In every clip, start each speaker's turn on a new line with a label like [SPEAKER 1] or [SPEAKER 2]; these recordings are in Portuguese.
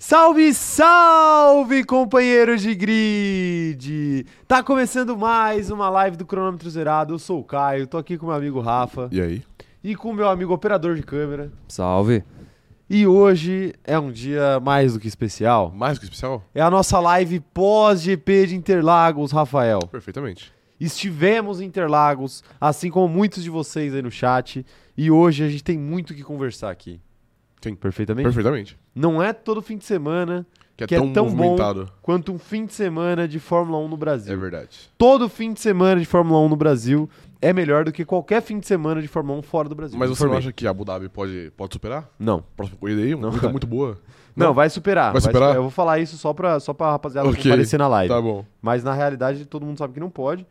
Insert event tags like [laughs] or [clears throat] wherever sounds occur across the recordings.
[SPEAKER 1] Salve, salve, companheiros de grid! Tá começando mais uma live do Cronômetro Zerado. Eu sou o Caio, tô aqui com meu amigo Rafa
[SPEAKER 2] E aí?
[SPEAKER 1] e com meu amigo operador de câmera.
[SPEAKER 3] Salve.
[SPEAKER 1] E hoje é um dia mais do que especial.
[SPEAKER 2] Mais que especial?
[SPEAKER 1] É a nossa live pós-GP de Interlagos, Rafael.
[SPEAKER 2] Perfeitamente.
[SPEAKER 1] Estivemos em Interlagos, assim como muitos de vocês aí no chat, e hoje a gente tem muito o que conversar aqui.
[SPEAKER 2] Sim.
[SPEAKER 1] Perfeitamente?
[SPEAKER 2] Perfeitamente.
[SPEAKER 1] Não é todo fim de semana
[SPEAKER 2] Que é
[SPEAKER 1] Que é
[SPEAKER 2] tão,
[SPEAKER 1] tão bom.
[SPEAKER 2] movimentado.
[SPEAKER 1] quanto um fim de semana de Fórmula 1 no
[SPEAKER 2] É
[SPEAKER 1] Brasil.
[SPEAKER 2] verdade.
[SPEAKER 1] Todo fim de semana de Fórmula 1 no Brasil é melhor do que qualquer fim de semana de Fórmula 1 fora do Brasil.
[SPEAKER 2] Mas você não
[SPEAKER 1] Informei.
[SPEAKER 2] acha que Abu Dhabi pode, pode superar?
[SPEAKER 1] Não.
[SPEAKER 2] Próxima corrida aí?
[SPEAKER 1] Não.
[SPEAKER 2] Uma corrida muito boa.
[SPEAKER 1] Não,
[SPEAKER 2] Não?
[SPEAKER 1] vai superar.
[SPEAKER 2] Vai superar?
[SPEAKER 1] Eu vou falar isso só pra, só pra rapaziada
[SPEAKER 2] Ok.
[SPEAKER 1] comparecer na live.
[SPEAKER 2] Tá bom.
[SPEAKER 1] Mas na realidade todo mundo sabe que não pode.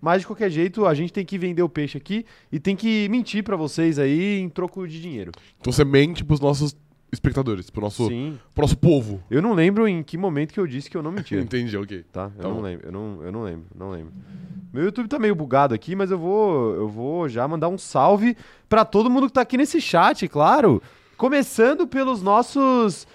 [SPEAKER 1] Mas de qualquer jeito, a gente tem que vender o peixe aqui e tem que mentir pra vocês aí em troco de dinheiro.
[SPEAKER 2] Então você mente pros nossos espectadores, pro nosso,
[SPEAKER 1] Sim.
[SPEAKER 2] pro nosso povo.
[SPEAKER 1] Eu não lembro em que momento que eu disse que eu não
[SPEAKER 2] [laughs]
[SPEAKER 1] mentia.
[SPEAKER 2] Entendi, ok.
[SPEAKER 1] Tá? Eu
[SPEAKER 2] Tá
[SPEAKER 1] não
[SPEAKER 2] bom.
[SPEAKER 1] lembro, eu não, eu não lembro, não lembro. Meu YouTube tá meio bugado aqui, mas eu vou, eu vou já mandar um salve pra todo mundo que tá aqui nesse chat, claro. Começando pelos nossos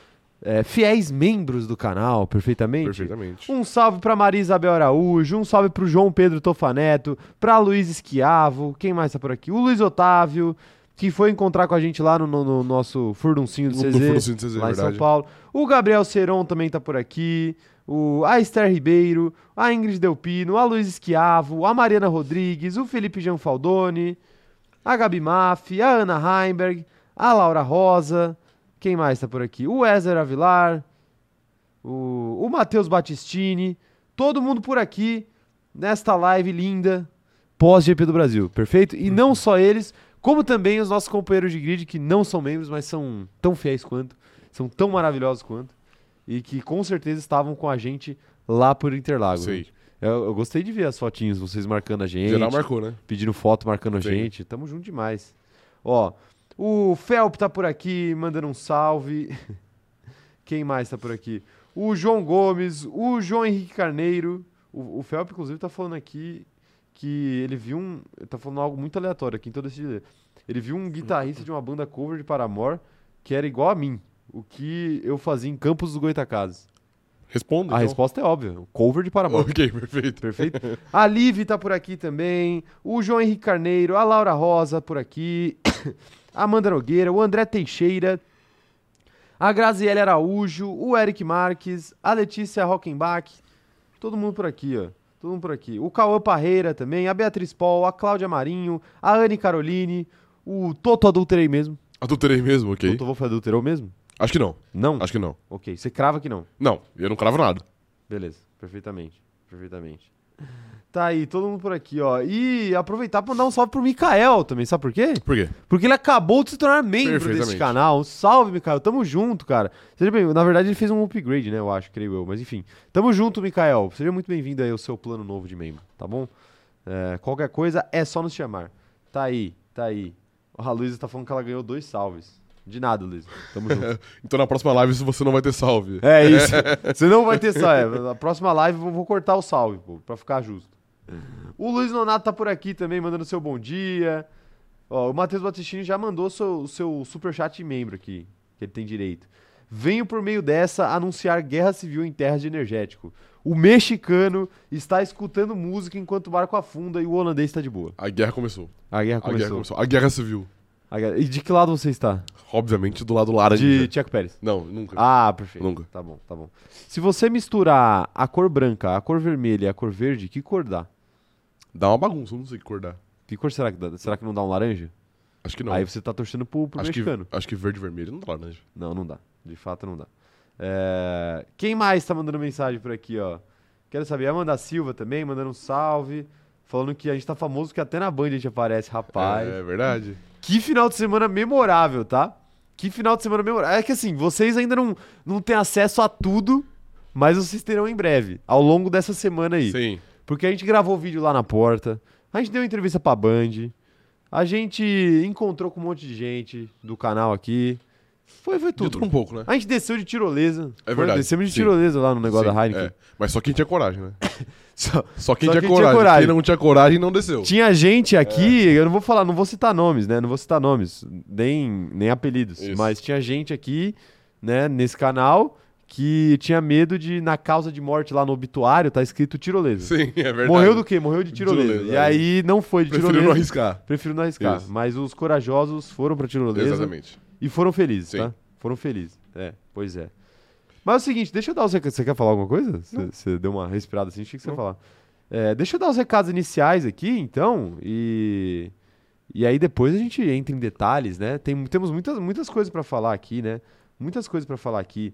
[SPEAKER 1] é, fiéis membros do canal, perfeitamente.
[SPEAKER 2] Perfeitamente.
[SPEAKER 1] Um salve pra Maria Isabel Araújo, um salve pro João Pedro Tofaneto, pra Luiz Esquiavo, quem mais tá por aqui? O Luiz Otávio, que foi encontrar com a gente lá no, no- no nosso furduncinho do
[SPEAKER 2] No- no
[SPEAKER 1] CZ,
[SPEAKER 2] furduncinho do CZ,
[SPEAKER 1] lá em São
[SPEAKER 2] é verdade.
[SPEAKER 1] Paulo. O Gabriel Seron também tá por aqui, o, a Esther Ribeiro, a Ingrid Delpino, a Luiz Esquiavo, a Mariana Rodrigues, o Felipe Gianfaldoni, a Gabi Maff, a Ana Heimberg, a Laura Rosa, quem mais tá por aqui? O Ezer Avilar, o, o Matheus Batistini, todo mundo por aqui nesta live linda pós-GP do Brasil, perfeito? E não só eles, como também os nossos companheiros de grid que não são membros, mas são tão fiéis quanto, são tão maravilhosos quanto e que com certeza estavam com a gente lá por Interlagos.
[SPEAKER 2] Sei.
[SPEAKER 1] né? Eu, eu gostei de ver as fotinhas, vocês marcando a gente
[SPEAKER 2] Geral marcou, né?
[SPEAKER 1] pedindo foto, marcando a
[SPEAKER 2] Sim.
[SPEAKER 1] gente. Tamo junto demais. Ó, o Felp tá por aqui, mandando um salve. [laughs] Quem mais tá por aqui? O João Gomes, o João Henrique Carneiro. O, o Felp, inclusive, tá falando aqui que ele viu um. Tá falando algo muito aleatório aqui, então eu decidi ler. Ele viu um guitarrista de uma banda cover de Paramore que era igual a mim. O que eu fazia em Campos dos Goitacazes.
[SPEAKER 2] Responda.
[SPEAKER 1] A
[SPEAKER 2] então.
[SPEAKER 1] resposta é óbvia. Cover de Paramore.
[SPEAKER 2] [laughs] Ok, perfeito.
[SPEAKER 1] Perfeito? A Liv tá por aqui também, o João Henrique Carneiro, a Laura Rosa por aqui, [coughs] a Amanda Nogueira, o André Teixeira, a Graziele Araújo, o Eric Marques, a Letícia Rockenbach, todo mundo por aqui, ó. Todo mundo por aqui. O Cauã Parreira também, a Beatriz Paul, a Cláudia Marinho, a Anne Caroline, o Toto adulterei mesmo.
[SPEAKER 2] Adulterei mesmo, ok?
[SPEAKER 1] Toto Wolff adulterou mesmo?
[SPEAKER 2] Acho que não.
[SPEAKER 1] Não?
[SPEAKER 2] Acho que não.
[SPEAKER 1] Ok, você crava que não.
[SPEAKER 2] Não, eu não cravo nada.
[SPEAKER 1] Beleza, perfeitamente. Perfeitamente. [laughs] Tá aí, todo mundo por aqui, ó. E aproveitar pra mandar um salve pro Mikael também, sabe por quê?
[SPEAKER 2] Por quê?
[SPEAKER 1] Porque ele acabou de se tornar membro
[SPEAKER 2] Perfeitamente.
[SPEAKER 1] desse canal. Um salve, Mikael. Tamo junto, cara. Seja bem Na verdade, ele fez um upgrade, né? Eu acho, creio eu. Mas enfim. Tamo junto, Mikael. Seja muito bem-vindo aí ao seu plano novo de membro, tá bom? É, qualquer coisa é só nos chamar. Tá aí, tá aí. A Luísa tá falando que ela ganhou dois salves. De nada, Luísa. Tamo [laughs] junto.
[SPEAKER 2] Então na próxima live você não vai ter salve.
[SPEAKER 1] É isso. Você não vai ter salve. Na próxima live eu vou cortar o salve, pô, pra ficar justo. O Luiz Nonato tá por aqui também, mandando seu bom dia. Ó, o Matheus Batistini já mandou seu, o seu superchat de membro aqui, que ele tem direito. Venho por meio dessa anunciar guerra civil em terras de energético. O mexicano está escutando música enquanto o barco afunda e o holandês está de boa.
[SPEAKER 2] A guerra começou.
[SPEAKER 1] A guerra
[SPEAKER 2] A guerra
[SPEAKER 1] começou.
[SPEAKER 2] começou. A guerra civil.
[SPEAKER 1] A guerra- E de que lado você está?
[SPEAKER 2] Obviamente do lado laranja.
[SPEAKER 1] De Tiago Pérez.
[SPEAKER 2] Não, nunca.
[SPEAKER 1] Ah, perfeito.
[SPEAKER 2] Nunca.
[SPEAKER 1] Tá bom, tá bom. Se você misturar a cor branca, a cor vermelha e a cor verde, que cor dá?
[SPEAKER 2] Dá uma bagunça, eu não sei que cor dá.
[SPEAKER 1] Que cor será que dá? Será que não dá um laranja?
[SPEAKER 2] Acho que não.
[SPEAKER 1] Aí você tá torcendo pro, pro
[SPEAKER 2] acho, que,
[SPEAKER 1] mexicano.
[SPEAKER 2] acho que verde e vermelho não dá laranja.
[SPEAKER 1] Não, não dá. De fato, não dá. É, Quem mais tá mandando mensagem por aqui, ó? Quero saber. A Amanda Silva também, mandando um salve. Falando que a gente tá famoso, que até na Band a gente aparece, rapaz.
[SPEAKER 2] É verdade.
[SPEAKER 1] Que final de semana memorável, tá? Que final de semana memorável. É que assim, vocês ainda não, não têm acesso a tudo, mas vocês terão em breve, ao longo dessa semana aí.
[SPEAKER 2] Sim.
[SPEAKER 1] Porque a gente gravou vídeo lá na porta, a gente deu entrevista pra Band, a gente encontrou com um monte de gente do canal aqui. Foi, foi
[SPEAKER 2] Tudo.
[SPEAKER 1] tudo. Ah,
[SPEAKER 2] um pouco, né?
[SPEAKER 1] A gente desceu de tirolesa.
[SPEAKER 2] É
[SPEAKER 1] Foi,
[SPEAKER 2] verdade,
[SPEAKER 1] Descemos de
[SPEAKER 2] sim.
[SPEAKER 1] tirolesa lá no negócio
[SPEAKER 2] Sim,
[SPEAKER 1] da Heineken.
[SPEAKER 2] é. Mas só quem tinha coragem,
[SPEAKER 1] [laughs]
[SPEAKER 2] né?
[SPEAKER 1] Só-
[SPEAKER 2] Só quem,
[SPEAKER 1] Só
[SPEAKER 2] tinha,
[SPEAKER 1] quem tinha
[SPEAKER 2] coragem.
[SPEAKER 1] coragem.
[SPEAKER 2] Quem não tinha coragem não desceu.
[SPEAKER 1] Tinha gente
[SPEAKER 2] é.
[SPEAKER 1] aqui, eu não vou falar, não vou citar nomes, né? Não vou citar nomes, nem, nem apelidos.
[SPEAKER 2] Isso.
[SPEAKER 1] Mas tinha gente aqui, né, nesse canal, que tinha medo de, na causa de morte lá no obituário, tá escrito tirolesa.
[SPEAKER 2] Sim, é verdade.
[SPEAKER 1] Morreu do quê? Morreu de tirolesa.
[SPEAKER 2] Tirolesa,
[SPEAKER 1] e
[SPEAKER 2] é.
[SPEAKER 1] aí não foi de
[SPEAKER 2] Prefiro
[SPEAKER 1] tirolesa.
[SPEAKER 2] não arriscar.
[SPEAKER 1] Prefiro não arriscar.
[SPEAKER 2] Isso.
[SPEAKER 1] Mas os corajosos foram pra tirolesa
[SPEAKER 2] Exatamente.
[SPEAKER 1] e foram felizes,
[SPEAKER 2] Sim.
[SPEAKER 1] tá? Foram felizes. É, pois é. Mas é o seguinte, deixa eu dar os recados. Você quer falar alguma coisa? Você- Você deu uma respirada assim, achei que você ia
[SPEAKER 2] Não.
[SPEAKER 1] falar. É, deixa eu dar os recados iniciais aqui, então, e. E aí depois a gente entra em detalhes, né? Tem, temos muitas, muitas coisas pra falar aqui, né? Muitas coisas pra falar aqui.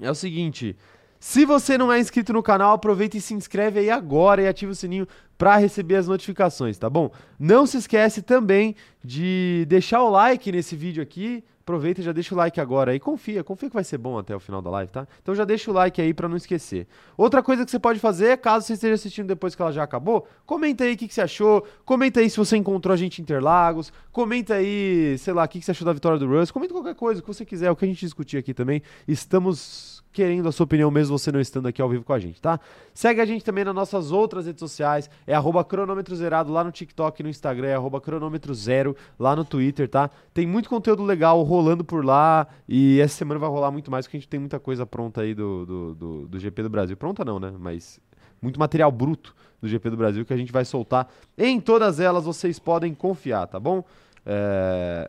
[SPEAKER 1] É o seguinte, se você não é inscrito no canal, aproveita e se inscreve aí agora e ativa o sininho pra receber as notificações, tá bom? Não se esquece também de deixar o like nesse vídeo aqui. Aproveita e já deixa o like agora aí. Confia, confia que vai ser bom até o final da live, tá? Então já deixa o like aí pra não esquecer. Outra coisa que você pode fazer, caso você esteja assistindo depois que ela já acabou, comenta aí o que, que você achou, comenta aí se você encontrou a gente em Interlagos, comenta aí, sei lá, o que, que você achou da vitória do Russ, comenta qualquer coisa, o que você quiser, é o que a gente discutir aqui também. Estamos querendo a sua opinião mesmo você não estando aqui ao vivo com a gente, tá? Segue a gente também nas nossas outras redes sociais, é arroba cronômetro zerado lá no TikTok, no Instagram, é arroba cronômetro zero lá no Twitter, tá? Tem muito conteúdo legal rolando por lá e essa semana vai rolar muito mais, porque a gente tem muita coisa pronta aí do, do, do, do GP do Brasil. Pronta não, né? Mas muito material bruto do GP do Brasil que a gente vai soltar. Em todas elas vocês podem confiar, tá bom? É...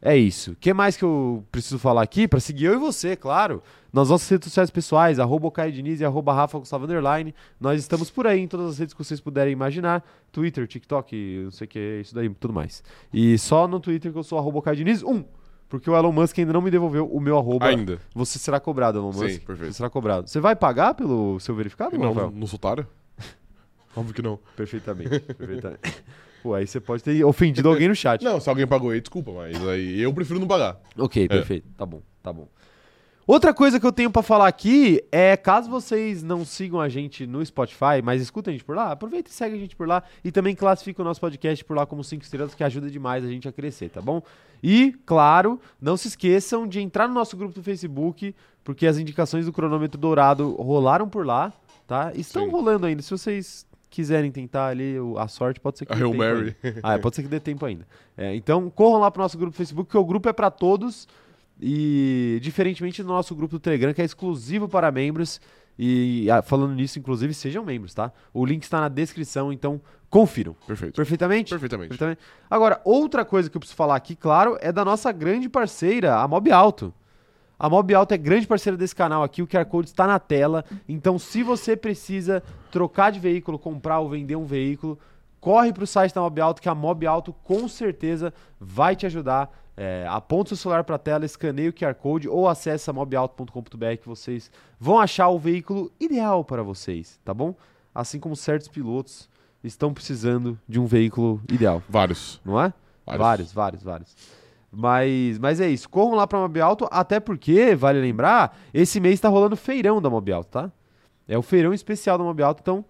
[SPEAKER 1] É isso. O que mais que eu preciso falar aqui? Pra seguir eu e você, claro. Nas nossas redes sociais pessoais, arroba o Caio Diniz e arroba Rafa Gustavo Underline. Nós estamos por aí em todas as redes que vocês puderem imaginar. Twitter, TikTok, não sei o que, isso daí, tudo mais. E só no Twitter que eu sou arroba o Caio Diniz 1. Porque o Elon Musk ainda não me devolveu o meu arroba.
[SPEAKER 2] Ainda.
[SPEAKER 1] Você será cobrado, Elon
[SPEAKER 2] Sim,
[SPEAKER 1] Musk.
[SPEAKER 2] perfeito.
[SPEAKER 1] Você será cobrado. Você vai pagar pelo seu verificado,
[SPEAKER 2] Não,
[SPEAKER 1] Rafael?
[SPEAKER 2] [laughs] não, não
[SPEAKER 1] [laughs]
[SPEAKER 2] sou otário? Óbvio que não.
[SPEAKER 1] Perfeitamente, perfeitamente. Pô, aí você pode ter ofendido alguém no chat.
[SPEAKER 2] Não, se alguém pagou aí, desculpa, mas aí eu prefiro não pagar.
[SPEAKER 1] Ok, perfeito. Tá bom, tá bom. Outra coisa que eu tenho pra falar aqui é, caso vocês não sigam a gente no Spotify, mas escutem a gente por lá, aproveita e segue a gente por lá e também classifica o nosso podcast por lá como 5 estrelas, que ajuda demais a gente a crescer, tá bom? E, claro, não se esqueçam de entrar no nosso grupo do Facebook, porque as indicações do cronômetro dourado rolaram por lá, tá? Estão
[SPEAKER 2] Sim.
[SPEAKER 1] rolando ainda. Se vocês quiserem tentar ali o- a sorte, pode ser que
[SPEAKER 2] A
[SPEAKER 1] dê
[SPEAKER 2] Hail
[SPEAKER 1] tempo ainda.
[SPEAKER 2] Mary.
[SPEAKER 1] Ah, é, pode ser que dê tempo ainda. É, então, corram lá pro nosso grupo do Facebook, que o grupo é para todos. E, diferentemente do nosso grupo do Telegram, que é exclusivo para membros. E, ah, falando nisso, inclusive, sejam membros, tá? O link está na descrição, então confiram.
[SPEAKER 2] [laughs] Perfeito.
[SPEAKER 1] Perfeitamente?
[SPEAKER 2] Perfeitamente.
[SPEAKER 1] Perfeitamente. Agora, outra coisa que eu preciso falar aqui, claro, é da nossa grande parceira, a Mob Alto. A Mob Alto é grande parceira desse canal aqui, o QR Code está na tela. Então, se você precisa trocar de veículo, comprar ou vender um veículo, corre para o site da Mob Alto, que a Mob Alto com certeza vai te ajudar. É, aponta o celular para a tela, escaneia o QR Code ou acessa mobalto.com.br que vocês vão achar o veículo ideal para vocês, tá bom? Assim como certos pilotos estão precisando de um veículo ideal
[SPEAKER 2] Vários.
[SPEAKER 1] não é? vários,
[SPEAKER 2] Vários.
[SPEAKER 1] vários. vários. Mas, mas é isso. Corram lá pra Mob Alto, até porque, vale lembrar, esse mês tá rolando o feirão da Mob Alto, tá? É o feirão especial da Mob Alto, então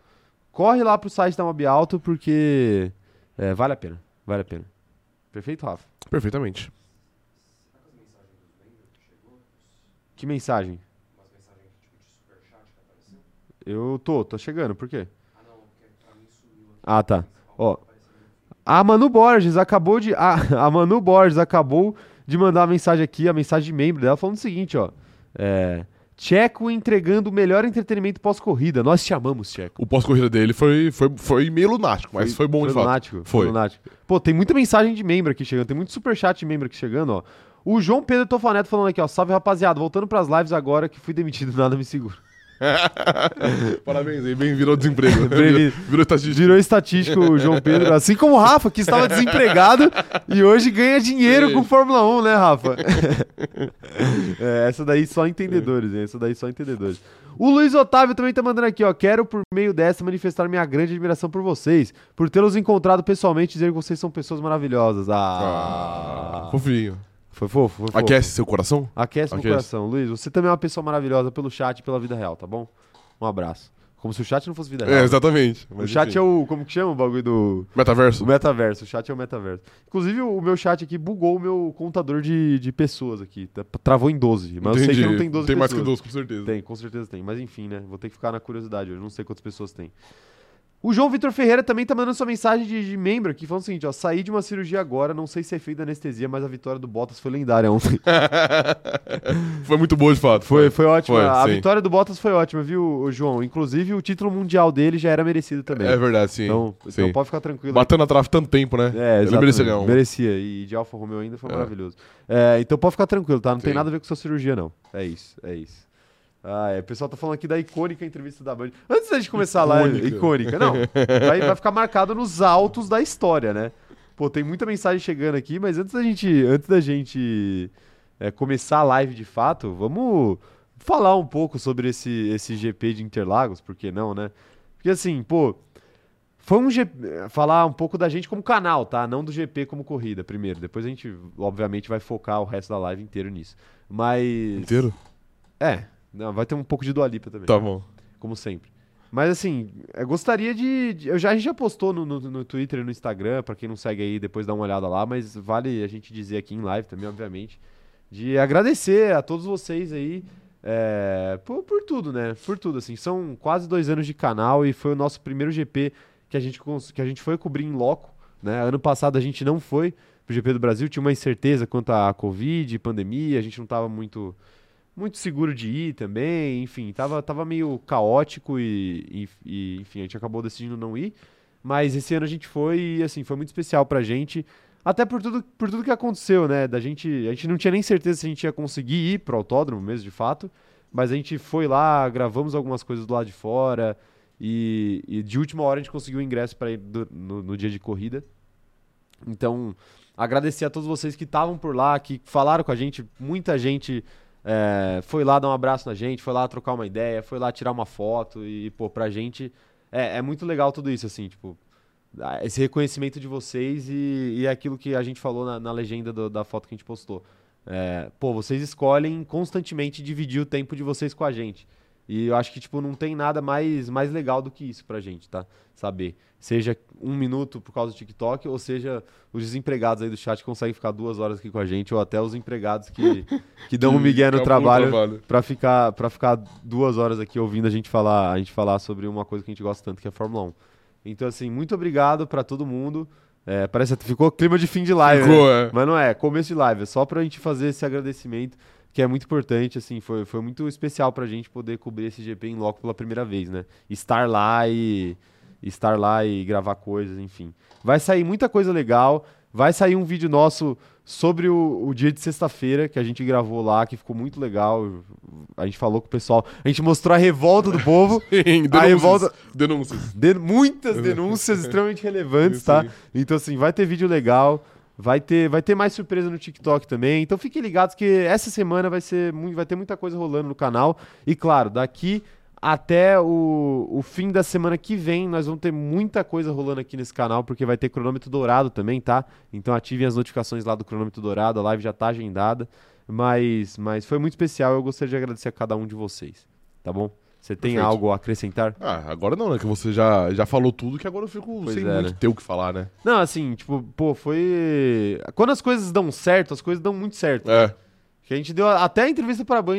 [SPEAKER 1] corre lá pro site da Mob Alto, porque é, vale a pena, vale a pena. Perfeito, Rafa?
[SPEAKER 2] Perfeitamente.
[SPEAKER 1] Que mensagem? Eu tô, tô chegando, por quê? Ah, tá. Ó. A Manu Borges acabou de. A, [laughs] a Manu Borges acabou de mandar a mensagem aqui, a mensagem de membro dela, falando o seguinte, ó. É. Tcheco entregando o melhor entretenimento pós-corrida. Nós te amamos, Tcheco.
[SPEAKER 2] O pós-corrida dele foi, foi, foi meio lunático, mas foi, bom de fato.
[SPEAKER 1] lunático,
[SPEAKER 2] Foi.
[SPEAKER 1] lunático. Pô, tem muita mensagem de membro aqui chegando, tem muito superchat de membro aqui chegando, ó. O João Pedro Tofaneto falando aqui, ó. Salve, rapaziada. Voltando pras lives agora que fui demitido, [laughs] nada me segura.
[SPEAKER 2] Parabéns aí, bem virou desemprego.
[SPEAKER 1] [laughs] Ele-
[SPEAKER 2] virou, virou estatística.
[SPEAKER 1] Virou estatístico o João Pedro, assim como o Rafa, que estava desempregado e hoje ganha dinheiro
[SPEAKER 2] Sim.
[SPEAKER 1] com Fórmula 1, né, Rafa? [laughs] É, essa daí só entendedores, hein? Essa daí só entendedores. O Luiz Otávio também tá mandando aqui, ó. Quero, por meio dessa, manifestar minha grande admiração por vocês, por tê-los encontrado pessoalmente e dizer que vocês são pessoas maravilhosas. Ah.
[SPEAKER 2] Fofinho.
[SPEAKER 1] Foi fofo, foi fofo.
[SPEAKER 2] Aquece seu coração?
[SPEAKER 1] Aquece meu
[SPEAKER 2] Aquece.
[SPEAKER 1] coração. Luiz, você também é uma pessoa maravilhosa pelo chat e pela vida real, tá bom? Um abraço. Como se o chat não fosse vida real.
[SPEAKER 2] É, exatamente.
[SPEAKER 1] O chat é o. Como que chama o bagulho do.
[SPEAKER 2] Metaverso.
[SPEAKER 1] O metaverso, o chat é o metaverso. Inclusive, o meu chat aqui bugou o meu contador de, de pessoas aqui. tá- Travou em 12. Mas eu sei que não tem 12
[SPEAKER 2] Tem
[SPEAKER 1] pessoas.
[SPEAKER 2] mais que 12, com certeza.
[SPEAKER 1] Tem, com certeza tem. Mas enfim, né? Vou ter que ficar na curiosidade hoje. Não sei quantas pessoas tem. O João Vitor Ferreira também tá mandando sua mensagem de, de membro aqui, falando o seguinte, ó, saí de uma cirurgia agora, não sei se é efeito da anestesia, mas a vitória do Bottas foi lendária
[SPEAKER 2] [laughs]
[SPEAKER 1] ontem.
[SPEAKER 2] Foi muito boa, de fato.
[SPEAKER 1] Foi, foi ótima.
[SPEAKER 2] Foi,
[SPEAKER 1] a
[SPEAKER 2] sim.
[SPEAKER 1] vitória do Bottas foi ótima, viu, ô, João? Inclusive, o título mundial dele já era merecido também.
[SPEAKER 2] É verdade, sim.
[SPEAKER 1] então,
[SPEAKER 2] sim.
[SPEAKER 1] então pode ficar tranquilo.
[SPEAKER 2] Batendo a trave tanto tempo, né?
[SPEAKER 1] É,
[SPEAKER 2] Ele
[SPEAKER 1] exatamente.
[SPEAKER 2] merecia ganhar um.
[SPEAKER 1] Merecia. E de Alfa Romeo ainda foi
[SPEAKER 2] É.
[SPEAKER 1] maravilhoso. É, então pode ficar tranquilo, tá? Não tem
[SPEAKER 2] Sim.
[SPEAKER 1] nada a ver com sua cirurgia, não. É isso, é isso. Ah, é. O pessoal tá falando aqui da icônica entrevista da Band. Antes da gente começar lá,
[SPEAKER 2] Icônica.
[SPEAKER 1] icônica, não. Vai, vai ficar marcado nos altos da história, né? Pô, tem muita mensagem chegando aqui, mas antes da gente, antes da gente é, começar a live de fato, vamos falar um pouco sobre esse, esse GP de Interlagos, por que não, né? Porque assim, pô, foi um GP. eh, Falar um pouco da gente como canal, tá? Não do GP como corrida, primeiro. Depois a gente, obviamente, vai focar o resto da live inteiro nisso. Mas.
[SPEAKER 2] Inteiro?
[SPEAKER 1] É, não, vai ter um pouco de Dualipa também,
[SPEAKER 2] Tá bom.
[SPEAKER 1] como sempre. Mas assim, eu gostaria de. de- eu já, a gente já postou no, no, no Twitter e no Instagram, pra quem não segue aí, depois dá uma olhada lá, mas vale a gente dizer aqui em live também, obviamente, de agradecer a todos vocês aí eh, por, por tudo, né? Por tudo, assim. São quase dois anos de canal e foi o nosso primeiro GP que a gente, cons- que a gente foi cobrir em loco, né? Ano passado a gente não foi pro GP do Brasil, tinha uma incerteza quanto à Covid, pandemia, a gente não tava muito muito seguro de ir também, enfim, tava, tava meio caótico e, e- e, enfim, a gente acabou decidindo não ir. Mas esse ano a gente foi e, assim, foi muito especial pra gente. Até por tudo, por tudo que aconteceu, né? Da gente, a gente não tinha nem certeza se a gente ia conseguir ir pro autódromo mesmo, de fato. Mas a gente foi lá, gravamos algumas coisas do lado de fora. E, e de última hora a gente conseguiu o ingresso para ir do- no, no dia de corrida. Então, agradecer a todos vocês que estavam por lá, que falaram com a gente. Muita gente é, foi lá dar um abraço na gente, foi lá trocar uma ideia, foi lá tirar uma foto. E, pô, pra gente é, é muito legal tudo isso, assim, tipo, ah, esse reconhecimento de vocês e, e aquilo que a gente falou na, na legenda do- da foto que a gente postou. É, pô, vocês escolhem constantemente dividir o tempo de vocês com a gente. E eu acho que, tipo, não tem nada mais, mais legal do que isso pra gente, tá? Saber. Seja um minuto por causa do TikTok, ou seja, os desempregados aí do chat conseguem ficar duas horas aqui com a gente, ou até os empregados que, [laughs] que dão um migué no
[SPEAKER 2] Acabou o
[SPEAKER 1] trabalho Pra ficar, pra ficar duas horas aqui ouvindo a gente falar, a gente falar sobre uma coisa que a gente gosta tanto, que é a Fórmula 1. Então, assim, muito obrigado pra todo mundo. É, parece que ficou clima de fim de live. né?
[SPEAKER 2] Ficou, é.
[SPEAKER 1] Mas não é, começo de live. É só pra gente fazer esse agradecimento, que é muito importante, assim, foi, foi muito especial pra gente poder cobrir esse GP em loco pela primeira vez, né? Estar lá e. Estar lá e gravar coisas, enfim. Vai sair muita coisa legal. Vai sair um vídeo nosso sobre o, o dia de sexta-feira que a gente gravou lá, que ficou muito legal. A gente falou com o pessoal. A gente mostrou a revolta do povo.
[SPEAKER 2] é. [laughs] Denúncias.
[SPEAKER 1] Aí volta-
[SPEAKER 2] Denúncias.
[SPEAKER 1] De- muitas denúncias extremamente relevantes,
[SPEAKER 2] Isso
[SPEAKER 1] tá?
[SPEAKER 2] aí.
[SPEAKER 1] Então, assim, vai ter vídeo legal. Vai ter, vai ter mais surpresa no TikTok também. Então fiquem ligados que essa semana vai, ser, mui- vai ter muita coisa rolando no canal. E claro, daqui até o, o fim da semana que vem, nós vamos ter muita coisa rolando aqui nesse canal, porque vai ter cronômetro dourado também, tá? Então ativem as notificações lá do cronômetro dourado, a live já tá agendada. Mas, mas foi muito especial, eu gostaria de agradecer a cada um de vocês, tá bom? Você tem
[SPEAKER 2] Perfeito.
[SPEAKER 1] algo a acrescentar?
[SPEAKER 2] Ah, agora não, né? Que você já, já falou tudo, que agora eu fico
[SPEAKER 1] Pois
[SPEAKER 2] sem
[SPEAKER 1] é,
[SPEAKER 2] muito
[SPEAKER 1] né?
[SPEAKER 2] ter o que falar, né?
[SPEAKER 1] Não, assim, tipo, pô, foi. Quando as coisas dão certo, as coisas dão muito certo.
[SPEAKER 2] É,
[SPEAKER 1] Que a gente deu. Até a entrevista pra Band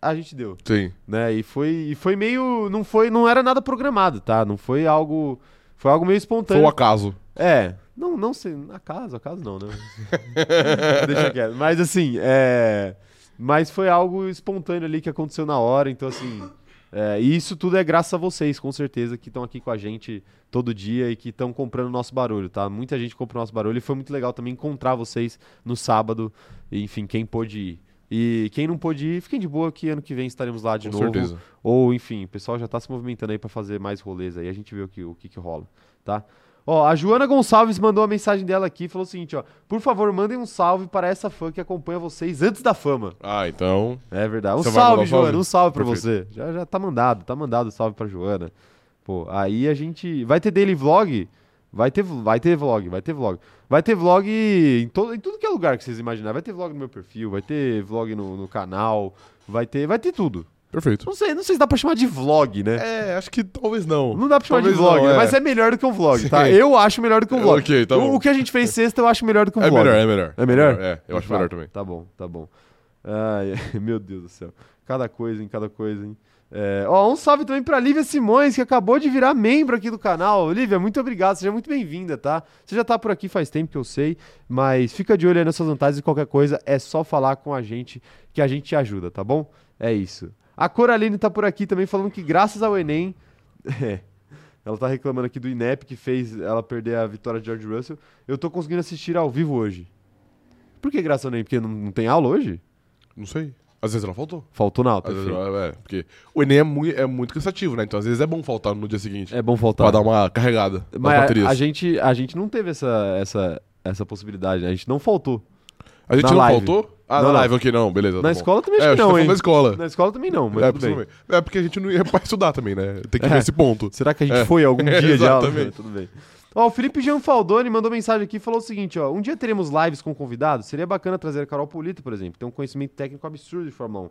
[SPEAKER 1] a gente deu.
[SPEAKER 2] sim.
[SPEAKER 1] Né? E foi, e foi meio. Não foi. Não era nada programado, tá? Não foi algo. Foi algo meio
[SPEAKER 2] Foi o
[SPEAKER 1] espontâneo.
[SPEAKER 2] acaso.
[SPEAKER 1] [laughs] É. Não, não sei. Acaso, acaso não, né? [laughs] Deixa quieto. Mas assim, é. Mas foi algo espontâneo ali que aconteceu na hora, então assim. é, e isso tudo é graças a vocês, com certeza, que estão aqui com a gente todo dia e que estão comprando o nosso barulho, tá? Muita gente comprou o nosso barulho e foi muito legal também encontrar vocês no sábado. E, enfim, quem pôde ir. E quem não pôde ir, fiquem de boa que ano que vem estaremos lá de
[SPEAKER 2] com
[SPEAKER 1] novo.
[SPEAKER 2] certeza.
[SPEAKER 1] Ou, enfim, o pessoal já tá se movimentando aí pra fazer mais rolês aí. A gente vê o que, o que, que rola, tá? Ó, a Joana Gonçalves mandou a mensagem dela aqui falou o seguinte, ó. Por favor, mandem um salve para essa fã que acompanha vocês antes da fama.
[SPEAKER 2] Ah, então.
[SPEAKER 1] É verdade. Um
[SPEAKER 2] Você vai
[SPEAKER 1] salve,
[SPEAKER 2] mandar um
[SPEAKER 1] Joana.
[SPEAKER 2] salve?
[SPEAKER 1] Um salve pra você.
[SPEAKER 2] Perfeito.
[SPEAKER 1] Já, já tá mandado, tá mandado o salve pra Joana. Pô, aí a gente. Vai ter daily vlog? Vai ter, vai ter vlog, vai ter vlog. Vai ter vlog em, todo, em tudo que é lugar que vocês imaginarem. Vai ter vlog no meu perfil, vai ter vlog no, no canal, vai ter. Vai ter tudo.
[SPEAKER 2] Perfeito.
[SPEAKER 1] Não sei, não sei se dá pra chamar de vlog, né?
[SPEAKER 2] É, acho que talvez não.
[SPEAKER 1] Não dá pra chamar
[SPEAKER 2] Talvez
[SPEAKER 1] de vlog,
[SPEAKER 2] não,
[SPEAKER 1] né?
[SPEAKER 2] é.
[SPEAKER 1] mas é melhor do que um vlog, tá?
[SPEAKER 2] [laughs] Sim.
[SPEAKER 1] Eu acho melhor do que um
[SPEAKER 2] É,
[SPEAKER 1] vlog.
[SPEAKER 2] ok, tá
[SPEAKER 1] o,
[SPEAKER 2] bom.
[SPEAKER 1] o que a gente fez sexta eu acho melhor do que um
[SPEAKER 2] É
[SPEAKER 1] vlog.
[SPEAKER 2] melhor, é melhor.
[SPEAKER 1] É melhor?
[SPEAKER 2] É, eu acho melhor
[SPEAKER 1] [laughs]
[SPEAKER 2] também.
[SPEAKER 1] Tá bom, tá bom. Ai, meu Deus do céu. Cada coisa, hein? Cada coisa, hein? É, ó, um salve também pra Lívia Simões, que acabou de virar membro aqui do canal. Lívia, muito obrigado, seja muito bem-vinda, tá? Você já tá por aqui faz tempo que eu sei, mas fica de olho aí nessas vantagens e qualquer coisa é só falar com a gente que a gente te ajuda, tá bom? É isso. A Coraline tá por aqui também falando que graças ao Enem. [laughs] É. Ela tá reclamando aqui do INEP que fez ela perder a vitória de George Russell. Eu tô conseguindo assistir ao vivo hoje. Por que graças ao Enem? Porque não, não tem aula hoje?
[SPEAKER 2] Não sei. Às vezes ela faltou.
[SPEAKER 1] Faltou na aula,
[SPEAKER 2] Às vezes,
[SPEAKER 1] perfeito.
[SPEAKER 2] ela- é, porque o Enem é muito, é muito cansativo, né? Então às vezes é bom faltar no dia seguinte.
[SPEAKER 1] É bom faltar.
[SPEAKER 2] Pra dar um uma carregada nas
[SPEAKER 1] Mas
[SPEAKER 2] baterias.
[SPEAKER 1] a, a gente, a gente não teve essa, essa, essa possibilidade, né? a gente não faltou.
[SPEAKER 2] A gente
[SPEAKER 1] na
[SPEAKER 2] não
[SPEAKER 1] live.
[SPEAKER 2] faltou? Ah,
[SPEAKER 1] Na
[SPEAKER 2] na
[SPEAKER 1] live.
[SPEAKER 2] live, ok, não, beleza. tá
[SPEAKER 1] na
[SPEAKER 2] bom.
[SPEAKER 1] escola também
[SPEAKER 2] é,
[SPEAKER 1] acho
[SPEAKER 2] a
[SPEAKER 1] que
[SPEAKER 2] gente tá
[SPEAKER 1] não,
[SPEAKER 2] falando
[SPEAKER 1] hein?
[SPEAKER 2] da escola.
[SPEAKER 1] Na escola também não, mas
[SPEAKER 2] é,
[SPEAKER 1] tudo bem.
[SPEAKER 2] possivelmente. é porque a gente não ia pra estudar também, né? Tem que
[SPEAKER 1] É.
[SPEAKER 2] ver esse ponto.
[SPEAKER 1] Será que a gente
[SPEAKER 2] [laughs] É,
[SPEAKER 1] foi algum dia de aula?
[SPEAKER 2] exatamente.
[SPEAKER 1] Tudo bem. Ó, o Felipe Gianfaldoni mandou mensagem aqui e falou o seguinte, ó. Um dia teremos lives com convidados? Seria bacana trazer a Carol Polito, por exemplo. Tem um conhecimento técnico absurdo de Fórmula 1.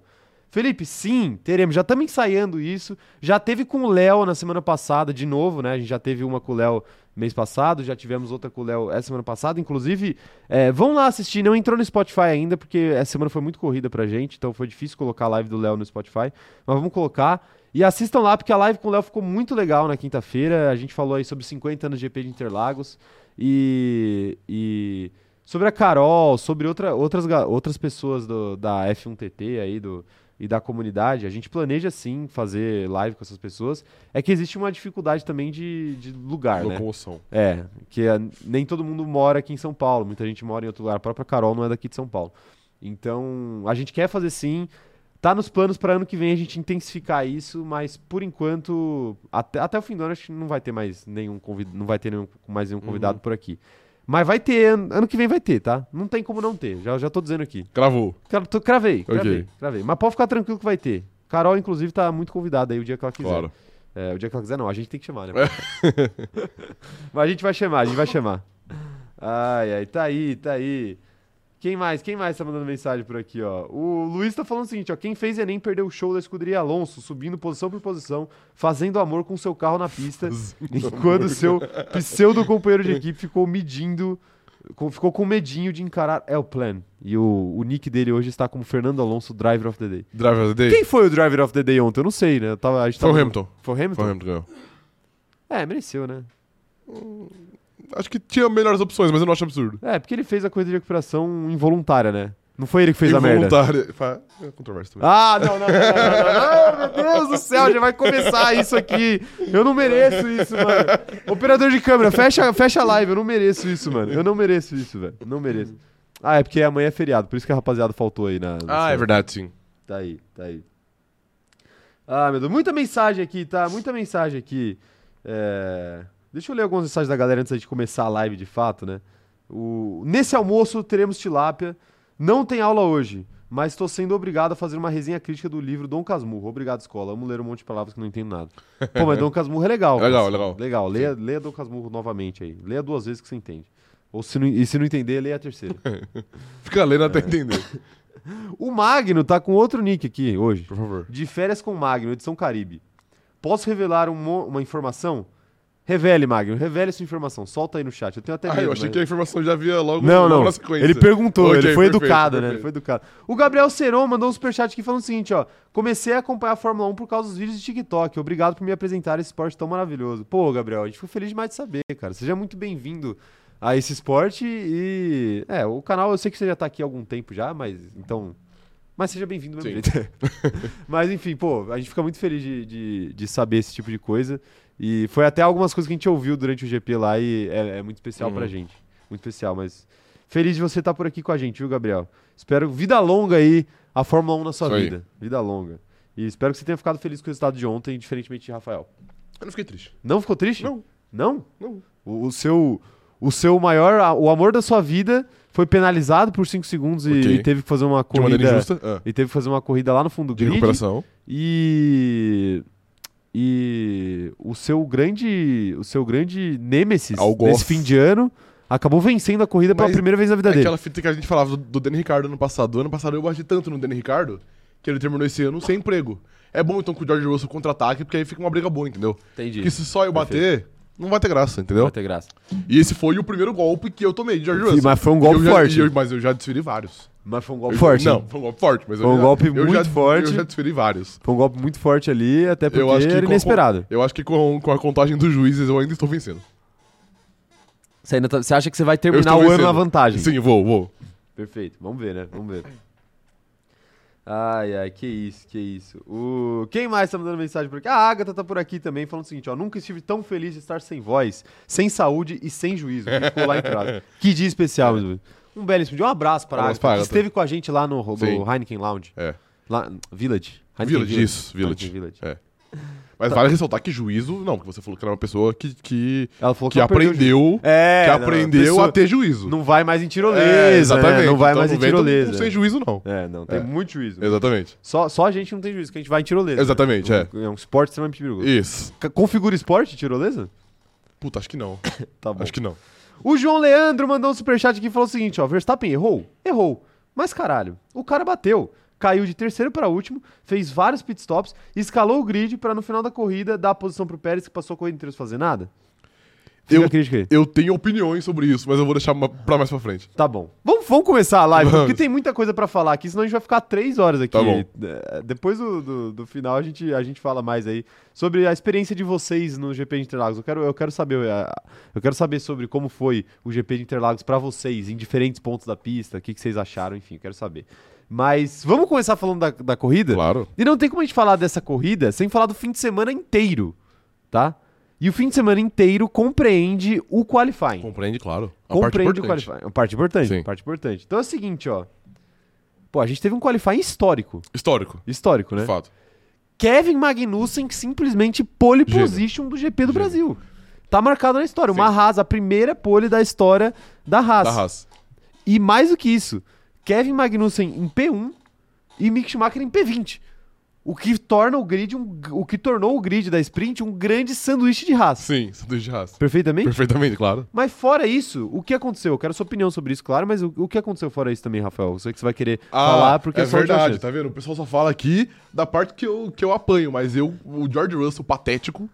[SPEAKER 1] Felipe, sim, teremos. Já estamos ensaiando isso. Já teve com o Léo na semana passada, de novo, né? A gente já teve uma com o Léo mês passado, já tivemos outra com o Léo essa semana passada. Inclusive, é, vão lá assistir. Não entrou no Spotify ainda, porque essa semana foi muito corrida pra gente, então foi difícil colocar a live do Léo no Spotify. Mas vamos colocar. E assistam lá, porque a live com o Léo ficou muito legal na quinta-feira. A gente falou aí sobre 50 anos de GP de Interlagos e, e sobre a Carol, sobre outra- outras, ga- outras pessoas do- da F1TT aí do, e da comunidade. A gente planeja sim fazer live com essas pessoas. É que existe uma dificuldade também de, de lugar, né?
[SPEAKER 2] Locomoção.
[SPEAKER 1] É, que ah, nem todo mundo mora aqui em São Paulo, muita gente mora em outro lugar. A própria Carol não é daqui de São Paulo. Então, a gente quer fazer sim. Tá nos planos para ano que vem a gente intensificar isso, mas por enquanto, até, até o fim do ano, acho que não vai ter mais nenhum convidado, não vai ter nenhum- mais nenhum convidado
[SPEAKER 2] Uhum.
[SPEAKER 1] por aqui. Mas vai ter, ano ano que vem vai ter, tá? Não tem como não ter, já, já tô dizendo aqui.
[SPEAKER 2] Cravou.
[SPEAKER 1] Cra- tô- Cravei,
[SPEAKER 2] Ok.
[SPEAKER 1] cravei, cravei. Mas pode ficar tranquilo que vai ter. Carol, inclusive, tá muito convidada aí o dia que ela quiser.
[SPEAKER 2] Claro.
[SPEAKER 1] É, o dia que ela quiser, não. A gente tem que chamar, né?
[SPEAKER 2] É.
[SPEAKER 1] [laughs] Mas a gente vai chamar, a gente vai chamar. Ai, ai, tá aí, tá aí. Quem mais? Quem mais tá mandando mensagem por aqui, ó? O Luiz tá falando o seguinte, ó. Quem fez Enem perdeu o show da escuderia Alonso, subindo posição por posição, fazendo amor com seu carro na pista, [laughs] enquanto seu pseudo companheiro de equipe ficou medindo, com- ficou com medinho de encarar El Plan. E o, o nick dele hoje está como Fernando Alonso, Driver of the Day.
[SPEAKER 2] Drive of the Day?
[SPEAKER 1] Quem foi o Driver of the Day ontem? Eu não sei, né? Eu tava- a gente
[SPEAKER 2] Foi o
[SPEAKER 1] tava-
[SPEAKER 2] Hamilton.
[SPEAKER 1] Foi o Hamilton?
[SPEAKER 2] Foi o Hamilton que ganhou.
[SPEAKER 1] É, mereceu, né?
[SPEAKER 2] Acho que tinha melhores opções, mas eu não acho absurdo.
[SPEAKER 1] É, porque ele fez a corrida de recuperação involuntária, né? Não foi ele que fez a merda.
[SPEAKER 2] Involuntário. Fa- É controverso também.
[SPEAKER 1] Ah, não, não, não, não, não, não, não, meu Deus do céu, já vai começar isso aqui. Eu não mereço isso, mano. Operador de câmera, fecha, fecha a live, eu não mereço isso, mano. Eu não mereço isso, velho. Não mereço. Ah, é porque amanhã é feriado, por isso que a rapaziada faltou aí na.
[SPEAKER 2] Ah, é verdade, sim.
[SPEAKER 1] Tá aí, tá aí. Ah, meu Deus, muita mensagem aqui, tá? Muita mensagem aqui. É, Deixa eu ler algumas mensagens da galera antes de começar a live de fato, né? O... Nesse almoço teremos tilápia. Não tem aula hoje, mas estou sendo obrigado a fazer uma resenha crítica do livro Dom Casmurro. Obrigado, escola. Amo ler um monte de palavras que não entendo nada. Pô, mas Dom Casmurro é legal.
[SPEAKER 2] É legal,
[SPEAKER 1] cara.
[SPEAKER 2] é legal.
[SPEAKER 1] Legal, leia, leia Dom Casmurro novamente aí. Leia duas vezes que você entende. Ou se não, e se não entender, leia a terceira. [laughs]
[SPEAKER 2] Fica lendo
[SPEAKER 1] É.
[SPEAKER 2] até entender,
[SPEAKER 1] o Magno tá com outro nick aqui hoje.
[SPEAKER 2] por favor.
[SPEAKER 1] De férias com Magno, edição Caribe. Posso revelar um mo- uma informação? Revele, Magno, revele sua informação. Solta aí no chat. Eu tenho até
[SPEAKER 2] Ah,
[SPEAKER 1] medo,
[SPEAKER 2] eu achei
[SPEAKER 1] mas-
[SPEAKER 2] que a informação já havia logo,
[SPEAKER 1] Não,
[SPEAKER 2] logo
[SPEAKER 1] não.
[SPEAKER 2] na sequência.
[SPEAKER 1] Ele perguntou,
[SPEAKER 2] Ok,
[SPEAKER 1] ele foi
[SPEAKER 2] perfeito,
[SPEAKER 1] educado, né?
[SPEAKER 2] perfeito.
[SPEAKER 1] Ele foi educado. O Gabriel Seron mandou um superchat aqui falando o seguinte, ó. Comecei a acompanhar a Fórmula 1 por causa dos vídeos de TikTok. Obrigado por me apresentar esse esporte tão maravilhoso. Pô, Gabriel, a gente ficou feliz demais de saber, cara. Seja muito bem-vindo a esse esporte e... É, o canal, eu sei que você já tá aqui há algum tempo já, mas então... Mas seja bem-vindo do mesmo jeito. [laughs] mas enfim, pô, a gente fica muito feliz de, de, de saber esse tipo de coisa. E foi até algumas coisas que a gente ouviu durante o GP lá e é, é muito especial
[SPEAKER 2] Uhum.
[SPEAKER 1] pra gente. Muito especial, mas feliz de você estar por aqui com a gente, viu, Gabriel? Espero vida longa aí a Fórmula 1 na sua
[SPEAKER 2] Isso aí.
[SPEAKER 1] vida. Vida longa. E espero que você tenha ficado feliz com o resultado de ontem, diferentemente de Rafael.
[SPEAKER 2] Eu não fiquei triste.
[SPEAKER 1] Não ficou triste?
[SPEAKER 2] Não.
[SPEAKER 1] Não?
[SPEAKER 2] Não.
[SPEAKER 1] O, o seu o seu maior a- o amor da sua vida foi penalizado por 5 segundos e,
[SPEAKER 2] Ok.
[SPEAKER 1] e teve que fazer uma
[SPEAKER 2] De maneira
[SPEAKER 1] corrida
[SPEAKER 2] injusta. Ah,
[SPEAKER 1] e teve que fazer uma corrida lá no fundo do
[SPEAKER 2] de
[SPEAKER 1] grid.
[SPEAKER 2] recuperação.
[SPEAKER 1] E e o seu grande o seu grande nêmesis
[SPEAKER 2] Algoz.
[SPEAKER 1] nesse fim de ano acabou vencendo a corrida pela
[SPEAKER 2] Mas
[SPEAKER 1] primeira vez na vida
[SPEAKER 2] É
[SPEAKER 1] dele.
[SPEAKER 2] aquela fita que a gente falava do, do Dani Ricardo ano passado. Ano passado eu bati tanto no Dani Ricardo que ele terminou esse ano sem emprego. É bom então que o George Russell contra-ataque, porque aí fica uma briga boa, entendeu?
[SPEAKER 1] Entendi.
[SPEAKER 2] Porque se só eu bater, não vai ter graça, entendeu?
[SPEAKER 1] ter graça.
[SPEAKER 2] E esse foi o primeiro golpe que eu tomei de George
[SPEAKER 1] Sim,
[SPEAKER 2] Russell.
[SPEAKER 1] mas foi um
[SPEAKER 2] E
[SPEAKER 1] golpe
[SPEAKER 2] eu já-
[SPEAKER 1] forte.
[SPEAKER 2] e eu- mas eu já desferi vários.
[SPEAKER 1] Mas foi um golpe
[SPEAKER 2] Eu-
[SPEAKER 1] forte.
[SPEAKER 2] Não,
[SPEAKER 1] hein?
[SPEAKER 2] foi um golpe forte, mas eu
[SPEAKER 1] Foi um
[SPEAKER 2] já-
[SPEAKER 1] golpe
[SPEAKER 2] eu já-
[SPEAKER 1] muito forte.
[SPEAKER 2] Eu já desferi vários.
[SPEAKER 1] Foi um golpe muito forte ali, até porque
[SPEAKER 2] Eu acho que
[SPEAKER 1] era
[SPEAKER 2] com-
[SPEAKER 1] inesperado.
[SPEAKER 2] Eu acho que com, com a contagem dos juízes eu ainda estou vencendo.
[SPEAKER 1] Você, ainda tá- você acha que você vai
[SPEAKER 2] Eu
[SPEAKER 1] terminar
[SPEAKER 2] estou
[SPEAKER 1] o ano
[SPEAKER 2] vencendo.
[SPEAKER 1] na vantagem?
[SPEAKER 2] Sim, vou, vou.
[SPEAKER 1] Perfeito. Vamos ver, né? Vamos ver. Ai, ai, que isso, que isso. O... Quem mais tá mandando mensagem por aqui? A Agatha tá por aqui também, falando o seguinte, ó. Nunca estive tão feliz de estar sem voz, sem saúde e sem juízo. que Ficou lá em
[SPEAKER 2] [laughs]
[SPEAKER 1] casa. Que dia especial, meus amigos. Um belíssimo dia. Um abraço para a
[SPEAKER 2] Abraço
[SPEAKER 1] Agatha,
[SPEAKER 2] pra
[SPEAKER 1] que
[SPEAKER 2] Agatha.
[SPEAKER 1] esteve com a gente lá no, no
[SPEAKER 2] Sim.
[SPEAKER 1] Heineken Lounge.
[SPEAKER 2] É.
[SPEAKER 1] Lá, Village. Heineken
[SPEAKER 2] Village, isso, Village.
[SPEAKER 1] Heineken Village. Tá.
[SPEAKER 2] É. Mas vale ressaltar que juízo, não, porque você falou que era uma pessoa que, que,
[SPEAKER 1] Ela falou que,
[SPEAKER 2] que
[SPEAKER 1] ela perdeu o juízo.
[SPEAKER 2] aprendeu,
[SPEAKER 1] É,
[SPEAKER 2] que
[SPEAKER 1] não,
[SPEAKER 2] aprendeu
[SPEAKER 1] pessoa-
[SPEAKER 2] a ter juízo.
[SPEAKER 1] Não vai mais em tirolesa,
[SPEAKER 2] É,
[SPEAKER 1] né? Não vai
[SPEAKER 2] Então
[SPEAKER 1] mais em
[SPEAKER 2] vem todo mundo
[SPEAKER 1] tirolesa.
[SPEAKER 2] sem juízo, não.
[SPEAKER 1] É, não, tem
[SPEAKER 2] É.
[SPEAKER 1] muito juízo.
[SPEAKER 2] Exatamente.
[SPEAKER 1] Só, só a gente não tem juízo, que a gente vai em tirolesa.
[SPEAKER 2] Exatamente, é.
[SPEAKER 1] É um esporte extremamente perigoso.
[SPEAKER 2] Isso.
[SPEAKER 1] C- Configura esporte, tirolesa?
[SPEAKER 2] Puta, acho que não.
[SPEAKER 1] Tá bom.
[SPEAKER 2] Acho que não.
[SPEAKER 1] O João Leandro mandou um superchat aqui e falou o seguinte, ó. Verstappen errou? Errou. Mas caralho, o cara bateu. Caiu de terceiro para último, fez vários pitstops, escalou o grid para no final da corrida dar a posição pro Pérez, que passou a corrida inteira sem fazer nada. Fica
[SPEAKER 2] Eu-
[SPEAKER 1] a crítica aí.
[SPEAKER 2] Eu tenho opiniões sobre isso, mas eu vou deixar ma- pra mais pra frente.
[SPEAKER 1] Tá bom. Vamos, vamos começar a live,
[SPEAKER 2] Vamos.
[SPEAKER 1] porque tem muita coisa pra falar aqui, senão a gente vai ficar três horas aqui.
[SPEAKER 2] Tá bom.
[SPEAKER 1] É, Depois do, do, do final a gente, a gente fala mais aí sobre a experiência de vocês no GP de Interlagos. Eu quero, eu quero saber, é, eu quero saber sobre como foi o GP de Interlagos pra vocês, em diferentes pontos da pista, o que, que vocês acharam, enfim, eu quero saber. Mas vamos começar falando da, da corrida?
[SPEAKER 2] Claro.
[SPEAKER 1] E não tem como a gente falar dessa corrida sem falar do fim de semana inteiro, tá? E o fim de semana inteiro compreende o qualifying.
[SPEAKER 2] Compreende, claro. A
[SPEAKER 1] Compreende
[SPEAKER 2] É parte
[SPEAKER 1] o
[SPEAKER 2] importante.
[SPEAKER 1] qualifying. Parte importante,
[SPEAKER 2] Sim.
[SPEAKER 1] parte importante. Então é o seguinte, ó. Pô, a gente teve um qualifying histórico.
[SPEAKER 2] Histórico,
[SPEAKER 1] Histórico, né?
[SPEAKER 2] de fato.
[SPEAKER 1] Kevin Magnussen que simplesmente pole
[SPEAKER 2] Gênio.
[SPEAKER 1] position do GP do
[SPEAKER 2] Gênio.
[SPEAKER 1] Brasil. Tá marcado na história. Uma
[SPEAKER 2] Sim.
[SPEAKER 1] Haas, a primeira pole da história da Haas.
[SPEAKER 2] Da Haas.
[SPEAKER 1] E mais do que isso, Kevin Magnussen em P1 e Mick Schumacher em P20. O que torna o grid, um- o que tornou o grid da sprint um grande sanduíche de Haas.
[SPEAKER 2] Sim, [laughs] sanduíche de Haas.
[SPEAKER 1] Perfeitamente?
[SPEAKER 2] Perfeitamente, claro.
[SPEAKER 1] Mas fora isso, o que aconteceu? Eu quero sua opinião sobre isso, claro, mas o, o que aconteceu fora isso também, Rafael? Eu sei que você vai querer falar, porque
[SPEAKER 2] é
[SPEAKER 1] só
[SPEAKER 2] verdade,
[SPEAKER 1] Tá...
[SPEAKER 2] tá vendo? O pessoal só fala aqui da parte que eu, que eu apanho, mas eu, o George Russell, patético,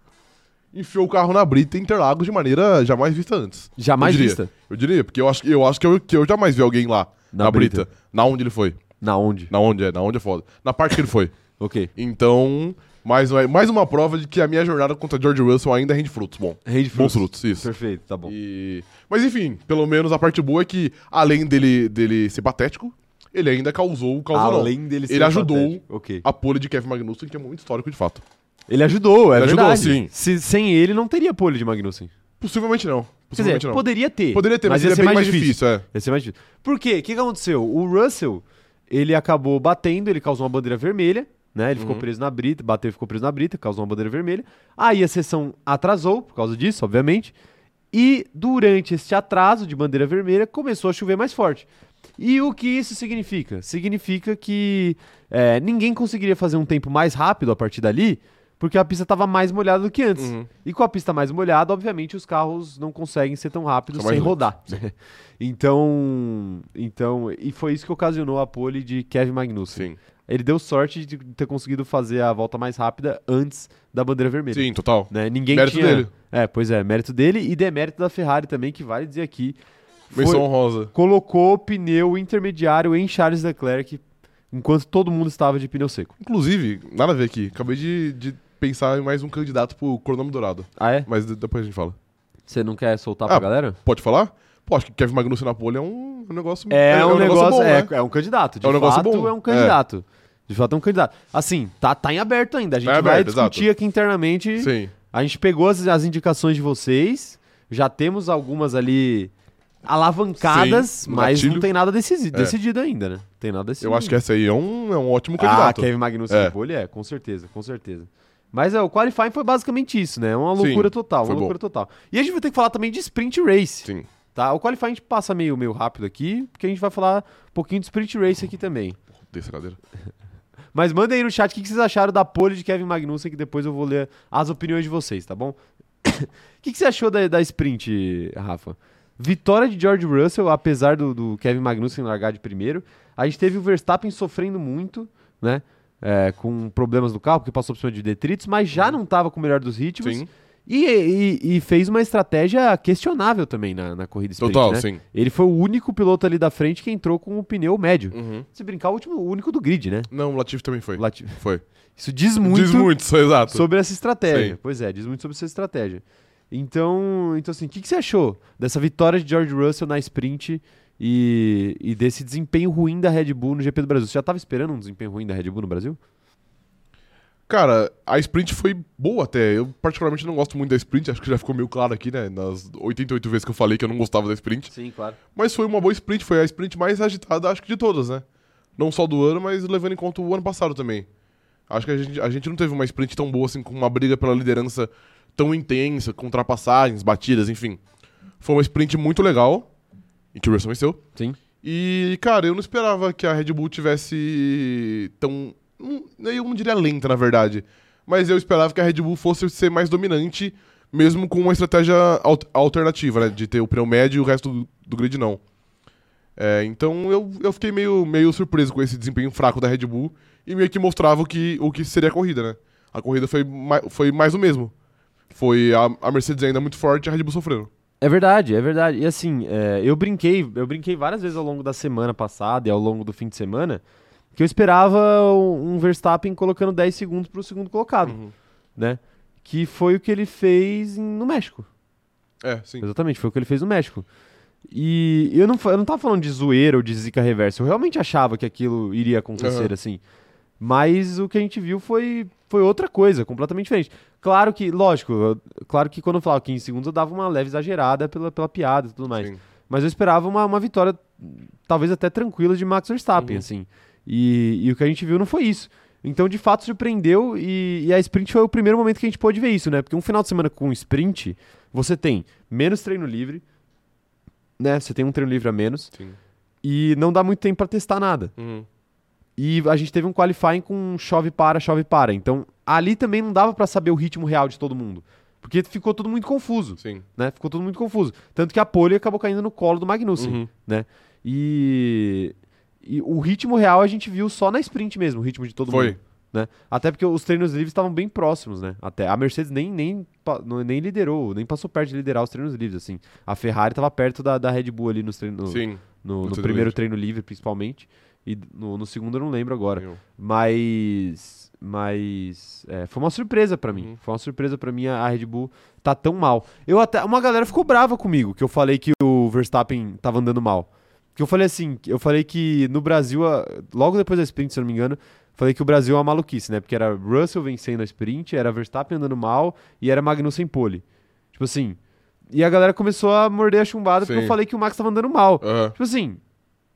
[SPEAKER 2] enfiou o carro na brita em Interlagos de maneira jamais vista antes.
[SPEAKER 1] Jamais
[SPEAKER 2] eu diria.
[SPEAKER 1] vista?
[SPEAKER 2] Eu diria, porque eu acho, eu acho que, eu, que eu jamais vi alguém lá
[SPEAKER 1] Na
[SPEAKER 2] na, brita. Na onde ele foi.
[SPEAKER 1] Na onde?
[SPEAKER 2] Na onde é, na onde é foda. Na parte que ele foi.
[SPEAKER 1] Ok.
[SPEAKER 2] Então, mais, uma- mais uma prova de que a minha jornada contra George Russell ainda rende frutos. Bom,
[SPEAKER 1] Rende
[SPEAKER 2] bons
[SPEAKER 1] frutos.
[SPEAKER 2] frutos, isso.
[SPEAKER 1] Perfeito, tá bom.
[SPEAKER 2] E- Mas enfim, pelo menos a parte boa é que, além dele, dele ser patético, ele ainda causou o causou não.
[SPEAKER 1] Além dele ser
[SPEAKER 2] Ele ajudou
[SPEAKER 1] patético. Ok.
[SPEAKER 2] a pole de Kevin Magnussen, que é muito histórico de fato.
[SPEAKER 1] Ele ajudou, é
[SPEAKER 2] Ele ajudou,
[SPEAKER 1] verdade.
[SPEAKER 2] sim.
[SPEAKER 1] Se- sem ele, não teria pole de Magnussen.
[SPEAKER 2] Possivelmente
[SPEAKER 1] Quer
[SPEAKER 2] não.
[SPEAKER 1] dizer,
[SPEAKER 2] Possivelmente não.
[SPEAKER 1] poderia ter.
[SPEAKER 2] Poderia ter, mas,
[SPEAKER 1] ia
[SPEAKER 2] seria
[SPEAKER 1] ser
[SPEAKER 2] bem mais difícil. é.
[SPEAKER 1] Ia ser mais difícil. Por quê? O que que aconteceu? O Russell, ele acabou batendo, ele causou uma bandeira vermelha, né? Ele ficou
[SPEAKER 2] Uhum.
[SPEAKER 1] preso na brita, bateu e ficou preso na brita, causou uma bandeira vermelha. Aí a sessão atrasou, por causa disso, obviamente. E durante este atraso de bandeira vermelha, começou a chover mais forte. E o que isso significa? Significa que é, ninguém conseguiria fazer um tempo mais rápido a partir dali, porque a pista estava mais molhada do que antes.
[SPEAKER 2] Uhum.
[SPEAKER 1] E com a pista mais molhada, obviamente, os carros não conseguem ser tão rápidos
[SPEAKER 2] São mais
[SPEAKER 1] sem
[SPEAKER 2] lentos.
[SPEAKER 1] rodar. né? Então, então, e foi isso que ocasionou a pole de Kevin Magnussen.
[SPEAKER 2] Sim.
[SPEAKER 1] Ele deu sorte de ter conseguido fazer a volta mais rápida antes da bandeira vermelha.
[SPEAKER 2] Sim, total.
[SPEAKER 1] Né? Ninguém
[SPEAKER 2] Mérito
[SPEAKER 1] tinha...
[SPEAKER 2] dele.
[SPEAKER 1] É, pois é, mérito dele e demérito da Ferrari também, que vale dizer aqui. Foi-
[SPEAKER 2] Menção honrosa.
[SPEAKER 1] Colocou o pneu intermediário em Charles Leclerc, enquanto todo mundo estava de pneu seco.
[SPEAKER 2] Inclusive, nada a ver aqui. Acabei de, de pensar em mais um candidato pro Cronome Dourado.
[SPEAKER 1] Ah, é?
[SPEAKER 2] Mas de- depois a gente fala.
[SPEAKER 1] Você não quer soltar
[SPEAKER 2] Ah,
[SPEAKER 1] pra galera?
[SPEAKER 2] Pode falar? Pô, acho que Kevin Magnussen na pole é um um negócio
[SPEAKER 1] É, um, negócio,
[SPEAKER 2] bom,
[SPEAKER 1] é,
[SPEAKER 2] né?
[SPEAKER 1] é um candidato. De
[SPEAKER 2] É um negócio
[SPEAKER 1] fato,
[SPEAKER 2] bom.
[SPEAKER 1] é um candidato. De fato, é um candidato. Assim, tá, tá em aberto ainda. A gente
[SPEAKER 2] Tá em
[SPEAKER 1] vai
[SPEAKER 2] aberto,
[SPEAKER 1] discutir aqui internamente.
[SPEAKER 2] Sim.
[SPEAKER 1] A gente pegou as, as indicações de vocês. Já temos algumas ali alavancadas,
[SPEAKER 2] Sim, no
[SPEAKER 1] mas não
[SPEAKER 2] gatilho.
[SPEAKER 1] tem nada decisi-
[SPEAKER 2] É.
[SPEAKER 1] decidido ainda, né? Não tem nada decidido.
[SPEAKER 2] Eu acho que essa aí é um, é um ótimo
[SPEAKER 1] Ah,
[SPEAKER 2] candidato.
[SPEAKER 1] Kevin Magnussen
[SPEAKER 2] É.
[SPEAKER 1] de bolha, é, com certeza, com certeza. Mas é, o qualifying foi basicamente isso, né? Uma
[SPEAKER 2] Sim,
[SPEAKER 1] loucura total, uma
[SPEAKER 2] foi bom.
[SPEAKER 1] loucura total. E a gente vai ter que falar também de sprint race.
[SPEAKER 2] Sim.
[SPEAKER 1] Tá, o Qualify a gente passa meio, meio rápido aqui, porque a gente vai falar um pouquinho de Sprint Race aqui também.
[SPEAKER 2] Dessa cadeira.
[SPEAKER 1] Mas mandem aí no chat o que que vocês acharam da pole de Kevin Magnussen, que depois eu vou ler as opiniões de vocês, tá bom? [coughs] O que, que você achou da, da Sprint, Rafa? Vitória de George Russell, apesar do, do Kevin Magnussen largar de primeiro. A gente teve o Verstappen sofrendo muito, né? É, com problemas no carro, porque passou por cima de detritos, mas já não estava com o melhor dos ritmos.
[SPEAKER 2] Uhum. Sim.
[SPEAKER 1] E, e- e fez uma estratégia questionável também na, na corrida sprint,
[SPEAKER 2] Total,
[SPEAKER 1] né?
[SPEAKER 2] sim.
[SPEAKER 1] Ele foi o único piloto ali da frente que entrou com o pneu médio.
[SPEAKER 2] Uhum.
[SPEAKER 1] Se brincar, o último, o único do grid, né?
[SPEAKER 2] Não, o Latif também foi.
[SPEAKER 1] O Lati-
[SPEAKER 2] Foi.
[SPEAKER 1] Isso diz muito,
[SPEAKER 2] Diz muito, [laughs] só, exato.
[SPEAKER 1] sobre essa estratégia.
[SPEAKER 2] Sim.
[SPEAKER 1] Pois é, diz muito sobre essa estratégia. Então, então assim, o que, que você achou dessa vitória de George Russell na sprint e, e desse desempenho ruim da Red Bull no GP do Brasil? Você já estava esperando um desempenho ruim da Red Bull no Brasil?
[SPEAKER 2] Cara, a sprint foi boa até. Eu particularmente não gosto muito da sprint, acho que já ficou meio claro aqui, né? Nas 88 vezes que eu falei que eu não gostava da sprint.
[SPEAKER 1] Sim, claro.
[SPEAKER 2] Mas foi uma boa sprint, foi a sprint mais agitada, acho que de todas, né? Não só do ano, mas levando em conta o ano passado também. Acho que a gente, a gente não teve uma sprint tão boa, assim, com uma briga pela liderança tão intensa, com ultrapassagens, batidas, enfim. Foi uma sprint muito legal, em que o Russell venceu.
[SPEAKER 1] Sim.
[SPEAKER 2] E, cara, eu não esperava que a Red Bull tivesse tão. não- Eu não diria lenta, na verdade. Mas eu esperava que a Red Bull fosse ser mais dominante, mesmo com uma estratégia al- alternativa, né? De ter o pneu médio e o resto do, do grid não. É, então eu, eu fiquei meio, meio surpreso com esse desempenho fraco da Red Bull e meio que mostrava o que, o que seria a corrida, né? A corrida foi, mai- foi mais o mesmo. Foi a, a Mercedes ainda muito forte e a Red Bull sofrendo.
[SPEAKER 1] É verdade, é verdade. E assim, é, eu brinquei, eu brinquei várias vezes ao longo da semana passada e ao longo do fim de semana que eu esperava um um Verstappen colocando 10 segundos para o segundo colocado, né? Que foi o que ele fez em- no México.
[SPEAKER 2] É, sim.
[SPEAKER 1] Exatamente, foi o que ele fez no México. E eu não, fa- eu não tava falando de zoeira ou de zica reversa, eu realmente achava que aquilo iria acontecer,
[SPEAKER 2] Aham.
[SPEAKER 1] assim. Mas o que a gente viu foi, foi outra coisa, completamente diferente. Claro que, lógico, eu- claro que quando eu falava 15 segundos eu dava uma leve exagerada pela, pela piada e tudo mais.
[SPEAKER 2] Sim.
[SPEAKER 1] Mas eu esperava uma, uma vitória, talvez até tranquila, de Max Verstappen,
[SPEAKER 2] Uhum.
[SPEAKER 1] assim. E, e o que a gente viu não foi isso. Então, de fato, surpreendeu e, e a sprint foi o primeiro momento que a gente pôde ver isso, né? Porque um final de semana com sprint, você tem menos treino livre, né? Você tem um treino livre a menos
[SPEAKER 2] Sim.
[SPEAKER 1] e não dá muito tempo pra testar nada.
[SPEAKER 2] Uhum.
[SPEAKER 1] E a gente teve um qualifying com chove para, chove para. Então, ali também não dava pra saber o ritmo real de todo mundo, porque ficou tudo muito confuso
[SPEAKER 2] Sim.
[SPEAKER 1] né? Ficou tudo muito confuso. Tanto que a pole acabou caindo no colo do Magnussen,
[SPEAKER 2] Uhum.
[SPEAKER 1] né? E, e o ritmo real a gente viu só na sprint mesmo, o ritmo de todo
[SPEAKER 2] Foi.
[SPEAKER 1] mundo. Né? Até porque os treinos livres estavam bem próximos, né? Até a Mercedes nem, nem, pa- não- nem liderou, nem passou perto de liderar os treinos livres, assim. A Ferrari estava perto da, da Red Bull ali nos treinos, no,
[SPEAKER 2] Sim.
[SPEAKER 1] no,
[SPEAKER 2] treino
[SPEAKER 1] primeiro
[SPEAKER 2] livre.
[SPEAKER 1] treino livre, principalmente. E no, no segundo eu não lembro agora.
[SPEAKER 2] Eu-
[SPEAKER 1] Mas. Mas. é, foi uma surpresa pra mim.
[SPEAKER 2] Uhum.
[SPEAKER 1] Foi uma surpresa pra mim. A a Red Bull tá tão mal. Eu até, uma galera ficou brava comigo que eu falei que o Verstappen tava andando mal. Que eu falei assim, que eu falei que no Brasil, a- logo depois da sprint, se eu não me engano, falei que o Brasil é uma maluquice, né? Porque era Russell vencendo a sprint, era Verstappen andando mal e era Magnussen pole. Tipo assim. E a galera começou a morder a chumbada porque
[SPEAKER 2] Sim.
[SPEAKER 1] eu falei que o Max tava andando mal.
[SPEAKER 2] Aham.
[SPEAKER 1] Tipo assim,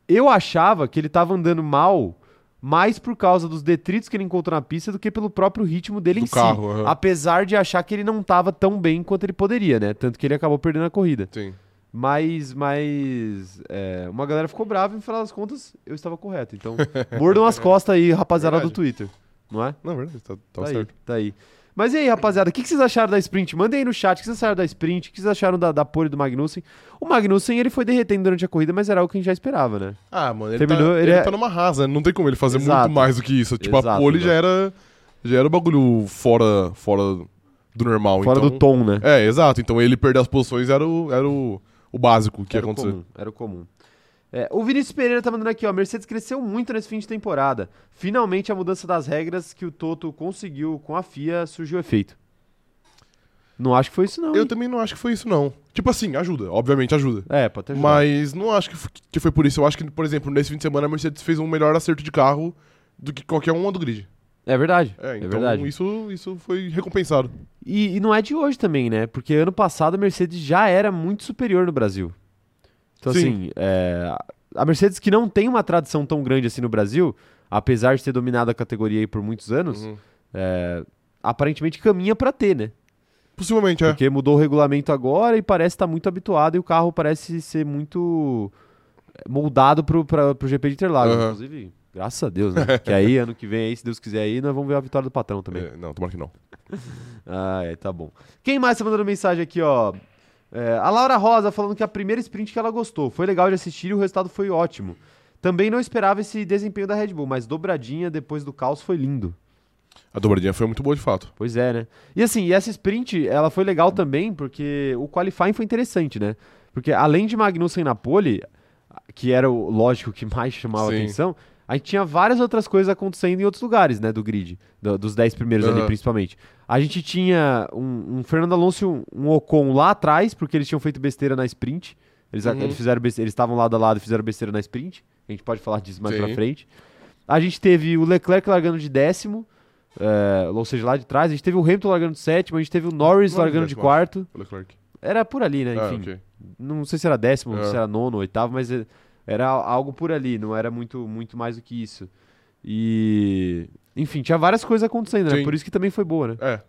[SPEAKER 1] eu achava que ele tava andando mal mais por causa dos detritos que ele encontrou na pista do que pelo próprio ritmo dele
[SPEAKER 2] Do
[SPEAKER 1] em
[SPEAKER 2] carro,
[SPEAKER 1] si.
[SPEAKER 2] aham.
[SPEAKER 1] Apesar de achar que ele não tava tão bem quanto ele poderia, né? Tanto que ele acabou perdendo a corrida.
[SPEAKER 2] Sim.
[SPEAKER 1] Mas, mas é, uma galera ficou brava e no final das contas eu estava correto.
[SPEAKER 2] [laughs]
[SPEAKER 1] Então, mordam as costas aí, rapaziada do
[SPEAKER 2] Verdade.
[SPEAKER 1] Twitter. Não é?
[SPEAKER 2] Na verdade, tá, tá
[SPEAKER 1] tá aí,
[SPEAKER 2] certo.
[SPEAKER 1] tá aí. Mas e aí, rapaziada, o que, que vocês acharam da sprint? Mandem aí no chat o que vocês acharam da sprint, o que vocês acharam da, da pole do Magnussen. O Magnussen, ele foi derretendo durante a corrida, mas era algo que a gente já esperava, né?
[SPEAKER 2] Ah, mano, ele,
[SPEAKER 1] Terminou,
[SPEAKER 2] tá,
[SPEAKER 1] ele
[SPEAKER 2] ele,
[SPEAKER 1] é-
[SPEAKER 2] tá numa rasa, né? Não tem como ele fazer
[SPEAKER 1] Exato.
[SPEAKER 2] muito mais do que isso. Tipo,
[SPEAKER 1] Exato,
[SPEAKER 2] a pole já
[SPEAKER 1] exato.
[SPEAKER 2] era, já era o bagulho fora, fora do normal.
[SPEAKER 1] Fora
[SPEAKER 2] então...
[SPEAKER 1] do tom, né?
[SPEAKER 2] É, exato. Então ele perder as posições era o, era o, o básico que ia
[SPEAKER 1] era o
[SPEAKER 2] acontecer.
[SPEAKER 1] comum, era o comum. É, o Vinícius Pereira tá mandando aqui, ó. Mercedes cresceu muito nesse fim de temporada. Finalmente a mudança das regras que o Toto conseguiu com a FIA surgiu efeito. Não acho que foi isso, não.
[SPEAKER 2] Eu
[SPEAKER 1] hein?
[SPEAKER 2] também não acho que foi isso, não. Tipo assim, ajuda. Obviamente ajuda.
[SPEAKER 1] É, pode ter ajudado.
[SPEAKER 2] Mas não acho que f- que foi por isso. Eu acho que, por exemplo, nesse fim de semana a Mercedes fez um melhor acerto de carro do que qualquer uma do grid.
[SPEAKER 1] É verdade.
[SPEAKER 2] É, então
[SPEAKER 1] verdade.
[SPEAKER 2] Isso, isso foi recompensado.
[SPEAKER 1] E, e não é de hoje também, né? Porque ano passado a Mercedes já era muito superior no Brasil. Então,
[SPEAKER 2] Sim.
[SPEAKER 1] assim, é, a Mercedes que não tem uma tradição tão grande assim no Brasil, apesar de ter dominado a categoria aí por muitos anos,
[SPEAKER 2] Uhum.
[SPEAKER 1] é, aparentemente caminha pra ter, né?
[SPEAKER 2] Possivelmente, é.
[SPEAKER 1] Porque mudou o regulamento agora e parece estar muito habituado e o carro parece ser muito é, moldado pro, pra, pro GP de Interlagos.
[SPEAKER 2] Aham.
[SPEAKER 1] Inclusive, graças a Deus,
[SPEAKER 2] [laughs]
[SPEAKER 1] né? que aí, ano que vem, aí, se Deus quiser, aí nós vamos ver a vitória do patrão também.
[SPEAKER 2] É, não, tomara que não.
[SPEAKER 1] Ah, é, tá bom. Quem mais tá mandando mensagem aqui, ó? É, a Laura Rosa falando que a primeira sprint que ela gostou. Foi legal de assistir e o resultado foi ótimo. Também não esperava esse desempenho da Red Bull, mas dobradinha depois do caos foi lindo.
[SPEAKER 2] A dobradinha foi muito boa, de fato.
[SPEAKER 1] Pois é, né? E assim, e essa sprint, ela foi legal também, porque o qualifying foi interessante, né? Porque além de Magnussen na pole, que era o lógico que mais chamava
[SPEAKER 2] Sim.
[SPEAKER 1] atenção, a gente tinha várias outras coisas acontecendo em outros lugares, né, do grid, do- dos 10 primeiros ali
[SPEAKER 2] Aham.
[SPEAKER 1] principalmente. A gente tinha um, um Fernando Alonso e um, um Ocon lá atrás, porque eles tinham feito besteira na sprint. Eles,
[SPEAKER 2] Uhum.
[SPEAKER 1] eles fizeram besteira- eles estavam lado a lado e fizeram besteira na sprint. A gente pode falar disso mais pra
[SPEAKER 2] Sim.
[SPEAKER 1] frente. A gente teve o Leclerc largando de décimo, é, ou seja, lá de trás. A gente teve o Hamilton largando de sétimo, a gente teve o Norris
[SPEAKER 2] Norris
[SPEAKER 1] largando de
[SPEAKER 2] décimo, acho.
[SPEAKER 1] quarto.
[SPEAKER 2] O Leclerc.
[SPEAKER 1] Era por ali, né?
[SPEAKER 2] Ah,
[SPEAKER 1] Enfim,
[SPEAKER 2] ok.
[SPEAKER 1] não sei se era décimo,
[SPEAKER 2] É.
[SPEAKER 1] se era nono, oitavo, mas é- era algo por ali, não era muito, muito mais do que isso. E. Enfim, tinha várias coisas acontecendo, né?
[SPEAKER 2] Sim.
[SPEAKER 1] Por isso que também foi boa, né?
[SPEAKER 2] É,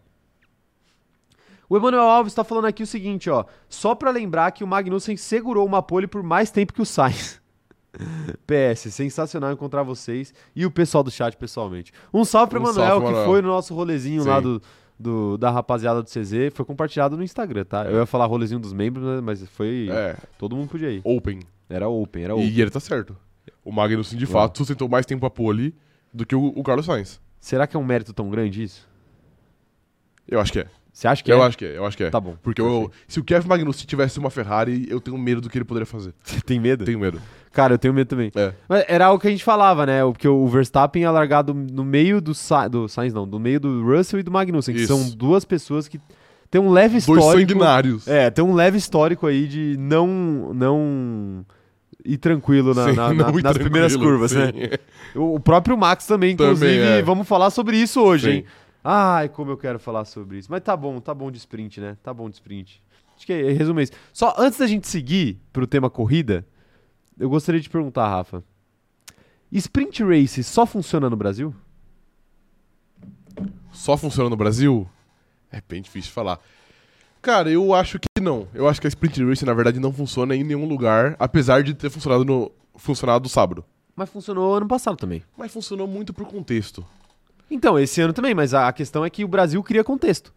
[SPEAKER 1] O Emmanuel Alves tá falando aqui o seguinte, ó. Só pra lembrar que o Magnussen segurou uma pole por mais tempo que o Sainz. [laughs] PS, sensacional encontrar vocês e o pessoal do chat pessoalmente. Um salve pro
[SPEAKER 2] Um
[SPEAKER 1] Emanuel,
[SPEAKER 2] salve,
[SPEAKER 1] que
[SPEAKER 2] Emanuel.
[SPEAKER 1] foi no nosso rolezinho
[SPEAKER 2] Sim.
[SPEAKER 1] lá do, do- da rapaziada do CZ. Foi compartilhado no Instagram, tá? Eu ia falar rolezinho dos membros, né, mas foi.
[SPEAKER 2] é.
[SPEAKER 1] Todo mundo podia ir.
[SPEAKER 2] Open.
[SPEAKER 1] Era open, era É open.
[SPEAKER 2] E ele tá certo. O Magnussen, de
[SPEAKER 1] Ué.
[SPEAKER 2] fato, sustentou mais tempo a pole do que o, o Carlos Sainz.
[SPEAKER 1] Será que é um mérito tão grande isso?
[SPEAKER 2] Eu acho que é.
[SPEAKER 1] Você acha que
[SPEAKER 2] eu
[SPEAKER 1] é?
[SPEAKER 2] acho que é, eu acho que é.
[SPEAKER 1] Tá bom. [laughs]
[SPEAKER 2] Porque eu, se o Kevin Magnussen tivesse uma Ferrari, eu tenho medo do que ele poderia fazer.
[SPEAKER 1] Você tem medo?
[SPEAKER 2] Tenho medo.
[SPEAKER 1] Cara, eu tenho medo também.
[SPEAKER 2] É.
[SPEAKER 1] Mas era algo que a gente falava, né? Porque o Verstappen é largado no meio do, Sa do Sainz, não, do meio do Russell e do Magnussen, que
[SPEAKER 2] Isso.
[SPEAKER 1] são duas pessoas que têm um leve
[SPEAKER 2] Dois
[SPEAKER 1] histórico.
[SPEAKER 2] sanguinários.
[SPEAKER 1] é, tem um leve histórico aí de não. não ir tranquilo na-
[SPEAKER 2] Sim,
[SPEAKER 1] na- na-
[SPEAKER 2] [laughs] não
[SPEAKER 1] nas
[SPEAKER 2] ir
[SPEAKER 1] primeiras
[SPEAKER 2] tranquilo,
[SPEAKER 1] curvas, né?
[SPEAKER 2] [laughs] sim.
[SPEAKER 1] O o próprio Max também,
[SPEAKER 2] Também,
[SPEAKER 1] inclusive,
[SPEAKER 2] é.
[SPEAKER 1] vamos falar sobre isso hoje,
[SPEAKER 2] Sim.
[SPEAKER 1] hein? Ai, como eu quero falar sobre isso. Mas tá bom, tá bom de sprint, né? Tá bom de sprint. Acho que é, resume isso. Só antes da gente seguir pro tema corrida, eu gostaria de perguntar, Rafa. Sprint Race só funciona no Brasil?
[SPEAKER 2] Só funciona no Brasil? É bem difícil de falar. Cara, eu acho que não. Eu acho que a Sprint Race, na verdade, não funciona em nenhum lugar, apesar de ter funcionado no funcionado sábado.
[SPEAKER 1] Mas funcionou ano passado também.
[SPEAKER 2] Mas funcionou muito pro contexto.
[SPEAKER 1] Então, esse ano também, mas a a questão é que o Brasil cria contexto.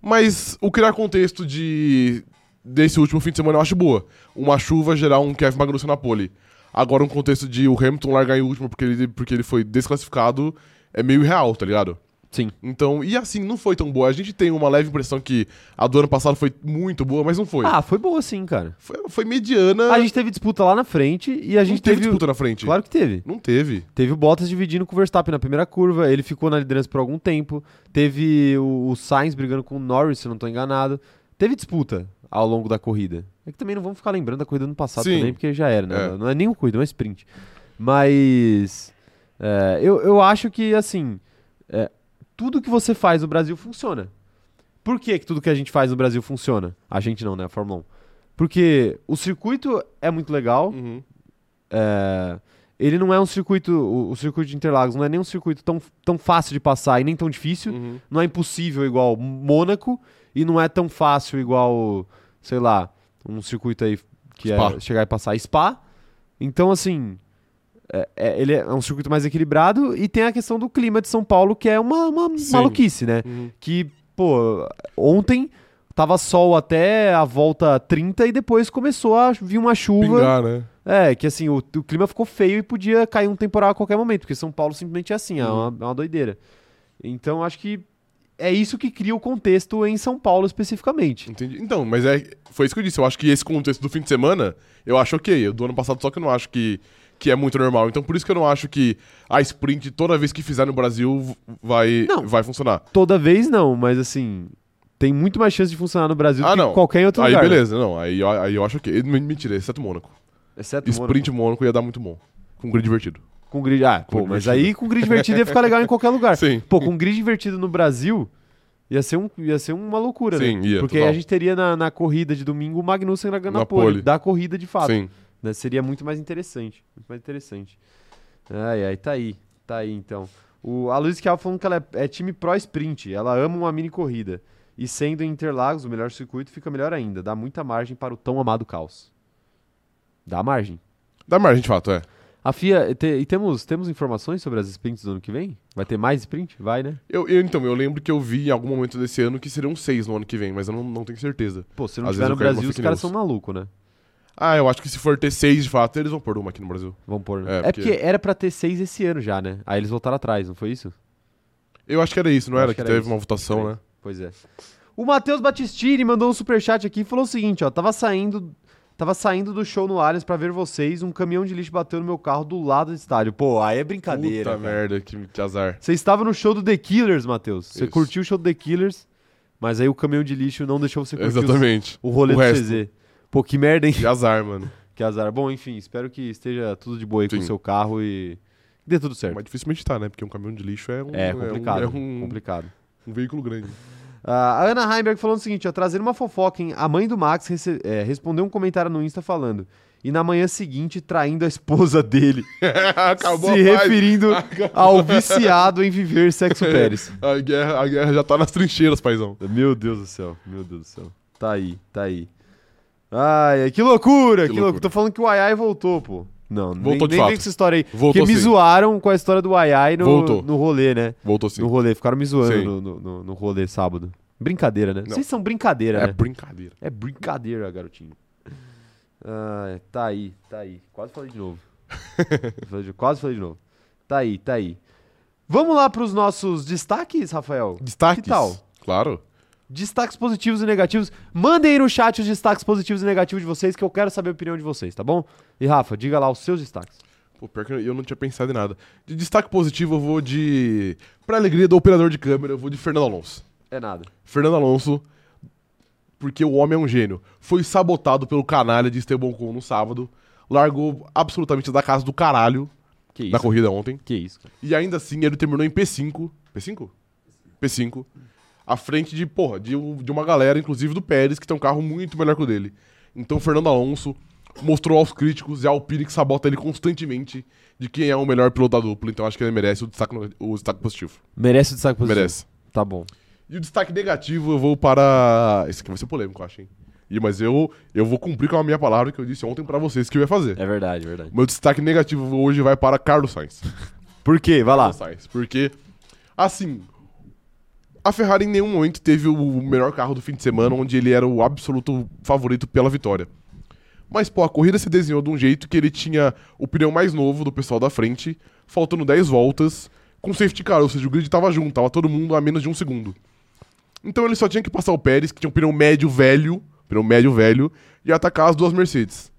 [SPEAKER 2] Mas o criar contexto de desse último fim de semana eu acho boa. Uma chuva gerar um Kevin Magnussen na pole. Agora um contexto de o Hamilton largar em último porque ele, porque ele foi desclassificado é meio irreal, tá ligado?
[SPEAKER 1] Sim.
[SPEAKER 2] Então, e assim, não foi tão boa. A gente tem uma leve impressão que a do ano passado foi muito boa, mas não foi.
[SPEAKER 1] Ah, foi boa sim, cara.
[SPEAKER 2] Foi, foi mediana.
[SPEAKER 1] A gente teve disputa lá na frente e a gente
[SPEAKER 2] não
[SPEAKER 1] teve.
[SPEAKER 2] teve,
[SPEAKER 1] o-
[SPEAKER 2] disputa na frente.
[SPEAKER 1] Claro que teve.
[SPEAKER 2] Não teve.
[SPEAKER 1] Teve o Bottas dividindo com o Verstappen na primeira curva, ele ficou na liderança por algum tempo. Teve o, o Sainz brigando com o Norris, se eu não tô enganado. Teve disputa ao longo da corrida. É que também não vamos ficar lembrando da corrida do ano passado
[SPEAKER 2] Sim.
[SPEAKER 1] também, porque já era, né?
[SPEAKER 2] É.
[SPEAKER 1] Não é nem um corrida, é um sprint. Mas é, eu, eu acho que, assim, é, tudo que você faz no Brasil funciona. Por que, que tudo que a gente faz no Brasil funciona? A gente não, né? A Fórmula 1. Porque o circuito é muito legal,
[SPEAKER 2] Uhum,
[SPEAKER 1] é, ele não é um circuito, o, o circuito de Interlagos não é nem um circuito tão, tão fácil de passar e nem tão
[SPEAKER 2] Hum.
[SPEAKER 1] difícil.
[SPEAKER 2] uhum.
[SPEAKER 1] Não é impossível igual Mônaco e não é tão fácil igual, sei lá, um circuito aí que
[SPEAKER 2] Spa.
[SPEAKER 1] é chegar e passar Spa. Então, assim, é- é- ele é um circuito mais equilibrado e tem a questão do clima de São Paulo, que é uma, uma
[SPEAKER 2] Sim.
[SPEAKER 1] maluquice, né? que, pô, ontem tava sol até a volta 30 e depois começou a vir uma chuva.
[SPEAKER 2] Pingar, né?
[SPEAKER 1] É, que assim, o, o clima ficou feio e podia cair um temporal a qualquer momento, porque São Paulo simplesmente é assim, é, uma, é uma doideira. Então acho que é isso que cria o contexto em São Paulo especificamente.
[SPEAKER 2] Entendi. Então, mas é, foi isso que eu disse. Eu acho que esse contexto do fim de semana, eu acho ok. Eu do ano passado, só que eu não acho que, que é muito normal. Então, por isso que eu não acho que a sprint, toda vez que fizer no Brasil, v- vai,
[SPEAKER 1] Não.
[SPEAKER 2] vai funcionar.
[SPEAKER 1] Toda vez não, mas assim, tem muito mais chance de funcionar no Brasil
[SPEAKER 2] Ah,
[SPEAKER 1] do que
[SPEAKER 2] não.
[SPEAKER 1] qualquer outro
[SPEAKER 2] Aí,
[SPEAKER 1] É lugar. né?
[SPEAKER 2] beleza. Não, aí, eu- aí eu acho ok. Me- Mentira, exceto Mônaco.
[SPEAKER 1] Exceto o Mônaco.
[SPEAKER 2] Sprint Mônaco ia dar muito bom. Com grid divertido.
[SPEAKER 1] com grid. Ah,
[SPEAKER 2] Com
[SPEAKER 1] pô, mas
[SPEAKER 2] divertido.
[SPEAKER 1] aí com grid invertido ia ficar legal em qualquer lugar.
[SPEAKER 2] [laughs] Sim.
[SPEAKER 1] Pô, com grid invertido no Brasil ia ser, um, ia ser uma loucura, né?
[SPEAKER 2] Sim, ia,
[SPEAKER 1] Porque
[SPEAKER 2] total.
[SPEAKER 1] a gente teria na, na corrida de domingo o Magnussen na, na,
[SPEAKER 2] Na
[SPEAKER 1] pole,
[SPEAKER 2] pole.
[SPEAKER 1] da corrida de fato.
[SPEAKER 2] Sim.
[SPEAKER 1] né? Seria muito mais interessante. Muito mais interessante. Ai, ai, tá aí. Tá aí, então. O, a Luiz Kial falando que ela é, é time pro sprint. Ela ama uma mini corrida. E sendo em Interlagos o melhor circuito, fica melhor ainda. Dá muita margem para o tão amado caos. Dá margem.
[SPEAKER 2] Dá margem, de fato, é.
[SPEAKER 1] A FIA, e, te- e temos, temos informações sobre as sprints do ano que vem? Vai ter mais sprint? Vai, né?
[SPEAKER 2] Eu, eu, então, eu lembro que eu vi em algum momento desse ano que seriam seis no ano que vem, mas eu não, não tenho certeza.
[SPEAKER 1] Pô, se não
[SPEAKER 2] Às
[SPEAKER 1] tiver
[SPEAKER 2] vezes
[SPEAKER 1] no
[SPEAKER 2] eu caio numa
[SPEAKER 1] Brasil, os
[SPEAKER 2] fake
[SPEAKER 1] caras são
[SPEAKER 2] news.
[SPEAKER 1] malucos, né?
[SPEAKER 2] Ah, eu acho que se for ter seis de fato, eles vão pôr uma aqui no Brasil.
[SPEAKER 1] Vamos pôr, né?
[SPEAKER 2] É,
[SPEAKER 1] É, porque...
[SPEAKER 2] porque-
[SPEAKER 1] era pra ter seis esse ano já, né? Aí eles voltaram atrás, não foi isso?
[SPEAKER 2] Eu acho que era isso, não
[SPEAKER 1] Eu
[SPEAKER 2] era?
[SPEAKER 1] acho
[SPEAKER 2] Que,
[SPEAKER 1] que era
[SPEAKER 2] teve
[SPEAKER 1] isso.
[SPEAKER 2] uma votação,
[SPEAKER 1] Era
[SPEAKER 2] né?
[SPEAKER 1] Pois é. O Matheus Batistini mandou um superchat aqui e falou o seguinte, ó, tava saindo, tava saindo do show no Allianz pra ver vocês, um caminhão de lixo bateu no meu carro do lado do estádio. Pô, aí é brincadeira,
[SPEAKER 2] Puta
[SPEAKER 1] cara.
[SPEAKER 2] merda, que, que azar.
[SPEAKER 1] Você estava no show do The Killers, Matheus. Você
[SPEAKER 2] Isso.
[SPEAKER 1] curtiu o show do The Killers, mas aí o caminhão de lixo não deixou você curtir os-
[SPEAKER 2] Exatamente.
[SPEAKER 1] o rolê
[SPEAKER 2] O
[SPEAKER 1] do
[SPEAKER 2] resto.
[SPEAKER 1] CZ. Pô, que merda, hein? [laughs]
[SPEAKER 2] Que azar, mano.
[SPEAKER 1] Que azar. Bom, enfim, espero que esteja tudo de boa aí com o
[SPEAKER 2] Sim.
[SPEAKER 1] seu carro e que dê tudo certo.
[SPEAKER 2] Mas difícil meditar, né? Porque um caminhão de lixo é um,
[SPEAKER 1] É
[SPEAKER 2] um-
[SPEAKER 1] complicado,
[SPEAKER 2] é um,
[SPEAKER 1] complicado.
[SPEAKER 2] um
[SPEAKER 1] [laughs]
[SPEAKER 2] veículo grande. [laughs]
[SPEAKER 1] Ah, a Ana Heimberg falando o seguinte, ó, trazer uma fofoca, hein? A mãe do Max rece- é, respondeu um comentário no Insta falando e na manhã seguinte traindo a esposa dele,
[SPEAKER 2] Acabou
[SPEAKER 1] se
[SPEAKER 2] a paz.
[SPEAKER 1] referindo ao viciado em viver
[SPEAKER 2] [laughs]
[SPEAKER 1] sexo Pérez.
[SPEAKER 2] A guerra, a guerra já tá nas trincheiras, paizão.
[SPEAKER 1] Meu Deus do céu, meu Deus do céu. Tá aí, tá aí. Ai, ai, que loucura, que,
[SPEAKER 2] Que
[SPEAKER 1] loucura.
[SPEAKER 2] loucura.
[SPEAKER 1] Tô falando que o Ayai voltou, pô. Não, nem,
[SPEAKER 2] Voltou de
[SPEAKER 1] nem
[SPEAKER 2] fato.
[SPEAKER 1] vem com essa história aí.
[SPEAKER 2] Voltou
[SPEAKER 1] Porque me
[SPEAKER 2] sim.
[SPEAKER 1] zoaram com a história do Ayai no,
[SPEAKER 2] Voltou.
[SPEAKER 1] no rolê, né?
[SPEAKER 2] Voltou sim.
[SPEAKER 1] No rolê, ficaram me zoando
[SPEAKER 2] Sim.
[SPEAKER 1] no, no, no- no rolê sábado. Brincadeira, né?
[SPEAKER 2] Não.
[SPEAKER 1] Vocês são brincadeira,
[SPEAKER 2] É
[SPEAKER 1] né?
[SPEAKER 2] brincadeira.
[SPEAKER 1] É brincadeira, garotinho. Ah, tá aí, tá aí. Quase falei de [laughs] novo. Falei de- Quase falei de novo. Tá aí, tá aí. Vamos lá pros nossos destaques, Rafael?
[SPEAKER 2] Destaques?
[SPEAKER 1] Que tal?
[SPEAKER 2] Claro.
[SPEAKER 1] Destaques positivos e negativos. Mandem aí no chat os destaques positivos e negativos de vocês, que eu quero saber a opinião de vocês, tá bom? E Rafa, diga lá os seus destaques.
[SPEAKER 2] Pô, pior que eu não tinha pensado em nada. De destaque positivo, eu vou de. Pra alegria do operador de câmera, eu vou de Fernando Alonso.
[SPEAKER 1] É nada.
[SPEAKER 2] Fernando Alonso, porque o homem é um gênio, foi sabotado pelo canalha de Esteban Ocon no sábado, largou absolutamente da casa do caralho
[SPEAKER 1] Que
[SPEAKER 2] na
[SPEAKER 1] isso?
[SPEAKER 2] corrida ontem,
[SPEAKER 1] Que isso, cara.
[SPEAKER 2] e ainda assim ele terminou em P5. P5? P5. À frente de, porra, de, um- de uma galera, inclusive do Pérez, que tem um carro muito melhor que o dele. Então Fernando Alonso mostrou aos críticos e ao Pires que sabota ele constantemente de quem é o melhor piloto da dupla, então acho que ele merece o destaque, no- o destaque positivo.
[SPEAKER 1] Merece o destaque positivo.
[SPEAKER 2] Merece.
[SPEAKER 1] Tá bom.
[SPEAKER 2] E o destaque negativo eu vou para. Esse aqui vai ser polêmico, eu acho, hein? E, mas eu, eu vou cumprir com a minha palavra que eu disse ontem pra vocês que eu ia fazer.
[SPEAKER 1] É verdade, é verdade.
[SPEAKER 2] Meu destaque negativo hoje vai para Carlos Sainz.
[SPEAKER 1] Por quê? Vai lá.
[SPEAKER 2] Carlos Sainz. Porque, assim. A Ferrari em nenhum momento teve o melhor carro do fim de semana, onde ele era o absoluto favorito pela vitória. Mas, pô, a corrida se desenhou de um jeito que ele tinha o pneu mais novo do pessoal da frente, faltando 10 voltas, com safety car, ou seja, o grid tava junto, tava todo mundo a menos de um segundo. Então ele só tinha que passar o Pérez, que tinha um pneu médio velho, pneu médio velho, e atacar as duas Mercedes.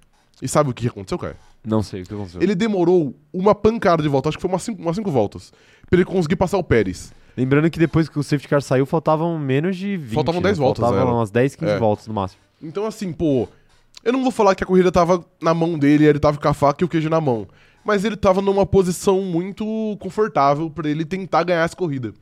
[SPEAKER 2] E sabe o que aconteceu, cara?
[SPEAKER 1] Não sei o que aconteceu.
[SPEAKER 2] Ele demorou uma pancada de volta, acho que foi umas cinco, umas cinco voltas, pra ele conseguir passar o Pérez.
[SPEAKER 1] Lembrando que depois que o safety car saiu, faltavam menos de 20.
[SPEAKER 2] Faltavam 10 voltas,
[SPEAKER 1] Faltavam
[SPEAKER 2] era.
[SPEAKER 1] umas 10, 15
[SPEAKER 2] É.
[SPEAKER 1] voltas no máximo.
[SPEAKER 2] Então, assim, pô, eu não vou falar que a corrida tava na mão dele, ele tava com a faca e o queijo na mão. Mas ele tava numa posição muito confortável pra ele tentar ganhar essa corrida.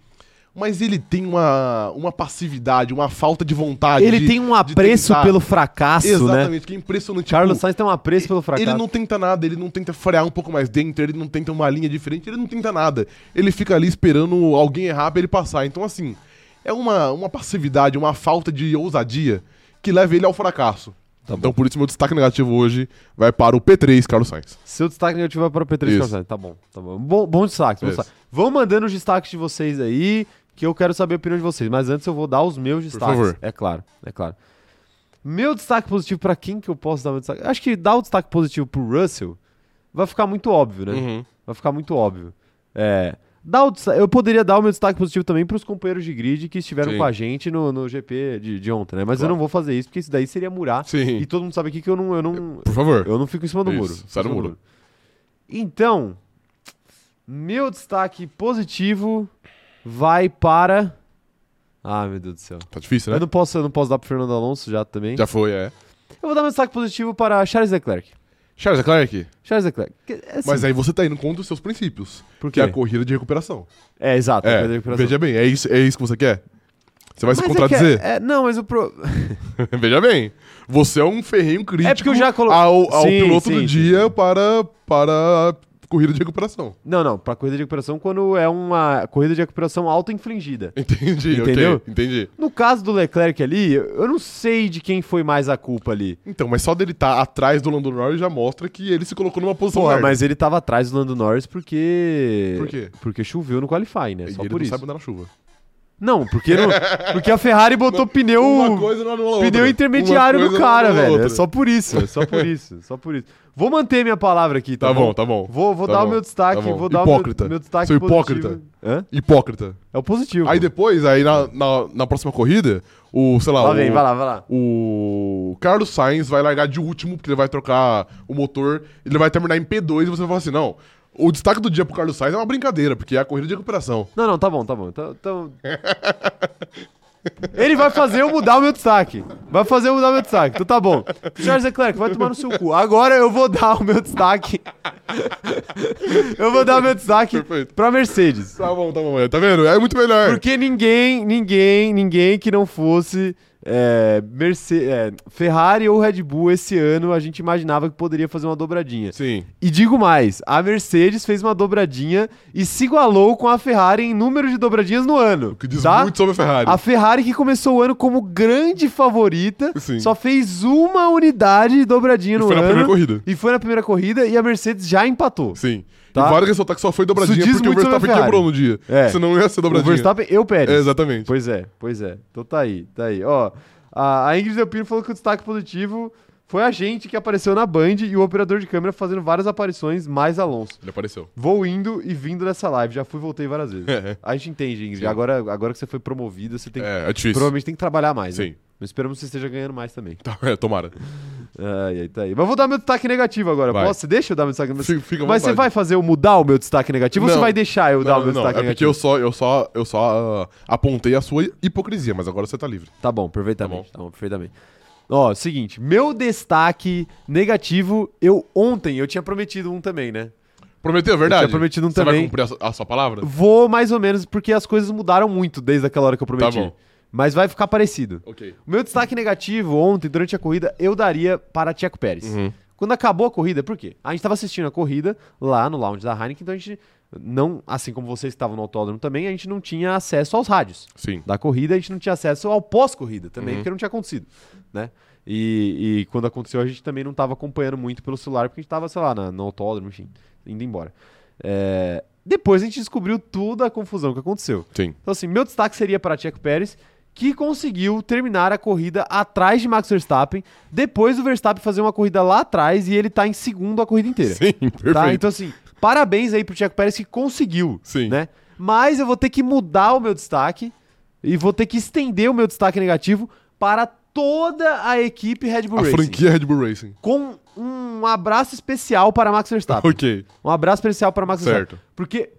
[SPEAKER 2] Mas ele tem uma, uma passividade, uma falta de vontade.
[SPEAKER 1] ele
[SPEAKER 2] de-
[SPEAKER 1] tem um
[SPEAKER 2] de
[SPEAKER 1] apreço
[SPEAKER 2] tentar.
[SPEAKER 1] pelo fracasso, né?
[SPEAKER 2] Exatamente, que é impressionante.
[SPEAKER 1] Carlos
[SPEAKER 2] tipo,
[SPEAKER 1] Sainz tem um apreço pelo fracasso.
[SPEAKER 2] Ele não tenta nada, ele não tenta frear um pouco mais dentro, ele não tenta uma linha diferente, ele não tenta nada. Ele fica ali esperando alguém errar pra ele passar. Então, assim, é uma, uma passividade, uma falta de ousadia que leva ele ao fracasso.
[SPEAKER 1] Tá bom.
[SPEAKER 2] então, por isso, meu destaque negativo hoje vai para o P3, Carlos Sainz.
[SPEAKER 1] Seu destaque negativo é para o P3
[SPEAKER 2] Isso.
[SPEAKER 1] Carlos Sainz. Tá bom, tá bom. Bom, bom destaque, bom
[SPEAKER 2] Isso.
[SPEAKER 1] destaque. Vão mandando os destaques de vocês aí, que eu quero saber a opinião de vocês. Mas antes eu vou dar os meus destaques.
[SPEAKER 2] favor.
[SPEAKER 1] É claro, é claro. Meu destaque positivo para quem que eu posso dar meu destaque? Acho que dar o destaque positivo pro Russell vai ficar muito óbvio,
[SPEAKER 2] Uhum.
[SPEAKER 1] né? Vai ficar muito óbvio. É, dá o desta- eu poderia dar o meu destaque positivo também para os companheiros de grid que estiveram
[SPEAKER 2] Sim.
[SPEAKER 1] com a gente no, no GP de, de ontem, né? Mas eu
[SPEAKER 2] Claro.
[SPEAKER 1] não vou fazer isso, porque isso daí seria murar. E
[SPEAKER 2] Sim.
[SPEAKER 1] todo mundo sabe aqui que eu não, eu não,
[SPEAKER 2] Por favor.
[SPEAKER 1] eu não fico em cima do
[SPEAKER 2] Isso,
[SPEAKER 1] muro.
[SPEAKER 2] sai
[SPEAKER 1] Fico em
[SPEAKER 2] do
[SPEAKER 1] cima
[SPEAKER 2] muro.
[SPEAKER 1] Então, meu destaque positivo vai para. Ah, meu Deus do céu.
[SPEAKER 2] Tá difícil,
[SPEAKER 1] Eu
[SPEAKER 2] né?
[SPEAKER 1] não posso, eu não posso dar pro Fernando Alonso já também.
[SPEAKER 2] Já foi, é.
[SPEAKER 1] Eu vou dar meu destaque positivo para Charles Leclerc.
[SPEAKER 2] Charles Leclerc.
[SPEAKER 1] Charles Leclerc. que- é assim,
[SPEAKER 2] Mas aí você tá indo contra os seus princípios,
[SPEAKER 1] por
[SPEAKER 2] que
[SPEAKER 1] quê?
[SPEAKER 2] é a corrida de recuperação.
[SPEAKER 1] É, exato.
[SPEAKER 2] É,
[SPEAKER 1] quer dizer, por
[SPEAKER 2] veja bem, é isso, é isso que você quer? Você vai
[SPEAKER 1] Mas
[SPEAKER 2] se
[SPEAKER 1] é que
[SPEAKER 2] contradizer?
[SPEAKER 1] É, é- não, mas o pro... [laughs]
[SPEAKER 2] [laughs] Veja bem, você é um ferrenho crítico
[SPEAKER 1] É porque eu já colo-
[SPEAKER 2] ao, ao
[SPEAKER 1] Sim,
[SPEAKER 2] piloto
[SPEAKER 1] sim, sim,
[SPEAKER 2] do dia para, para a corrida de recuperação. [laughs]
[SPEAKER 1] Não, não, pra corrida de recuperação quando é uma corrida de recuperação auto-infligida.
[SPEAKER 2] Entendi,
[SPEAKER 1] Entendeu?
[SPEAKER 2] ok, entendi.
[SPEAKER 1] No caso do Leclerc ali, eu eu não sei de quem foi mais a culpa ali.
[SPEAKER 2] Então, mas só dele estar atrás do Lando Norris já mostra que ele se colocou numa posição
[SPEAKER 1] Porra,
[SPEAKER 2] merda.
[SPEAKER 1] mas ele tava atrás do Lando Norris porque.
[SPEAKER 2] Por quê?
[SPEAKER 1] Porque choveu no Qualify, né?
[SPEAKER 2] E
[SPEAKER 1] Só
[SPEAKER 2] ele
[SPEAKER 1] por
[SPEAKER 2] não
[SPEAKER 1] isso.
[SPEAKER 2] sabe andar na chuva.
[SPEAKER 1] Não, porque, não- porque a Ferrari botou pneu.
[SPEAKER 2] Uma coisa não anula a outra.
[SPEAKER 1] Pneu intermediário
[SPEAKER 2] Uma
[SPEAKER 1] no
[SPEAKER 2] coisa
[SPEAKER 1] cara,
[SPEAKER 2] não anula a
[SPEAKER 1] velho. É
[SPEAKER 2] outra.
[SPEAKER 1] só por isso, é só
[SPEAKER 2] [laughs]
[SPEAKER 1] por isso, é só por isso. Vou manter minha palavra aqui, tá,
[SPEAKER 2] Tá bom, tá bom.
[SPEAKER 1] Vou, vou
[SPEAKER 2] Tá
[SPEAKER 1] dar o
[SPEAKER 2] bom,
[SPEAKER 1] meu destaque,
[SPEAKER 2] tá bom.
[SPEAKER 1] vou dar
[SPEAKER 2] Hipócrita.
[SPEAKER 1] o meu, meu destaque
[SPEAKER 2] Sou
[SPEAKER 1] positivo.
[SPEAKER 2] hipócrita.
[SPEAKER 1] Hã?
[SPEAKER 2] Hipócrita.
[SPEAKER 1] É o positivo.
[SPEAKER 2] Aí depois, aí na, na, na próxima corrida, o, sei lá,
[SPEAKER 1] Lá
[SPEAKER 2] o,
[SPEAKER 1] vem, vai lá, vai lá.
[SPEAKER 2] o Carlos Sainz vai largar de último, porque ele vai trocar o motor, ele vai terminar em P2 e você vai falar assim, não, o destaque do dia pro Carlos Sainz é uma brincadeira, porque é a corrida de recuperação.
[SPEAKER 1] Não, não, tá bom, tá bom. Tá-
[SPEAKER 2] [laughs]
[SPEAKER 1] Então. Ele vai fazer eu mudar o meu destaque. Vai fazer eu mudar o meu destaque. Então tá bom. Charles Leclerc, vai tomar no seu cu. Agora eu vou dar o meu destaque. eu vou dar o meu destaque
[SPEAKER 2] Perfeito.
[SPEAKER 1] pra Mercedes.
[SPEAKER 2] Tá bom, tá bom, é, tá vendo? É muito melhor.
[SPEAKER 1] Porque ninguém, ninguém, ninguém que não fosse é, Merce- é, Ferrari ou Red Bull esse ano a gente imaginava que poderia fazer uma dobradinha.
[SPEAKER 2] Sim.
[SPEAKER 1] E digo mais, a Mercedes fez uma dobradinha e se igualou com a Ferrari em número de dobradinhas no ano.
[SPEAKER 2] O que diz
[SPEAKER 1] tá?
[SPEAKER 2] muito sobre a Ferrari.
[SPEAKER 1] A Ferrari que começou o ano como grande favorita,
[SPEAKER 2] Sim.
[SPEAKER 1] só fez uma unidade de dobradinha
[SPEAKER 2] E
[SPEAKER 1] no
[SPEAKER 2] foi na
[SPEAKER 1] ano.
[SPEAKER 2] primeira corrida.
[SPEAKER 1] E foi na primeira corrida e a Mercedes já empatou.
[SPEAKER 2] Sim.
[SPEAKER 1] Tá.
[SPEAKER 2] E vale ressaltar que só foi dobradinha
[SPEAKER 1] Isso diz
[SPEAKER 2] porque o
[SPEAKER 1] muito sobre a
[SPEAKER 2] Verstappen quebrou no dia.
[SPEAKER 1] É.
[SPEAKER 2] Senão não ia ser
[SPEAKER 1] O
[SPEAKER 2] dobradinha.
[SPEAKER 1] Verstappen e o Pérez.
[SPEAKER 2] É, exatamente.
[SPEAKER 1] Pois é, pois é. Então tá aí, tá aí. Ó, a, a Ingrid Delpino falou que o destaque positivo foi a gente que apareceu na Band e o operador de câmera fazendo várias aparições mais Alonso.
[SPEAKER 2] Ele apareceu. [laughs]
[SPEAKER 1] Vou indo e vindo dessa live, já fui e voltei várias vezes.
[SPEAKER 2] É.
[SPEAKER 1] A gente entende, Ingrid.
[SPEAKER 2] Sim.
[SPEAKER 1] Agora, agora que você foi promovida, você tem que-
[SPEAKER 2] É, é difícil.
[SPEAKER 1] provavelmente tem que trabalhar mais. Né?
[SPEAKER 2] Sim.
[SPEAKER 1] Mas esperamos que você esteja ganhando mais também.
[SPEAKER 2] Tá, é, tomara.
[SPEAKER 1] Ai, ai, tá aí. Mas vou dar meu destaque negativo agora.
[SPEAKER 2] Vai.
[SPEAKER 1] Posso? Deixa eu dar meu destaque negativo.
[SPEAKER 2] Fica- fica à
[SPEAKER 1] Mas você
[SPEAKER 2] vontade.
[SPEAKER 1] vai fazer eu mudar o meu destaque negativo ou você
[SPEAKER 2] Não.
[SPEAKER 1] vai deixar eu dar o meu destaque
[SPEAKER 2] é porque
[SPEAKER 1] negativo?
[SPEAKER 2] eu só, eu só, eu só ah, apontei a sua hipocrisia, mas agora você tá livre.
[SPEAKER 1] Tá bom, perfeitamente. Tá bom, perfeitamente. Ó, seguinte, meu destaque negativo, eu ontem, eu tinha prometido um também, né?
[SPEAKER 2] Prometeu, é verdade?
[SPEAKER 1] Eu tinha prometido um
[SPEAKER 2] você
[SPEAKER 1] também.
[SPEAKER 2] vai cumprir a su- a, sua palavra?
[SPEAKER 1] Vou mais ou menos, porque as coisas mudaram muito desde aquela hora que eu prometi.
[SPEAKER 2] Tá bom.
[SPEAKER 1] Mas vai ficar parecido.
[SPEAKER 2] Ok.
[SPEAKER 1] O meu destaque negativo ontem, durante a corrida, eu daria para Tcheco Pérez. Quando acabou a corrida, por quê? A gente estava assistindo a corrida lá no lounge da Heineken, então a gente não, assim como vocês estavam no autódromo também, a gente não tinha acesso aos rádios
[SPEAKER 2] Sim.
[SPEAKER 1] da corrida, a gente não tinha acesso ao pós-corrida também, porque não tinha acontecido, né? E, e quando aconteceu, a gente também não estava acompanhando muito pelo celular, porque a gente estava, sei lá, na, no autódromo, enfim, indo embora. É, Depois a gente descobriu toda a confusão que aconteceu.
[SPEAKER 2] Sim.
[SPEAKER 1] Então, assim, meu destaque seria para Checo Pérez, que conseguiu terminar a corrida atrás de Max Verstappen, depois do Verstappen fazer uma corrida lá atrás e ele tá em segundo a corrida inteira.
[SPEAKER 2] Sim, [laughs] perfeito.
[SPEAKER 1] Tá? Então, assim, parabéns aí pro Checo Pérez que conseguiu,
[SPEAKER 2] Sim.
[SPEAKER 1] né? Mas eu vou ter que mudar o meu destaque e vou ter que estender o meu destaque negativo para toda a equipe Red Bull
[SPEAKER 2] a
[SPEAKER 1] Racing. Tá
[SPEAKER 2] franquia Red Bull Racing.
[SPEAKER 1] Com um abraço especial para Max Verstappen.
[SPEAKER 2] Ok.
[SPEAKER 1] Um abraço especial para Max Verstappen.
[SPEAKER 2] Certo.
[SPEAKER 1] Porque.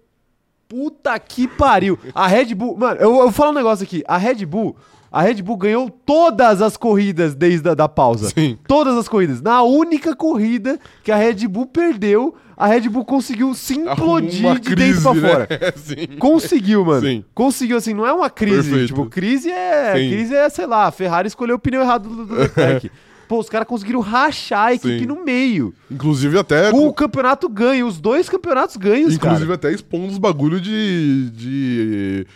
[SPEAKER 1] Puta que pariu! A Red Bull. Mano, eu, eu vou falar um negócio aqui. A Red Bull. A Red Bull ganhou todas as corridas desde a da pausa.
[SPEAKER 2] Sim.
[SPEAKER 1] Todas as corridas. Na única corrida que a Red Bull perdeu, a Red Bull conseguiu se implodir
[SPEAKER 2] Arruma uma
[SPEAKER 1] de dentro pra
[SPEAKER 2] crise,
[SPEAKER 1] fora.
[SPEAKER 2] Né? [laughs] Sim.
[SPEAKER 1] Conseguiu, mano.
[SPEAKER 2] Sim.
[SPEAKER 1] Conseguiu, assim, não é uma crise.
[SPEAKER 2] Perfeito.
[SPEAKER 1] Tipo, crise é.
[SPEAKER 2] Sim.
[SPEAKER 1] Crise é, sei lá, a Ferrari escolheu o pneu errado do, do
[SPEAKER 2] [laughs]
[SPEAKER 1] Leclerc. Pô, os caras conseguiram rachar a equipe
[SPEAKER 2] Sim.
[SPEAKER 1] no meio.
[SPEAKER 2] Inclusive até.
[SPEAKER 1] Com o Um campeonato ganho, os dois campeonatos ganhos, cara.
[SPEAKER 2] inclusive até expondo os bagulho de. de.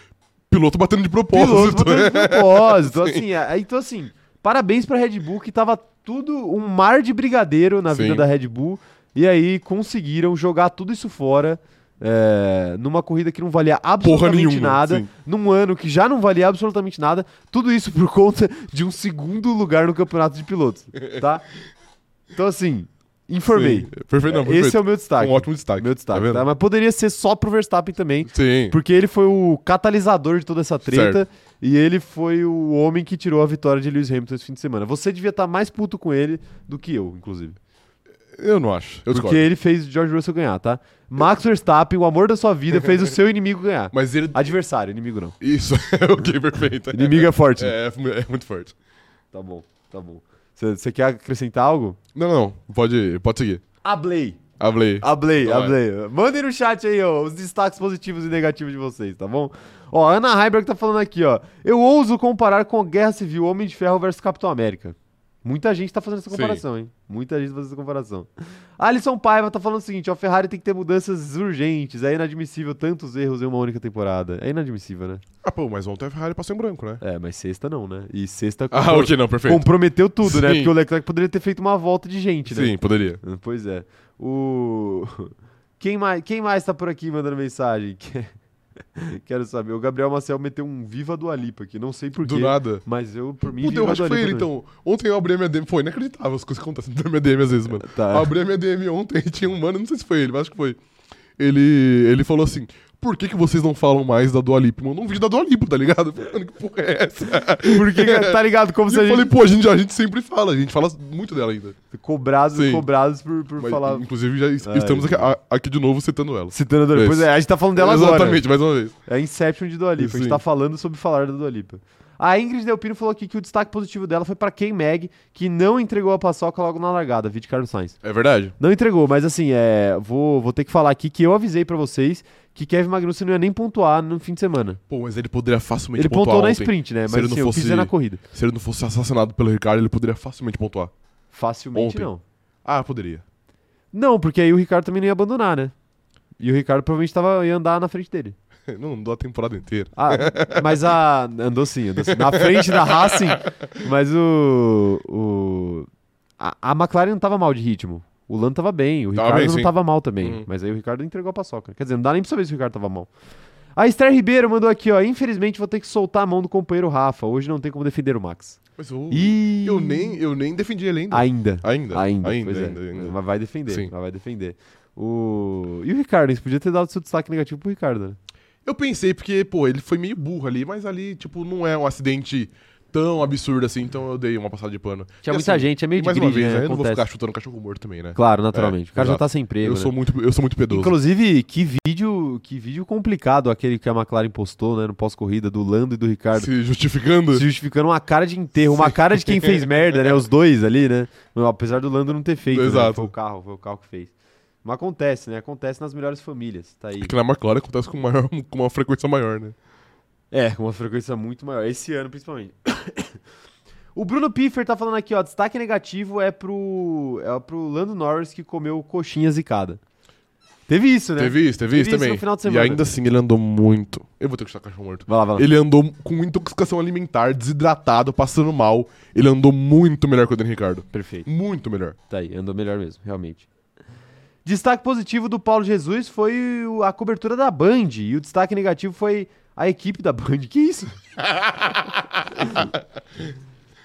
[SPEAKER 2] Piloto batendo de
[SPEAKER 1] piloto
[SPEAKER 2] propósito. né?
[SPEAKER 1] botando de
[SPEAKER 2] [laughs]
[SPEAKER 1] propósito. assim, é, então, assim, parabéns pra Red Bull, que tava tudo um mar de brigadeiro na vida
[SPEAKER 2] Sim.
[SPEAKER 1] da Red Bull. E aí conseguiram jogar tudo isso fora. é, numa corrida que não valia absolutamente
[SPEAKER 2] nenhuma,
[SPEAKER 1] nada,
[SPEAKER 2] sim.
[SPEAKER 1] num ano que já não valia absolutamente nada, tudo isso por conta de um segundo lugar no campeonato de pilotos, tá? Então, assim, informei.
[SPEAKER 2] Sim. Perfeito, não, perfeito.
[SPEAKER 1] Esse é o meu destaque.
[SPEAKER 2] Um ótimo destaque.
[SPEAKER 1] meu destaque,
[SPEAKER 2] Tá vendo?
[SPEAKER 1] tá? Mas poderia ser só pro Verstappen também,
[SPEAKER 2] Sim.
[SPEAKER 1] porque ele foi o catalisador de toda essa treta e ele foi o homem que tirou a vitória de Lewis Hamilton esse fim de semana. Você devia estar mais puto com ele do que eu, inclusive.
[SPEAKER 2] Eu não acho.
[SPEAKER 1] porque
[SPEAKER 2] Eu discordo.
[SPEAKER 1] ele fez o George Russell ganhar, tá? Max Verstappen, o amor da sua vida, fez o seu inimigo ganhar.
[SPEAKER 2] Mas ele.
[SPEAKER 1] Adversário, inimigo não.
[SPEAKER 2] Isso. [laughs] ok, perfeito.
[SPEAKER 1] Inimigo é forte. né?
[SPEAKER 2] É, é muito forte.
[SPEAKER 1] Tá bom, tá bom. Você quer acrescentar algo?
[SPEAKER 2] Não, não, não. Pode, pode seguir.
[SPEAKER 1] Ablei.
[SPEAKER 2] Ablei.
[SPEAKER 1] Ablei,
[SPEAKER 2] Vai.
[SPEAKER 1] ablei. Mandem no chat aí, ó, os destaques positivos e negativos de vocês, tá bom? Ó, a Ana Heiberg tá falando aqui, ó. Eu ouso comparar com a Guerra Civil Homem de Ferro versus Capitão América. Muita gente tá fazendo essa
[SPEAKER 2] Sim.
[SPEAKER 1] comparação, hein? Muita gente tá fazendo essa comparação. Alisson Paiva tá falando o seguinte, ó, Ferrari tem que ter mudanças urgentes, é inadmissível tantos erros em uma única temporada. É inadmissível, né?
[SPEAKER 2] Ah, pô, mas ontem a Ferrari passou em branco, né?
[SPEAKER 1] É, mas sexta não, né? E sexta
[SPEAKER 2] Ah,
[SPEAKER 1] compro-
[SPEAKER 2] ok, não, perfeito.
[SPEAKER 1] comprometeu tudo, né?
[SPEAKER 2] Sim.
[SPEAKER 1] Porque o Leclerc poderia ter feito uma volta de gente, né?
[SPEAKER 2] Sim, poderia.
[SPEAKER 1] [laughs] Pois [laughs] é. O... Quem mais, quem mais tá por aqui mandando mensagem? [laughs] Que- Quero saber. O Gabriel Maciel meteu um Viva do Alipa aqui. Não sei porquê.
[SPEAKER 2] Do nada.
[SPEAKER 1] Mas eu, por mim,
[SPEAKER 2] Puta, eu
[SPEAKER 1] Viva
[SPEAKER 2] acho que
[SPEAKER 1] Dua
[SPEAKER 2] foi ele,
[SPEAKER 1] Lipa também.
[SPEAKER 2] então. Ontem eu abri a minha DM. Foi inacreditável as coisas que acontecem na minha DM às vezes, mano.
[SPEAKER 1] Tá.
[SPEAKER 2] Eu abri a minha DM ontem [laughs] e tinha um mano, não sei se foi ele, mas acho que foi. Ele, ele falou assim: Por que, que vocês não falam mais da Dua Lipa? Mandou um vídeo da Dua Lipa, tá ligado? [laughs] Eu falei, Mano, que porra é essa?
[SPEAKER 1] Porque, tá ligado?
[SPEAKER 2] [laughs]
[SPEAKER 1] Como
[SPEAKER 2] E
[SPEAKER 1] se a
[SPEAKER 2] eu falei,
[SPEAKER 1] gente
[SPEAKER 2] pô, a gente, a gente sempre fala, a gente fala muito dela ainda.
[SPEAKER 1] [laughs] cobrados,
[SPEAKER 2] Sim.
[SPEAKER 1] cobrados por, por
[SPEAKER 2] Mas,
[SPEAKER 1] falar.
[SPEAKER 2] Inclusive, já est-
[SPEAKER 1] Ah,
[SPEAKER 2] estamos aqui, a- aqui de novo citando ela.
[SPEAKER 1] Citando a Dua Lipa.
[SPEAKER 2] Esse.
[SPEAKER 1] Pois é, a gente tá falando dela agora.
[SPEAKER 2] Exatamente, mais uma vez.
[SPEAKER 1] É a Inception de Dua Lipa. A gente
[SPEAKER 2] Sim.
[SPEAKER 1] tá falando sobre falar da Dua Lipa. A Ingrid Delpino falou aqui que o destaque positivo dela foi pra Kay Mag, que não entregou a paçoca logo na largada. Vídeo Carlos Sainz.
[SPEAKER 2] É verdade.
[SPEAKER 1] Não entregou, mas assim, é, vou, vou ter que falar aqui que eu avisei pra vocês que Kevin Magnussen não ia nem pontuar no fim de semana.
[SPEAKER 2] Pô, mas ele poderia facilmente
[SPEAKER 1] ele
[SPEAKER 2] pontuar
[SPEAKER 1] pontuou na
[SPEAKER 2] ontem.
[SPEAKER 1] sprint, né?
[SPEAKER 2] se
[SPEAKER 1] Mas
[SPEAKER 2] ele não
[SPEAKER 1] assim, eu quis
[SPEAKER 2] fosse-
[SPEAKER 1] dizer na corrida.
[SPEAKER 2] Se ele não fosse assassinado pelo Ricardo, ele poderia facilmente pontuar.
[SPEAKER 1] Facilmente
[SPEAKER 2] Ontem.
[SPEAKER 1] não.
[SPEAKER 2] Ah, poderia. [laughs]
[SPEAKER 1] Não, porque aí o Ricardo também não ia abandonar, né? E o Ricardo provavelmente tava, ia andar na frente dele.
[SPEAKER 2] Não, não dá a temporada inteira.
[SPEAKER 1] Ah, mas a. Andou sim, andou sim. Na frente da Racing, mas o. o a, a McLaren não tava mal de ritmo. O Lando tava bem, o
[SPEAKER 2] Tava
[SPEAKER 1] Ricardo
[SPEAKER 2] bem,
[SPEAKER 1] não
[SPEAKER 2] sim.
[SPEAKER 1] tava mal também.
[SPEAKER 2] Uhum.
[SPEAKER 1] Mas aí o Ricardo entregou a paçoca. Quer dizer, não dá nem pra saber se o Ricardo tava mal. A Esther Ribeiro mandou aqui, ó. Infelizmente vou ter que soltar a mão do companheiro Rafa. Hoje não tem como defender o Max.
[SPEAKER 2] Mas eu,
[SPEAKER 1] Ih,
[SPEAKER 2] eu nem, eu nem defendi ele ainda.
[SPEAKER 1] Ainda.
[SPEAKER 2] Ainda.
[SPEAKER 1] Ainda,
[SPEAKER 2] Ainda,
[SPEAKER 1] pois é.
[SPEAKER 2] ainda, ainda.
[SPEAKER 1] Mas vai defender,
[SPEAKER 2] Sim.
[SPEAKER 1] mas vai defender. O... E o Ricardo? Você podia ter dado seu destaque negativo pro Ricardo, né?
[SPEAKER 2] Eu pensei porque, pô, ele foi meio burro ali, mas ali, tipo, não é um acidente tão absurdo assim, então eu dei uma passada de pano.
[SPEAKER 1] Tinha
[SPEAKER 2] E
[SPEAKER 1] muita
[SPEAKER 2] assim,
[SPEAKER 1] gente, é meio
[SPEAKER 2] e
[SPEAKER 1] de
[SPEAKER 2] mais
[SPEAKER 1] grid,
[SPEAKER 2] uma vez,
[SPEAKER 1] né?
[SPEAKER 2] né? Eu não vou
[SPEAKER 1] Acontece.
[SPEAKER 2] ficar chutando cachorro morto também, né?
[SPEAKER 1] Claro, naturalmente. o cara já
[SPEAKER 2] exato.
[SPEAKER 1] tá sem emprego.
[SPEAKER 2] eu,
[SPEAKER 1] né?
[SPEAKER 2] sou muito, eu sou muito pedoso.
[SPEAKER 1] Inclusive, que vídeo, que vídeo complicado aquele que a McLaren postou, né, no pós-corrida do Lando e do Ricardo.
[SPEAKER 2] Se justificando.
[SPEAKER 1] Se justificando uma cara de enterro, uma cara de quem
[SPEAKER 2] [laughs]
[SPEAKER 1] fez merda, né? Os dois ali, né? Apesar do Lando não ter feito, né,
[SPEAKER 2] Exato.
[SPEAKER 1] Foi o carro, foi o carro que fez. Mas acontece, né? Acontece nas melhores famílias. Tá aí.
[SPEAKER 2] É que na McLaren acontece com, maior, [laughs] com uma frequência maior, né?
[SPEAKER 1] É, com uma frequência muito maior. Esse ano, principalmente. [coughs] o Bruno Piffer tá falando aqui, ó. Destaque negativo é pro, é pro Lando Norris que comeu coxinha zicada. Teve isso, né?
[SPEAKER 2] Teve isso, teve
[SPEAKER 1] Teve
[SPEAKER 2] isso
[SPEAKER 1] isso
[SPEAKER 2] também.
[SPEAKER 1] no final de semana.
[SPEAKER 2] E ainda assim ele andou muito. Eu vou ter que chutar cachorro morto.
[SPEAKER 1] Vai lá, vai lá.
[SPEAKER 2] Ele andou com intoxicação alimentar, desidratado, passando mal. Ele andou muito melhor que o Daniel Ricardo.
[SPEAKER 1] Perfeito.
[SPEAKER 2] Muito melhor. É
[SPEAKER 1] Tá aí, andou melhor mesmo, realmente. Destaque positivo do Paulo Jesus foi o- a cobertura da Band. E o destaque negativo foi a equipe da Band. Que
[SPEAKER 2] [laughs]
[SPEAKER 1] isso?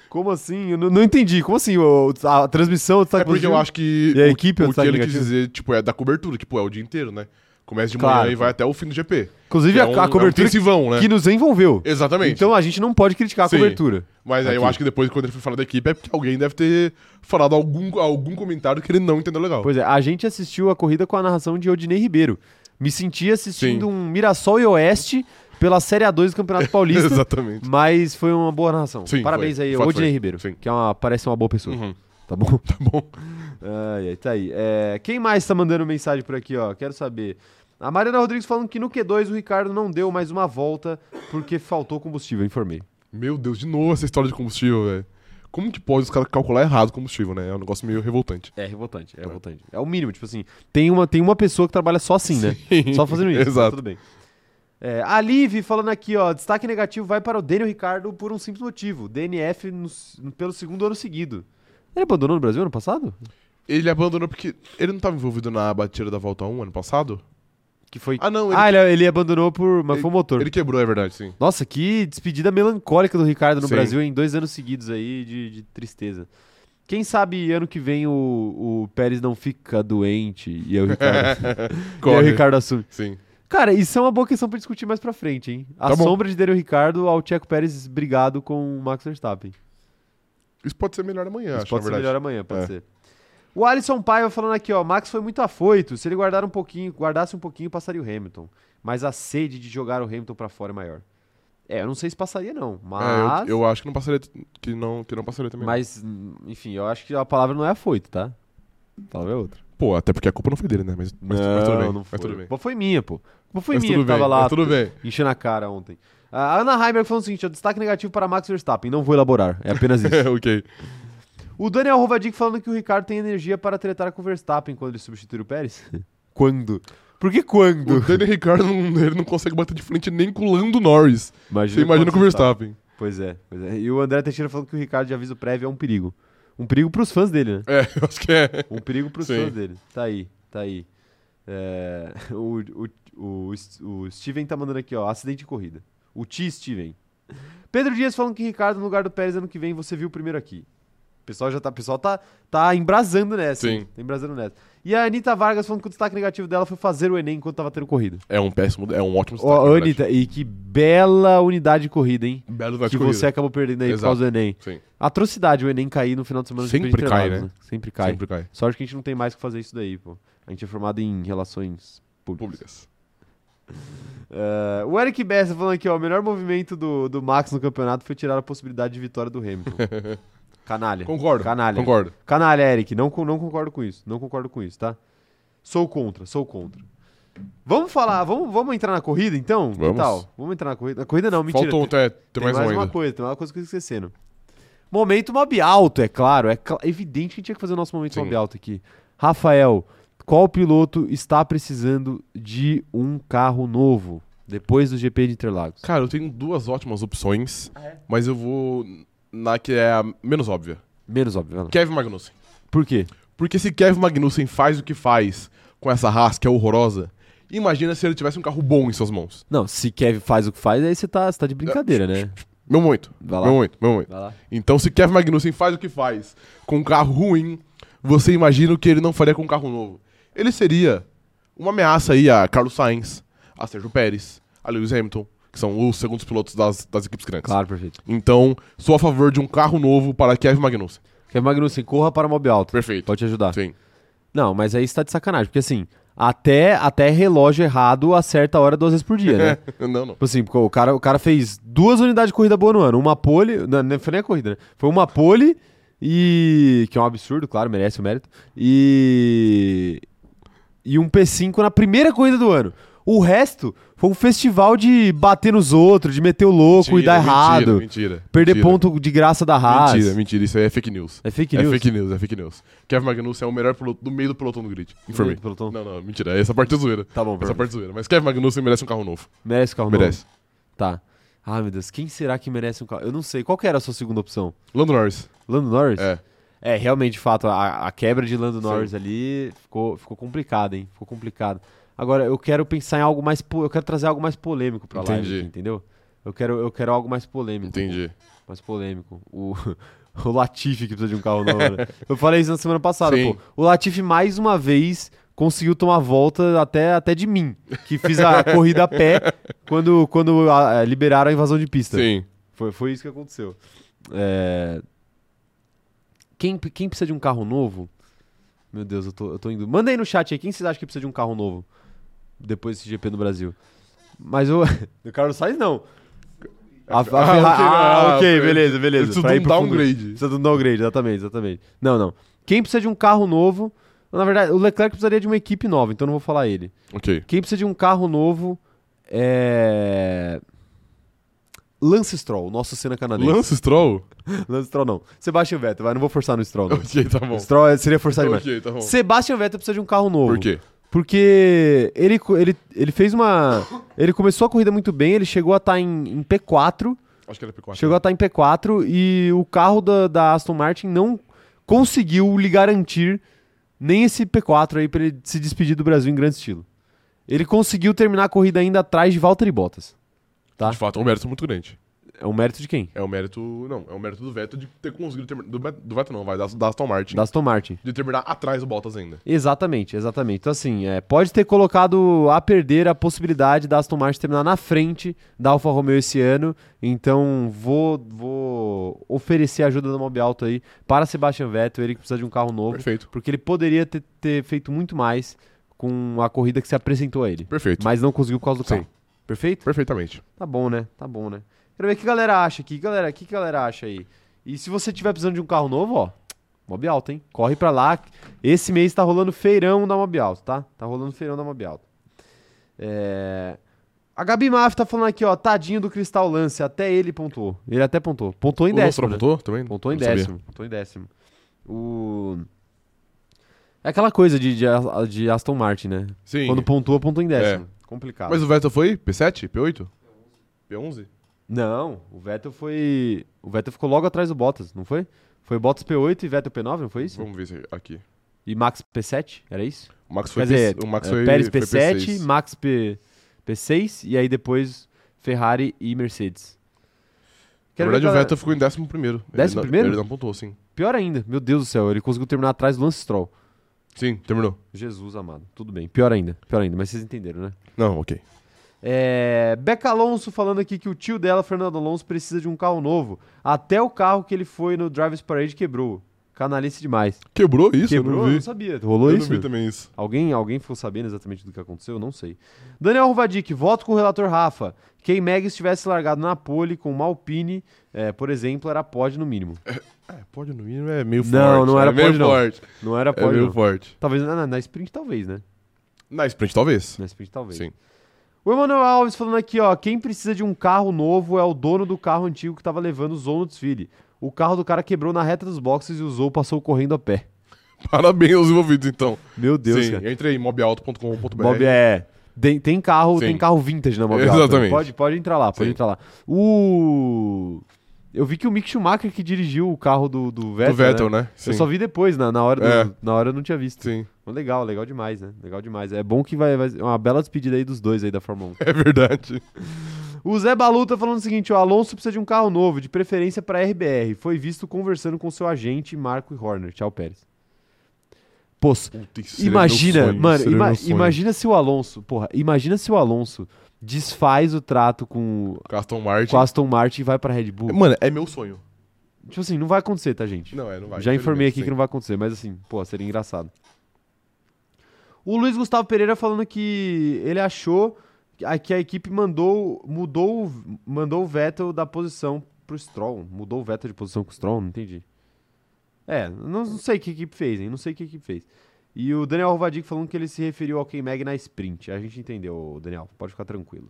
[SPEAKER 1] Como assim? Eu não, não entendi. Como assim? O- a transmissão, o destaque
[SPEAKER 2] É porque
[SPEAKER 1] positivo?
[SPEAKER 2] eu acho que
[SPEAKER 1] E a
[SPEAKER 2] o,
[SPEAKER 1] equipe,
[SPEAKER 2] o
[SPEAKER 1] o
[SPEAKER 2] que
[SPEAKER 1] destaque
[SPEAKER 2] ele quis
[SPEAKER 1] negativo?
[SPEAKER 2] dizer, tipo, é da cobertura, tipo, é o dia inteiro, né? Começa de
[SPEAKER 1] Claro.
[SPEAKER 2] manhã e vai até o fim do GP.
[SPEAKER 1] Inclusive,
[SPEAKER 2] É
[SPEAKER 1] a,
[SPEAKER 2] um-
[SPEAKER 1] a
[SPEAKER 2] é um
[SPEAKER 1] cobertura
[SPEAKER 2] intensivão, né?
[SPEAKER 1] que nos envolveu.
[SPEAKER 2] Exatamente.
[SPEAKER 1] Então a gente não pode criticar a
[SPEAKER 2] Sim.
[SPEAKER 1] cobertura.
[SPEAKER 2] Mas aí eu
[SPEAKER 1] Aqui.
[SPEAKER 2] acho que depois, quando ele foi falar da equipe, é porque alguém deve ter falado algum, algum comentário que ele não entendeu legal.
[SPEAKER 1] Pois é, a gente assistiu a corrida com a narração de Odinei Ribeiro. Me senti assistindo um Mirassol e Oeste pela Série A2 do
[SPEAKER 2] [laughs]
[SPEAKER 1] Campeonato Paulista.
[SPEAKER 2] Exatamente.
[SPEAKER 1] Mas foi uma boa narração.
[SPEAKER 2] Sim,
[SPEAKER 1] Parabéns
[SPEAKER 2] foi.
[SPEAKER 1] aí,
[SPEAKER 2] De fato,
[SPEAKER 1] Odinei
[SPEAKER 2] foi.
[SPEAKER 1] Ribeiro,
[SPEAKER 2] Sim.
[SPEAKER 1] que é uma- parece uma boa pessoa.
[SPEAKER 2] Uhum.
[SPEAKER 1] Tá bom? [laughs]
[SPEAKER 2] Tá bom.
[SPEAKER 1] Ai, ai, tá aí. É, quem mais tá mandando mensagem por aqui, ó? Quero saber. A Mariana Rodrigues falando que no Q2 o Ricardo não deu mais uma volta porque faltou combustível, informei.
[SPEAKER 2] Meu Deus, de novo essa história de combustível, velho. Como que pode os caras calcular errado o combustível, né? É um negócio meio revoltante.
[SPEAKER 1] É revoltante, é
[SPEAKER 2] Tá.
[SPEAKER 1] revoltante. É o mínimo, tipo assim, tem uma, tem uma pessoa que trabalha só assim, né? Só fazendo isso,
[SPEAKER 2] [laughs]
[SPEAKER 1] mas
[SPEAKER 2] Exato.
[SPEAKER 1] tudo bem. É, a Liv falando aqui, ó, destaque negativo vai para o Daniel Ricardo por um simples motivo, DNF no s- pelo segundo ano seguido. Ele abandonou no Brasil ano passado?
[SPEAKER 2] Ele abandonou porque ele não tava envolvido na batida da volta 1 ano passado?
[SPEAKER 1] Que foi
[SPEAKER 2] Ah, não, ele,
[SPEAKER 1] Ah, ele, ele abandonou por. Mas foi o motor.
[SPEAKER 2] ele quebrou, é verdade, sim.
[SPEAKER 1] Nossa, que despedida melancólica do Ricardo no
[SPEAKER 2] Sim.
[SPEAKER 1] Brasil em dois anos seguidos aí de, de tristeza. Quem sabe ano que vem o, o Pérez não fica doente e aí o
[SPEAKER 2] [laughs]
[SPEAKER 1] Ricardo, e aí o
[SPEAKER 2] Corre.
[SPEAKER 1] Ricardo assume.
[SPEAKER 2] Sim.
[SPEAKER 1] Cara, isso é uma boa questão pra discutir mais pra frente, hein? A
[SPEAKER 2] Tá bom.
[SPEAKER 1] sombra de Daniel Ricardo ao Tcheco Pérez brigado com o Max Verstappen.
[SPEAKER 2] Isso pode ser melhor amanhã,
[SPEAKER 1] Isso
[SPEAKER 2] acho,
[SPEAKER 1] pode
[SPEAKER 2] na
[SPEAKER 1] ser
[SPEAKER 2] verdade.
[SPEAKER 1] melhor amanhã, pode
[SPEAKER 2] É.
[SPEAKER 1] ser. O Alisson Paiva falando aqui, ó, Max foi muito afoito. Se ele guardar um pouquinho, guardasse um pouquinho, passaria o Hamilton. Mas a sede de jogar o Hamilton pra fora é maior. É, eu não sei se passaria não, mas
[SPEAKER 2] É, eu, eu acho que não passaria, que não, que não passaria também.
[SPEAKER 1] mas hum, enfim, eu acho que a palavra não é afoito, tá? A palavra é outra.
[SPEAKER 2] Pô, até porque a culpa não foi dele, né? Mas, mas, mas tudo bem.
[SPEAKER 1] foi.
[SPEAKER 2] mas tudo bem.
[SPEAKER 1] Mas foi minha, pô. A culpa foi
[SPEAKER 2] Mas
[SPEAKER 1] minha
[SPEAKER 2] tudo
[SPEAKER 1] que tava
[SPEAKER 2] bem,
[SPEAKER 1] lá
[SPEAKER 2] mas tudo bem.
[SPEAKER 1] enchendo a cara ontem. A Ana Heimer falando o seguinte, ó, destaque negativo para Max Verstappen, não vou elaborar, é apenas
[SPEAKER 2] [laughs]
[SPEAKER 1] isso.
[SPEAKER 2] É, ok.
[SPEAKER 1] O Daniel Rovadic falando que o Ricardo tem energia para tretar com o Verstappen quando ele substituir o
[SPEAKER 2] [laughs]
[SPEAKER 1] Pérez? quando? Por que [laughs]
[SPEAKER 2] O
[SPEAKER 1] quando?
[SPEAKER 2] Daniel Ricardo [laughs] não, ele não consegue bater de frente nem com o Lando Norris. Você imagina
[SPEAKER 1] quando
[SPEAKER 2] com o Verstappen.
[SPEAKER 1] Pois é, pois é. E o André Teixeira falando que o Ricardo de aviso prévio é um perigo. Um perigo pros fãs dele, né?
[SPEAKER 2] É, [laughs] eu acho que é.
[SPEAKER 1] Um perigo pros
[SPEAKER 2] Sim.
[SPEAKER 1] fãs dele. Tá aí, tá aí. É, [laughs] o, o, o, o Steven tá mandando aqui, ó, acidente de corrida. O T. Steven. Pedro Dias falando que Ricardo no lugar do Pérez ano que vem você viu primeiro aqui. O pessoal já tá, o pessoal tá, tá embrasando nessa.
[SPEAKER 2] Sim.
[SPEAKER 1] hein? Tá embrasando nessa. E a Anitta Vargas falando que o destaque negativo dela foi fazer o Enem enquanto tava tendo corrida.
[SPEAKER 2] É um péssimo, é um ótimo
[SPEAKER 1] Ó,
[SPEAKER 2] destaque, na verdade.
[SPEAKER 1] Anitta, e que bela unidade de corrida, hein?
[SPEAKER 2] Belo destaque
[SPEAKER 1] que
[SPEAKER 2] Tá corrida.
[SPEAKER 1] você é acabou perdendo aí por
[SPEAKER 2] Exato.
[SPEAKER 1] causa do Enem.
[SPEAKER 2] Sim,
[SPEAKER 1] Atrocidade o Enem cair no final de semana. depois de
[SPEAKER 2] Sempre cai,
[SPEAKER 1] internados,
[SPEAKER 2] né?
[SPEAKER 1] Sempre cai.
[SPEAKER 2] sempre cai.
[SPEAKER 1] Sorte que a gente não tem mais que fazer isso daí, pô. A gente é formado em relações públicas.
[SPEAKER 2] Públicas.
[SPEAKER 1] É, o Eric Bessa falando aqui, ó, o melhor movimento do, do Max no campeonato foi tirar a possibilidade de vitória do
[SPEAKER 2] [laughs]
[SPEAKER 1] Hamilton. Canalha.
[SPEAKER 2] Concordo.
[SPEAKER 1] Canalha.
[SPEAKER 2] Concordo.
[SPEAKER 1] Canalha, Eric. Não, con- não concordo com isso. Não concordo com isso, tá? Sou contra, sou contra. Vamos falar, vamos, vamos entrar na corrida então? Que
[SPEAKER 2] Vamos.
[SPEAKER 1] tal? Vamos entrar na corrida. Na corrida não, mentira.
[SPEAKER 2] Faltou um, é, tem,
[SPEAKER 1] Tem
[SPEAKER 2] mais, um
[SPEAKER 1] uma
[SPEAKER 2] ainda.
[SPEAKER 1] coisa, tem uma coisa que eu tô esquecendo. Momento mob alto, é claro. É cla- evidente que tinha que fazer o nosso momento
[SPEAKER 2] Sim.
[SPEAKER 1] mob alto aqui. Rafael, qual piloto está precisando de um carro novo depois do GP de Interlagos?
[SPEAKER 2] Cara, eu tenho duas ótimas opções, mas eu vou na que é a menos óbvia.
[SPEAKER 1] Menos óbvio, vai lá.
[SPEAKER 2] Kevin Magnussen.
[SPEAKER 1] Por quê?
[SPEAKER 2] Porque se Kevin Magnussen faz o que faz com essa Haas, que é horrorosa, imagina se ele tivesse um carro bom em suas mãos.
[SPEAKER 1] Não, se Kevin faz o que faz, aí você tá, você tá de brincadeira, [laughs] né?
[SPEAKER 2] Meu muito.
[SPEAKER 1] Vai lá.
[SPEAKER 2] Meu muito, meu muito.
[SPEAKER 1] Vai lá.
[SPEAKER 2] Então, se Kevin Magnussen faz o que faz com um carro ruim, você imagina o que ele não faria com um carro novo. Ele seria uma ameaça aí a Carlos Sainz, a Sérgio Pérez, a Lewis Hamilton, que são os segundos pilotos das, das equipes grandes.
[SPEAKER 1] Claro, perfeito.
[SPEAKER 2] Então, sou a favor de um carro novo para Kevin Magnussen.
[SPEAKER 1] Kevin Magnussen, corra para o mob alto.
[SPEAKER 2] Perfeito.
[SPEAKER 1] Pode te ajudar.
[SPEAKER 2] Sim.
[SPEAKER 1] Não, mas aí você tá de sacanagem, porque assim, até, até relógio errado acerta a hora duas vezes por dia, né?
[SPEAKER 2] [laughs] não, não.
[SPEAKER 1] Tipo assim, porque o cara, o cara fez duas unidades de corrida boa no ano. Uma pole. Não, não foi nem a corrida, né? Foi uma pole e. Que é um absurdo, claro, merece o mérito. E. E um P5 na primeira corrida do ano. O resto foi um festival de bater nos outros, de meter o louco e dar errado.
[SPEAKER 2] Mentira.
[SPEAKER 1] perder
[SPEAKER 2] mentira.
[SPEAKER 1] ponto de graça da Haas.
[SPEAKER 2] Mentira, mentira. Isso aí é fake news.
[SPEAKER 1] É fake news.
[SPEAKER 2] É fake news, é fake news. Kevin Magnussen é o melhor piloto do meio do pelotão do grid. Informei.
[SPEAKER 1] Do pelotão?
[SPEAKER 2] Não, não, mentira. Essa parte é zoeira.
[SPEAKER 1] Tá bom,
[SPEAKER 2] Essa
[SPEAKER 1] perfeito.
[SPEAKER 2] parte é zoeira. Mas Kevin Magnussen merece um carro novo.
[SPEAKER 1] Merece o carro novo?
[SPEAKER 2] Merece.
[SPEAKER 1] Tá. Ah, meu Deus, quem será que merece um carro? Eu não sei. Qual que era a sua segunda opção?
[SPEAKER 2] Lando Norris.
[SPEAKER 1] Lando Norris?
[SPEAKER 2] É.
[SPEAKER 1] É, realmente, de fato, a, a quebra de Lando
[SPEAKER 2] Sim.
[SPEAKER 1] Norris ali ficou, ficou complicada, hein? Ficou complicado. Agora, eu quero pensar em algo mais. po- Eu quero trazer algo mais polêmico pra lá,
[SPEAKER 2] Entendi.
[SPEAKER 1] entendeu? Eu quero, eu quero algo mais polêmico.
[SPEAKER 2] Entendi.
[SPEAKER 1] Mais polêmico. O, [laughs] o Latifi que precisa de um carro novo.
[SPEAKER 2] [laughs]
[SPEAKER 1] né? Eu falei isso na semana passada,
[SPEAKER 2] Sim.
[SPEAKER 1] pô. O Latifi, mais uma vez, conseguiu tomar volta até, até de mim, que fiz a [laughs] corrida a pé quando, quando ah, liberaram a invasão de pista.
[SPEAKER 2] Sim.
[SPEAKER 1] Foi, foi isso que aconteceu. É, Quem, quem precisa de um carro novo? Meu Deus, eu tô, eu tô indo. Manda aí no chat aí, quem vocês acham que precisa de um carro novo depois desse GP no Brasil? Mas o. [laughs] Do Carlos Sainz, não. A, a Ferrari-
[SPEAKER 2] ok,
[SPEAKER 1] ah,
[SPEAKER 2] ah,
[SPEAKER 1] ok,
[SPEAKER 2] beleza.
[SPEAKER 1] beleza, beleza.
[SPEAKER 2] Precisa
[SPEAKER 1] Pra
[SPEAKER 2] de
[SPEAKER 1] ir
[SPEAKER 2] um
[SPEAKER 1] pro fundo-
[SPEAKER 2] downgrade.
[SPEAKER 1] Precisa de um downgrade, exatamente, exatamente. Não, não. Quem precisa de um carro novo. Na verdade, o Leclerc precisaria de uma equipe nova, então eu não vou falar ele.
[SPEAKER 2] Ok.
[SPEAKER 1] Quem precisa de um carro novo é. Lance Stroll, nosso cena canadense.
[SPEAKER 2] Lance Stroll?
[SPEAKER 1] [laughs] Tá Lance Stroll não. Sebastian Vettel, vai, não vou forçar no Stroll. Não.
[SPEAKER 2] ok, tá [laughs] bom.
[SPEAKER 1] Stroll é- seria forçar demais.
[SPEAKER 2] Ok, tá bom.
[SPEAKER 1] Sebastian Vettel precisa de um carro novo.
[SPEAKER 2] Por quê?
[SPEAKER 1] Porque ele, co- ele, ele fez uma. Ele começou a corrida muito bem, ele chegou a estar em, em P4.
[SPEAKER 2] Acho que era P4.
[SPEAKER 1] Chegou a estar em P4 e o carro da, da Aston Martin não conseguiu lhe garantir nem esse P4 aí pra ele se despedir do Brasil em grande estilo. Ele conseguiu terminar a corrida ainda atrás de Valtteri Bottas. tá.
[SPEAKER 2] De fato, é um mérito muito grande.
[SPEAKER 1] É um mérito de quem?
[SPEAKER 2] É um mérito. Não, é um mérito do Vettel de ter conseguido terminar. Do, Vet- do Vettel não, vai, da, da Aston Martin.
[SPEAKER 1] Da Aston Martin.
[SPEAKER 2] De terminar atrás do Bottas ainda.
[SPEAKER 1] Exatamente, exatamente. Então, assim, é, pode ter colocado a perder a possibilidade da Aston Martin terminar na frente da Alfa Romeo esse ano. Então, vou, vou oferecer a ajuda do Mob Alto aí para Sebastian Vettel, ele que precisa de um carro novo.
[SPEAKER 2] Perfeito.
[SPEAKER 1] Porque ele poderia ter, ter feito muito mais com a corrida que se apresentou a ele.
[SPEAKER 2] Perfeito.
[SPEAKER 1] Mas não conseguiu por causa do
[SPEAKER 2] Sim.
[SPEAKER 1] carro. Perfeito?
[SPEAKER 2] Perfeitamente.
[SPEAKER 1] Tá bom, né? Tá bom, né? Quero ver o que a galera acha aqui. Galera, o que a galera acha aí? E se você tiver precisando de um carro novo, ó, Mob Alto, hein? Corre pra lá. Esse mês tá rolando feirão da Mob Alto, tá? Tá rolando feirão da Mob Alto. É... A Gabi Maff tá falando aqui, ó, tadinho do Cristal Lance. Até ele pontuou. Ele até pontuou. Pontuou em
[SPEAKER 2] o Lance
[SPEAKER 1] décimo,
[SPEAKER 2] Stroll
[SPEAKER 1] né?
[SPEAKER 2] pontuou também?
[SPEAKER 1] Pontou em
[SPEAKER 2] Não sabia.
[SPEAKER 1] décimo. Pontou em décimo. O... É aquela coisa de, de, A- de Aston Martin, né?
[SPEAKER 2] Sim. É.
[SPEAKER 1] Quando pontua, pontua em décimo. Complicado.
[SPEAKER 2] Mas o Vettel foi P7? P8? P11?
[SPEAKER 1] Não, o Vettel foi... O Vettel ficou logo atrás do Bottas, não foi? Foi Bottas P8 e Vettel P9, não foi isso?
[SPEAKER 2] Vamos ver se- aqui.
[SPEAKER 1] e Max P7, era isso?
[SPEAKER 2] O Max
[SPEAKER 1] Quer
[SPEAKER 2] foi,
[SPEAKER 1] dizer,
[SPEAKER 2] P- o Max
[SPEAKER 1] é,
[SPEAKER 2] foi,
[SPEAKER 1] Pérez
[SPEAKER 2] foi
[SPEAKER 1] P7,
[SPEAKER 2] P6.
[SPEAKER 1] Max P, P6 e aí depois Ferrari e Mercedes.
[SPEAKER 2] Na
[SPEAKER 1] Quero ver
[SPEAKER 2] verdade, o
[SPEAKER 1] qual é-
[SPEAKER 2] Vettel ficou em décimo primeiro.
[SPEAKER 1] Décimo
[SPEAKER 2] ele, não-
[SPEAKER 1] primeiro?
[SPEAKER 2] Ele não pontuou, sim.
[SPEAKER 1] Pior ainda, meu Deus do céu, ele conseguiu terminar atrás do Lance Stroll.
[SPEAKER 2] Sim, terminou.
[SPEAKER 1] Jesus amado, tudo bem, pior ainda, pior ainda, mas vocês entenderam, né?
[SPEAKER 2] Não, ok.
[SPEAKER 1] É, Beca Alonso falando aqui que o tio dela, Fernando Alonso, precisa de um carro novo. Até o carro que ele foi no Drivers Parade quebrou. Canalice demais.
[SPEAKER 2] Quebrou isso?
[SPEAKER 1] quebrou?
[SPEAKER 2] eu não vi.
[SPEAKER 1] sabia. Rolou
[SPEAKER 2] eu
[SPEAKER 1] isso?
[SPEAKER 2] não vi também isso.
[SPEAKER 1] Alguém, alguém ficou sabendo exatamente do que aconteceu? Eu Não sei. Daniel Rovadic, voto com o relator Rafa. Quem Mags tivesse largado na pole com uma Alpine, é, por exemplo, era pod no mínimo.
[SPEAKER 2] É, pode no mínimo é meio forte.
[SPEAKER 1] Não, não era
[SPEAKER 2] é meio
[SPEAKER 1] pode, não.
[SPEAKER 2] forte.
[SPEAKER 1] Não era
[SPEAKER 2] É
[SPEAKER 1] pod,
[SPEAKER 2] meio
[SPEAKER 1] não.
[SPEAKER 2] forte.
[SPEAKER 1] Talvez na, na sprint, talvez, né?
[SPEAKER 2] Na sprint, talvez.
[SPEAKER 1] Na sprint, talvez.
[SPEAKER 2] Sim. [laughs]
[SPEAKER 1] O Emanuel Alves falando aqui, ó. Quem precisa de um carro novo é o dono do carro antigo que tava levando o Zou no desfile. O carro do cara quebrou na reta dos boxes e o Zou passou correndo a pé.
[SPEAKER 2] Parabéns aos envolvidos, então.
[SPEAKER 1] Meu Deus,
[SPEAKER 2] sim,
[SPEAKER 1] cara.
[SPEAKER 2] eu entrei em mobalto.com.br.
[SPEAKER 1] Bob é. Tem, tem carro,
[SPEAKER 2] Sim.
[SPEAKER 1] tem carro vintage na Mob Alta.
[SPEAKER 2] Exatamente.
[SPEAKER 1] Pode, pode entrar lá, pode
[SPEAKER 2] Sim.
[SPEAKER 1] entrar lá. O Eu vi que o Mick Schumacher que dirigiu o carro do, do Vettel,
[SPEAKER 2] do Vettel,
[SPEAKER 1] né?
[SPEAKER 2] né? Sim.
[SPEAKER 1] Eu só vi depois, na, na hora do-
[SPEAKER 2] É.
[SPEAKER 1] na hora eu não tinha visto.
[SPEAKER 2] Sim, [laughs]
[SPEAKER 1] Mas Legal, legal demais, né? Legal demais. É bom que vai, vai uma bela despedida aí dos dois aí da Fórmula 1.
[SPEAKER 2] é verdade.
[SPEAKER 1] O Zé Balu tá falando o seguinte: o Alonso precisa de um carro novo, de preferência pra RBR. Foi visto conversando com seu agente, Marco e Horner. Tchau, Pérez. Pô,
[SPEAKER 2] Puta, isso seria
[SPEAKER 1] imagina,
[SPEAKER 2] meu sonho,
[SPEAKER 1] mano,
[SPEAKER 2] seria
[SPEAKER 1] ima-
[SPEAKER 2] meu sonho.
[SPEAKER 1] imagina se o Alonso, porra, imagina se o Alonso desfaz o trato com,
[SPEAKER 2] Com Aston Martin.
[SPEAKER 1] com a Aston Martin e vai pra Red Bull.
[SPEAKER 2] Mano, é meu sonho.
[SPEAKER 1] Tipo assim, não vai acontecer, tá, gente?
[SPEAKER 2] Não, é, não vai.
[SPEAKER 1] Já informei aqui que
[SPEAKER 2] infelizmente,
[SPEAKER 1] não vai acontecer, mas assim, pô, seria engraçado. O Luiz Gustavo Pereira falando que ele achou que a, que a equipe mandou, mudou, o- mandou o Vettel da posição pro Stroll. Mudou o Vettel de posição com o Stroll, não entendi. É, não, não sei o que a equipe fez, hein? Não sei o que a equipe fez. E o Daniel Rovadic falando que ele se referiu ao K-Mag na sprint. A gente entendeu, Daniel. Pode ficar tranquilo.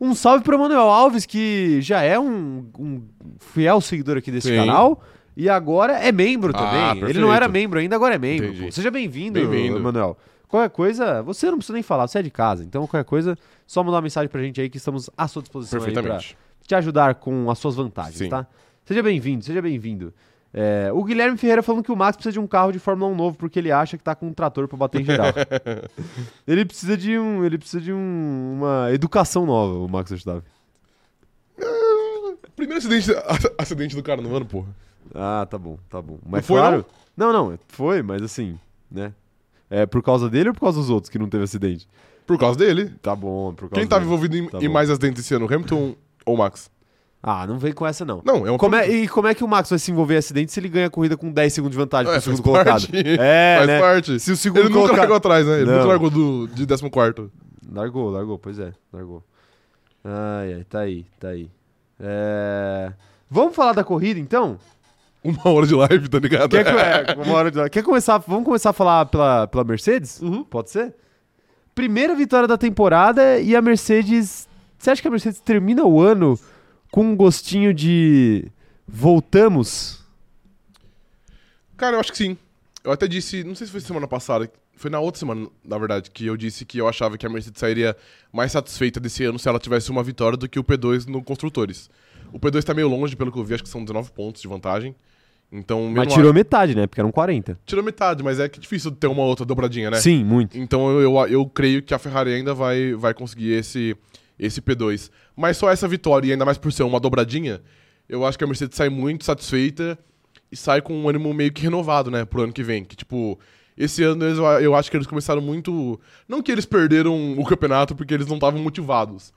[SPEAKER 1] Um salve pro Manuel Alves, que já é um, um fiel seguidor aqui desse
[SPEAKER 2] Sim.
[SPEAKER 1] canal. E agora é membro
[SPEAKER 2] Ah,
[SPEAKER 1] também. ele
[SPEAKER 2] perfeito.
[SPEAKER 1] não era membro ainda, agora é membro.
[SPEAKER 2] Entendi.
[SPEAKER 1] pô. Seja bem-vindo,
[SPEAKER 2] Bem-vindo.
[SPEAKER 1] Manuel. Qualquer coisa, você não precisa nem falar, você é de casa. Então, qualquer coisa, só mandar uma mensagem pra gente aí que estamos à sua disposição aí pra
[SPEAKER 2] Perfeitamente.
[SPEAKER 1] te ajudar com as suas vantagens,
[SPEAKER 2] Sim.
[SPEAKER 1] tá? Seja bem-vindo, seja bem-vindo. É, o Guilherme Ferreira falando que o Max precisa de um carro de Fórmula 1 novo porque ele acha que tá com um trator pra bater em
[SPEAKER 2] [laughs]
[SPEAKER 1] geral. ele precisa de um, ele precisa de um- uma educação nova, o Max Verstappen.
[SPEAKER 2] Primeiro acidente, [laughs] a- acidente do cara no ano, porra.
[SPEAKER 1] Ah, tá bom, tá bom. Mas
[SPEAKER 2] Não foi,
[SPEAKER 1] claro. Não? não, foi, mas assim, né? É por causa dele ou por causa dos outros que não teve acidente?
[SPEAKER 2] Por causa dele.
[SPEAKER 1] Tá bom, por causa
[SPEAKER 2] Quem tava
[SPEAKER 1] dele.
[SPEAKER 2] envolvido em,
[SPEAKER 1] Tá
[SPEAKER 2] em
[SPEAKER 1] bom.
[SPEAKER 2] mais acidentes esse ano, Hamilton ou Max?
[SPEAKER 1] Ah, não vem com essa não.
[SPEAKER 2] Não, é uma
[SPEAKER 1] Como é-
[SPEAKER 2] pergunta.
[SPEAKER 1] e como é que o Max vai se envolver em acidente se ele ganha a corrida com 10 segundos de vantagem
[SPEAKER 2] É,
[SPEAKER 1] pro
[SPEAKER 2] faz
[SPEAKER 1] segundo
[SPEAKER 2] parte.
[SPEAKER 1] colocado?
[SPEAKER 2] [laughs]
[SPEAKER 1] É,
[SPEAKER 2] Faz
[SPEAKER 1] né?
[SPEAKER 2] parte.
[SPEAKER 1] Se o segundo
[SPEAKER 2] Ele nunca
[SPEAKER 1] colocado-
[SPEAKER 2] largou atrás, né? Ele
[SPEAKER 1] Não.
[SPEAKER 2] nunca largou do, de 14.
[SPEAKER 1] Largou, largou, pois é, largou. Ai, ai, tá aí, tá aí. É, Vamos falar da corrida então?
[SPEAKER 2] Uma hora de live, tá ligado?
[SPEAKER 1] Quer, co- é, uma hora de- Quer começar? Vamos começar a falar pela, pela Mercedes? Pode ser? Primeira vitória da temporada e a Mercedes. Você acha que a Mercedes termina o ano com um gostinho de voltamos?
[SPEAKER 2] Cara, eu acho que sim. Eu até disse, não sei se foi semana passada, foi na outra semana, na verdade, que eu disse que eu achava que a Mercedes sairia mais satisfeita desse ano se ela tivesse uma vitória do que o P2 no Construtores. O P2 tá meio longe, pelo que eu vi, acho que são 19 pontos de vantagem. Então, mesmo
[SPEAKER 1] Mas tirou metade, né? Porque eram 40.
[SPEAKER 2] a- tirou metade, mas é que é difícil ter uma outra dobradinha, né?
[SPEAKER 1] Sim, muito.
[SPEAKER 2] Então eu, eu, eu creio que a Ferrari ainda vai, vai conseguir esse, esse P2. Mas só essa vitória, e ainda mais por ser uma dobradinha, eu acho que a Mercedes sai muito satisfeita e sai com um ânimo meio que renovado, né, pro ano que vem. Que, tipo, esse ano eles, eu acho que eles começaram muito. Não que eles perderam o campeonato porque eles não estavam motivados.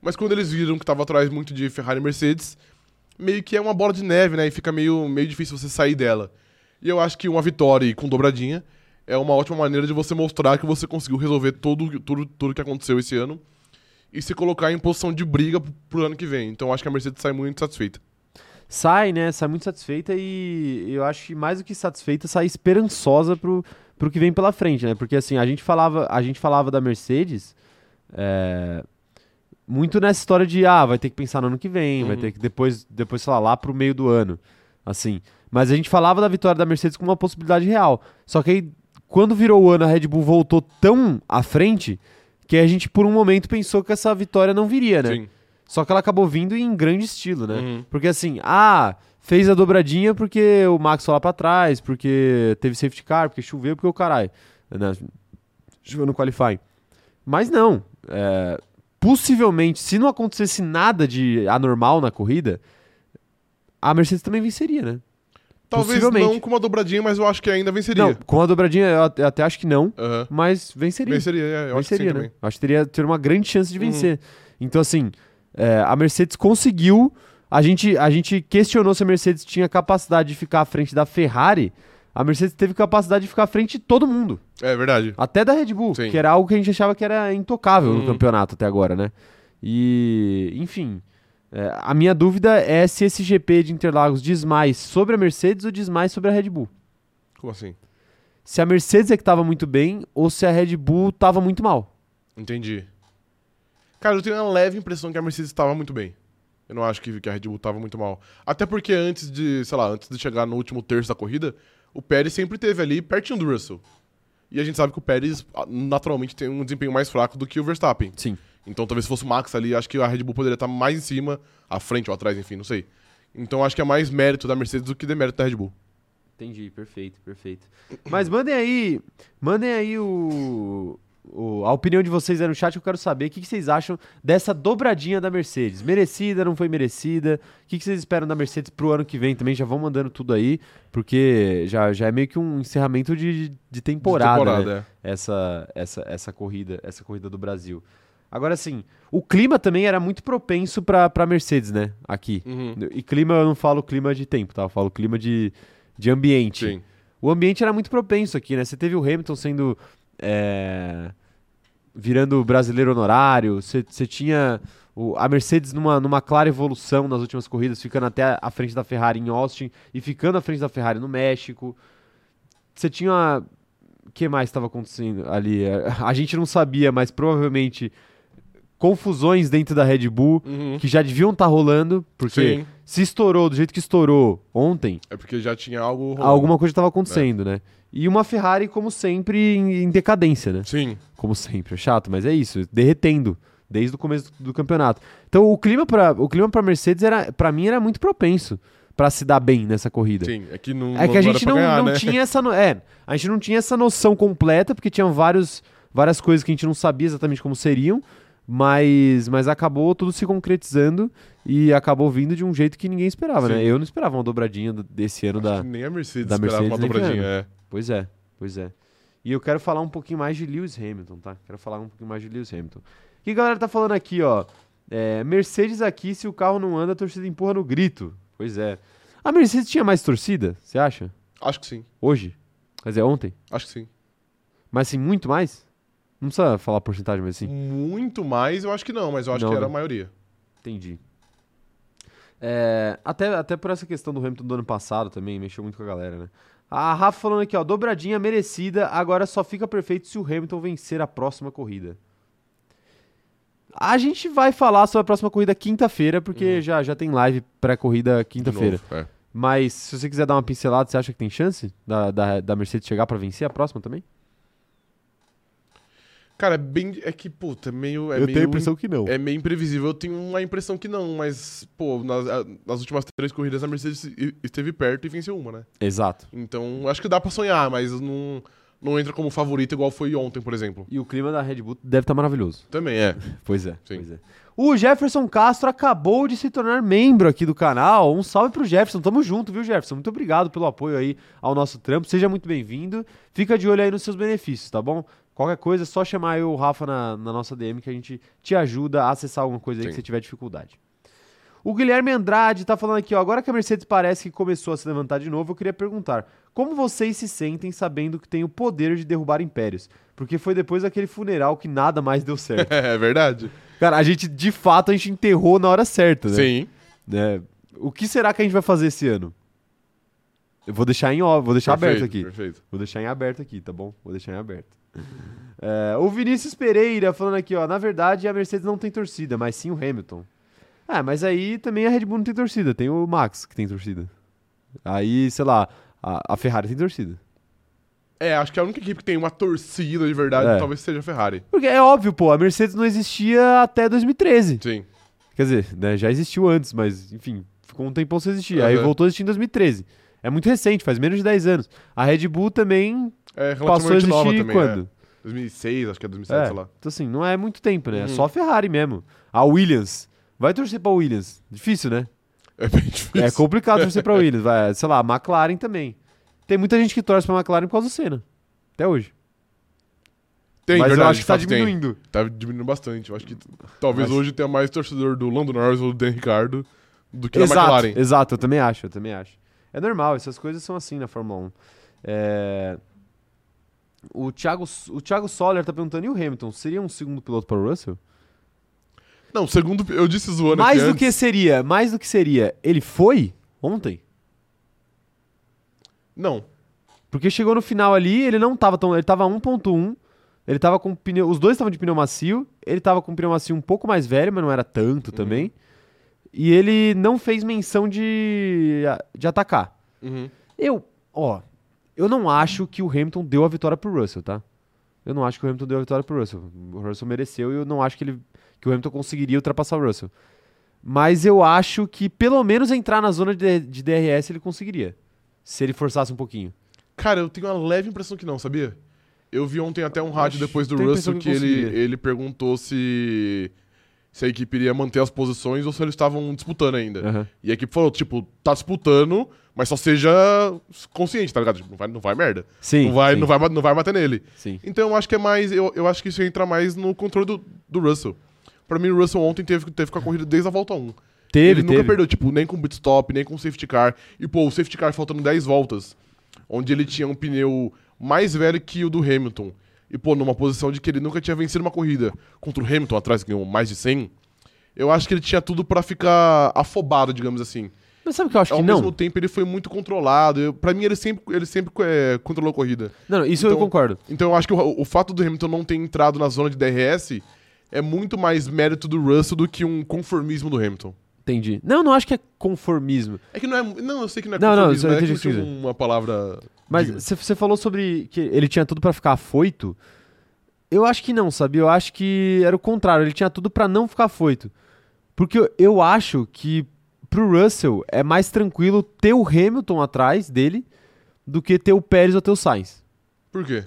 [SPEAKER 2] Mas quando eles viram que tava atrás muito de Ferrari e Mercedes, meio que é uma bola de neve, né? E fica meio, meio difícil você sair dela. E eu acho que uma vitória e com dobradinha é uma ótima maneira de você mostrar que você conseguiu resolver tudo, tudo, tudo que aconteceu esse ano e se colocar em posição de briga pro, pro ano que vem. Então eu acho que a Mercedes sai muito satisfeita.
[SPEAKER 1] Sai, né? Sai muito satisfeita e eu acho que mais do que satisfeita, sai esperançosa pro, pro que vem pela frente, né? Porque assim, a gente falava, a gente falava da Mercedes é, muito nessa história de ah, vai ter que pensar no ano que vem, vai
[SPEAKER 2] Uhum.
[SPEAKER 1] ter que depois, depois, sei lá, lá pro meio do ano. Assim. Mas a gente falava da vitória da Mercedes como uma possibilidade real. Só que aí, quando virou o ano, a Red Bull voltou tão à frente que a gente, por um momento, pensou que essa vitória não viria, né? É. Uhum.
[SPEAKER 2] Sim. Uhum.
[SPEAKER 1] Só que ela acabou vindo em grande estilo, né? Porque assim, ah, fez a dobradinha porque o Max foi lá pra trás, porque teve safety car, porque choveu, porque o caralho. Né? Choveu no qualifying. Mas não. é, possivelmente, se não acontecesse nada de anormal na corrida, a Mercedes também venceria, né?
[SPEAKER 2] Talvez
[SPEAKER 1] Possivelmente.
[SPEAKER 2] não com uma dobradinha, mas eu acho que ainda venceria.
[SPEAKER 1] Não, com a dobradinha eu at- eu até acho que não,
[SPEAKER 2] Aham.
[SPEAKER 1] mas venceria.
[SPEAKER 2] Venceria, é, eu acho que sim
[SPEAKER 1] venceria, né?
[SPEAKER 2] também. Hum.
[SPEAKER 1] Acho que teria, teria uma grande chance de vencer. Então, assim, é, a Mercedes conseguiu. A gente, a gente questionou se a Mercedes tinha capacidade de ficar à frente da Ferrari. A Mercedes teve capacidade de ficar à frente de todo mundo,
[SPEAKER 2] É verdade.
[SPEAKER 1] até da Red Bull,
[SPEAKER 2] Sim.
[SPEAKER 1] que era algo que a gente achava que era intocável no
[SPEAKER 2] Uhum.
[SPEAKER 1] campeonato até agora, né? E, enfim, é, a minha dúvida é se esse GP de Interlagos diz mais sobre a Mercedes ou diz mais sobre a Red Bull.
[SPEAKER 2] Como assim?
[SPEAKER 1] Se a Mercedes é que estava muito bem ou se a Red Bull estava muito mal.
[SPEAKER 2] Entendi. Cara, eu tenho uma leve impressão que a Mercedes estava muito bem. Eu não acho que, que a Red Bull estava muito mal. Até porque antes de, sei lá, antes de chegar no último terço da corrida, o Pérez sempre teve ali pertinho do Russell. E a gente sabe que o Pérez ah, naturalmente tem um desempenho mais fraco do que o Verstappen.
[SPEAKER 1] Sim.
[SPEAKER 2] Então talvez se fosse o Max ali, acho que a Red Bull poderia estar mais em cima, à frente ou atrás, enfim, não sei. Então acho que é mais mérito da Mercedes do que demérito da Red Bull.
[SPEAKER 1] Entendi, perfeito, perfeito. [clears throat] Mas mandem aí, mandem aí o, o- a opinião de vocês aí no chat, eu quero saber o que, que vocês acham dessa dobradinha da Mercedes. Merecida, não foi merecida? O que, que vocês esperam da Mercedes pro ano que vem também? Já vão mandando tudo aí, porque já, já é meio que um encerramento de, de temporada,
[SPEAKER 2] De
[SPEAKER 1] né?
[SPEAKER 2] temporada,
[SPEAKER 1] Essa, essa, essa corrida, essa corrida do Brasil. Agora sim, o clima também era muito propenso pra, pra Mercedes, né? Aqui.
[SPEAKER 2] é. Uhum.
[SPEAKER 1] E clima, eu não falo clima de tempo, tá? Eu falo clima de, de ambiente.
[SPEAKER 2] Sim.
[SPEAKER 1] O ambiente era muito propenso aqui, né? Você teve o Hamilton sendo. é, virando brasileiro honorário, você você tinha o- a Mercedes numa, numa clara evolução nas últimas corridas, ficando até à frente da Ferrari em Austin e ficando à frente da Ferrari no México. Você tinha. O que mais estava acontecendo ali? A gente não sabia, mas provavelmente confusões dentro da Red Bull
[SPEAKER 2] Uhum.
[SPEAKER 1] que já deviam estar rolando, porque
[SPEAKER 2] Sim.
[SPEAKER 1] se estourou do jeito que estourou ontem,
[SPEAKER 2] É porque já tinha algo. rolando.
[SPEAKER 1] alguma coisa estava acontecendo, né? E uma Ferrari, como sempre, em, em decadência, né?
[SPEAKER 2] Sim.
[SPEAKER 1] Como sempre, é chato, mas é isso, derretendo desde o começo do, do campeonato. Então o clima para o clima para Mercedes era, para mim, era muito propenso para se dar bem nessa corrida.
[SPEAKER 2] Sim, é que não.
[SPEAKER 1] É que
[SPEAKER 2] não
[SPEAKER 1] a
[SPEAKER 2] era
[SPEAKER 1] gente
[SPEAKER 2] pra
[SPEAKER 1] não,
[SPEAKER 2] ganhar,
[SPEAKER 1] não
[SPEAKER 2] né?
[SPEAKER 1] tinha essa no- é, a gente não tinha essa noção completa porque tinham vários várias coisas que a gente não sabia exatamente como seriam, mas mas acabou tudo se concretizando e acabou vindo de um jeito que ninguém esperava, né?
[SPEAKER 2] Sim.
[SPEAKER 1] Eu não esperava uma dobradinha do- desse ano da
[SPEAKER 2] Acho que nem a Mercedes
[SPEAKER 1] da
[SPEAKER 2] esperava
[SPEAKER 1] Mercedes
[SPEAKER 2] uma
[SPEAKER 1] nem
[SPEAKER 2] dobradinha. É.
[SPEAKER 1] Pois é, pois é. E eu quero falar um pouquinho mais de Lewis Hamilton, tá? Quero falar um pouquinho mais de Lewis Hamilton. O que a galera tá falando aqui, ó? É, Mercedes aqui, se o carro não anda, a torcida empurra no grito. Pois é. A Mercedes tinha mais torcida, você acha?
[SPEAKER 2] Acho que sim.
[SPEAKER 1] Hoje? Quer dizer, ontem?
[SPEAKER 2] Acho que sim.
[SPEAKER 1] Mas assim, muito mais? Não precisa falar porcentagem, mas assim.
[SPEAKER 2] Muito mais, eu acho que não, mas eu acho
[SPEAKER 1] Não,
[SPEAKER 2] que era
[SPEAKER 1] né?
[SPEAKER 2] a maioria.
[SPEAKER 1] Entendi. É, até, até por essa questão do Hamilton do ano passado também, mexeu muito com a galera, né? A Rafa falando aqui, ó, dobradinha merecida, agora só fica perfeito se o Hamilton vencer a próxima corrida. A gente vai falar sobre a próxima corrida quinta-feira, porque já, já tem live pré-corrida
[SPEAKER 2] De
[SPEAKER 1] quinta-feira.
[SPEAKER 2] novo, é.
[SPEAKER 1] Mas se você quiser dar uma pincelada, você acha que tem chance da, da, da Mercedes chegar pra vencer a próxima também?
[SPEAKER 2] Cara, é bem. É que, puta, é meio. É
[SPEAKER 3] eu
[SPEAKER 2] meio
[SPEAKER 3] tenho a impressão que não.
[SPEAKER 2] É meio imprevisível. Eu tenho uma impressão que não, mas, pô, nas, a- nas últimas três corridas a Mercedes e- esteve perto e venceu uma, né?
[SPEAKER 1] Exato.
[SPEAKER 2] Então, acho que dá pra sonhar, mas não, não entra como favorito igual foi ontem, por exemplo.
[SPEAKER 1] E o clima da Red Bull deve estar maravilhoso.
[SPEAKER 2] Também é. [laughs]
[SPEAKER 1] Pois é,
[SPEAKER 2] Sim.
[SPEAKER 1] pois é. O Jefferson Castro acabou de se tornar membro aqui do canal. Um salve pro Jefferson. Tamo junto, viu, Jefferson? Muito obrigado pelo apoio aí ao nosso trampo. Seja muito bem-vindo. Fica de olho aí nos seus benefícios, tá bom? Qualquer coisa, é só chamar eu, o Rafa, na, na nossa DM que a gente te ajuda a acessar alguma coisa aí que
[SPEAKER 2] Sim.
[SPEAKER 1] você tiver dificuldade. O Guilherme Andrade tá falando aqui, ó. Agora que a Mercedes parece que começou a se levantar de novo, eu queria perguntar: como vocês se sentem sabendo que tem o poder de derrubar impérios? Porque foi depois daquele funeral que nada mais deu certo.
[SPEAKER 2] É verdade.
[SPEAKER 1] Cara, a gente, de fato, a gente enterrou na hora certa, né?
[SPEAKER 2] Sim.
[SPEAKER 1] Né? O que será que a gente vai fazer esse ano? Eu vou deixar em ó, vou deixar aberto
[SPEAKER 2] Perfeito,
[SPEAKER 1] aqui.
[SPEAKER 2] Perfeito.
[SPEAKER 1] Vou deixar em aberto aqui, tá bom? Vou deixar em aberto. [laughs] É, o Vinícius Pereira falando aqui, ó. Na verdade, a Mercedes não tem torcida, mas sim o Hamilton. Ah, mas aí também a Red Bull não tem torcida, tem o Max que tem torcida. Aí, sei lá, a, a Ferrari tem torcida.
[SPEAKER 2] É, acho que a única equipe que tem uma torcida de verdade
[SPEAKER 1] É.
[SPEAKER 2] talvez seja a Ferrari.
[SPEAKER 1] Porque é óbvio, pô, a Mercedes não existia até 2013.
[SPEAKER 2] Sim.
[SPEAKER 1] Quer dizer, né, já existiu antes, mas enfim, ficou um tempão sem existir. Aí
[SPEAKER 2] Aham.
[SPEAKER 1] voltou a existir em 2013. É muito recente, faz menos de 10 anos. A Red Bull também
[SPEAKER 2] É, relativamente
[SPEAKER 1] passou a existir
[SPEAKER 2] nova também.
[SPEAKER 1] quando?
[SPEAKER 2] É. 2006, acho que é 2007,
[SPEAKER 1] É.
[SPEAKER 2] sei lá.
[SPEAKER 1] Então, assim, não é muito tempo, né? É
[SPEAKER 2] Uhum.
[SPEAKER 1] só a Ferrari mesmo. A Williams. Vai torcer pra Williams. Difícil, né?
[SPEAKER 2] É bem difícil.
[SPEAKER 1] É complicado torcer
[SPEAKER 2] [laughs]
[SPEAKER 1] pra Williams. Vai, sei lá, a McLaren também. Tem muita gente que torce pra McLaren por causa do Senna. Até hoje.
[SPEAKER 2] Tem,
[SPEAKER 1] Mas
[SPEAKER 2] verdade,
[SPEAKER 1] eu acho que tá
[SPEAKER 2] de fato tem.
[SPEAKER 1] diminuindo.
[SPEAKER 2] Tá diminuindo bastante. Eu acho que t- talvez
[SPEAKER 1] Mas-
[SPEAKER 2] hoje tenha mais torcedor do Lando Norris ou do Dan Ricardo do que da
[SPEAKER 1] exato,
[SPEAKER 2] McLaren.
[SPEAKER 1] exato, eu também acho, eu também acho. É normal, essas coisas são assim na Fórmula 1. É, O, Thiago, o Thiago Soller tá perguntando, e o Hamilton? Seria um segundo piloto para o Russell?
[SPEAKER 2] Não, segundo eu disse zoando
[SPEAKER 1] mais
[SPEAKER 2] aqui
[SPEAKER 1] do que
[SPEAKER 2] antes.
[SPEAKER 1] seria, mais do que seria. Ele foi ontem?
[SPEAKER 2] Não.
[SPEAKER 1] Porque chegou no final ali, ele não tava tão. Ele tava 1.1. Ele tava com pneu. Os dois estavam de pneu macio. Ele tava com pneu macio um pouco mais velho, mas não era tanto também.
[SPEAKER 2] Uhum.
[SPEAKER 1] E ele não fez menção de, de atacar.
[SPEAKER 2] Uhum.
[SPEAKER 1] Eu, ó, eu não acho que o Hamilton deu a vitória pro Russell, tá? Eu não acho que o Hamilton deu a vitória pro Russell. O Russell mereceu e eu não acho que, ele, que o Hamilton conseguiria ultrapassar o Russell. Mas eu acho que pelo menos entrar na zona de, de DRS ele conseguiria. Se ele forçasse um pouquinho.
[SPEAKER 2] Cara, eu tenho uma leve impressão que não, sabia? Eu vi ontem até um rádio
[SPEAKER 1] acho-
[SPEAKER 2] depois do
[SPEAKER 1] tenho a
[SPEAKER 2] Russell
[SPEAKER 1] impressão que
[SPEAKER 2] que ele,
[SPEAKER 1] conseguiria.
[SPEAKER 2] ele perguntou se, se a equipe iria manter as posições ou se eles estavam disputando ainda.
[SPEAKER 1] Aham.
[SPEAKER 2] E a equipe falou, tipo, tá disputando, mas só seja consciente, tá ligado? Tipo, não vai, não vai merda.
[SPEAKER 1] Sim.
[SPEAKER 2] não, vai,
[SPEAKER 1] sim,
[SPEAKER 2] não, vai, ma- não vai bater nele.
[SPEAKER 1] Sim.
[SPEAKER 2] Então eu acho que é mais. Eu, eu acho que isso entra mais no controle do, do Russell. Pra mim, o Russell ontem teve, teve com a corrida desde a volta 1.
[SPEAKER 1] Teve,
[SPEAKER 2] ele nunca
[SPEAKER 1] teve.
[SPEAKER 2] perdeu, tipo, nem com pit stop, nem com safety car. E, pô, o safety car faltando 10 voltas. Onde ele tinha um pneu mais velho que o do Hamilton. E, pô, numa posição de que ele nunca tinha vencido uma corrida contra o Hamilton atrás, que ganhou mais de 100. Eu acho que ele tinha tudo pra ficar afobado, digamos assim.
[SPEAKER 1] Mas sabe o que eu acho
[SPEAKER 2] Ao
[SPEAKER 1] que
[SPEAKER 2] mesmo
[SPEAKER 1] não?
[SPEAKER 2] tempo, ele foi muito controlado. Eu, pra mim, ele sempre, ele sempre é, controlou a corrida.
[SPEAKER 1] Não, não, isso eu
[SPEAKER 2] Então-
[SPEAKER 1] concordo.
[SPEAKER 2] Então eu acho que o, o fato do Hamilton não ter entrado na zona de DRS é muito mais mérito do Russell do que um conformismo do Hamilton.
[SPEAKER 1] Entendi. Não, não acho que é conformismo.
[SPEAKER 2] É que não é. Não, eu sei que não é
[SPEAKER 1] Não, não,
[SPEAKER 2] conformismo,
[SPEAKER 1] eu
[SPEAKER 2] mas é
[SPEAKER 1] entendi
[SPEAKER 2] que não
[SPEAKER 1] o que você
[SPEAKER 2] tinha uma palavra.
[SPEAKER 1] Mas
[SPEAKER 2] digna.
[SPEAKER 1] você falou sobre que ele tinha tudo pra ficar afoito. Eu acho que não, sabia? Eu acho que era o contrário. Ele tinha tudo pra não ficar afoito. Porque eu, eu acho que pro Russell é mais tranquilo ter o Hamilton atrás dele do que ter o Pérez ou ter o Sainz.
[SPEAKER 2] Por quê?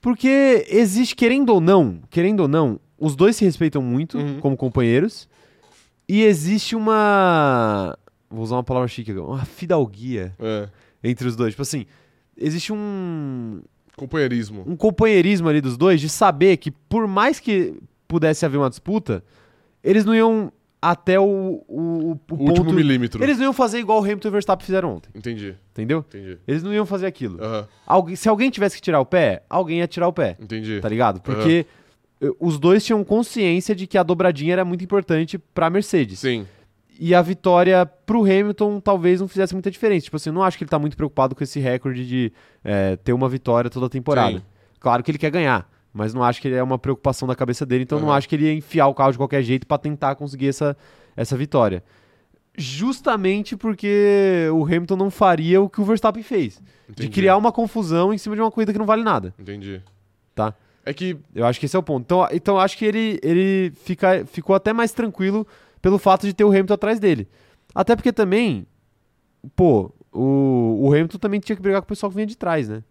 [SPEAKER 1] Porque existe, querendo ou não, querendo ou não, os dois se respeitam muito
[SPEAKER 2] Uhum.
[SPEAKER 1] como companheiros. E existe uma. Vou usar uma palavra chique agora. Uma fidalguia
[SPEAKER 2] É.
[SPEAKER 1] entre os dois. Tipo assim, existe um,
[SPEAKER 2] Companheirismo.
[SPEAKER 1] um companheirismo ali dos dois de saber que, por mais que pudesse haver uma disputa, eles não iam até o, o, o
[SPEAKER 2] O
[SPEAKER 1] ponto.
[SPEAKER 2] último milímetro.
[SPEAKER 1] Eles não iam fazer igual o Hamilton e o Verstappen fizeram ontem,
[SPEAKER 2] Entendi,
[SPEAKER 1] entendeu?
[SPEAKER 2] entendi.
[SPEAKER 1] Eles não iam fazer aquilo.
[SPEAKER 2] Aham,
[SPEAKER 1] Alguém, se alguém tivesse que tirar o pé, alguém ia tirar o pé
[SPEAKER 2] entendi.
[SPEAKER 1] tá ligado? Porque
[SPEAKER 2] É.
[SPEAKER 1] eh, os dois tinham consciência de que a dobradinha era muito importante pra Mercedes.
[SPEAKER 2] Sim.
[SPEAKER 1] E a vitória pro Hamilton talvez não fizesse muita diferença. Tipo assim, eu não acho que ele tá muito preocupado com esse recorde de eh, ter uma vitória toda a temporada.
[SPEAKER 2] Sim.
[SPEAKER 1] Claro que ele quer ganhar, mas não acho que é uma preocupação da cabeça dele, então não
[SPEAKER 2] Aham.
[SPEAKER 1] acho que ele ia enfiar o carro de qualquer jeito pra tentar conseguir essa, essa vitória. Justamente porque o Hamilton não faria o que o Verstappen fez,
[SPEAKER 2] Entendi.
[SPEAKER 1] de criar uma confusão em cima de uma corrida que não vale nada.
[SPEAKER 2] Entendi.
[SPEAKER 1] Tá.
[SPEAKER 2] É que.
[SPEAKER 1] Eu acho que esse é o ponto. Então, então eu acho que ele, ele fica, ficou até mais tranquilo pelo fato de ter o Hamilton atrás dele. Até porque também, pô, o, o Hamilton também tinha que brigar com o pessoal que vinha de trás, né?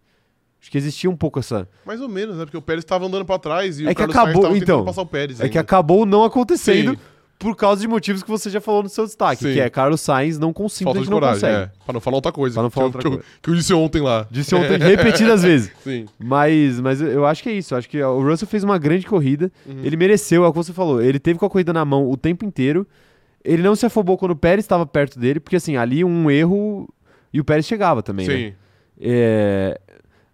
[SPEAKER 1] Acho que existia um pouco essa.
[SPEAKER 2] Mais ou menos, né? Porque o Pérez tava andando pra trás
[SPEAKER 1] É
[SPEAKER 2] e o
[SPEAKER 1] que
[SPEAKER 2] Carlos
[SPEAKER 1] acabou-
[SPEAKER 2] Sainz tava tentando
[SPEAKER 1] então,
[SPEAKER 2] passar o Pérez.
[SPEAKER 1] É que
[SPEAKER 2] ainda.
[SPEAKER 1] acabou não acontecendo
[SPEAKER 2] Sim.
[SPEAKER 1] por causa de motivos que você já falou no seu destaque,
[SPEAKER 2] Sim.
[SPEAKER 1] que é Carlos Sainz não con-
[SPEAKER 2] Falta de
[SPEAKER 1] simplesmente não
[SPEAKER 2] coragem,
[SPEAKER 1] consegue.
[SPEAKER 2] é. Pra não falar outra coisa.
[SPEAKER 1] Pra não falar
[SPEAKER 2] que,
[SPEAKER 1] outra
[SPEAKER 2] eu, que, eu, que eu disse ontem lá.
[SPEAKER 1] Disse ontem
[SPEAKER 2] [laughs]
[SPEAKER 1] repetidas vezes.
[SPEAKER 2] Sim.
[SPEAKER 1] Mas, mas eu- eu acho que é isso. Eu acho que ó, o Russell fez uma grande corrida.
[SPEAKER 2] Uhum.
[SPEAKER 1] Ele mereceu, é o que você falou. Ele teve com a corrida na mão o tempo inteiro. Ele não se afobou quando o Pérez estava perto dele, porque assim, ali um erro e o Pérez chegava também. né?
[SPEAKER 2] Sim.
[SPEAKER 1] É,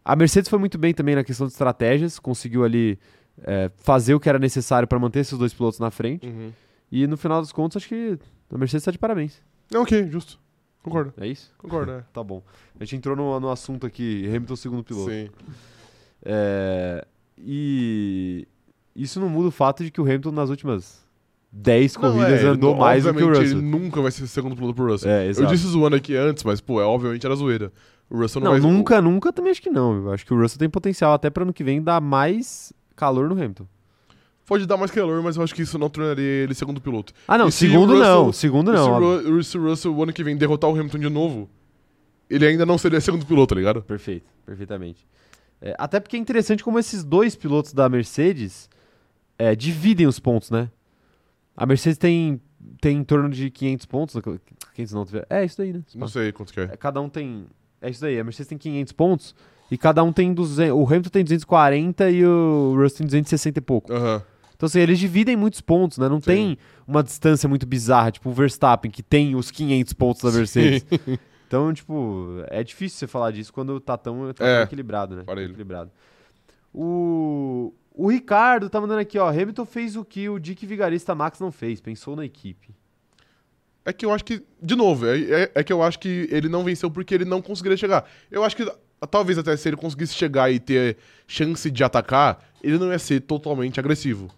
[SPEAKER 1] A Mercedes foi muito bem também na questão de estratégias, conseguiu ali é, fazer o que era necessário para manter esses dois pilotos na frente.
[SPEAKER 2] Uhum.
[SPEAKER 1] E no final dos contos, acho que a Mercedes está de parabéns.
[SPEAKER 2] Não, ok, justo. Concordo,
[SPEAKER 1] É isso?
[SPEAKER 2] concordo, é.
[SPEAKER 1] Tá bom. A gente entrou no, no assunto aqui, Hamilton segundo [laughs] piloto.
[SPEAKER 2] Sim.
[SPEAKER 1] É, e isso não muda o fato de que o Hamilton nas últimas 10
[SPEAKER 2] Não,
[SPEAKER 1] corridas
[SPEAKER 2] é, ele
[SPEAKER 1] andou
[SPEAKER 2] nu-
[SPEAKER 1] mais do que o
[SPEAKER 2] obviamente,
[SPEAKER 1] Russell.
[SPEAKER 2] Ele nunca vai ser segundo piloto pro Russell.
[SPEAKER 1] É,
[SPEAKER 2] eu
[SPEAKER 1] exato.
[SPEAKER 2] disse zoando aqui antes, mas, pô, é, obviamente era zoeira. O Russell não,
[SPEAKER 1] não,
[SPEAKER 2] vai
[SPEAKER 1] nunca, nunca também acho que não. Eu acho que o Russell tem potencial até para ano que vem dar mais calor no Hamilton.
[SPEAKER 2] Pode dar mais calor, mas eu acho que isso não tornaria ele segundo piloto.
[SPEAKER 1] Ah, não,
[SPEAKER 2] E se
[SPEAKER 1] segundo
[SPEAKER 2] o
[SPEAKER 1] não,
[SPEAKER 2] Russell-
[SPEAKER 1] segundo
[SPEAKER 2] E se
[SPEAKER 1] não.
[SPEAKER 2] o
[SPEAKER 1] óbvio.
[SPEAKER 2] Ru- Se o Russell, o ano que vem, derrotar o Hamilton de novo, ele ainda não seria segundo piloto, tá ligado?
[SPEAKER 1] Perfeito, perfeitamente. É, até porque é interessante como esses dois pilotos da Mercedes é, dividem os pontos, né? A Mercedes tem, tem em torno de 500 pontos. 500 não, é isso daí, né?
[SPEAKER 2] Não sei quanto que é.
[SPEAKER 1] É, Cada um tem. É isso daí, a Mercedes tem 500 pontos e cada um tem 200. O Hamilton tem 240 e o Russell tem 260 e pouco.
[SPEAKER 2] Aham.
[SPEAKER 1] Então, assim, eles dividem muitos pontos, né? Não tem uma distância muito bizarra, tipo o Verstappen, que tem os 500 pontos da Mercedes.
[SPEAKER 2] [laughs]
[SPEAKER 1] Então, tipo, é difícil você falar disso quando tá tão, tá tão
[SPEAKER 2] É,
[SPEAKER 1] equilibrado, né? Tão
[SPEAKER 2] parelho.
[SPEAKER 1] Equilibrado. O, o Ricardo tá mandando aqui, ó. Hamilton fez o que o Dick Vigarista Max não fez, pensou na equipe.
[SPEAKER 2] É que eu acho que, de novo, é, é- é que eu acho que ele não venceu porque ele não conseguiria chegar. Eu acho que talvez até se ele conseguisse chegar e ter chance de atacar, ele não ia ser totalmente agressivo.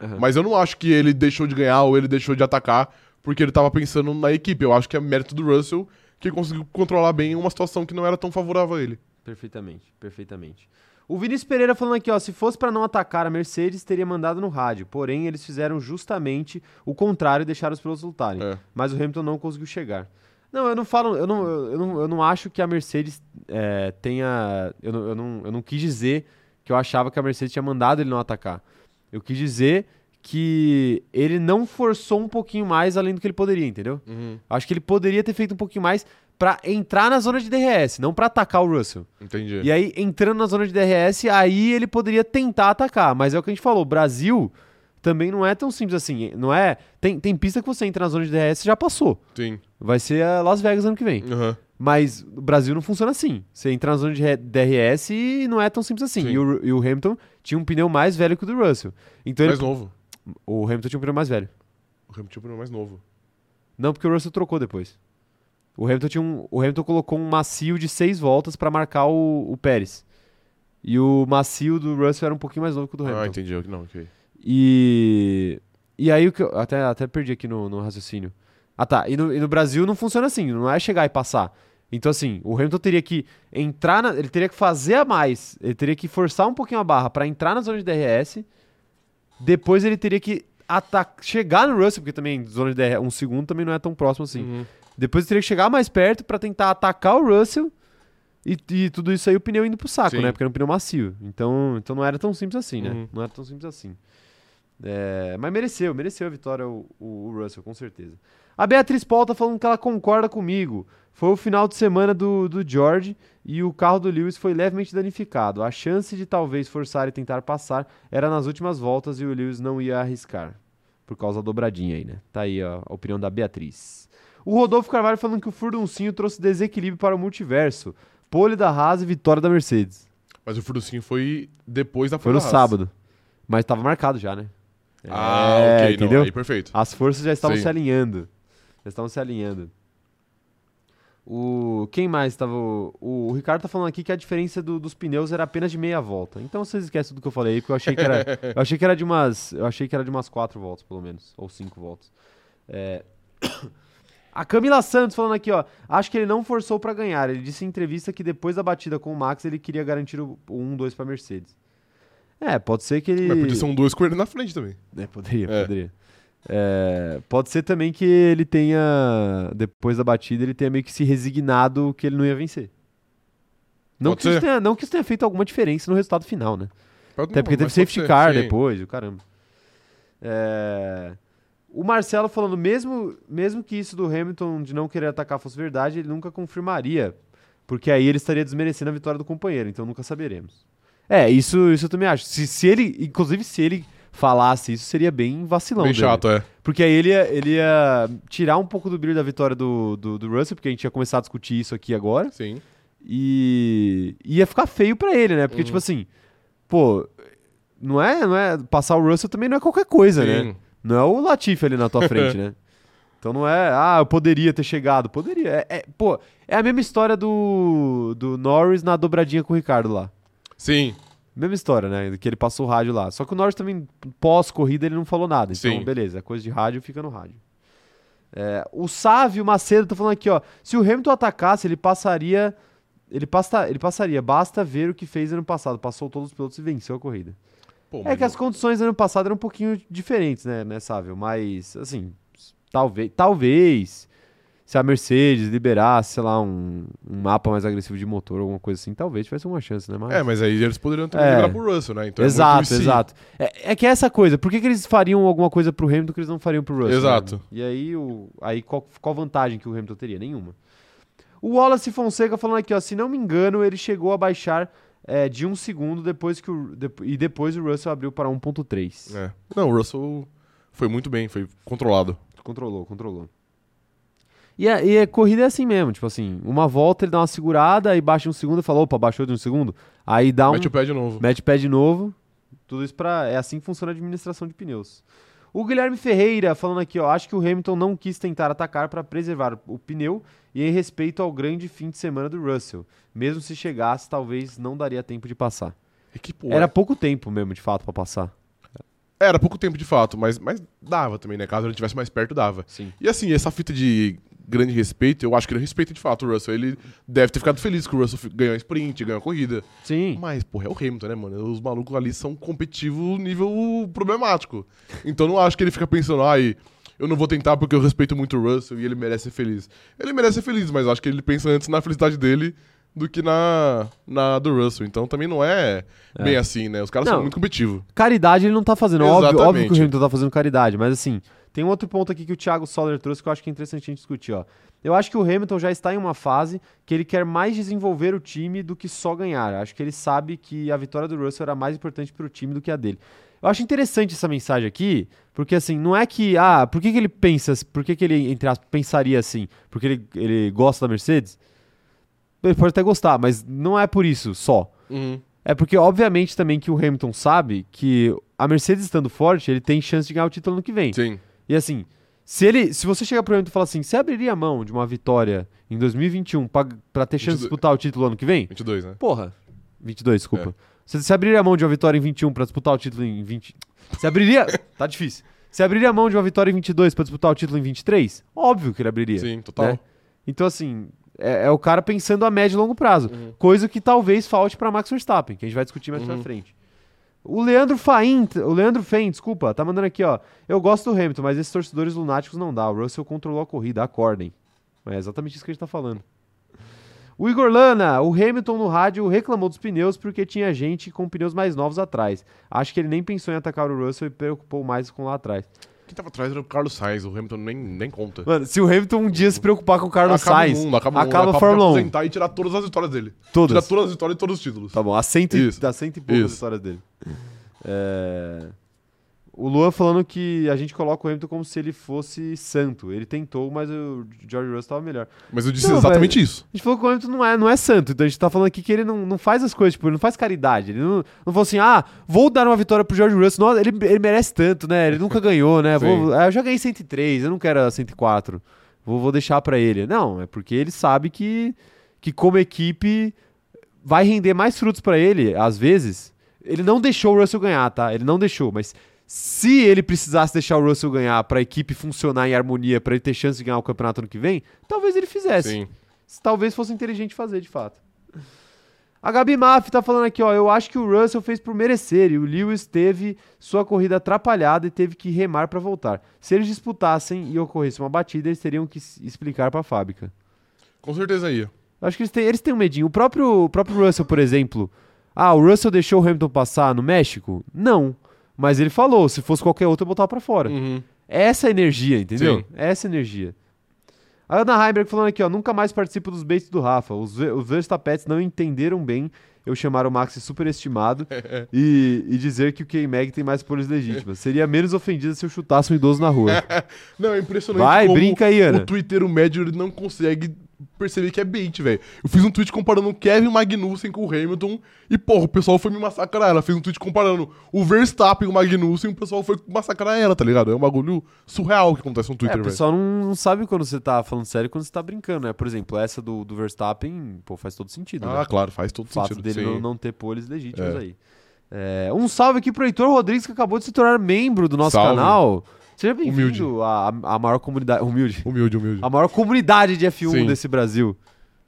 [SPEAKER 1] Aham.
[SPEAKER 2] Mas eu não acho que ele deixou de ganhar ou ele deixou de atacar porque ele tava pensando na equipe. Eu acho que é mérito do Russell que conseguiu controlar bem uma situação que não era tão favorável a ele.
[SPEAKER 1] Perfeitamente, perfeitamente. O Vinícius Pereira falando aqui, ó, se fosse pra não atacar a Mercedes, teria mandado no rádio. Porém, eles fizeram justamente o contrário e deixaram os pilotos lutarem.
[SPEAKER 2] É.
[SPEAKER 1] Mas o Hamilton não conseguiu chegar. Não, eu não falo, eu não, eu eu não, eu não acho que a Mercedes é, tenha. Eu não, eu, não, eu não quis dizer que eu achava que a Mercedes tinha mandado ele não atacar. Eu quis dizer que ele não forçou um pouquinho mais além do que ele poderia, entendeu?
[SPEAKER 2] Uhum.
[SPEAKER 1] Acho que ele poderia ter feito um pouquinho mais pra entrar na zona de DRS, não pra atacar o Russell.
[SPEAKER 2] Entendi.
[SPEAKER 1] E aí, entrando na zona de DRS, aí ele poderia tentar atacar. Mas é o que a gente falou, o Brasil também não é tão simples assim. Não é. Tem, tem pista que você entra na zona de DRS e já passou.
[SPEAKER 2] Sim.
[SPEAKER 1] Vai ser a Las Vegas ano que vem.
[SPEAKER 2] Aham.
[SPEAKER 1] Mas o Brasil não funciona assim. Você entra na zona de re- DRS e não é tão simples assim.
[SPEAKER 2] Sim.
[SPEAKER 1] E o, Ru- e o Hamilton tinha um pneu mais velho que o do Russell. Então ele-
[SPEAKER 2] Mais novo.
[SPEAKER 1] o Hamilton tinha um pneu mais velho.
[SPEAKER 2] O Hamilton tinha o pneu mais novo.
[SPEAKER 1] Não, porque o Russell trocou depois. O Hamilton, tinha um, o Hamilton colocou um macio de seis voltas pra marcar o, o Pérez. E o macio do Russell era um pouquinho mais novo que o do
[SPEAKER 2] Ah,
[SPEAKER 1] Hamilton.
[SPEAKER 2] entendi. Não, ok.
[SPEAKER 1] e, e aí, o que eu, até, até perdi aqui no, no raciocínio. Ah tá, e no, e no Brasil não funciona assim, não é chegar e passar. Então assim, o Hamilton teria que entrar, na, ele teria que fazer a mais, ele teria que forçar um pouquinho a barra pra entrar na zona de DRS, depois ele teria que ata- chegar no Russell, porque também zona de DRS, um segundo também não é tão próximo assim.
[SPEAKER 2] Uhum.
[SPEAKER 1] Depois eu teria que chegar mais perto pra tentar atacar o Russell. E, e tudo isso aí o pneu indo pro saco,
[SPEAKER 2] Sim.
[SPEAKER 1] né? Porque era um pneu macio. Então, então não era tão simples assim, né?
[SPEAKER 2] Uhum.
[SPEAKER 1] Não era tão simples assim. É, mas mereceu, mereceu a vitória o, o- o Russell, com certeza. A Beatriz Paul tá falando que ela concorda comigo. Foi o final de semana do, do George e o carro do Lewis foi levemente danificado. A chance de talvez forçar e tentar passar era nas últimas voltas e o Lewis não ia arriscar. Por causa da dobradinha aí, né? Tá aí ó, a opinião da Beatriz. O Rodolfo Carvalho falando que o Furduncinho trouxe desequilíbrio para o multiverso. Pole da Haas e vitória da Mercedes.
[SPEAKER 2] Mas o Furducinho foi depois da
[SPEAKER 1] Foi no
[SPEAKER 2] Haas.
[SPEAKER 1] sábado. Mas estava marcado já, né?
[SPEAKER 2] Ah,
[SPEAKER 1] É,
[SPEAKER 2] ok.
[SPEAKER 1] Entendeu?
[SPEAKER 2] Não, aí perfeito.
[SPEAKER 1] As forças já estavam
[SPEAKER 2] Sim.
[SPEAKER 1] se alinhando. Já estavam se alinhando. O... Quem mais estava. O... o Ricardo tá falando aqui que a diferença do- dos pneus era apenas de meia volta. Então vocês esquecem tudo que eu falei aí, porque eu achei que
[SPEAKER 2] [laughs]
[SPEAKER 1] era. eu achei que era de umas. Eu achei que era de umas quatro voltas, pelo menos. Ou cinco voltas. É, [coughs] A Camila Santos falando aqui, ó. Acho que ele não forçou pra ganhar. Ele disse em entrevista que depois da batida com o Max, ele queria garantir o o 1-2 pra Mercedes. É, pode ser que ele.
[SPEAKER 2] Mas podia ser um dois com ele na frente também.
[SPEAKER 1] É, poderia,
[SPEAKER 2] É.
[SPEAKER 1] poderia. É, pode ser também que ele tenha, depois da batida, ele tenha meio que se resignado que ele não ia vencer. Não
[SPEAKER 2] Pode
[SPEAKER 1] que, isso
[SPEAKER 2] ser.
[SPEAKER 1] tenha, não que isso tenha feito alguma diferença no resultado final, né?
[SPEAKER 2] Pode-
[SPEAKER 1] Até porque teve
[SPEAKER 2] mas pode
[SPEAKER 1] safety
[SPEAKER 2] ser,
[SPEAKER 1] car
[SPEAKER 2] sim.
[SPEAKER 1] depois, o caramba. É, O Marcelo falando, mesmo, mesmo que isso do Hamilton de não querer atacar fosse verdade, ele nunca confirmaria. Porque aí ele estaria desmerecendo a vitória do companheiro, então nunca saberemos. É, isso, isso eu também acho. Se, se ele, inclusive, se ele falasse isso, seria bem vacilão.
[SPEAKER 2] Bem
[SPEAKER 1] dele.
[SPEAKER 2] chato, é.
[SPEAKER 1] Porque aí ele ia, ele ia tirar um pouco do brilho da vitória do, do, do Russell, porque a gente ia começar a discutir isso aqui agora.
[SPEAKER 2] Sim.
[SPEAKER 1] E ia ficar feio pra ele, né? Porque,
[SPEAKER 2] Uhum.
[SPEAKER 1] tipo assim, pô, não é, não é. Passar o Russell também não é qualquer coisa, né?
[SPEAKER 2] Sim.
[SPEAKER 1] Não é o Latifi ali na tua
[SPEAKER 2] [laughs]
[SPEAKER 1] frente, né? Então não é, ah, eu poderia ter chegado. Poderia. É, é- pô, é a mesma história do, do Norris na dobradinha com o Ricardo lá.
[SPEAKER 2] Sim.
[SPEAKER 1] Mesma história, né? Que ele passou o rádio lá. Só que o Norris também, pós-corrida, ele não falou nada. Então,
[SPEAKER 2] Sim.
[SPEAKER 1] beleza, coisa de rádio fica no rádio. É, o Sávio Macedo tá falando aqui, ó. Se o Hamilton atacasse, ele passaria. Ele, pasta, ele passaria. Basta ver o que fez ano passado. Passou todos os pilotos e venceu a corrida.
[SPEAKER 2] Pô,
[SPEAKER 1] É
[SPEAKER 2] mas
[SPEAKER 1] que as condições ano passado eram um pouquinho diferentes, né, né, Sávio? Mas, assim, talvez, talvez se a Mercedes liberasse, sei lá, um, um mapa mais agressivo de motor, alguma coisa assim, talvez tivesse uma chance, né? Mas...
[SPEAKER 2] É, mas aí eles poderiam também
[SPEAKER 1] É.
[SPEAKER 2] liberar pro Russell, né? Então é muito
[SPEAKER 1] exato,
[SPEAKER 2] se.
[SPEAKER 1] exato. É, é que é essa coisa. Por que, que eles fariam alguma coisa pro Hamilton que eles não fariam pro Russell? né?
[SPEAKER 2] Exato.
[SPEAKER 1] E aí, o, aí qual, qual vantagem que o Hamilton teria? Nenhuma. O Wallace Fonseca falando aqui, ó. Se não me engano, ele chegou a baixar é, de um segundo depois que o, dep- e depois o Russell abriu para 1.3.
[SPEAKER 2] É. Não, o Russell foi muito bem, foi controlado.
[SPEAKER 1] Controlou, controlou. E a, e a corrida é assim mesmo, tipo assim, uma volta ele dá uma segurada, aí baixa um segundo e fala, opa, baixou de um segundo. Aí dá um.
[SPEAKER 2] Mete o pé de novo.
[SPEAKER 1] Mete pé de novo. Tudo isso pra. É assim que funciona a administração de pneus. O Guilherme Ferreira falando aqui, ó. Acho que o Hamilton não quis tentar atacar para preservar o pneu e em respeito ao grande fim de semana do Russell. Mesmo se chegasse, talvez não daria tempo de passar.
[SPEAKER 2] É que, pô,
[SPEAKER 1] Era
[SPEAKER 2] era...
[SPEAKER 1] pouco tempo mesmo, de fato, pra passar.
[SPEAKER 2] pouco tempo de fato, mas, mas dava também, né? Caso ele estivesse mais perto, dava.
[SPEAKER 1] Sim.
[SPEAKER 2] E assim, essa fita de grande respeito, eu acho que ele respeita de fato o Russell. Ele deve ter ficado feliz que o Russell fi- ganhou a sprint, ganhou a corrida.
[SPEAKER 1] Sim.
[SPEAKER 2] Mas, porra, é o Hamilton, né, mano? Os malucos ali são competitivos nível problemático. Então não acho que ele fica pensando, ai, eu não vou tentar porque eu respeito muito o Russell e ele merece ser feliz. Ele merece ser feliz, mas eu acho que ele pensa antes na felicidade dele do que na, na do Russell. Então também não é,
[SPEAKER 1] É.
[SPEAKER 2] bem assim, né? Os caras
[SPEAKER 1] Não.
[SPEAKER 2] são muito competitivos.
[SPEAKER 1] Caridade ele não tá fazendo. Óbvio, óbvio que o
[SPEAKER 2] Exatamente.
[SPEAKER 1] Hamilton tá fazendo caridade, mas assim, tem um outro ponto aqui que o Thiago Soller trouxe que eu acho que é interessante a gente discutir, ó. Eu acho que o Hamilton já está em uma fase que ele quer mais desenvolver o time do que só ganhar. Acho que ele sabe que a vitória do Russell era mais importante para o time do que a dele. Eu acho interessante essa mensagem aqui, porque assim, não é que, ah, por que, que ele pensa, por que, que ele, entre aspas, pensaria assim? Porque ele, ele gosta da Mercedes? Ele pode até gostar, mas não é por isso só. É porque, obviamente, também que o Hamilton sabe que a Mercedes estando forte, ele tem chance de ganhar o título ano que vem.
[SPEAKER 2] Sim.
[SPEAKER 1] E assim, se ele, se você chegar pro Hamilton e falar assim, você abriria a mão de uma vitória em 2021 pra, pra ter chance de
[SPEAKER 2] 22.
[SPEAKER 1] disputar o título ano que vem?
[SPEAKER 2] 22, né?
[SPEAKER 1] Porra. 22, desculpa. Você, você abriria a mão de uma vitória em 21 pra disputar o título em 20. Você abriria. [laughs] tá difícil. Você abriria a mão de uma vitória em 22 pra disputar o título em 23? Óbvio que ele abriria.
[SPEAKER 2] Sim, total.
[SPEAKER 1] né? Então, assim, é, é o cara pensando a médio e longo prazo. Coisa que talvez falte para Max Verstappen, que a gente vai discutir mais pra
[SPEAKER 2] Uhum.
[SPEAKER 1] frente. O Leandro Fain, o Leandro Fain, desculpa, tá mandando aqui, ó. Eu gosto do Hamilton, mas esses torcedores lunáticos não dá. O Russell controlou a corrida, acordem. É exatamente isso que a gente tá falando. O Igor Lana, o Hamilton no rádio reclamou dos pneus porque tinha gente com pneus mais novos atrás. Acho que ele nem pensou em atacar o Russell e preocupou mais com lá atrás.
[SPEAKER 2] Quem tava atrás era o Carlos Sainz, o Hamilton nem, nem conta.
[SPEAKER 1] Mano, se o Hamilton um dia se preocupar com o Carlos
[SPEAKER 2] acaba
[SPEAKER 1] Sainz,
[SPEAKER 2] o mundo, acaba, o mundo,
[SPEAKER 1] acaba a
[SPEAKER 2] é papo de
[SPEAKER 1] Fórmula 1.
[SPEAKER 2] aposentar e tirar todas as vitórias dele.
[SPEAKER 1] Todas.
[SPEAKER 2] Tirar todas as vitórias e todos os títulos.
[SPEAKER 1] Tá bom, a cento e,
[SPEAKER 2] Isso.
[SPEAKER 1] dá cento e poucas
[SPEAKER 2] Isso.
[SPEAKER 1] histórias dele. É, O Luan falando que a gente coloca o Hamilton como se ele fosse santo. Ele tentou, mas o George Russell tava melhor.
[SPEAKER 2] Mas eu disse
[SPEAKER 1] Não,
[SPEAKER 2] exatamente isso.
[SPEAKER 1] A gente falou que o Hamilton não é, não é santo, então a gente tá falando aqui que ele não, não faz as coisas, tipo, ele não faz caridade. Ele não, não falou assim, ah, vou dar uma vitória pro George Russell. Nossa, ele, ele merece tanto, né? Ele nunca ganhou, né? Vou, ah, eu já ganhei 103, eu não quero a 104. Vou, vou deixar pra ele. Não, é porque ele sabe que, que como equipe vai render mais frutos pra ele, às vezes. Ele não deixou o Russell ganhar, tá? Ele não deixou, mas se ele precisasse deixar o Russell ganhar pra equipe funcionar em harmonia, pra ele ter chance de ganhar o campeonato ano que vem, talvez ele fizesse.
[SPEAKER 2] Sim.
[SPEAKER 1] Se talvez fosse inteligente fazer, de fato. A Gabi Maff tá falando aqui, ó. Eu acho que o Russell fez por merecer e o Lewis teve sua corrida atrapalhada e teve que remar pra voltar. Se eles disputassem e ocorresse uma batida, eles teriam que s- explicar pra fábrica.
[SPEAKER 2] Com certeza ia.
[SPEAKER 1] Eu acho que eles têm, eles têm um medinho. O próprio, o próprio Russell, por exemplo. Ah, o Russell deixou o Hamilton passar no México? Não. Mas ele falou: se fosse qualquer outro, eu botava pra fora.
[SPEAKER 2] Uhum.
[SPEAKER 1] É Essa energia, entendeu? É
[SPEAKER 2] Sim.
[SPEAKER 1] Essa energia. A Ana Heimberg falando aqui, ó, nunca mais participo dos baits do Rafa. Os, ve- os Verstappets não entenderam bem eu chamar o Max de
[SPEAKER 2] [laughs]
[SPEAKER 1] superestimado e, e dizer que o K-Mag tem mais cores legítimas. Seria menos ofendida se eu chutasse um idoso na rua.
[SPEAKER 2] Não, é impressionante
[SPEAKER 1] Vai,
[SPEAKER 2] como
[SPEAKER 1] brinca aí, Ana.
[SPEAKER 2] o Twitter médio ele não consegue perceber que é bait, velho. Eu fiz um tweet comparando o Kevin Magnussen com o Hamilton e, porra, o pessoal foi me massacrar ela. Fez um tweet comparando o Verstappen com o Magnussen e o pessoal foi massacrar ela, tá ligado? É um bagulho surreal que acontece no
[SPEAKER 1] É,
[SPEAKER 2] [laughs] Twitter,
[SPEAKER 1] o
[SPEAKER 2] velho.
[SPEAKER 1] pessoal não, não sabe quando você tá falando sério e quando você tá brincando, né? Por exemplo, essa do, do Verstappen, pô, faz todo sentido, né?
[SPEAKER 2] Ah, claro, faz todo
[SPEAKER 1] O fato
[SPEAKER 2] sentido.
[SPEAKER 1] dele
[SPEAKER 2] sim.
[SPEAKER 1] não, não ter poles legítimas
[SPEAKER 2] É.
[SPEAKER 1] aí. É, um salve aqui pro Heitor Rodrigues, que acabou de se tornar membro do nosso
[SPEAKER 2] Salve.
[SPEAKER 1] canal. Seja
[SPEAKER 2] Humilde.
[SPEAKER 1] bem-vindo à, à maior comunidade. Humilde.
[SPEAKER 2] Humilde, humilde.
[SPEAKER 1] A maior comunidade de F1
[SPEAKER 2] Sim.
[SPEAKER 1] desse Brasil.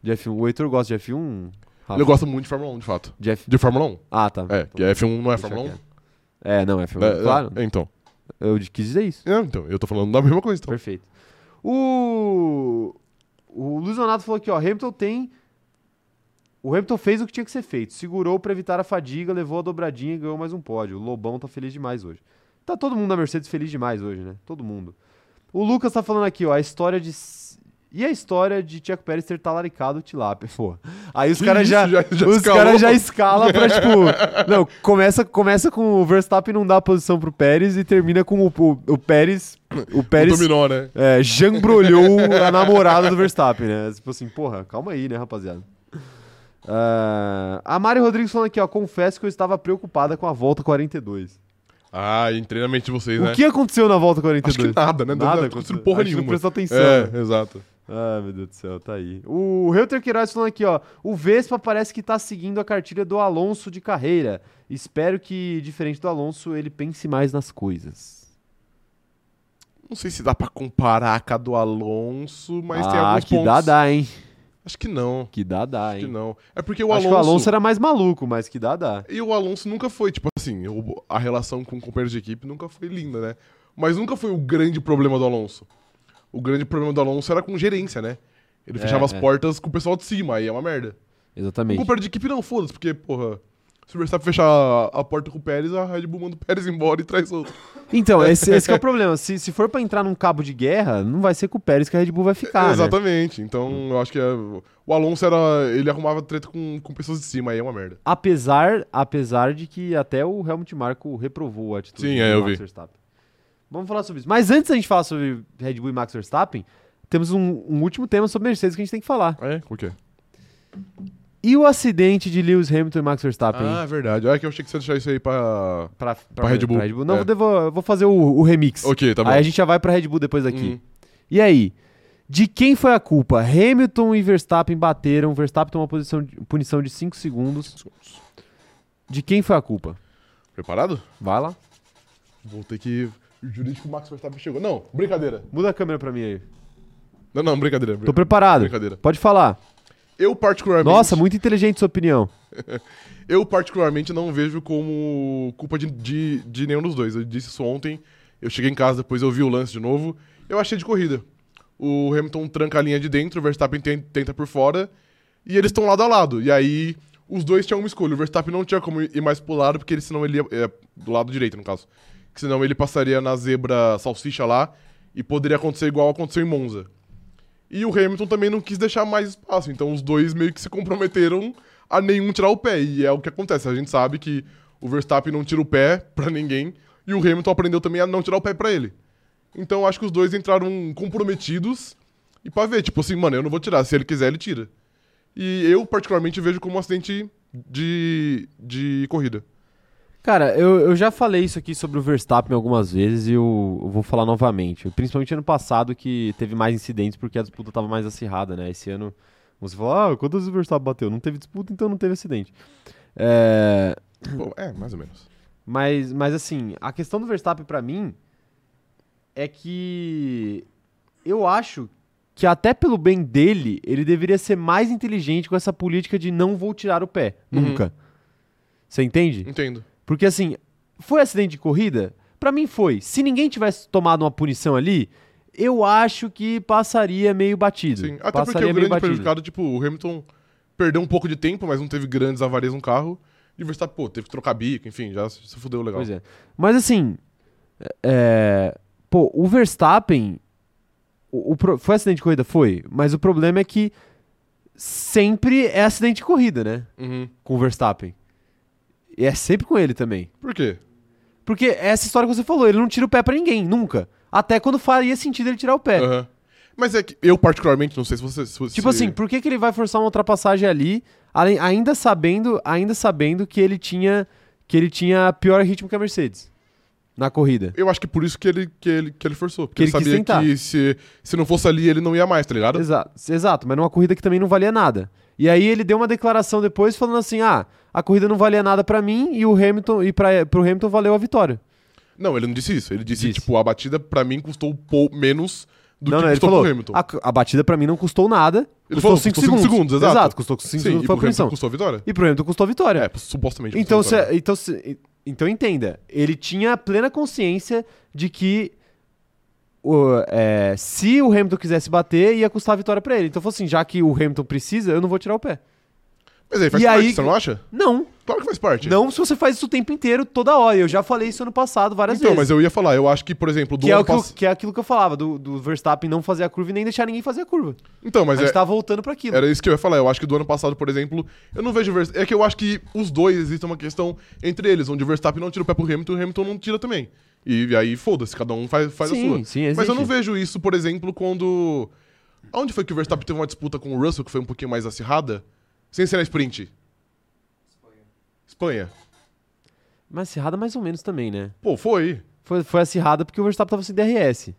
[SPEAKER 1] De F1. O Heitor gosta de F1? Rafa?
[SPEAKER 2] Ele gosta muito de Fórmula 1, de fato.
[SPEAKER 1] De F...
[SPEAKER 2] De Fórmula 1.
[SPEAKER 1] Ah, tá.
[SPEAKER 2] É, que F1 não é
[SPEAKER 1] Deixa
[SPEAKER 2] Fórmula 1.
[SPEAKER 1] quieto. É, não, é
[SPEAKER 2] É,
[SPEAKER 1] Ferrari, claro.
[SPEAKER 2] é, então.
[SPEAKER 1] Eu quis dizer isso.
[SPEAKER 2] É, então, eu tô falando da mesma coisa. Então.
[SPEAKER 1] Perfeito. O. O Luiz Donato falou aqui, ó. Hamilton tem. O Hamilton fez o que tinha que ser feito. Segurou pra evitar a fadiga, levou a dobradinha e ganhou mais um pódio. O Lobão tá feliz demais hoje. Tá todo mundo da Mercedes feliz demais hoje, né? Todo mundo. O Lucas tá falando aqui, ó. A história de. s- E a história de Tiago Pérez ter talaricado o tilápia, pô. Aí os
[SPEAKER 2] Que
[SPEAKER 1] caras
[SPEAKER 2] isso,
[SPEAKER 1] já,
[SPEAKER 2] já- já
[SPEAKER 1] os
[SPEAKER 2] escalou.
[SPEAKER 1] caras já escala pra,
[SPEAKER 2] [laughs]
[SPEAKER 1] tipo... Não, começa, começa com o Verstappen não dar posição pro Pérez e termina com o, o, o Pérez... O Pérez
[SPEAKER 2] Dominou, né?
[SPEAKER 1] é, jambrolhou a namorada do Verstappen, né? Tipo assim, porra, calma aí, né, rapaziada? Ah, a Mari Rodrigues falando aqui, ó. Confesso que eu estava preocupada com a volta 42.
[SPEAKER 2] Ah, entrei na mente de vocês, né?
[SPEAKER 1] O que aconteceu na volta
[SPEAKER 2] Acho
[SPEAKER 1] 42?
[SPEAKER 2] que nada, né?
[SPEAKER 1] Nada
[SPEAKER 2] não
[SPEAKER 1] aconteceu.
[SPEAKER 2] aconteceu porra
[SPEAKER 1] A gente não
[SPEAKER 2] nenhuma.
[SPEAKER 1] prestou atenção, né?
[SPEAKER 2] É, exato.
[SPEAKER 1] Ah, meu Deus do céu, tá aí. O Reuter Queiroz falando aqui, ó. O Vespa parece que tá seguindo a cartilha do Alonso de carreira. Espero que, diferente do Alonso, ele pense mais nas coisas.
[SPEAKER 2] Não sei se dá pra comparar com a do Alonso, mas tem
[SPEAKER 1] ah,
[SPEAKER 2] alguns
[SPEAKER 1] que
[SPEAKER 2] pontos.
[SPEAKER 1] dá, dá, hein?
[SPEAKER 2] Acho que não.
[SPEAKER 1] Que dá, dá,
[SPEAKER 2] Acho que
[SPEAKER 1] hein?
[SPEAKER 2] não. É porque o
[SPEAKER 1] Acho
[SPEAKER 2] Alonso,
[SPEAKER 1] que o Alonso é era mais maluco, mas que dá, dá.
[SPEAKER 2] E o Alonso nunca foi, tipo assim, o- a relação com companheiros de equipe nunca foi linda, né? Mas nunca foi o grande problema do Alonso. O grande problema do Alonso era com gerência, né? Ele
[SPEAKER 1] É,
[SPEAKER 2] fechava as
[SPEAKER 1] é.
[SPEAKER 2] portas com o pessoal de cima, aí é uma merda. Com
[SPEAKER 1] Exatamente.
[SPEAKER 2] companheiro de equipe não, foda-se, porque, porra, se o Verstappen fechar a, a porta com o Pérez, a Red Bull manda o Pérez embora e traz outro. [laughs]
[SPEAKER 1] Então, esse, esse que é o problema. Se, se for pra entrar num cabo de guerra, não vai ser com o Pérez que a Red Bull vai ficar. né?
[SPEAKER 2] Exatamente. Então, eu acho que é- o Alonso era. Ele arrumava treta com, com pessoas de cima, aí é uma merda.
[SPEAKER 1] Apesar, apesar de que até o Helmut Marko reprovou a atitude
[SPEAKER 2] Sim,
[SPEAKER 1] do
[SPEAKER 2] é, eu
[SPEAKER 1] Max
[SPEAKER 2] vi.
[SPEAKER 1] Verstappen. Vamos falar sobre isso. Mas antes da gente falar sobre Red Bull e Max Verstappen, temos um, um último tema sobre Mercedes que a gente tem que falar.
[SPEAKER 2] É? Por quê?
[SPEAKER 1] E o acidente de Lewis Hamilton e Max Verstappen?
[SPEAKER 2] Ah, é verdade. É que eu achei que você ia deixar isso aí pra.
[SPEAKER 1] pra, pra,
[SPEAKER 2] Red Bull.
[SPEAKER 1] Não,
[SPEAKER 2] É.
[SPEAKER 1] eu devo- eu vou fazer o, o remix.
[SPEAKER 2] Ok, tá bom.
[SPEAKER 1] Aí a gente já vai pra Red Bull depois daqui.
[SPEAKER 2] Hum.
[SPEAKER 1] E aí? De quem foi a culpa? Hamilton e Verstappen bateram. Verstappen tomou uma posição de- punição de 5 segundos. De quem foi a culpa?
[SPEAKER 2] Preparado?
[SPEAKER 1] Vai lá.
[SPEAKER 2] Vou ter que. Jurídico Max Verstappen chegou. Não, brincadeira.
[SPEAKER 1] Muda a câmera pra mim aí.
[SPEAKER 2] Não, não, brincadeira.
[SPEAKER 1] Tô
[SPEAKER 2] brin-
[SPEAKER 1] preparado.
[SPEAKER 2] Brincadeira.
[SPEAKER 1] Pode falar.
[SPEAKER 2] Eu particularmente.
[SPEAKER 1] Nossa, muito inteligente sua opinião.
[SPEAKER 2] Eu particularmente não vejo como culpa de, de, de nenhum dos dois. Eu disse isso ontem. Eu cheguei em casa, depois eu vi o lance de novo. Eu achei de corrida. O Hamilton tranca a linha de dentro, o Verstappen ten- tenta por fora. E eles estão lado a lado. E aí, os dois tinham uma escolha. O Verstappen não tinha como ir mais pro lado, porque ele, senão ele ia. é, do lado direito, no caso. Que senão ele passaria na zebra salsicha lá. E poderia acontecer igual aconteceu em Monza. E o Hamilton também não quis deixar mais espaço. Então os dois meio que se comprometeram a nenhum tirar o pé. E é o que acontece. A gente sabe que o Verstappen não tira o pé [laughs] pra ninguém. E o Hamilton aprendeu também a não tirar o pé pra ele. Então acho que os dois entraram comprometidos. E pra ver, tipo assim, mano, eu não vou tirar. Se ele quiser, ele tira. E eu, particularmente, vejo como um acidente de, de corrida.
[SPEAKER 1] Cara, eu, eu já falei isso aqui sobre o Verstappen algumas vezes e eu, eu vou falar novamente. Principalmente ano passado que teve mais incidentes porque a disputa tava mais acirrada, né? Esse ano você fala, ah, quantas vezes o Verstappen bateu? Não teve disputa, então não teve acidente. É,
[SPEAKER 2] Pô, é, mais ou menos.
[SPEAKER 1] mas, mas assim, a questão do Verstappen pra mim é que eu acho que até pelo bem dele, ele deveria ser mais inteligente com essa política de não vou tirar o pé,
[SPEAKER 2] Uhum.
[SPEAKER 1] nunca. Você entende?
[SPEAKER 2] Entendo.
[SPEAKER 1] Porque assim, foi acidente de corrida? Pra mim foi. Se ninguém tivesse tomado uma punição ali, eu acho que passaria meio batido.
[SPEAKER 2] Sim, até porque
[SPEAKER 1] passaria
[SPEAKER 2] o
[SPEAKER 1] meio
[SPEAKER 2] grande
[SPEAKER 1] batido.
[SPEAKER 2] prejudicado, tipo, o Hamilton perdeu um pouco de tempo, mas não teve grandes avarias no carro. E o Verstappen, pô, teve que trocar bico, enfim, já se fudeu legal.
[SPEAKER 1] Pois é. Mas assim, é, pô, o Verstappen o, o pro- foi acidente de corrida? Foi, mas o problema é que sempre é acidente de corrida, né?
[SPEAKER 2] Uhum.
[SPEAKER 1] Com o Verstappen. E é sempre com ele também.
[SPEAKER 2] Por quê?
[SPEAKER 1] Porque é essa história que você falou, ele não tira o pé pra ninguém, nunca. Até quando faria sentido ele tirar o pé.
[SPEAKER 2] Aham. Mas é que eu, particularmente, não sei se você. se-
[SPEAKER 1] Tipo
[SPEAKER 2] se-
[SPEAKER 1] assim, por que, que ele vai forçar uma ultrapassagem ali, além- ainda sabendo, ainda sabendo que ele tinha que ele tinha pior ritmo que a Mercedes na corrida?
[SPEAKER 2] Eu acho que por isso que ele, que ele, que ele forçou. Porque
[SPEAKER 1] Que
[SPEAKER 2] ele
[SPEAKER 1] ele quis
[SPEAKER 2] sabia
[SPEAKER 1] tentar.
[SPEAKER 2] que se, se não fosse ali, ele não ia mais, tá ligado?
[SPEAKER 1] Exato, exato, mas numa corrida que também não valia nada. E aí ele deu uma declaração depois falando assim: "Ah, a corrida não valia nada pra mim e o Hamilton e para pro Hamilton valeu a vitória".
[SPEAKER 2] Não, ele não disse isso. Ele disse,
[SPEAKER 1] Disse.
[SPEAKER 2] tipo, a batida pra mim custou um pou- menos do
[SPEAKER 1] não,
[SPEAKER 2] que
[SPEAKER 1] não, ele
[SPEAKER 2] custou
[SPEAKER 1] falou: "Ah,
[SPEAKER 2] pro Hamilton.
[SPEAKER 1] a, a batida pra mim não custou nada,
[SPEAKER 2] Ele
[SPEAKER 1] custou
[SPEAKER 2] falou,
[SPEAKER 1] 5
[SPEAKER 2] custou cinco
[SPEAKER 1] segundos.
[SPEAKER 2] segundos, exato.
[SPEAKER 1] custou 5
[SPEAKER 2] Sim,
[SPEAKER 1] segundos
[SPEAKER 2] e
[SPEAKER 1] foi a
[SPEAKER 2] pro Hamilton
[SPEAKER 1] punição.
[SPEAKER 2] custou a vitória?
[SPEAKER 1] E pro Hamilton custou a vitória.
[SPEAKER 2] É, supostamente.
[SPEAKER 1] Então,
[SPEAKER 2] custou a
[SPEAKER 1] se,
[SPEAKER 2] vitória.
[SPEAKER 1] então se, Então entenda, ele tinha plena consciência de que o- é, se o Hamilton quisesse bater, ia custar a vitória pra ele. Então falou assim, já que o Hamilton precisa, eu não vou tirar o pé.
[SPEAKER 2] Mas aí faz
[SPEAKER 1] E
[SPEAKER 2] parte,
[SPEAKER 1] aí-
[SPEAKER 2] você não acha?
[SPEAKER 1] Não,
[SPEAKER 2] Claro que faz parte.
[SPEAKER 1] não se você faz isso o tempo inteiro, toda hora. Eu já falei isso ano passado várias
[SPEAKER 2] Então, mas
[SPEAKER 1] vezes.
[SPEAKER 2] eu ia falar, eu acho que, por exemplo, do
[SPEAKER 1] que, é
[SPEAKER 2] ano
[SPEAKER 1] o que, eu-
[SPEAKER 2] pass-
[SPEAKER 1] que é aquilo que eu falava, do, do Verstappen não fazer a curva e nem deixar ninguém fazer a curva.
[SPEAKER 2] Então, mas
[SPEAKER 1] a gente
[SPEAKER 2] é,
[SPEAKER 1] tá voltando pra aquilo.
[SPEAKER 2] Era isso que eu ia falar. Eu acho que do ano passado, por exemplo, eu não vejo. Vers- É que eu acho que os dois existe uma questão entre eles, onde o Verstappen não tira o pé pro Hamilton e o Hamilton não tira também. E aí, foda-se, cada um faz, faz
[SPEAKER 1] Sim,
[SPEAKER 2] a sua.
[SPEAKER 1] sim,
[SPEAKER 2] Mas eu não
[SPEAKER 1] existe.
[SPEAKER 2] vejo isso, por exemplo, quando. Onde foi que o Verstappen teve uma disputa com o Russell, que foi um pouquinho mais acirrada? Sem ser na sprint? Espanha.
[SPEAKER 1] Mas acirrada mais ou menos também, né?
[SPEAKER 2] Pô, foi.
[SPEAKER 1] Foi, foi acirrada porque o Verstappen tava sem DRS.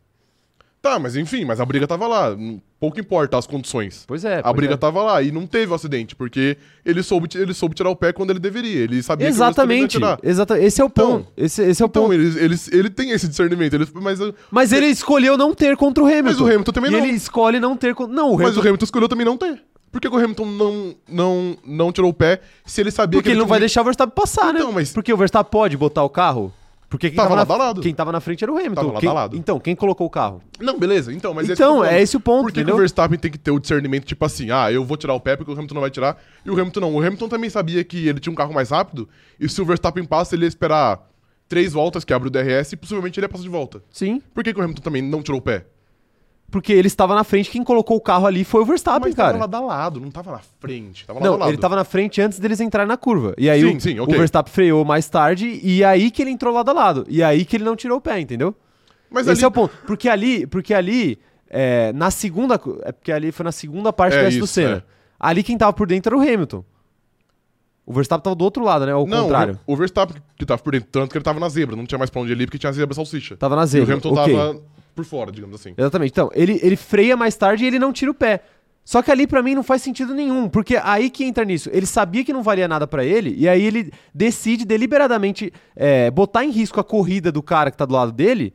[SPEAKER 2] Tá, mas enfim, mas a briga tava lá. Pouco importa as condições.
[SPEAKER 1] Pois é.
[SPEAKER 2] A
[SPEAKER 1] pois
[SPEAKER 2] briga
[SPEAKER 1] é.
[SPEAKER 2] tava lá e não teve o acidente, porque ele soube, ti- ele soube tirar o pé quando ele deveria. Ele sabia
[SPEAKER 1] Exatamente.
[SPEAKER 2] que o Lewis também ia tirar.
[SPEAKER 1] Exata esse é o
[SPEAKER 2] Então-
[SPEAKER 1] ponto. Esse, esse é o
[SPEAKER 2] Então,
[SPEAKER 1] ponto.
[SPEAKER 2] ele, ele, ele tem esse discernimento. Ele, mas, o-
[SPEAKER 1] Mas ele escolheu não ter contra o Hamilton.
[SPEAKER 2] mas o Hamilton também
[SPEAKER 1] e
[SPEAKER 2] não.
[SPEAKER 1] ele escolhe não ter contra. Não, o
[SPEAKER 2] Mas
[SPEAKER 1] Hamilton.
[SPEAKER 2] o Hamilton escolheu também não ter. Por que que o Hamilton não, não, não tirou o pé se ele sabia
[SPEAKER 1] Porque
[SPEAKER 2] que
[SPEAKER 1] ele não vai
[SPEAKER 2] tinha um-
[SPEAKER 1] deixar o Verstappen passar,
[SPEAKER 2] Então,
[SPEAKER 1] né?
[SPEAKER 2] mas-
[SPEAKER 1] Porque o Verstappen pode botar o carro. Porque quem
[SPEAKER 2] Tava
[SPEAKER 1] tava,
[SPEAKER 2] lá
[SPEAKER 1] na...
[SPEAKER 2] balado.
[SPEAKER 1] quem tava na frente era o Hamilton.
[SPEAKER 2] Tava lá
[SPEAKER 1] Quem-
[SPEAKER 2] balado.
[SPEAKER 1] Então, quem colocou o carro?
[SPEAKER 2] Não, beleza. Então, mas
[SPEAKER 1] Então,
[SPEAKER 2] que eu tô falando.
[SPEAKER 1] é esse o ponto,
[SPEAKER 2] Por que que, o
[SPEAKER 1] entendeu?
[SPEAKER 2] Verstappen tem que ter o discernimento, tipo assim, ah, eu vou tirar o pé porque o Hamilton não vai tirar. E o Hamilton não. O Hamilton também sabia que ele tinha um carro mais rápido. E se o Verstappen passa, ele ia esperar três voltas, que abre o DRS, e possivelmente ele ia passar de volta.
[SPEAKER 1] Sim.
[SPEAKER 2] Por que, que o Hamilton também não tirou o pé?
[SPEAKER 1] Porque ele estava na frente, quem colocou o carro ali foi o Verstappen,
[SPEAKER 2] mas
[SPEAKER 1] Ah, cara.
[SPEAKER 2] tava lado a lado, não tava na frente. Tava lado a
[SPEAKER 1] Não,
[SPEAKER 2] lado.
[SPEAKER 1] ele tava na frente antes deles entrarem na curva. E aí
[SPEAKER 2] Sim,
[SPEAKER 1] o,
[SPEAKER 2] sim,
[SPEAKER 1] o
[SPEAKER 2] ok.
[SPEAKER 1] Verstappen freou mais tarde e aí que ele entrou lado a lado. E aí que ele não tirou o pé, entendeu?
[SPEAKER 2] Mas
[SPEAKER 1] Esse
[SPEAKER 2] ali
[SPEAKER 1] é o ponto. Porque ali, porque ali é, na segunda, cu- é porque ali foi na segunda parte
[SPEAKER 2] É
[SPEAKER 1] do resto do
[SPEAKER 2] isso,
[SPEAKER 1] Senna. Ali quem tava por dentro era o Hamilton. O Verstappen tava do outro lado, né? Ao
[SPEAKER 2] não,
[SPEAKER 1] contrário.
[SPEAKER 2] O, o Verstappen que tava por dentro, tanto que ele tava na zebra, não tinha mais pra onde ele ir porque tinha a zebra salsicha.
[SPEAKER 1] Tava na
[SPEAKER 2] e o
[SPEAKER 1] zebra.
[SPEAKER 2] Hamilton
[SPEAKER 1] ok.
[SPEAKER 2] tava por fora, digamos assim.
[SPEAKER 1] Exatamente. Então, ele, ele freia mais tarde e ele não tira o pé. Só que ali pra mim não faz sentido nenhum, porque aí que entra nisso. Ele sabia que não valia nada pra ele, e aí ele decide deliberadamente é, botar em risco a corrida do cara que tá do lado dele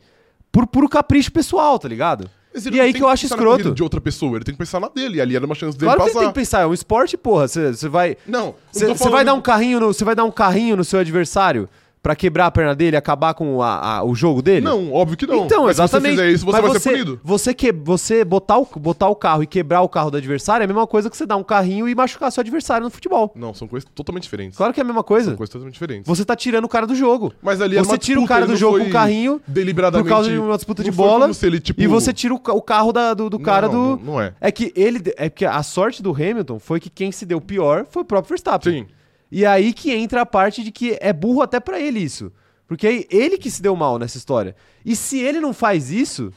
[SPEAKER 1] por puro capricho pessoal, tá ligado?
[SPEAKER 2] Mas
[SPEAKER 1] E
[SPEAKER 2] ele não
[SPEAKER 1] aí
[SPEAKER 2] tem
[SPEAKER 1] que eu acho
[SPEAKER 2] pensar na
[SPEAKER 1] escroto.
[SPEAKER 2] corrida de outra pessoa, ele tem que pensar na dele, ali era uma chance dele
[SPEAKER 1] Claro que ele
[SPEAKER 2] passar.
[SPEAKER 1] tem que pensar, é um esporte, porra. Você vai.
[SPEAKER 2] Não, eu tô
[SPEAKER 1] Você
[SPEAKER 2] falando-
[SPEAKER 1] vai dar um carrinho no. Você vai dar um carrinho no seu adversário pra quebrar a perna dele, acabar com a- a- o jogo dele?
[SPEAKER 2] Não, óbvio que não.
[SPEAKER 1] Então,
[SPEAKER 2] Mas
[SPEAKER 1] exatamente.
[SPEAKER 2] Se você fizer isso, você
[SPEAKER 1] Mas
[SPEAKER 2] vai ser punido.
[SPEAKER 1] Você, que, você botar, o, botar o carro e quebrar o carro do adversário é a mesma coisa que você dar um carrinho e machucar seu adversário no futebol.
[SPEAKER 2] Não, são coisas totalmente diferentes.
[SPEAKER 1] Claro que é a mesma coisa.
[SPEAKER 2] Coisas totalmente diferentes.
[SPEAKER 1] Você tá tirando o cara do jogo.
[SPEAKER 2] Mas ali era
[SPEAKER 1] Você
[SPEAKER 2] uma
[SPEAKER 1] tira o
[SPEAKER 2] disputa,
[SPEAKER 1] cara
[SPEAKER 2] ele
[SPEAKER 1] do
[SPEAKER 2] não
[SPEAKER 1] jogo
[SPEAKER 2] foi
[SPEAKER 1] com o carrinho
[SPEAKER 2] deliberadamente.
[SPEAKER 1] por causa de uma disputa de
[SPEAKER 2] Não foi
[SPEAKER 1] bola
[SPEAKER 2] como se ele, tipo,
[SPEAKER 1] e você tira o, ca- o carro da- do, do cara
[SPEAKER 2] Não,
[SPEAKER 1] do...
[SPEAKER 2] Não é.
[SPEAKER 1] É que ele... É porque a sorte do Hamilton foi que quem se deu pior foi o próprio Verstappen.
[SPEAKER 2] Sim.
[SPEAKER 1] E aí que entra a parte de que é burro até pra ele isso. Porque aí ele que se deu mal nessa história. E se ele não faz isso.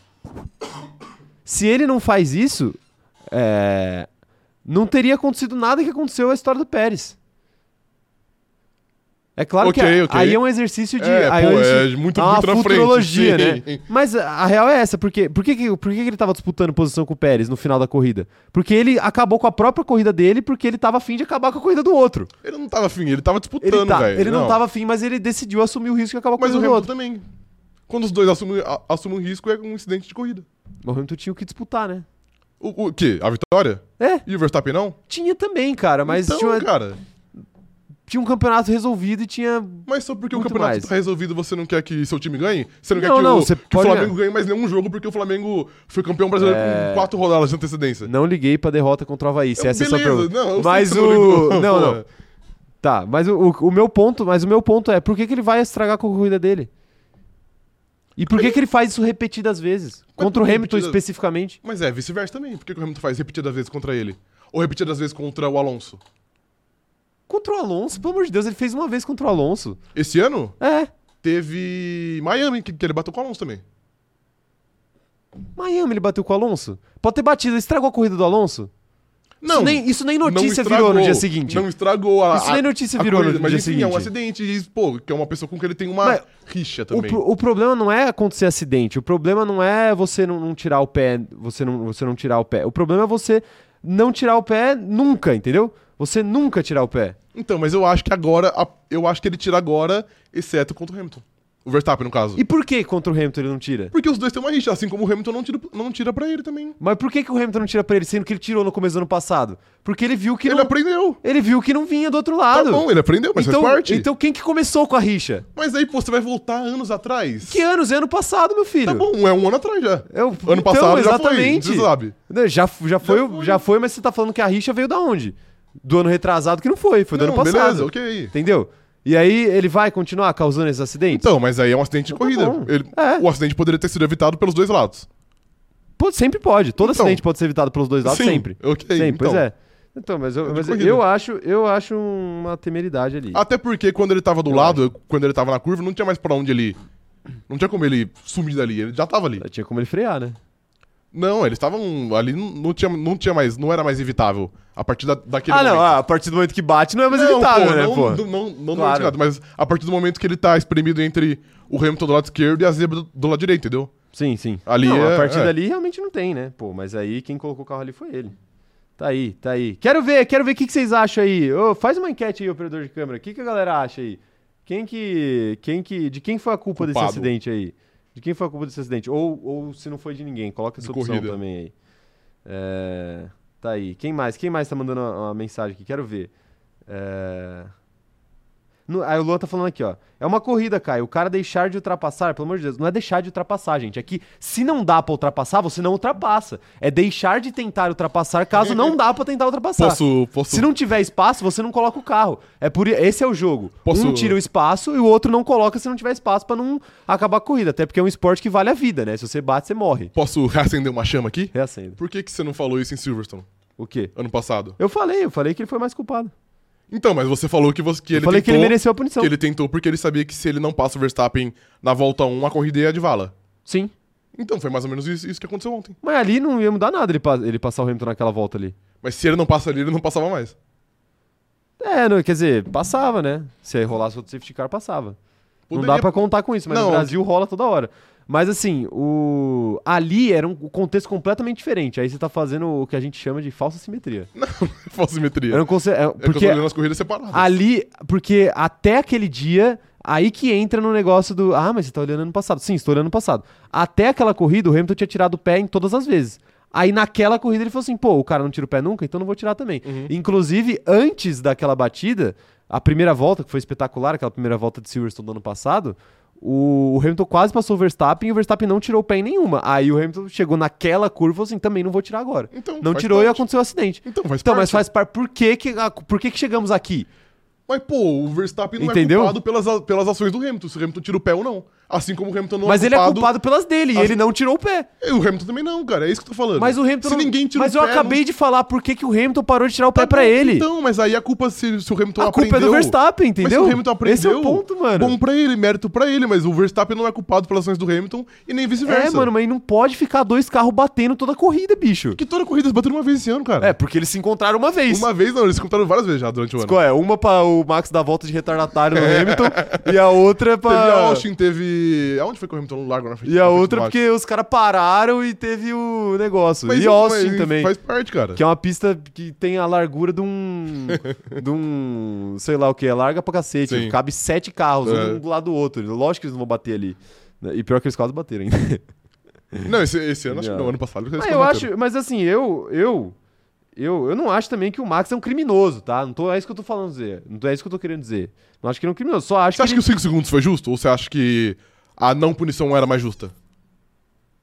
[SPEAKER 1] Se ele não faz isso. é, não teria acontecido nada que aconteceu a história do Pérez. É claro
[SPEAKER 2] Ok,
[SPEAKER 1] que
[SPEAKER 2] ok.
[SPEAKER 1] aí é um exercício de.
[SPEAKER 2] É,
[SPEAKER 1] aí
[SPEAKER 2] pô,
[SPEAKER 1] um
[SPEAKER 2] é
[SPEAKER 1] exercício-
[SPEAKER 2] muito-
[SPEAKER 1] é uma
[SPEAKER 2] muito na frente,
[SPEAKER 1] futurologia,
[SPEAKER 2] sim.
[SPEAKER 1] né? Mas a a real é essa, porque por que, que- por que, que ele tava disputando posição com o Pérez no final da corrida? Porque ele acabou com a própria corrida dele, porque ele tava afim de acabar com a corrida do outro.
[SPEAKER 2] Ele não tava afim, ele tava
[SPEAKER 1] Ele,
[SPEAKER 2] disputando,
[SPEAKER 1] tá-
[SPEAKER 2] velho.
[SPEAKER 1] ele não. tava afim, mas ele decidiu assumir o risco e acabar com
[SPEAKER 2] Mas o
[SPEAKER 1] o
[SPEAKER 2] Hamilton
[SPEAKER 1] outro.
[SPEAKER 2] também. Quando os dois assumem, a- assumem um risco, é um incidente de corrida.
[SPEAKER 1] Mas o Hamilton tinha o que disputar, né?
[SPEAKER 2] O, o quê? A vitória?
[SPEAKER 1] É,
[SPEAKER 2] E o Verstappen não?
[SPEAKER 1] tinha também, cara, mas
[SPEAKER 2] então,
[SPEAKER 1] tinha, uma-
[SPEAKER 2] cara.
[SPEAKER 1] tinha um campeonato resolvido e tinha.
[SPEAKER 2] Mas só porque
[SPEAKER 1] Muito
[SPEAKER 2] o campeonato
[SPEAKER 1] mais.
[SPEAKER 2] tá resolvido, você não quer que seu time ganhe? Você não,
[SPEAKER 1] Não,
[SPEAKER 2] quer que,
[SPEAKER 1] não,
[SPEAKER 2] o,
[SPEAKER 1] você
[SPEAKER 2] que o
[SPEAKER 1] pode
[SPEAKER 2] Flamengo
[SPEAKER 1] ganhar. É.
[SPEAKER 2] ganhe mais nenhum jogo porque o Flamengo foi campeão brasileiro com quatro rodadas de antecedência?
[SPEAKER 1] Não liguei pra derrota contra o Havaí, se essa é a sua
[SPEAKER 2] Beleza,
[SPEAKER 1] pergunta.
[SPEAKER 2] não, eu sei
[SPEAKER 1] mas
[SPEAKER 2] que
[SPEAKER 1] o.
[SPEAKER 2] você não é.
[SPEAKER 1] [laughs]
[SPEAKER 2] ligou,
[SPEAKER 1] não,
[SPEAKER 2] porra.
[SPEAKER 1] não. Tá, mas o, o- o meu ponto, mas o meu ponto é, por que, que ele vai estragar com a corrida dele? E por que, que ele faz isso repetidas vezes? Contra o Hamilton
[SPEAKER 2] repetidas-
[SPEAKER 1] especificamente?
[SPEAKER 2] Mas é, vice-versa também. Por que que o Hamilton faz repetidas vezes contra ele? Ou repetidas vezes contra o Alonso?
[SPEAKER 1] Contra o Alonso, pelo amor de Deus, ele fez uma vez contra o Alonso.
[SPEAKER 2] Esse ano
[SPEAKER 1] É,
[SPEAKER 2] teve Miami, que, que ele bateu com o Alonso também.
[SPEAKER 1] Miami ele bateu com o Alonso. Pode ter batido, estragou a corrida do Alonso?
[SPEAKER 2] Não.
[SPEAKER 1] Isso nem, isso nem
[SPEAKER 2] não
[SPEAKER 1] notícia
[SPEAKER 2] estragou,
[SPEAKER 1] virou no dia seguinte.
[SPEAKER 2] Não estragou a.
[SPEAKER 1] Isso
[SPEAKER 2] a-
[SPEAKER 1] nem notícia
[SPEAKER 2] a
[SPEAKER 1] virou no
[SPEAKER 2] corrida, mas
[SPEAKER 1] dia
[SPEAKER 2] enfim, é um
[SPEAKER 1] seguinte.
[SPEAKER 2] acidente e, pô, que é uma pessoa com que ele tem uma
[SPEAKER 1] Mas
[SPEAKER 2] rixa
[SPEAKER 1] o,
[SPEAKER 2] também.
[SPEAKER 1] pro- o problema não é acontecer acidente, o problema não é você não, não tirar o pé, você não, você não tirar o pé. O problema é você não tirar o pé nunca, entendeu? Você nunca tirar o pé.
[SPEAKER 2] Então, mas eu acho que agora. a- eu acho que ele tira agora, exceto contra o Hamilton. O O Verstappen, no caso.
[SPEAKER 1] E por que contra o Hamilton ele não tira?
[SPEAKER 2] Porque os dois têm uma rixa, assim como o Hamilton não tira, não tira pra ele também.
[SPEAKER 1] Mas por que, que o Hamilton não tira pra ele, sendo que ele tirou no começo do ano passado? Porque ele viu que
[SPEAKER 2] ele
[SPEAKER 1] não,
[SPEAKER 2] aprendeu.
[SPEAKER 1] ele viu que não vinha do outro
[SPEAKER 2] Tá
[SPEAKER 1] lado.
[SPEAKER 2] bom, ele aprendeu, mas
[SPEAKER 1] então,
[SPEAKER 2] faz parte.
[SPEAKER 1] então quem que começou com a rixa?
[SPEAKER 2] Mas aí, pô, você vai voltar anos atrás.
[SPEAKER 1] Que anos? É ano passado, meu filho.
[SPEAKER 2] Tá bom, é um ano atrás já.
[SPEAKER 1] É o-
[SPEAKER 2] Ano passado já foi,
[SPEAKER 1] exatamente.
[SPEAKER 2] você sabe.
[SPEAKER 1] Né, Já, f- já, foi, já, foi.
[SPEAKER 2] foi.
[SPEAKER 1] mas você tá falando que a rixa veio da onde? Do ano retrasado que não foi, foi do
[SPEAKER 2] Não,
[SPEAKER 1] ano passado.
[SPEAKER 2] Beleza, ok.
[SPEAKER 1] Entendeu? E aí ele vai continuar causando esses acidentes?
[SPEAKER 2] Então, mas aí é um acidente de
[SPEAKER 1] tá
[SPEAKER 2] corrida.
[SPEAKER 1] bom.
[SPEAKER 2] Ele-
[SPEAKER 1] É.
[SPEAKER 2] O acidente poderia ter sido evitado pelos dois lados.
[SPEAKER 1] Pô, sempre pode. Todo
[SPEAKER 2] Então.
[SPEAKER 1] acidente pode ser evitado pelos dois lados,
[SPEAKER 2] Sim,
[SPEAKER 1] sempre.
[SPEAKER 2] ok,
[SPEAKER 1] sempre, pois
[SPEAKER 2] então.
[SPEAKER 1] é. Então, mas, eu,
[SPEAKER 2] de
[SPEAKER 1] mas
[SPEAKER 2] corrida.
[SPEAKER 1] eu acho, eu acho uma temeridade ali.
[SPEAKER 2] Até porque quando ele tava do lado, quando ele tava na curva, não tinha mais pra onde ele. Não tinha como ele sumir dali, ele já tava ali.
[SPEAKER 1] Tinha como ele frear, né?
[SPEAKER 2] Não, eles estavam ali, não não tinha, não tinha mais, não era mais evitável a partir da, daquele
[SPEAKER 1] ah, não,
[SPEAKER 2] momento.
[SPEAKER 1] ah, a partir do momento que bate não é mais
[SPEAKER 2] Não,
[SPEAKER 1] evitável,
[SPEAKER 2] pô,
[SPEAKER 1] né,
[SPEAKER 2] não,
[SPEAKER 1] pô?
[SPEAKER 2] do- Não, não,
[SPEAKER 1] Claro.
[SPEAKER 2] claro. mas a partir do momento que ele tá espremido entre o Hamilton do lado esquerdo e a zebra do, do lado direito, entendeu?
[SPEAKER 1] Sim, sim.
[SPEAKER 2] Ali
[SPEAKER 1] não, a
[SPEAKER 2] é-
[SPEAKER 1] partir
[SPEAKER 2] é.
[SPEAKER 1] dali realmente não tem, né? Pô, mas aí quem colocou o carro ali foi ele. Tá aí, tá aí. Quero ver, quero ver o que, que vocês acham aí. Ô, faz uma enquete aí, operador de câmera. O que, que a galera acha aí? Quem que, quem que, de quem foi a culpa desse
[SPEAKER 2] Culpado.
[SPEAKER 1] acidente aí? De quem foi a culpa desse acidente? Ou, ou se não foi de ninguém, coloca essa
[SPEAKER 2] De
[SPEAKER 1] opção
[SPEAKER 2] corrida.
[SPEAKER 1] também aí. É, tá aí. Quem mais? Quem mais tá mandando uma, uma mensagem aqui? Quero ver. É... No- aí o Luan tá falando aqui, ó. É uma corrida, Caio. O cara deixar de ultrapassar, pelo amor de Deus, não é deixar de ultrapassar, gente. Aqui, se não dá pra ultrapassar, você não ultrapassa. É deixar de tentar ultrapassar caso não dá pra tentar ultrapassar.
[SPEAKER 2] Posso, posso
[SPEAKER 1] Tá. Se não tiver espaço, você não coloca o carro. É por i- esse é o jogo.
[SPEAKER 2] Posso-
[SPEAKER 1] Um tira o espaço e o outro não coloca se não tiver espaço pra não acabar a corrida, até porque é um esporte que vale a vida, né? Se você bate, você morre.
[SPEAKER 2] posso reacender uma chama aqui?
[SPEAKER 1] Reacendo.
[SPEAKER 2] Por que que você não falou isso em Silverstone
[SPEAKER 1] O quê?
[SPEAKER 2] ano passado?
[SPEAKER 1] Eu falei, eu falei que ele foi mais culpado.
[SPEAKER 2] Então, mas você falou que você que
[SPEAKER 1] Eu
[SPEAKER 2] ele
[SPEAKER 1] falei que ele
[SPEAKER 2] tentou-
[SPEAKER 1] mereceu a punição.
[SPEAKER 2] que ele tentou porque ele sabia que se ele não passa o Verstappen na volta 1, a corrida ia de vala.
[SPEAKER 1] Sim.
[SPEAKER 2] Então foi mais ou menos isso, isso que aconteceu ontem.
[SPEAKER 1] Mas ali não ia mudar nada ele, pa- ele passar o Hamilton naquela volta ali.
[SPEAKER 2] Mas se ele não passa ali, ele não passava mais.
[SPEAKER 1] É, não, quer dizer, passava, né? Se aí rolasse outro safety car, passava. Não dá
[SPEAKER 2] [laughs] Poderia-
[SPEAKER 1] pra contar com isso, mas no
[SPEAKER 2] Não.
[SPEAKER 1] Brasil rola toda hora. Mas assim, o ali era um contexto completamente diferente. Aí você tá fazendo o que a gente chama de falsa simetria.
[SPEAKER 2] Falsa simetria.
[SPEAKER 1] Era um conce... é,
[SPEAKER 2] É que eu tô
[SPEAKER 1] porque
[SPEAKER 2] olhando as corridas separadas.
[SPEAKER 1] ali, porque até aquele dia, aí que entra no negócio do, ah, mas você tá olhando ano passado. Sim, estou olhando ano passado. Até aquela corrida, o Hamilton tinha tirado o pé em todas as vezes. Aí naquela corrida ele falou assim, pô, o cara não tira o pé nunca, então não vou tirar também.
[SPEAKER 2] Uhum.
[SPEAKER 1] Inclusive, antes daquela batida, a primeira volta, que foi espetacular, aquela primeira volta de Silverstone do ano passado, o o Hamilton quase passou o Verstappen e o Verstappen não tirou o pé em nenhuma. Aí o Hamilton chegou naquela curva e falou assim, também não vou tirar agora.
[SPEAKER 2] Então,
[SPEAKER 1] não
[SPEAKER 2] faz
[SPEAKER 1] tirou e
[SPEAKER 2] parte.
[SPEAKER 1] aconteceu o acidente.
[SPEAKER 2] Então, faz
[SPEAKER 1] Então,
[SPEAKER 2] parte.
[SPEAKER 1] mas faz parte. Por que que, a- por que que chegamos aqui?
[SPEAKER 2] Mas, pô, o Verstappen não
[SPEAKER 1] Entendeu?
[SPEAKER 2] é culpado pelas, a- pelas ações do Hamilton. Se o Hamilton tira o pé ou não. Assim como o Hamilton não
[SPEAKER 1] Mas
[SPEAKER 2] é
[SPEAKER 1] ele é
[SPEAKER 2] culpado...
[SPEAKER 1] culpado pelas dele, e
[SPEAKER 2] As-
[SPEAKER 1] ele não tirou o pé.
[SPEAKER 2] E o Hamilton também não, cara. É isso que eu tô falando.
[SPEAKER 1] Mas o Hamilton.
[SPEAKER 2] Se
[SPEAKER 1] não-
[SPEAKER 2] ninguém tira
[SPEAKER 1] Mas
[SPEAKER 2] o
[SPEAKER 1] eu
[SPEAKER 2] pé,
[SPEAKER 1] acabei de falar por que que o Hamilton parou de tirar o
[SPEAKER 2] não...
[SPEAKER 1] pé pra ele.
[SPEAKER 2] Então, mas aí a culpa, se, se o Hamilton
[SPEAKER 1] a culpa é do
[SPEAKER 2] aprendeu-
[SPEAKER 1] Verstappen, entendeu?
[SPEAKER 2] Mas se o Hamilton aprendeu...
[SPEAKER 1] Esse é o ponto, mano.
[SPEAKER 2] Bom pra ele, mérito pra ele. Mas o Verstappen não é culpado pelas ações do Hamilton e nem vice-versa.
[SPEAKER 1] é, mano, mas não pode ficar dois carros batendo toda a corrida, bicho.
[SPEAKER 2] Que toda corrida eles bateram uma vez esse ano, cara.
[SPEAKER 1] É, porque eles se encontraram uma vez.
[SPEAKER 2] Uma vez não, eles se contaram várias vezes já durante o ano.
[SPEAKER 1] Qual é? Uma pra o Max dar volta de retardatário
[SPEAKER 2] [laughs]
[SPEAKER 1] no Hamilton e a outra
[SPEAKER 2] É. Teve
[SPEAKER 1] pra.
[SPEAKER 2] Austin, teve... Aonde foi que o Hamilton largou na frente?
[SPEAKER 1] E
[SPEAKER 2] na
[SPEAKER 1] a
[SPEAKER 2] frente do
[SPEAKER 1] outra
[SPEAKER 2] Max?
[SPEAKER 1] porque os caras pararam e teve o negócio.
[SPEAKER 2] Mas
[SPEAKER 1] e
[SPEAKER 2] isso-
[SPEAKER 1] Austin
[SPEAKER 2] mas
[SPEAKER 1] também.
[SPEAKER 2] Faz parte, cara.
[SPEAKER 1] Que é uma pista que tem a largura de
[SPEAKER 2] [laughs]
[SPEAKER 1] um. de um. sei lá o que, é larga pra cacete.
[SPEAKER 2] Sim.
[SPEAKER 1] Cabe sete carros,
[SPEAKER 2] É.
[SPEAKER 1] um do lado do outro. Lógico que eles não vão bater ali. né, E pior que eles quase bateram
[SPEAKER 2] [laughs]
[SPEAKER 1] ainda.
[SPEAKER 2] Não, esse, esse ano, acho que
[SPEAKER 1] Não.
[SPEAKER 2] não, ano passado. eles
[SPEAKER 1] Mas Ah, eu
[SPEAKER 2] combateram.
[SPEAKER 1] acho. Mas assim, eu. eu eu, eu não acho também que o Max é um criminoso, tá? Não tô, é isso que eu tô falando dizer. Não tô- é isso que eu tô querendo dizer. Não acho que ele é um criminoso. Só acho
[SPEAKER 2] Você
[SPEAKER 1] que,
[SPEAKER 2] acha que
[SPEAKER 1] ele-
[SPEAKER 2] os 5 segundos foi justo? Ou você acha que a não punição era mais justa?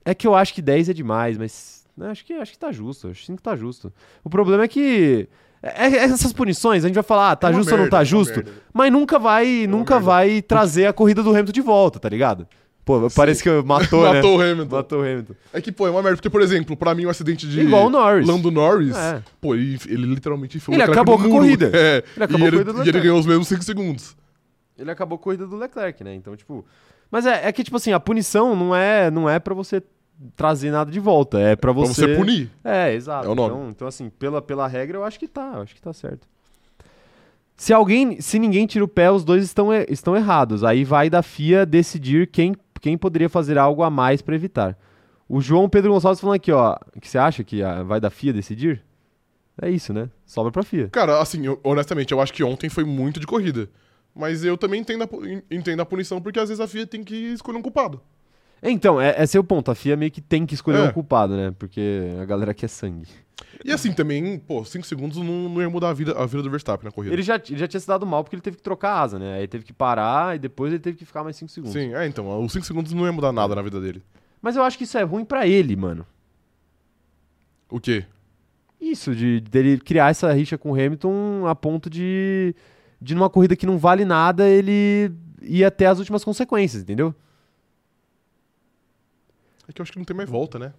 [SPEAKER 1] É que eu acho que 10 é demais, mas. né, acho, que, acho que tá justo. Acho que tá justo. O problema é que. é- é- essas punições, a gente vai falar, ah, tá
[SPEAKER 2] É uma
[SPEAKER 1] justo ou não
[SPEAKER 2] merda,
[SPEAKER 1] tá
[SPEAKER 2] é uma
[SPEAKER 1] justo,
[SPEAKER 2] merda. É
[SPEAKER 1] mas nunca vai, nunca
[SPEAKER 2] merda.
[SPEAKER 1] vai trazer a corrida do Hamilton de volta, tá ligado? Pô, parece que
[SPEAKER 2] [laughs]
[SPEAKER 1] matou, né?
[SPEAKER 2] Matou o Hamilton.
[SPEAKER 1] Matou o Hamilton.
[SPEAKER 2] É que, pô, é uma merda. Porque, por exemplo, pra mim o acidente de.
[SPEAKER 1] Igual o Norris.
[SPEAKER 2] Lando Norris.
[SPEAKER 1] É.
[SPEAKER 2] Pô, ele, ele literalmente foi um
[SPEAKER 1] Ele acabou com a corrida.
[SPEAKER 2] É.
[SPEAKER 1] Ele acabou
[SPEAKER 2] e
[SPEAKER 1] com a
[SPEAKER 2] ele,
[SPEAKER 1] corrida do
[SPEAKER 2] e ele
[SPEAKER 1] Leclerc.
[SPEAKER 2] ganhou os mesmos 5 segundos.
[SPEAKER 1] Ele acabou a corrida do Leclerc, né? Então, tipo. Mas é, é que, tipo assim, a punição não é, não é para você trazer nada de volta, é pra
[SPEAKER 2] Pra
[SPEAKER 1] você.
[SPEAKER 2] você punir.
[SPEAKER 1] É, exato.
[SPEAKER 2] É o nome.
[SPEAKER 1] Então, então, assim, pela, pela regra, eu acho que tá, eu acho que tá certo. Se alguém, se ninguém tira o pé, os dois estão, e- estão errados. Aí vai da FIA decidir quem, quem poderia fazer algo a mais pra evitar. O João Pedro Gonçalves falando aqui, ó, que você acha que ah, vai da FIA decidir? É isso, né? Sobra pra FIA.
[SPEAKER 2] Cara, assim, eu- honestamente, eu acho que ontem foi muito de corrida. Mas eu também entendo a, pu- en- entendo a punição, porque às vezes a FIA tem que escolher um culpado.
[SPEAKER 1] Então, é, esse é o ponto. A FIA meio que tem que escolher
[SPEAKER 2] É.
[SPEAKER 1] um culpado, né? Porque a galera quer
[SPEAKER 2] [laughs]
[SPEAKER 1] sangue.
[SPEAKER 2] E assim também, pô, 5 segundos não, não ia mudar a vida, a vida do Verstappen na corrida.
[SPEAKER 1] Ele já, ele já tinha se dado mal porque ele teve que trocar a asa, né? Aí teve que parar e depois ele teve que ficar mais 5 segundos.
[SPEAKER 2] Sim, é, então, os 5 segundos não ia mudar nada na vida dele.
[SPEAKER 1] Mas eu acho que isso é ruim pra ele, mano.
[SPEAKER 2] O quê?
[SPEAKER 1] Isso, de dele criar essa rixa com o Hamilton a ponto de, de numa corrida que não vale nada, ele ir até as últimas consequências, entendeu?
[SPEAKER 2] É que eu acho que não tem mais volta, né?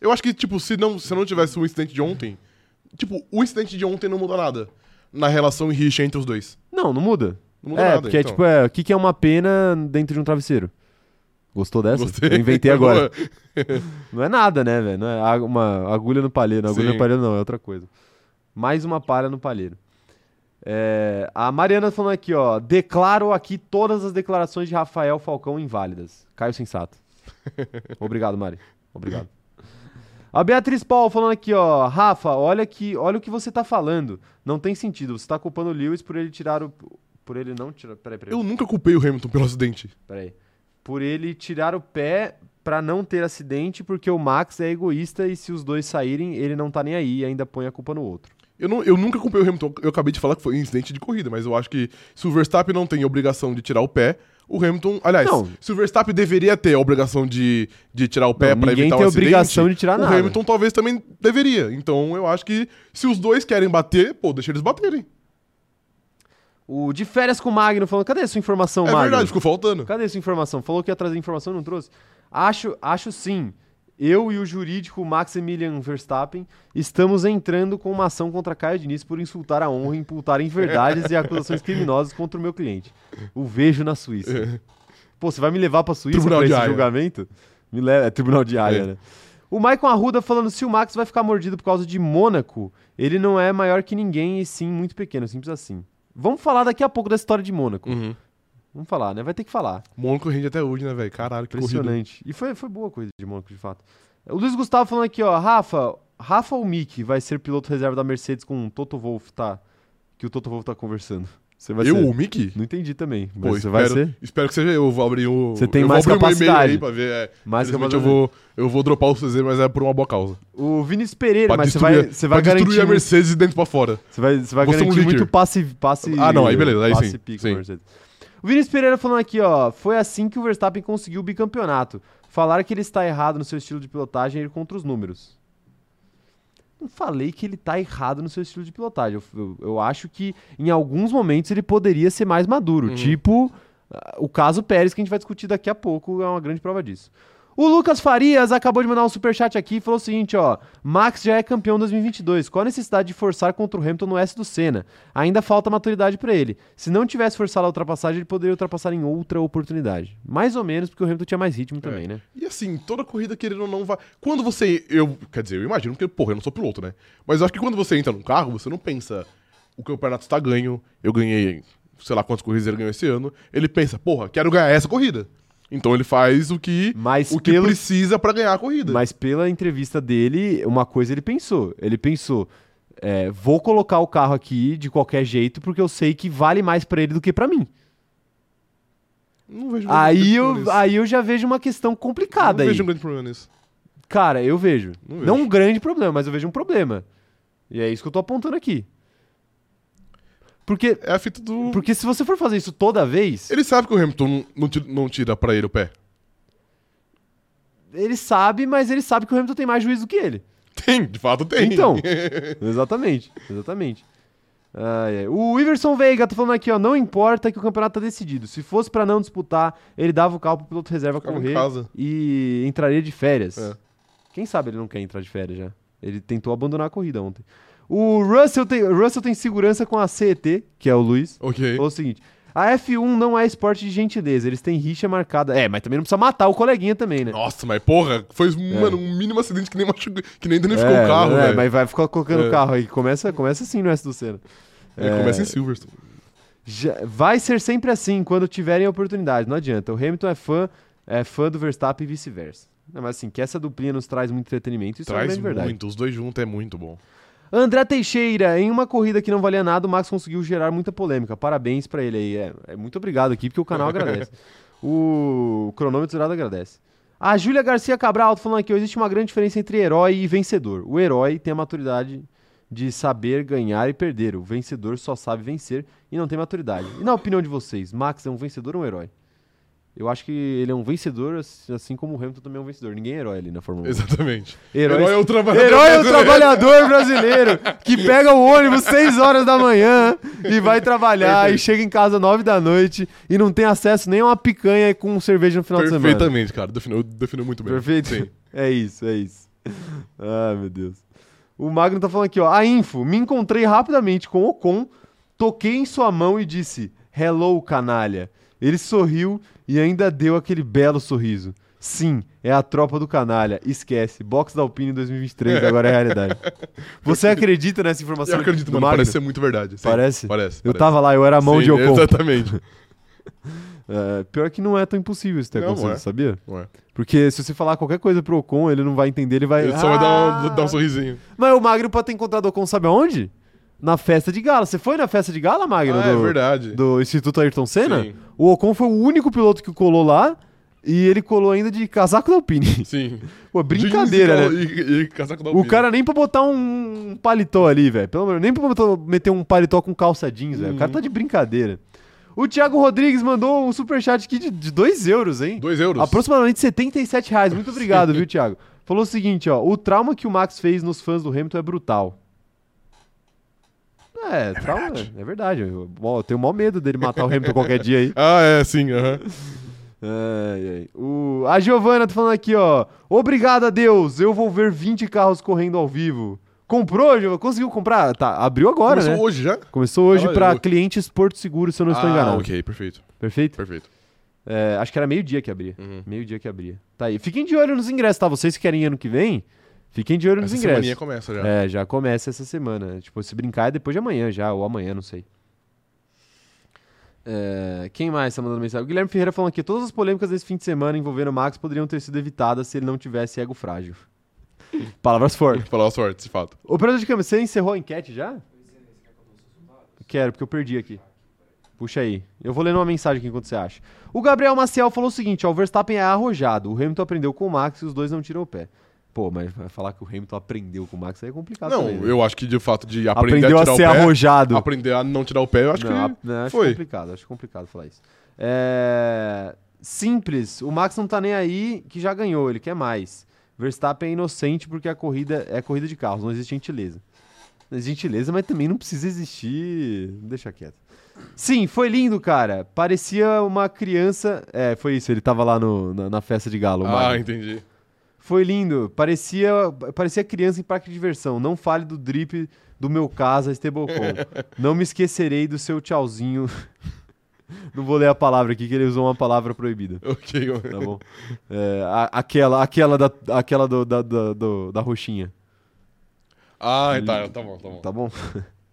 [SPEAKER 2] Eu acho que, tipo, se não, se não tivesse o incidente de ontem. Tipo, o incidente de ontem não muda nada na relação e rixa entre os dois.
[SPEAKER 1] Não, não muda.
[SPEAKER 2] Não muda
[SPEAKER 1] é,
[SPEAKER 2] nada.
[SPEAKER 1] porque é
[SPEAKER 2] então.
[SPEAKER 1] tipo, é, o que, que é uma pena dentro de um travesseiro? Gostou dessa?
[SPEAKER 2] Gostei.
[SPEAKER 1] Eu inventei
[SPEAKER 2] [laughs]
[SPEAKER 1] agora. Não é nada, né, velho? Não é a- uma agulha no palheiro. Agulha
[SPEAKER 2] Sim.
[SPEAKER 1] no palheiro não, é outra coisa. Mais uma palha no palheiro. É, a Mariana falando aqui, ó. Declaro aqui todas as declarações de Rafael Falcão inválidas. Caio Sensato. Obrigado, Mari. Obrigado. A Beatriz Paul falando aqui, ó. Rafa, olha que, olha o que você tá falando. Não tem sentido. Você tá culpando o Lewis por ele tirar o. Por ele não tirar. Peraí, peraí.
[SPEAKER 2] Eu nunca culpei o Hamilton pelo acidente.
[SPEAKER 1] Peraí. Por ele tirar o pé pra não ter acidente, porque o Max é egoísta e se os dois saírem, ele não tá nem aí e ainda põe a culpa no outro.
[SPEAKER 2] Eu, não, eu nunca culpei o Hamilton. Eu acabei de falar que foi um incidente de corrida, mas eu acho que se o Verstappen não tem obrigação de tirar o pé, o Hamilton. Aliás,
[SPEAKER 1] Não.
[SPEAKER 2] se o Verstappen deveria ter a obrigação de, de tirar o pé
[SPEAKER 1] Não,
[SPEAKER 2] pra
[SPEAKER 1] ninguém
[SPEAKER 2] evitar o
[SPEAKER 1] tem
[SPEAKER 2] acidente.
[SPEAKER 1] obrigação de tirar
[SPEAKER 2] o
[SPEAKER 1] nada.
[SPEAKER 2] Hamilton talvez também deveria. Então eu acho que se os dois querem bater, pô, deixa eles baterem.
[SPEAKER 1] O de férias com o Magno falando: cadê sua informação,
[SPEAKER 2] é
[SPEAKER 1] Magno?
[SPEAKER 2] verdade, ficou faltando.
[SPEAKER 1] Cadê essa informação? Falou que ia trazer informação e não trouxe? Acho, acho sim. Eu e o jurídico Maximilian Verstappen estamos entrando com uma ação contra Caio Diniz por insultar a honra, imputar inverdades e acusações criminosas contra o meu cliente. O vejo na Suíça. Pô, você vai me levar pra Suíça
[SPEAKER 2] Tribunal
[SPEAKER 1] pra
[SPEAKER 2] de
[SPEAKER 1] esse
[SPEAKER 2] Haia.
[SPEAKER 1] julgamento? Me leva, é tribunal de Haia,
[SPEAKER 2] É.
[SPEAKER 1] né? O Maicon Arruda falando se o Max vai ficar mordido por causa de Mônaco, ele não é maior que ninguém e sim muito pequeno, simples assim. Vamos falar daqui a pouco da história de Mônaco.
[SPEAKER 2] Uhum.
[SPEAKER 1] Vamos falar, né? Vai ter que falar.
[SPEAKER 2] Mônaco rende até hoje, né, velho? Caralho, que corrida.
[SPEAKER 1] Impressionante. E foi, foi boa a coisa de Mônaco, de fato. O Luiz Gustavo falando aqui, ó. Rafa, Rafa ou Mick vai ser piloto reserva da Mercedes com o Toto Wolff, tá? Que o Toto Wolff tá conversando. Você vai
[SPEAKER 2] Eu,
[SPEAKER 1] ser.
[SPEAKER 2] o Mickey?
[SPEAKER 1] Não entendi também. Mas
[SPEAKER 2] Pô,
[SPEAKER 1] você vai
[SPEAKER 2] espero,
[SPEAKER 1] ser
[SPEAKER 2] espero que seja eu. Eu vou abrir o.
[SPEAKER 1] Você tem
[SPEAKER 2] eu
[SPEAKER 1] mais
[SPEAKER 2] vou abrir meu e-mail
[SPEAKER 1] capacidade.
[SPEAKER 2] aí pra ver. É,
[SPEAKER 1] mais
[SPEAKER 2] Infelizmente,
[SPEAKER 1] que
[SPEAKER 2] eu vou, eu vou dropar o CZ, mas é por uma boa causa.
[SPEAKER 1] O Vinícius Pereira,
[SPEAKER 2] Pra
[SPEAKER 1] mas você
[SPEAKER 2] destruir,
[SPEAKER 1] vai, você vai
[SPEAKER 2] pra
[SPEAKER 1] garantir. um-
[SPEAKER 2] destruir a
[SPEAKER 1] muito-
[SPEAKER 2] Mercedes de dentro pra fora.
[SPEAKER 1] Você vai, você vai
[SPEAKER 2] Você é um
[SPEAKER 1] garantir
[SPEAKER 2] líder.
[SPEAKER 1] muito passe, passe.
[SPEAKER 2] Ah, não, aí beleza, aí
[SPEAKER 1] passe
[SPEAKER 2] sim,
[SPEAKER 1] pico
[SPEAKER 2] sim.
[SPEAKER 1] pra Mercedes. O Vinícius Pereira falando aqui, ó. Foi assim que o Verstappen conseguiu o bicampeonato. Falar que ele está errado no seu estilo de pilotagem é ir contra os números. Não falei que ele está errado no seu estilo de pilotagem. Eu, eu- eu acho que em alguns momentos ele poderia ser mais maduro.
[SPEAKER 2] Uhum.
[SPEAKER 1] Tipo, ah, o caso Pérez, que a gente vai discutir daqui a pouco, é uma grande prova disso. O Lucas Farias acabou de mandar um superchat aqui e falou o seguinte, ó. Max já é campeão 2022. Qual a necessidade de forçar contra o Hamilton no S do Senna? Ainda falta maturidade pra ele. Se não tivesse forçado a ultrapassagem, ele poderia ultrapassar em outra oportunidade. Mais ou menos, porque o Hamilton tinha mais
[SPEAKER 2] É.
[SPEAKER 1] ritmo também, né?
[SPEAKER 2] E assim, toda corrida querendo ou não vai. Quando você. Eu, quer dizer, eu imagino, porque, porra, eu não sou piloto, né? Mas eu acho que quando você entra num carro, você não pensa, o campeonato tá ganho, eu ganhei, sei lá quantas corridas ele ganhou esse ano. Ele pensa, porra, quero ganhar essa corrida. Então ele faz o que,
[SPEAKER 1] Mas
[SPEAKER 2] o que
[SPEAKER 1] pelo-
[SPEAKER 2] precisa pra ganhar a corrida.
[SPEAKER 1] Mas pela entrevista dele, uma coisa ele pensou. Ele pensou, é, vou colocar o carro aqui de qualquer jeito, porque eu sei que vale mais pra ele do que pra mim.
[SPEAKER 2] Não vejo
[SPEAKER 1] Aí
[SPEAKER 2] grande problema
[SPEAKER 1] eu,
[SPEAKER 2] nisso.
[SPEAKER 1] aí eu já vejo uma questão complicada aí.
[SPEAKER 2] Não vejo um grande problema nisso.
[SPEAKER 1] Cara, eu vejo.
[SPEAKER 2] Não
[SPEAKER 1] Não,
[SPEAKER 2] vejo.
[SPEAKER 1] um grande problema, mas eu vejo um problema. E é isso que eu tô apontando aqui. Porque,
[SPEAKER 2] É a fita do.
[SPEAKER 1] porque se você for fazer isso toda vez,
[SPEAKER 2] Ele sabe que o Hamilton não- não tira, não tira pra ele o pé. [laughs]
[SPEAKER 1] ele sabe, mas ele sabe que o Hamilton tem mais juízo que ele.
[SPEAKER 2] Tem, de fato tem. [laughs]
[SPEAKER 1] Então, exatamente, exatamente. Ai, ai. O Iverson Veiga tá falando aqui, ó, não importa que o campeonato tá decidido. Se fosse pra não disputar, ele dava o carro pro piloto reserva
[SPEAKER 2] Ficava em
[SPEAKER 1] correr
[SPEAKER 2] casa.
[SPEAKER 1] e entraria de férias.
[SPEAKER 2] É.
[SPEAKER 1] Quem sabe ele não quer entrar de férias já. Ele tentou abandonar a corrida ontem. O Russell tem, Russell tem segurança com a CET, que é o Luiz.
[SPEAKER 2] Ok.
[SPEAKER 1] Falou o seguinte: a F1 não é esporte de gentileza, eles têm rixa marcada. É, mas também não precisa matar o coleguinha também, né?
[SPEAKER 2] Nossa, mas porra, foi mano, um mínimo acidente que nem machucou, que nem danificou
[SPEAKER 1] é,
[SPEAKER 2] o carro,
[SPEAKER 1] é,
[SPEAKER 2] velho.
[SPEAKER 1] mas vai ficar colocando o
[SPEAKER 2] É.
[SPEAKER 1] carro aí. Começa, começa assim no S do Senna.
[SPEAKER 2] Ele
[SPEAKER 1] é.
[SPEAKER 2] começa em Silverstone.
[SPEAKER 1] Já- vai ser sempre assim quando tiverem oportunidade, não adianta. O Hamilton é fã, é fã do Verstappen e vice-versa. Não, mas assim, que essa duplinha nos traz muito entretenimento, isso é uma
[SPEAKER 2] Traz
[SPEAKER 1] grande verdade.
[SPEAKER 2] muito, os dois juntos é muito bom.
[SPEAKER 1] André Teixeira, em uma corrida que não valia nada, o Max conseguiu gerar muita polêmica. Parabéns pra ele aí. É, é, muito obrigado aqui, porque o canal agradece. O cronômetro zerado agradece. A Júlia Garcia Cabral falando aqui: existe uma grande diferença entre herói e vencedor. O herói tem a maturidade de saber ganhar e perder. O vencedor só sabe vencer e não tem maturidade. E na opinião de vocês, Max é um vencedor ou um herói? Eu acho que ele é um vencedor, ass- assim como o Hamilton também é um vencedor. Ninguém é herói ali na Fórmula 1.
[SPEAKER 2] Exatamente.
[SPEAKER 1] Heróis-
[SPEAKER 2] Herói é o trabalhador.
[SPEAKER 1] Herói
[SPEAKER 2] [laughs]
[SPEAKER 1] é o
[SPEAKER 2] brasileiro.
[SPEAKER 1] trabalhador brasileiro
[SPEAKER 2] [laughs]
[SPEAKER 1] que pega o ônibus 6 horas da manhã e vai trabalhar e chega em casa 9 da noite e não tem acesso nem a uma picanha com cerveja no final de semana.
[SPEAKER 2] Perfeitamente, cara. Definiu, definiu muito bem.
[SPEAKER 1] Perfeito? [laughs]
[SPEAKER 2] Sim.
[SPEAKER 1] É isso, é isso. Ai, meu Deus. O Magno tá falando aqui, ó. A info, me encontrei rapidamente com o Ocon, toquei em sua mão e disse: Hello, canalha. Ele sorriu e ainda deu aquele belo sorriso. Sim, é a tropa do canalha. Esquece. Box da Alpine 2023 agora é realidade. Você acredita nessa informação?
[SPEAKER 2] Eu acredito,
[SPEAKER 1] do
[SPEAKER 2] mano.
[SPEAKER 1] Magno?
[SPEAKER 2] Parece ser muito verdade. Sim,
[SPEAKER 1] Parece?
[SPEAKER 2] Parece.
[SPEAKER 1] Eu
[SPEAKER 2] parece.
[SPEAKER 1] tava lá, eu era a mão
[SPEAKER 2] Sim,
[SPEAKER 1] de Ocon. [laughs]
[SPEAKER 2] Exatamente.
[SPEAKER 1] É, pior que não é tão impossível isso ter
[SPEAKER 2] Não,
[SPEAKER 1] acontecido,
[SPEAKER 2] é.
[SPEAKER 1] sabia?
[SPEAKER 2] Ué.
[SPEAKER 1] Porque se você falar qualquer coisa pro Ocon, ele não vai entender, ele vai.
[SPEAKER 2] Ele só vai dar
[SPEAKER 1] "Ah!"
[SPEAKER 2] um, dar um sorrisinho.
[SPEAKER 1] Mas o Magno pode ter encontrado o Ocon, sabe aonde? Na festa de gala. Você foi na festa de gala, Magno?
[SPEAKER 2] Ah, é
[SPEAKER 1] do,
[SPEAKER 2] verdade.
[SPEAKER 1] do Instituto Ayrton Senna?
[SPEAKER 2] Sim.
[SPEAKER 1] O Ocon foi o único piloto que colou lá e ele colou ainda de casaco da Alpine. [laughs]
[SPEAKER 2] Sim.
[SPEAKER 1] Pô, brincadeira,
[SPEAKER 2] Jeans
[SPEAKER 1] né?
[SPEAKER 2] e cal- E, e casaco da
[SPEAKER 1] O
[SPEAKER 2] Alpine.
[SPEAKER 1] cara nem pra botar um paletó ali, velho. Pelo menos, nem pra botar- meter um paletó com calça jeans, velho. O
[SPEAKER 2] Uhum.
[SPEAKER 1] cara tá de brincadeira. O Thiago Rodrigues mandou um superchat aqui de, de 2 euros, hein?
[SPEAKER 2] Dois euros.
[SPEAKER 1] Aproximadamente 77 reais. Muito obrigado, viu, Thiago? Falou o seguinte, ó. O trauma que o Max fez nos fãs do Hamilton é brutal. É, trauma.
[SPEAKER 2] verdade.
[SPEAKER 1] É verdade. Eu, ó, eu tenho o maior medo dele matar o Hamilton qualquer dia
[SPEAKER 2] [laughs]
[SPEAKER 1] aí.
[SPEAKER 2] Ah, é, sim. aham.
[SPEAKER 1] Ai, ai. O, a Giovana tá falando aqui, ó. Obrigado a Deus, eu vou ver 20 carros correndo ao vivo. Comprou, Giovana? Conseguiu comprar? Tá, abriu agora,
[SPEAKER 2] Começou
[SPEAKER 1] né?
[SPEAKER 2] hoje já?
[SPEAKER 1] Começou hoje
[SPEAKER 2] Ah,
[SPEAKER 1] pra
[SPEAKER 2] eu-
[SPEAKER 1] clientes Porto Seguro, se eu não estou
[SPEAKER 2] ah,
[SPEAKER 1] enganado.
[SPEAKER 2] ok. Perfeito.
[SPEAKER 1] Perfeito?
[SPEAKER 2] Perfeito.
[SPEAKER 1] É, acho que era meio-dia que abria.
[SPEAKER 2] Uhum.
[SPEAKER 1] Meio-dia que abria. Tá aí. Fiquem de olho nos ingressos, tá? Vocês que querem ir ano que vem, fiquem de olho nos
[SPEAKER 2] Essa
[SPEAKER 1] ingressos.
[SPEAKER 2] semaninha começa já.
[SPEAKER 1] É, já começa essa semana. Tipo, se brincar é depois de amanhã já, ou amanhã, não sei. É, quem mais tá mandando mensagem? O Guilherme Ferreira falando aqui: todas as polêmicas desse fim de semana envolvendo o Max poderiam ter sido evitadas se ele não tivesse ego frágil. [laughs] Palavras fortes.
[SPEAKER 2] [laughs] Falar a sorte, de fato.
[SPEAKER 1] Operador de câmera, você encerrou a enquete já? Quero, porque eu perdi aqui. Puxa aí. Eu vou lendo uma mensagem aqui enquanto você acha. O Gabriel Maciel falou o seguinte: ó, o Verstappen é arrojado. O Hamilton aprendeu com o Max e os dois não tiram o pé. Pô, mas vai falar que o Hamilton aprendeu com o Max aí é complicado.
[SPEAKER 2] Não,
[SPEAKER 1] também, né?
[SPEAKER 2] eu acho que de fato de aprender
[SPEAKER 1] Aprendeu
[SPEAKER 2] a
[SPEAKER 1] a,
[SPEAKER 2] tirar
[SPEAKER 1] ser
[SPEAKER 2] o pé,
[SPEAKER 1] arrojado.
[SPEAKER 2] aprender a não tirar o pé, eu acho
[SPEAKER 1] não,
[SPEAKER 2] que
[SPEAKER 1] a- não, acho
[SPEAKER 2] foi.
[SPEAKER 1] complicado, acho complicado falar isso. É, Simples, o Max não tá nem aí que já ganhou, ele quer mais. Verstappen é inocente porque a corrida é corrida de carros, não existe gentileza. Não existe gentileza, mas também não precisa existir. Deixa quieto. Sim, foi lindo, cara. Parecia uma criança. É, foi isso, ele tava lá no- na, na festa de galo. o
[SPEAKER 2] Ah,
[SPEAKER 1] Magno.
[SPEAKER 2] entendi. [laughs]
[SPEAKER 1] Foi lindo. Parecia, parecia criança em parque de diversão. Não fale do drip do meu casa, [laughs] Estebocon. Não me esquecerei do seu tchauzinho. [laughs] Não vou ler a palavra aqui, que ele usou uma palavra proibida.
[SPEAKER 2] Ok.
[SPEAKER 1] Tá [laughs] bom? É, a- aquela, aquela, da, aquela do, da, da, do- da roxinha.
[SPEAKER 2] Ah, tá, tá bom, tá bom.
[SPEAKER 1] Tá bom?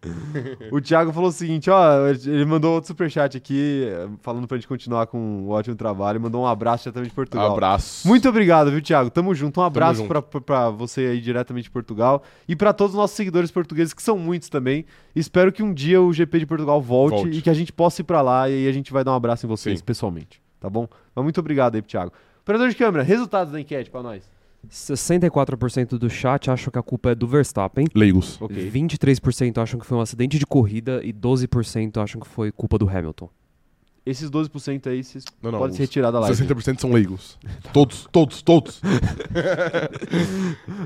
[SPEAKER 1] [laughs] o Thiago falou o seguinte, ó, ele mandou outro superchat aqui, eh, falando pra gente continuar com o ótimo trabalho, mandou um abraço diretamente de Portugal.
[SPEAKER 2] Abraço.
[SPEAKER 1] Muito obrigado, viu, Thiago? Tamo junto. Um abraço
[SPEAKER 2] junto.
[SPEAKER 1] pra- pra pra você aí diretamente de Portugal e pra todos os nossos seguidores portugueses, que são muitos também. Espero que um dia o GP de Portugal volte,
[SPEAKER 2] Volte.
[SPEAKER 1] e que a gente possa ir pra lá e aí a gente vai dar um abraço em vocês
[SPEAKER 2] Sim.
[SPEAKER 1] pessoalmente, tá bom? Mas muito obrigado aí, pro Thiago. Operador de câmera, resultados da enquete pra nós.
[SPEAKER 3] 64% do chat acham que a culpa é do Verstappen.
[SPEAKER 2] Leigos.
[SPEAKER 1] Ok.
[SPEAKER 3] 23% acham que foi um acidente de corrida e 12% acham que foi culpa do Hamilton.
[SPEAKER 1] Esses 12% aí, vocês
[SPEAKER 2] Não, não.
[SPEAKER 1] podem se
[SPEAKER 2] os
[SPEAKER 1] retirar da live. Tá
[SPEAKER 2] 60% são leigos. todos, todos, todos.
[SPEAKER 1] [laughs]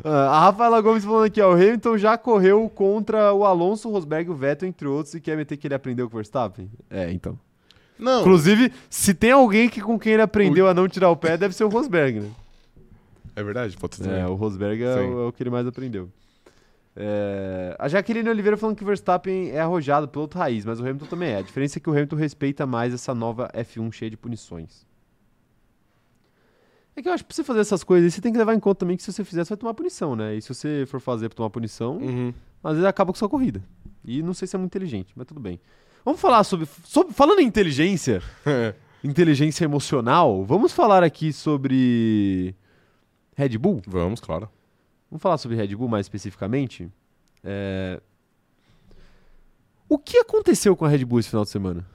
[SPEAKER 1] Ah, a Rafaela Gomes falando aqui, ó. O Hamilton já correu contra o Alonso, o Rosberg, o Vettel, entre outros, e quer meter que ele aprendeu com o Verstappen? É, então.
[SPEAKER 2] Não.
[SPEAKER 1] Inclusive, se tem alguém que com quem ele aprendeu a não tirar o pé, deve ser o Rosberg,
[SPEAKER 2] [laughs]
[SPEAKER 1] né?
[SPEAKER 2] É verdade, pode ser.
[SPEAKER 1] É,
[SPEAKER 2] também.
[SPEAKER 1] o Rosberg é
[SPEAKER 2] Sim.
[SPEAKER 1] o, é o que ele mais aprendeu. É, a Jaqueline Oliveira falando que o Verstappen é arrojado, piloto raiz, mas o Hamilton também é. A diferença é que o Hamilton respeita mais essa nova F1 cheia de punições. É que eu acho que pra você fazer essas coisas aí, você tem que levar em conta também que se você fizer, você vai tomar punição, né? E se você for fazer pra tomar punição,
[SPEAKER 2] Uhum.
[SPEAKER 1] às vezes acaba com sua corrida. E não sei se é muito inteligente, mas tudo bem. Vamos falar sobre. sobre falando em inteligência, inteligência emocional, vamos falar aqui sobre Red Bull?
[SPEAKER 2] Vamos, claro.
[SPEAKER 1] Vamos falar sobre Red Bull mais especificamente? É, O que aconteceu com a Red Bull esse final de semana?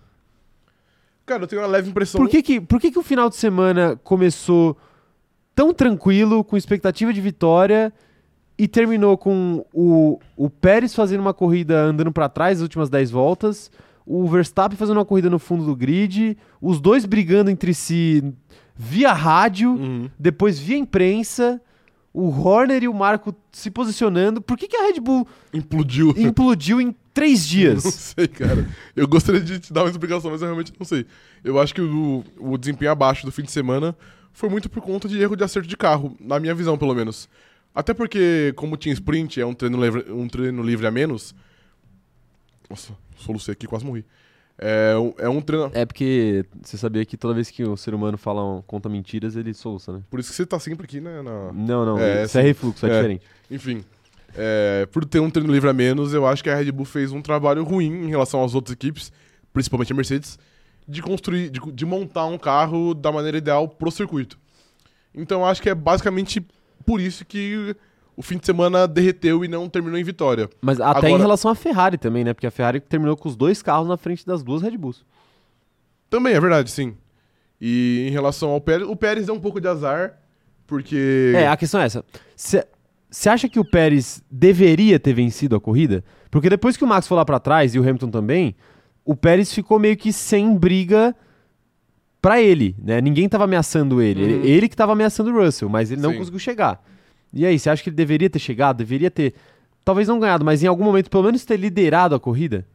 [SPEAKER 2] Cara, eu tenho uma leve impressão.
[SPEAKER 1] Por que que, por que que o final de semana começou tão tranquilo, com expectativa de vitória, e terminou com o, o Pérez fazendo uma corrida andando pra trás as últimas 10 voltas, o Verstappen fazendo uma corrida no fundo do grid, os dois brigando entre si via rádio,
[SPEAKER 2] Uhum.
[SPEAKER 1] depois via imprensa, o Horner e o Marco se posicionando. Por que, que a Red [laughs] Bull
[SPEAKER 2] Implodiu.
[SPEAKER 1] implodiu em três
[SPEAKER 2] [laughs] Não
[SPEAKER 1] dias?
[SPEAKER 2] sei, cara. Eu gostaria de te dar uma explicação, mas eu realmente não sei. Eu acho que o, o desempenho abaixo do fim de semana foi muito por conta de erro de acerto de carro, na minha visão, pelo menos. Até porque, como tinha sprint, é um treino livre, um treino livre a menos. Nossa, solucei aqui, quase morri. É, um- é um treino.
[SPEAKER 1] É porque você sabia que toda vez que o ser humano fala um- conta mentiras, ele solça, né?
[SPEAKER 2] Por isso que você tá sempre aqui, né? na-
[SPEAKER 1] Não, não.
[SPEAKER 2] É,
[SPEAKER 1] isso é refluxo, é,
[SPEAKER 2] é.
[SPEAKER 1] diferente.
[SPEAKER 2] Enfim, é, por ter um treino livre a menos, eu acho que a Red Bull fez um trabalho ruim em relação às outras equipes, principalmente a Mercedes, de construir, de, de montar um carro da maneira ideal pro circuito. Então eu acho que é basicamente por isso que o fim de semana derreteu e não terminou em vitória.
[SPEAKER 1] Mas até em
[SPEAKER 2] Agora-
[SPEAKER 1] relação à Ferrari também, né? Porque a Ferrari terminou com os dois carros na frente das duas Red Bulls.
[SPEAKER 2] Também é verdade, sim. E em relação ao Pérez, o Pérez deu um pouco de azar, porque.
[SPEAKER 1] É, a questão é essa. Você acha que o Pérez deveria ter vencido a corrida? Porque depois que o Max foi lá pra trás e o Hamilton também, o Pérez ficou meio que sem briga pra ele, né? Ninguém tava ameaçando ele. Ele, ele que tava ameaçando o Russell, mas ele não
[SPEAKER 2] Uhum. Sim.
[SPEAKER 1] conseguiu chegar. E aí, você acha que ele deveria ter chegado? Deveria ter, talvez não ganhado, mas em algum momento pelo menos ter liderado a corrida?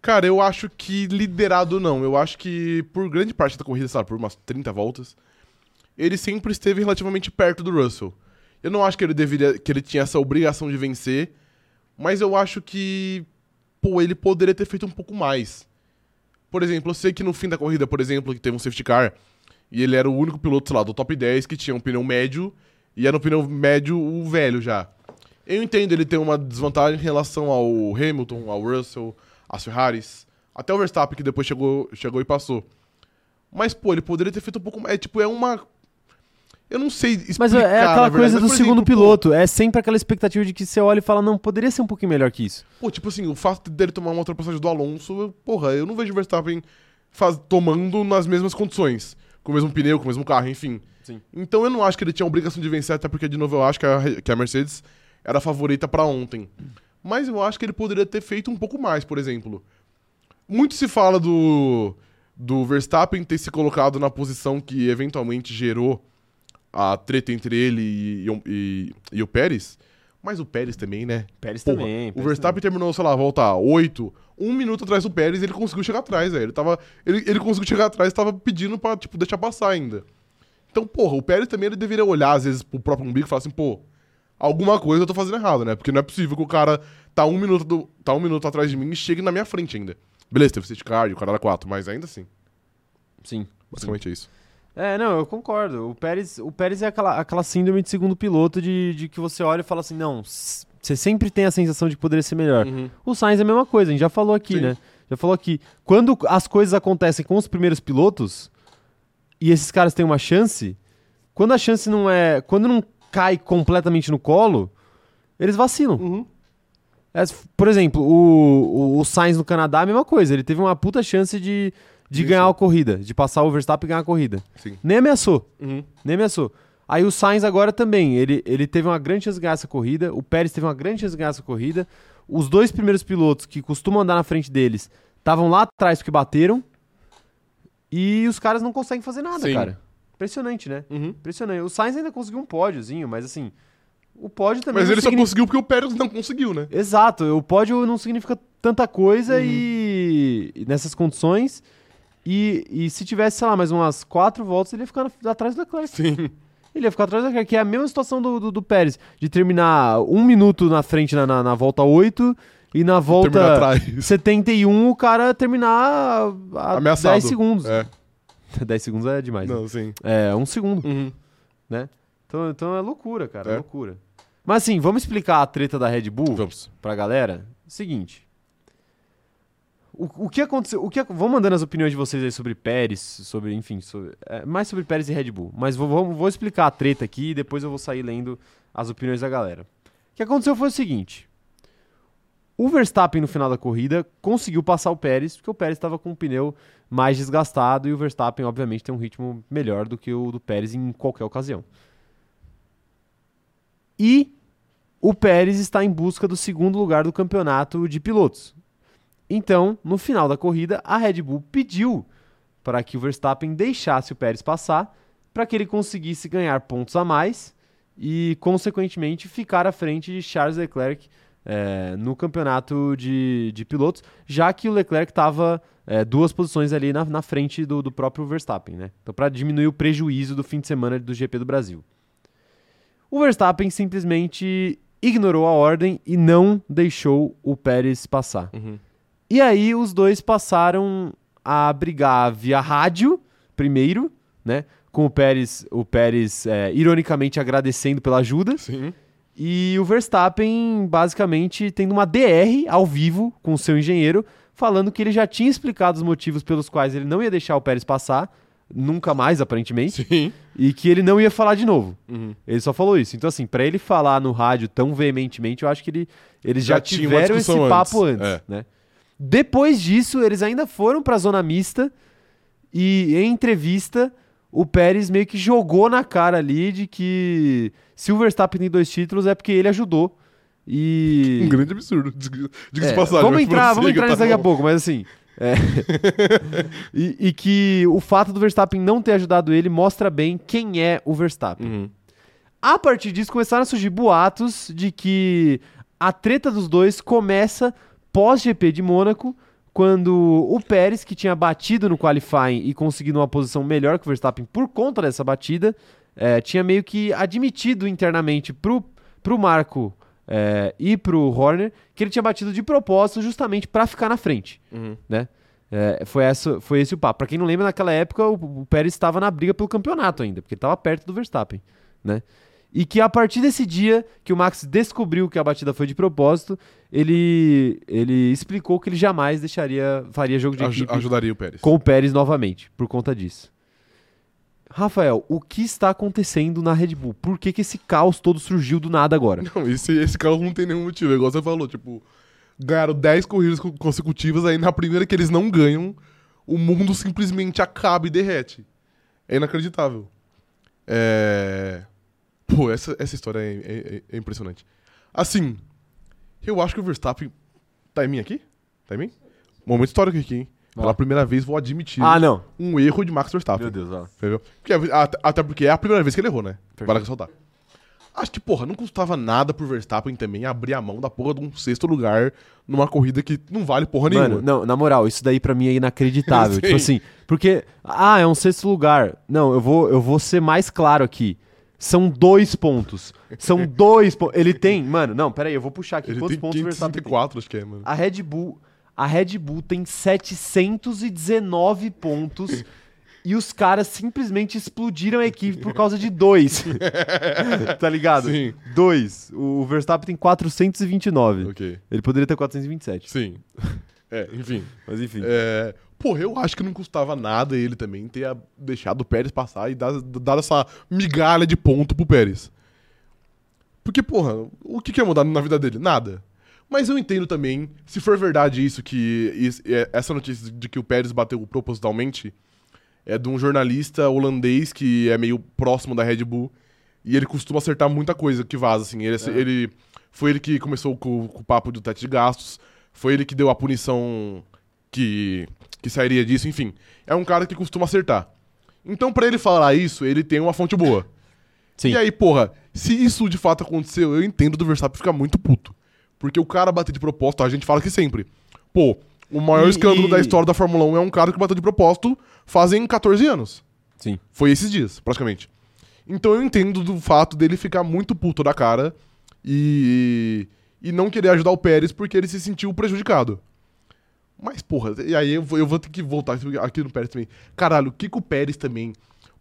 [SPEAKER 2] Cara, eu acho que liderado não. Eu acho que por grande parte da corrida, sabe, por umas 30 voltas, ele sempre esteve relativamente perto do Russell. Eu não acho que ele deveria, que ele tinha essa obrigação de vencer, mas eu acho que pô, ele poderia ter feito um pouco mais. Por exemplo, eu sei que no fim da corrida, por exemplo, que teve um safety car, e ele era o único piloto, sei lá, do top 10 que tinha um pneu médio, e era um pneu médio o velho já. Eu entendo ele ter uma desvantagem em relação ao Hamilton, ao Russell, às Ferraris, até o Verstappen que depois chegou, chegou e passou. Mas, pô, ele poderia ter feito um pouco mais. É tipo, é uma. Eu não sei explicar.
[SPEAKER 1] Mas é
[SPEAKER 2] na
[SPEAKER 1] aquela
[SPEAKER 2] verdade,
[SPEAKER 1] coisa
[SPEAKER 2] mas,
[SPEAKER 1] do
[SPEAKER 2] por
[SPEAKER 1] segundo
[SPEAKER 2] exemplo, pô,
[SPEAKER 1] piloto, é sempre aquela expectativa de que você olha e fala, não, poderia ser um pouquinho melhor que isso.
[SPEAKER 2] Pô, tipo assim, o fato dele tomar uma ultrapassagem do Alonso, eu- porra, eu não vejo o Verstappen faz- tomando nas mesmas condições. Com o mesmo pneu, com o mesmo carro, enfim.
[SPEAKER 1] Sim.
[SPEAKER 2] Então eu não acho que ele tinha a obrigação de vencer, até porque, de novo, eu acho que a, Re- que a Mercedes era a favorita pra ontem. Mas eu acho que ele poderia ter feito um pouco mais, por exemplo. Muito se fala do, do Verstappen ter se colocado na posição que eventualmente gerou a treta entre ele e, e o- e- e o Pérez. Mas o Pérez também, né?
[SPEAKER 1] Pérez
[SPEAKER 2] Porra, o Verstappen terminou, sei lá, volta 8, um minuto atrás do Pérez, ele conseguiu chegar atrás, velho. Ele, tava, ele, ele conseguiu chegar atrás, tava pedindo pra, tipo, deixar passar ainda. Então, porra, o Pérez também ele deveria olhar, às vezes, pro próprio umbigo e falar assim, pô, alguma coisa eu tô fazendo errado, né? Porque não é possível que o cara tá um minuto, do- tá um minuto atrás de mim e chegue na minha frente ainda. Beleza, teve safety card, o cara era 4, mas ainda assim,
[SPEAKER 1] Sim.
[SPEAKER 2] basicamente é isso.
[SPEAKER 1] É, não, eu concordo. O Pérez, o Pérez é aquela, aquela síndrome de segundo piloto de, de que você olha e fala assim, não, s- você sempre tem a sensação de que poderia ser melhor. O Sainz é a mesma coisa, a gente já falou aqui,
[SPEAKER 2] Sim.
[SPEAKER 1] né? Já falou aqui. Quando as coisas acontecem com os primeiros pilotos e esses caras têm uma chance, quando a chance não é. Quando não cai completamente no colo, eles vacilam. É, s- por exemplo, o, o, o Sainz no Canadá é a mesma coisa. Ele teve uma puta chance de, de
[SPEAKER 2] Sim,
[SPEAKER 1] ganhar
[SPEAKER 2] sim.
[SPEAKER 1] a corrida, de passar o Verstappen e ganhar a corrida.
[SPEAKER 2] Sim.
[SPEAKER 1] Nem ameaçou.
[SPEAKER 2] Uhum.
[SPEAKER 1] Nem ameaçou. Aí o Sainz agora também, ele, ele teve uma grande chance de ganhar essa corrida, o Pérez teve uma grande chance de ganhar essa corrida. Os dois primeiros pilotos que costumam andar na frente deles estavam lá atrás porque bateram. E os caras não conseguem fazer nada,
[SPEAKER 2] Sim.
[SPEAKER 1] cara. Impressionante, né?
[SPEAKER 2] Uhum.
[SPEAKER 1] Impressionante. O Sainz ainda conseguiu um pódiozinho, mas assim, o pódio também
[SPEAKER 2] Mas
[SPEAKER 1] não
[SPEAKER 2] ele só
[SPEAKER 1] significa-
[SPEAKER 2] conseguiu porque o Pérez não conseguiu, né?
[SPEAKER 1] Exato, o pódio não significa tanta coisa
[SPEAKER 2] Uhum.
[SPEAKER 1] e e nessas condições. E, e se tivesse, sei lá, mais umas quatro voltas, ele ia ficar na- atrás do Leclerc.
[SPEAKER 2] Sim.
[SPEAKER 1] Ele ia ficar atrás do Leclerc, que é a mesma situação do, do, do Pérez, de terminar um minuto na frente na, na, na volta 8 e na
[SPEAKER 2] Terminar
[SPEAKER 1] volta [laughs]
[SPEAKER 2] atrás.
[SPEAKER 1] 71 o cara terminar a, a
[SPEAKER 2] Ameaçado.
[SPEAKER 1] 10 segundos. [laughs]
[SPEAKER 2] É,
[SPEAKER 1] 10 segundos é demais. né?
[SPEAKER 2] não, sim.
[SPEAKER 1] É, um segundo.
[SPEAKER 2] Uhum.
[SPEAKER 1] Então, então é loucura, cara, é
[SPEAKER 2] É.
[SPEAKER 1] loucura. Mas assim, vamos explicar a treta da Red Bull?
[SPEAKER 2] Vamos.
[SPEAKER 1] pra galera, seguinte. O, o que aconteceu? O que, ac- vou mandando as opiniões de vocês aí sobre Pérez, sobre, enfim, sobre- é, mais sobre Pérez e Red Bull. Mas vou, vou- vou explicar a treta aqui e depois eu vou sair lendo as opiniões da galera. O que aconteceu foi o seguinte: o Verstappen no final da corrida conseguiu passar o Pérez, porque o Pérez estava com o pneu mais desgastado e o Verstappen, obviamente, tem um ritmo melhor do que o do Pérez em qualquer ocasião. E o Pérez está em busca do segundo lugar do campeonato de pilotos. Então, no final da corrida, a Red Bull pediu para que o Verstappen deixasse o Pérez passar, para que ele conseguisse ganhar pontos a mais e, consequentemente, ficar à frente de Charles Leclerc eh, no campeonato de, de pilotos, já que o Leclerc estava eh, duas posições ali na, na frente do, do próprio Verstappen, né? Então, para diminuir o prejuízo do fim de semana do GP do Brasil. O Verstappen simplesmente ignorou a ordem e não deixou o Pérez passar.
[SPEAKER 2] Uhum.
[SPEAKER 1] E aí os dois passaram a brigar via rádio primeiro, né? Com o Pérez, o Pérez é, ironicamente agradecendo pela ajuda.
[SPEAKER 2] Sim.
[SPEAKER 1] E o Verstappen, basicamente, tendo uma DR ao vivo com o seu engenheiro, falando que ele já tinha explicado os motivos pelos quais ele não ia deixar o Pérez passar, nunca mais, aparentemente,
[SPEAKER 2] Sim.
[SPEAKER 1] e que ele não ia falar de novo.
[SPEAKER 2] Uhum.
[SPEAKER 1] Ele só falou isso. Então, assim, pra ele falar no rádio tão veementemente, eu acho que ele, eles já,
[SPEAKER 2] Já tinha uma
[SPEAKER 1] tiveram esse
[SPEAKER 2] discussão
[SPEAKER 1] papo
[SPEAKER 2] antes, É.
[SPEAKER 1] antes, né? Depois disso, eles ainda foram pra zona mista e em entrevista o Pérez meio que jogou na cara ali de que se o Verstappen tem dois títulos é porque ele ajudou. E
[SPEAKER 2] Um grande absurdo. Diga- Diga-se
[SPEAKER 1] é,
[SPEAKER 2] de passagem.
[SPEAKER 1] Vamos
[SPEAKER 2] mas
[SPEAKER 1] entrar, vamos
[SPEAKER 2] prossiga,
[SPEAKER 1] entrar
[SPEAKER 2] tá
[SPEAKER 1] nisso daqui a
[SPEAKER 2] bom.
[SPEAKER 1] pouco, mas assim. é. [laughs] e, e que o fato do Verstappen não ter ajudado ele mostra bem quem é o Verstappen.
[SPEAKER 2] Uhum.
[SPEAKER 1] A partir disso, começaram a surgir boatos de que a treta dos dois começa pós-GP de Mônaco, quando o Pérez, que tinha batido no qualifying e conseguido uma posição melhor que o Verstappen por conta dessa batida, eh, tinha meio que admitido internamente pro, pro Marco eh, e pro Horner que ele tinha batido de propósito justamente para ficar na frente.
[SPEAKER 2] Uhum.
[SPEAKER 1] Né? Eh, foi, essa, foi esse o papo. Pra quem não lembra, naquela época o, o Pérez estava na briga pelo campeonato ainda, porque ele estava perto do Verstappen. Né? E que a partir desse dia que o Max descobriu que a batida foi de propósito, ele, ele explicou que ele jamais deixaria, faria jogo de
[SPEAKER 2] Aju-
[SPEAKER 1] equipe
[SPEAKER 2] ajudaria o Pérez.
[SPEAKER 1] com o Pérez novamente, por conta disso. Rafael, o que está acontecendo na Red Bull? Por que, que esse caos todo surgiu do nada agora?
[SPEAKER 2] Não, esse, esse carro não tem nenhum motivo. É igual você falou, tipo, ganharam 10 corridas co- consecutivas, aí na primeira que eles não ganham, o mundo simplesmente acaba e derrete. É inacreditável. É. Pô, essa, essa história é, é- é impressionante. Assim, eu acho que o Verstappen. Tá em mim aqui? Tá em mim? Momento histórico aqui, hein?
[SPEAKER 1] Vai
[SPEAKER 2] Pela
[SPEAKER 1] lá.
[SPEAKER 2] primeira vez vou admitir
[SPEAKER 1] Ah, não.
[SPEAKER 2] um erro de Max Verstappen.
[SPEAKER 1] Deus, olha lá.
[SPEAKER 2] Entendeu? Porque, até, até porque é a primeira vez que ele errou, né?
[SPEAKER 3] Perfeito.
[SPEAKER 2] Vale ressaltar. Acho que, porra, não custava nada pro Verstappen também abrir a mão da porra de um sexto lugar numa corrida que não vale porra nenhuma.
[SPEAKER 1] Mano, não, na moral, isso daí pra mim é inacreditável.
[SPEAKER 2] [laughs] Sim.
[SPEAKER 1] tipo assim, porque, ah, é um sexto lugar. Não, eu vou, eu vou ser mais claro aqui. São dois pontos.
[SPEAKER 2] [laughs]
[SPEAKER 1] São dois pontos. Ele tem, mano, não, peraí, eu vou puxar aqui.
[SPEAKER 2] ele
[SPEAKER 1] quantos
[SPEAKER 2] tem
[SPEAKER 1] pontos o Verstappen tem?
[SPEAKER 2] 564, acho que é, mano.
[SPEAKER 1] A Red Bull, a Red Bull tem 719
[SPEAKER 2] [laughs]
[SPEAKER 1] pontos e os caras simplesmente explodiram a equipe por causa de
[SPEAKER 2] [laughs]
[SPEAKER 1] dois. tá ligado?
[SPEAKER 2] Sim.
[SPEAKER 1] Dois. O Verstappen tem 429.
[SPEAKER 2] Ok.
[SPEAKER 1] Ele poderia ter 427.
[SPEAKER 2] Sim. [laughs] É, enfim.
[SPEAKER 1] Mas enfim.
[SPEAKER 2] É, porra, eu acho que não custava nada ele também ter a- deixado o Pérez passar e dar- dado essa migalha de ponto pro Pérez. Porque, porra, o que, que é mudar na vida dele? Nada. Mas eu entendo também, se for verdade isso, que is- é- essa notícia de que o Pérez bateu propositalmente é de um jornalista holandês que é meio próximo da Red Bull e ele costuma acertar muita coisa que vaza, assim. Ele, ele- foi ele que começou com, com o papo do teto de gastos, foi ele que deu a punição que, que sairia disso, enfim. É um cara que costuma acertar. Então, pra ele falar isso, ele tem uma fonte boa.
[SPEAKER 1] Sim.
[SPEAKER 2] E aí, porra, se isso de fato aconteceu, eu entendo do Verstappen ficar muito puto. Porque o cara bater de propósito, a gente fala que sempre. Pô, o maior
[SPEAKER 1] E-
[SPEAKER 2] escândalo
[SPEAKER 1] e-
[SPEAKER 2] da história da Fórmula 1 é um cara que bateu de propósito fazem 14 anos.
[SPEAKER 1] Sim.
[SPEAKER 2] Foi esses dias, praticamente. Então eu entendo do fato dele ficar muito puto da cara e, e não querer ajudar o Pérez porque ele se sentiu prejudicado. Mas, porra, e aí eu vou, eu vou ter que voltar aqui no Pérez também. Caralho, o que que o Pérez também.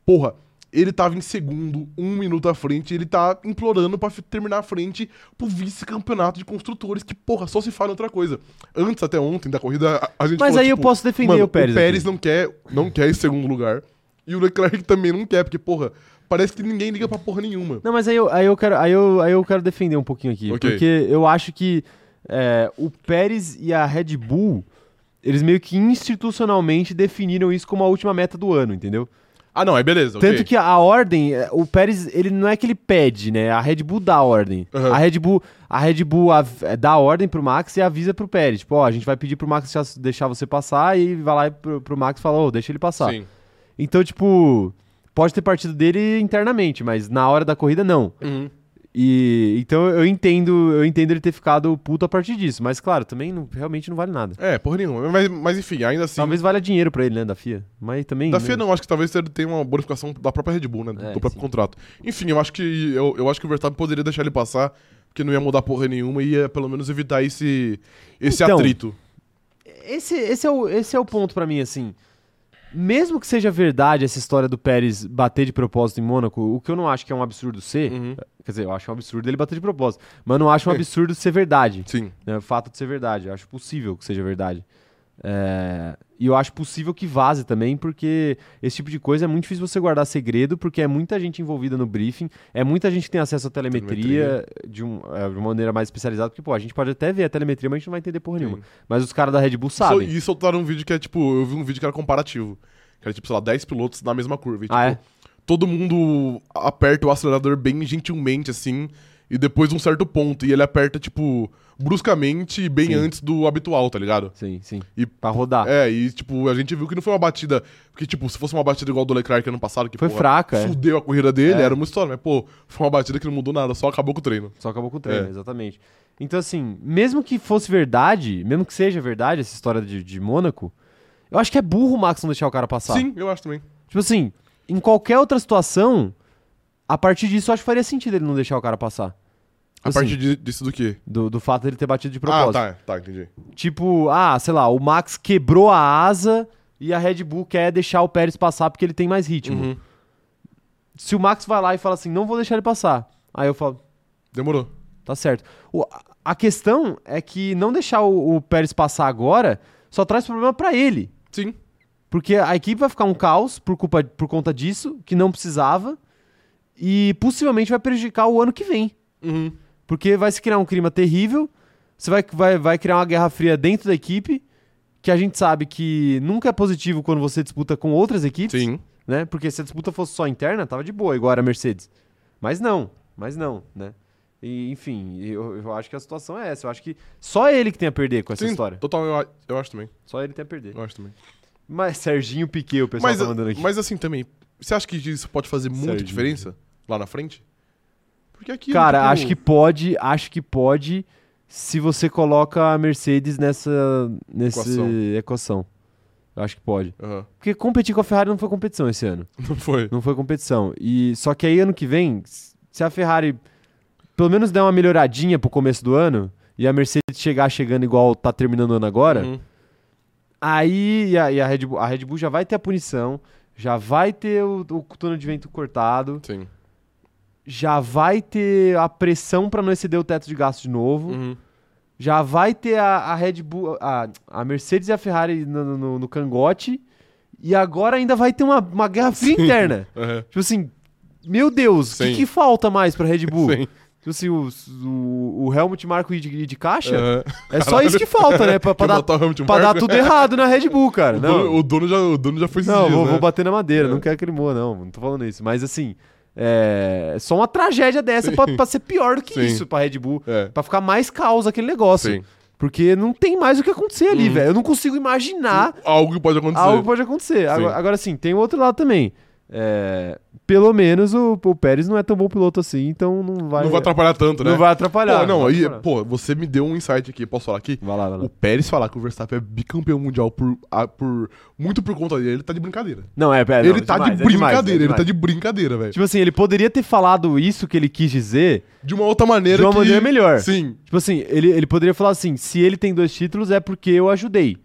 [SPEAKER 2] Porra, ele tava em segundo, um minuto à frente, ele tá implorando pra fi- terminar à frente pro vice-campeonato de construtores, que, porra, só se fala em outra coisa. Antes, até ontem, da corrida, a, a gente
[SPEAKER 1] Mas
[SPEAKER 2] falou,
[SPEAKER 1] aí eu
[SPEAKER 2] tipo,
[SPEAKER 1] posso defender
[SPEAKER 2] Mano,
[SPEAKER 1] o Pérez.
[SPEAKER 2] O Pérez
[SPEAKER 1] aqui.
[SPEAKER 2] não quer, não quer esse segundo lugar. E o Leclerc também não quer, porque, porra, parece que ninguém liga pra porra nenhuma.
[SPEAKER 1] Não, mas aí eu, aí eu, quero, aí eu, aí eu quero defender um pouquinho aqui.
[SPEAKER 2] Ok.
[SPEAKER 1] Porque eu acho que é, o Pérez e a Red Bull, eles meio que institucionalmente definiram isso como a última meta do ano, entendeu?
[SPEAKER 2] Ah, não, é beleza. ok.
[SPEAKER 1] Tanto que a ordem, é, o Pérez, ele não é que ele pede, né? A Red Bull dá a ordem.
[SPEAKER 2] Aham.
[SPEAKER 1] A Red Bull, a Red Bull av- é, dá a ordem pro Max e avisa pro Pérez. Tipo, ó, a gente vai pedir pro Max deixar- deixar você passar e vai lá e pro, pro Max e fala, ô, deixa ele passar.
[SPEAKER 2] Sim.
[SPEAKER 1] Então, tipo, pode ter partido dele internamente, mas na hora da corrida não.
[SPEAKER 2] Uhum.
[SPEAKER 1] E então eu entendo, eu entendo ele ter ficado puto a partir disso, mas claro, também não- realmente não vale nada.
[SPEAKER 2] É, porra nenhuma. Mas, mas enfim, ainda assim.
[SPEAKER 1] Talvez valha dinheiro pra ele, né, da FIA. Mas também
[SPEAKER 2] Da
[SPEAKER 1] né?
[SPEAKER 2] FIA não, acho que talvez ele tenha uma bonificação da própria Red Bull, né? do-
[SPEAKER 1] É,
[SPEAKER 2] do
[SPEAKER 1] sim.
[SPEAKER 2] próprio contrato. Enfim, eu acho que eu, eu acho que o Verstappen poderia deixar ele passar, porque não ia mudar porra nenhuma e ia pelo menos evitar esse, esse
[SPEAKER 1] Então,
[SPEAKER 2] atrito.
[SPEAKER 1] Esse, esse, é o, esse é o ponto pra mim, assim. Mesmo que seja verdade essa história do Pérez bater de propósito em Mônaco, o que eu não acho que é um absurdo ser,
[SPEAKER 2] Uhum.
[SPEAKER 1] quer dizer, eu acho um absurdo ele bater de propósito, mas não acho um absurdo ser verdade.
[SPEAKER 2] Sim.
[SPEAKER 1] né, o fato de ser verdade. Eu acho possível que seja verdade. É, e eu acho possível que vaze também, porque esse tipo de coisa é muito difícil você guardar segredo, porque é muita gente envolvida no briefing, é muita gente que tem acesso à telemetria, De, um- é, de uma maneira mais especializada, porque, pô, a gente pode até ver a telemetria, mas a gente não vai entender porra nenhuma. Mas os caras da Red Bull sabem.
[SPEAKER 2] So- E soltaram um vídeo que é tipo, eu vi um vídeo que era comparativo. Que era tipo, sei lá, 10 pilotos na mesma curva. E, tipo,
[SPEAKER 1] Ah, é?
[SPEAKER 2] todo mundo aperta o acelerador bem gentilmente, assim, e depois de um certo ponto. E ele aperta, tipo, bruscamente e bem
[SPEAKER 1] Sim. Ah.
[SPEAKER 2] antes do habitual, tá ligado?
[SPEAKER 1] Sim, sim.
[SPEAKER 2] E-
[SPEAKER 1] Pra rodar.
[SPEAKER 2] É, e tipo, a gente viu que não foi uma batida. Porque, tipo, se fosse uma batida igual a do Leclerc ano passado, que
[SPEAKER 1] Foi
[SPEAKER 2] porra,
[SPEAKER 1] fraca, é.
[SPEAKER 2] fudeu a corrida dele,
[SPEAKER 1] É.
[SPEAKER 2] era uma história. Mas, pô, foi uma batida que não mudou nada, só acabou com o treino.
[SPEAKER 1] Só acabou com o treino,
[SPEAKER 2] É.
[SPEAKER 1] exatamente. Então, assim, mesmo que fosse verdade, mesmo que seja verdade essa história de, de Mônaco, eu acho que é burro o Max não deixar o cara passar.
[SPEAKER 2] Sim, eu acho também.
[SPEAKER 1] Tipo assim, em qualquer outra situação, a partir disso eu acho que faria sentido ele não deixar o cara passar.
[SPEAKER 2] A
[SPEAKER 1] Assim,
[SPEAKER 2] partir de- disso do quê?
[SPEAKER 1] do, do fato dele ter batido de
[SPEAKER 2] Ah,
[SPEAKER 1] propósito.
[SPEAKER 2] tá, tá, entendi.
[SPEAKER 1] Tipo, ah, sei lá, o Max quebrou a asa e a Red Bull quer deixar o Pérez passar porque ele tem mais ritmo.
[SPEAKER 2] Uhum.
[SPEAKER 1] Se o Max vai lá e fala assim, não vou deixar ele passar. Aí eu falo,
[SPEAKER 2] Demorou.
[SPEAKER 1] tá certo. O- a- a questão é que não deixar o, o Pérez passar agora só traz problema pra ele.
[SPEAKER 2] Sim.
[SPEAKER 1] Porque a equipe vai ficar um caos por, culpa, por conta disso, que não precisava, e possivelmente vai prejudicar o ano que vem.
[SPEAKER 2] Uhum.
[SPEAKER 1] Porque vai se criar um clima terrível, você vai, vai, vai criar uma guerra fria dentro da equipe, que a gente sabe que nunca é positivo quando você disputa com outras equipes,
[SPEAKER 2] Sim.
[SPEAKER 1] né? Porque se a disputa fosse só interna, tava de boa, igual era a Mercedes. Mas não, mas não, né? E, enfim, eu, eu acho que a situação é essa. Eu acho que só ele que tem a perder com essa
[SPEAKER 2] Sim,
[SPEAKER 1] história.
[SPEAKER 2] total, eu, a- eu acho também.
[SPEAKER 1] Só ele tem a perder.
[SPEAKER 2] Eu acho também.
[SPEAKER 1] Mas Serginho Piquet, o pessoal
[SPEAKER 2] Mas,
[SPEAKER 1] tá mandando aqui.
[SPEAKER 2] mas assim também, você acha que isso pode fazer muita
[SPEAKER 1] Sérgio.
[SPEAKER 2] diferença lá na frente? Porque aqui.
[SPEAKER 1] Cara,
[SPEAKER 2] tipo,
[SPEAKER 1] acho que pode, acho que pode se você coloca a Mercedes nessa nessa
[SPEAKER 2] Equação.
[SPEAKER 1] equação. Eu acho que pode.
[SPEAKER 2] Aham. [laughs]
[SPEAKER 1] Porque competir com a Ferrari não foi competição esse ano.
[SPEAKER 2] Não foi.
[SPEAKER 1] Não foi competição. E só que aí ano que vem, se a Ferrari pelo menos der uma melhoradinha pro começo do ano e a Mercedes chegar chegando igual tá terminando o ano agora,
[SPEAKER 2] Uhum.
[SPEAKER 1] Aí e a, e a Red Bull, a Red Bull já vai ter a punição, já vai ter o, o túnel de vento cortado,
[SPEAKER 2] Sim.
[SPEAKER 1] já vai ter a pressão pra não exceder o teto de gasto de novo.
[SPEAKER 2] Uhum.
[SPEAKER 1] Já vai ter a, a Red Bull, a, a Mercedes e a Ferrari no, no- no cangote. E agora ainda vai ter uma, uma guerra fria interna.
[SPEAKER 2] Aham.
[SPEAKER 1] Tipo assim, meu Deus, o que,
[SPEAKER 2] Sim.
[SPEAKER 1] que falta mais pra Red Bull?
[SPEAKER 2] Sim.
[SPEAKER 1] Tipo assim, o, o, o Helmut Marko ir de, ir de caixa?
[SPEAKER 2] Aham.
[SPEAKER 1] É só isso que falta, né?
[SPEAKER 2] [laughs]
[SPEAKER 1] Pra, pra
[SPEAKER 2] Quer
[SPEAKER 1] dar,
[SPEAKER 2] matar o Hamilton
[SPEAKER 1] pra dar
[SPEAKER 2] Marko?
[SPEAKER 1] tudo errado na Red Bull, cara.
[SPEAKER 2] O
[SPEAKER 1] Não.
[SPEAKER 2] dono, o dono já, o dono já foi esses
[SPEAKER 1] Não,
[SPEAKER 2] dias,
[SPEAKER 1] vou,
[SPEAKER 2] né?
[SPEAKER 1] vou bater na madeira,
[SPEAKER 2] É.
[SPEAKER 1] não quero que ele morra, não. Não tô falando isso. Mas assim, é é só uma tragédia dessa pra, pra ser pior do que
[SPEAKER 2] Sim.
[SPEAKER 1] isso pra Red Bull.
[SPEAKER 2] É.
[SPEAKER 1] Pra ficar mais caos aquele negócio.
[SPEAKER 2] Sim. Uhum.
[SPEAKER 1] Porque não tem mais o que acontecer ali, velho. Eu não consigo imaginar
[SPEAKER 2] Algo que pode acontecer.
[SPEAKER 1] Ah, algo que pode acontecer. Agora, agora sim, tem o outro lado também. É, pelo menos o, o Pérez não é tão bom piloto assim, então não vai,
[SPEAKER 2] Não vai atrapalhar tanto, né?
[SPEAKER 1] não vai atrapalhar.
[SPEAKER 2] Pô, não,
[SPEAKER 1] vai
[SPEAKER 2] aí, é-
[SPEAKER 1] atrapalhar.
[SPEAKER 2] pô, você me deu um insight aqui, posso falar aqui?
[SPEAKER 1] Vai lá, vai lá.
[SPEAKER 2] O Pérez falar que o Verstappen é bicampeão mundial por, ah, por muito por conta dele, ele tá de brincadeira.
[SPEAKER 1] Não, é, pera,
[SPEAKER 2] ele tá de brincadeira, ele tá
[SPEAKER 1] de...
[SPEAKER 2] de brincadeira, velho.
[SPEAKER 1] Tipo assim, ele poderia ter falado isso que ele quis dizer
[SPEAKER 2] De uma outra maneira
[SPEAKER 1] de uma
[SPEAKER 2] que-
[SPEAKER 1] maneira melhor.
[SPEAKER 2] Sim.
[SPEAKER 1] Tipo assim, ele, ele poderia falar assim: se ele tem dois títulos é porque eu ajudei.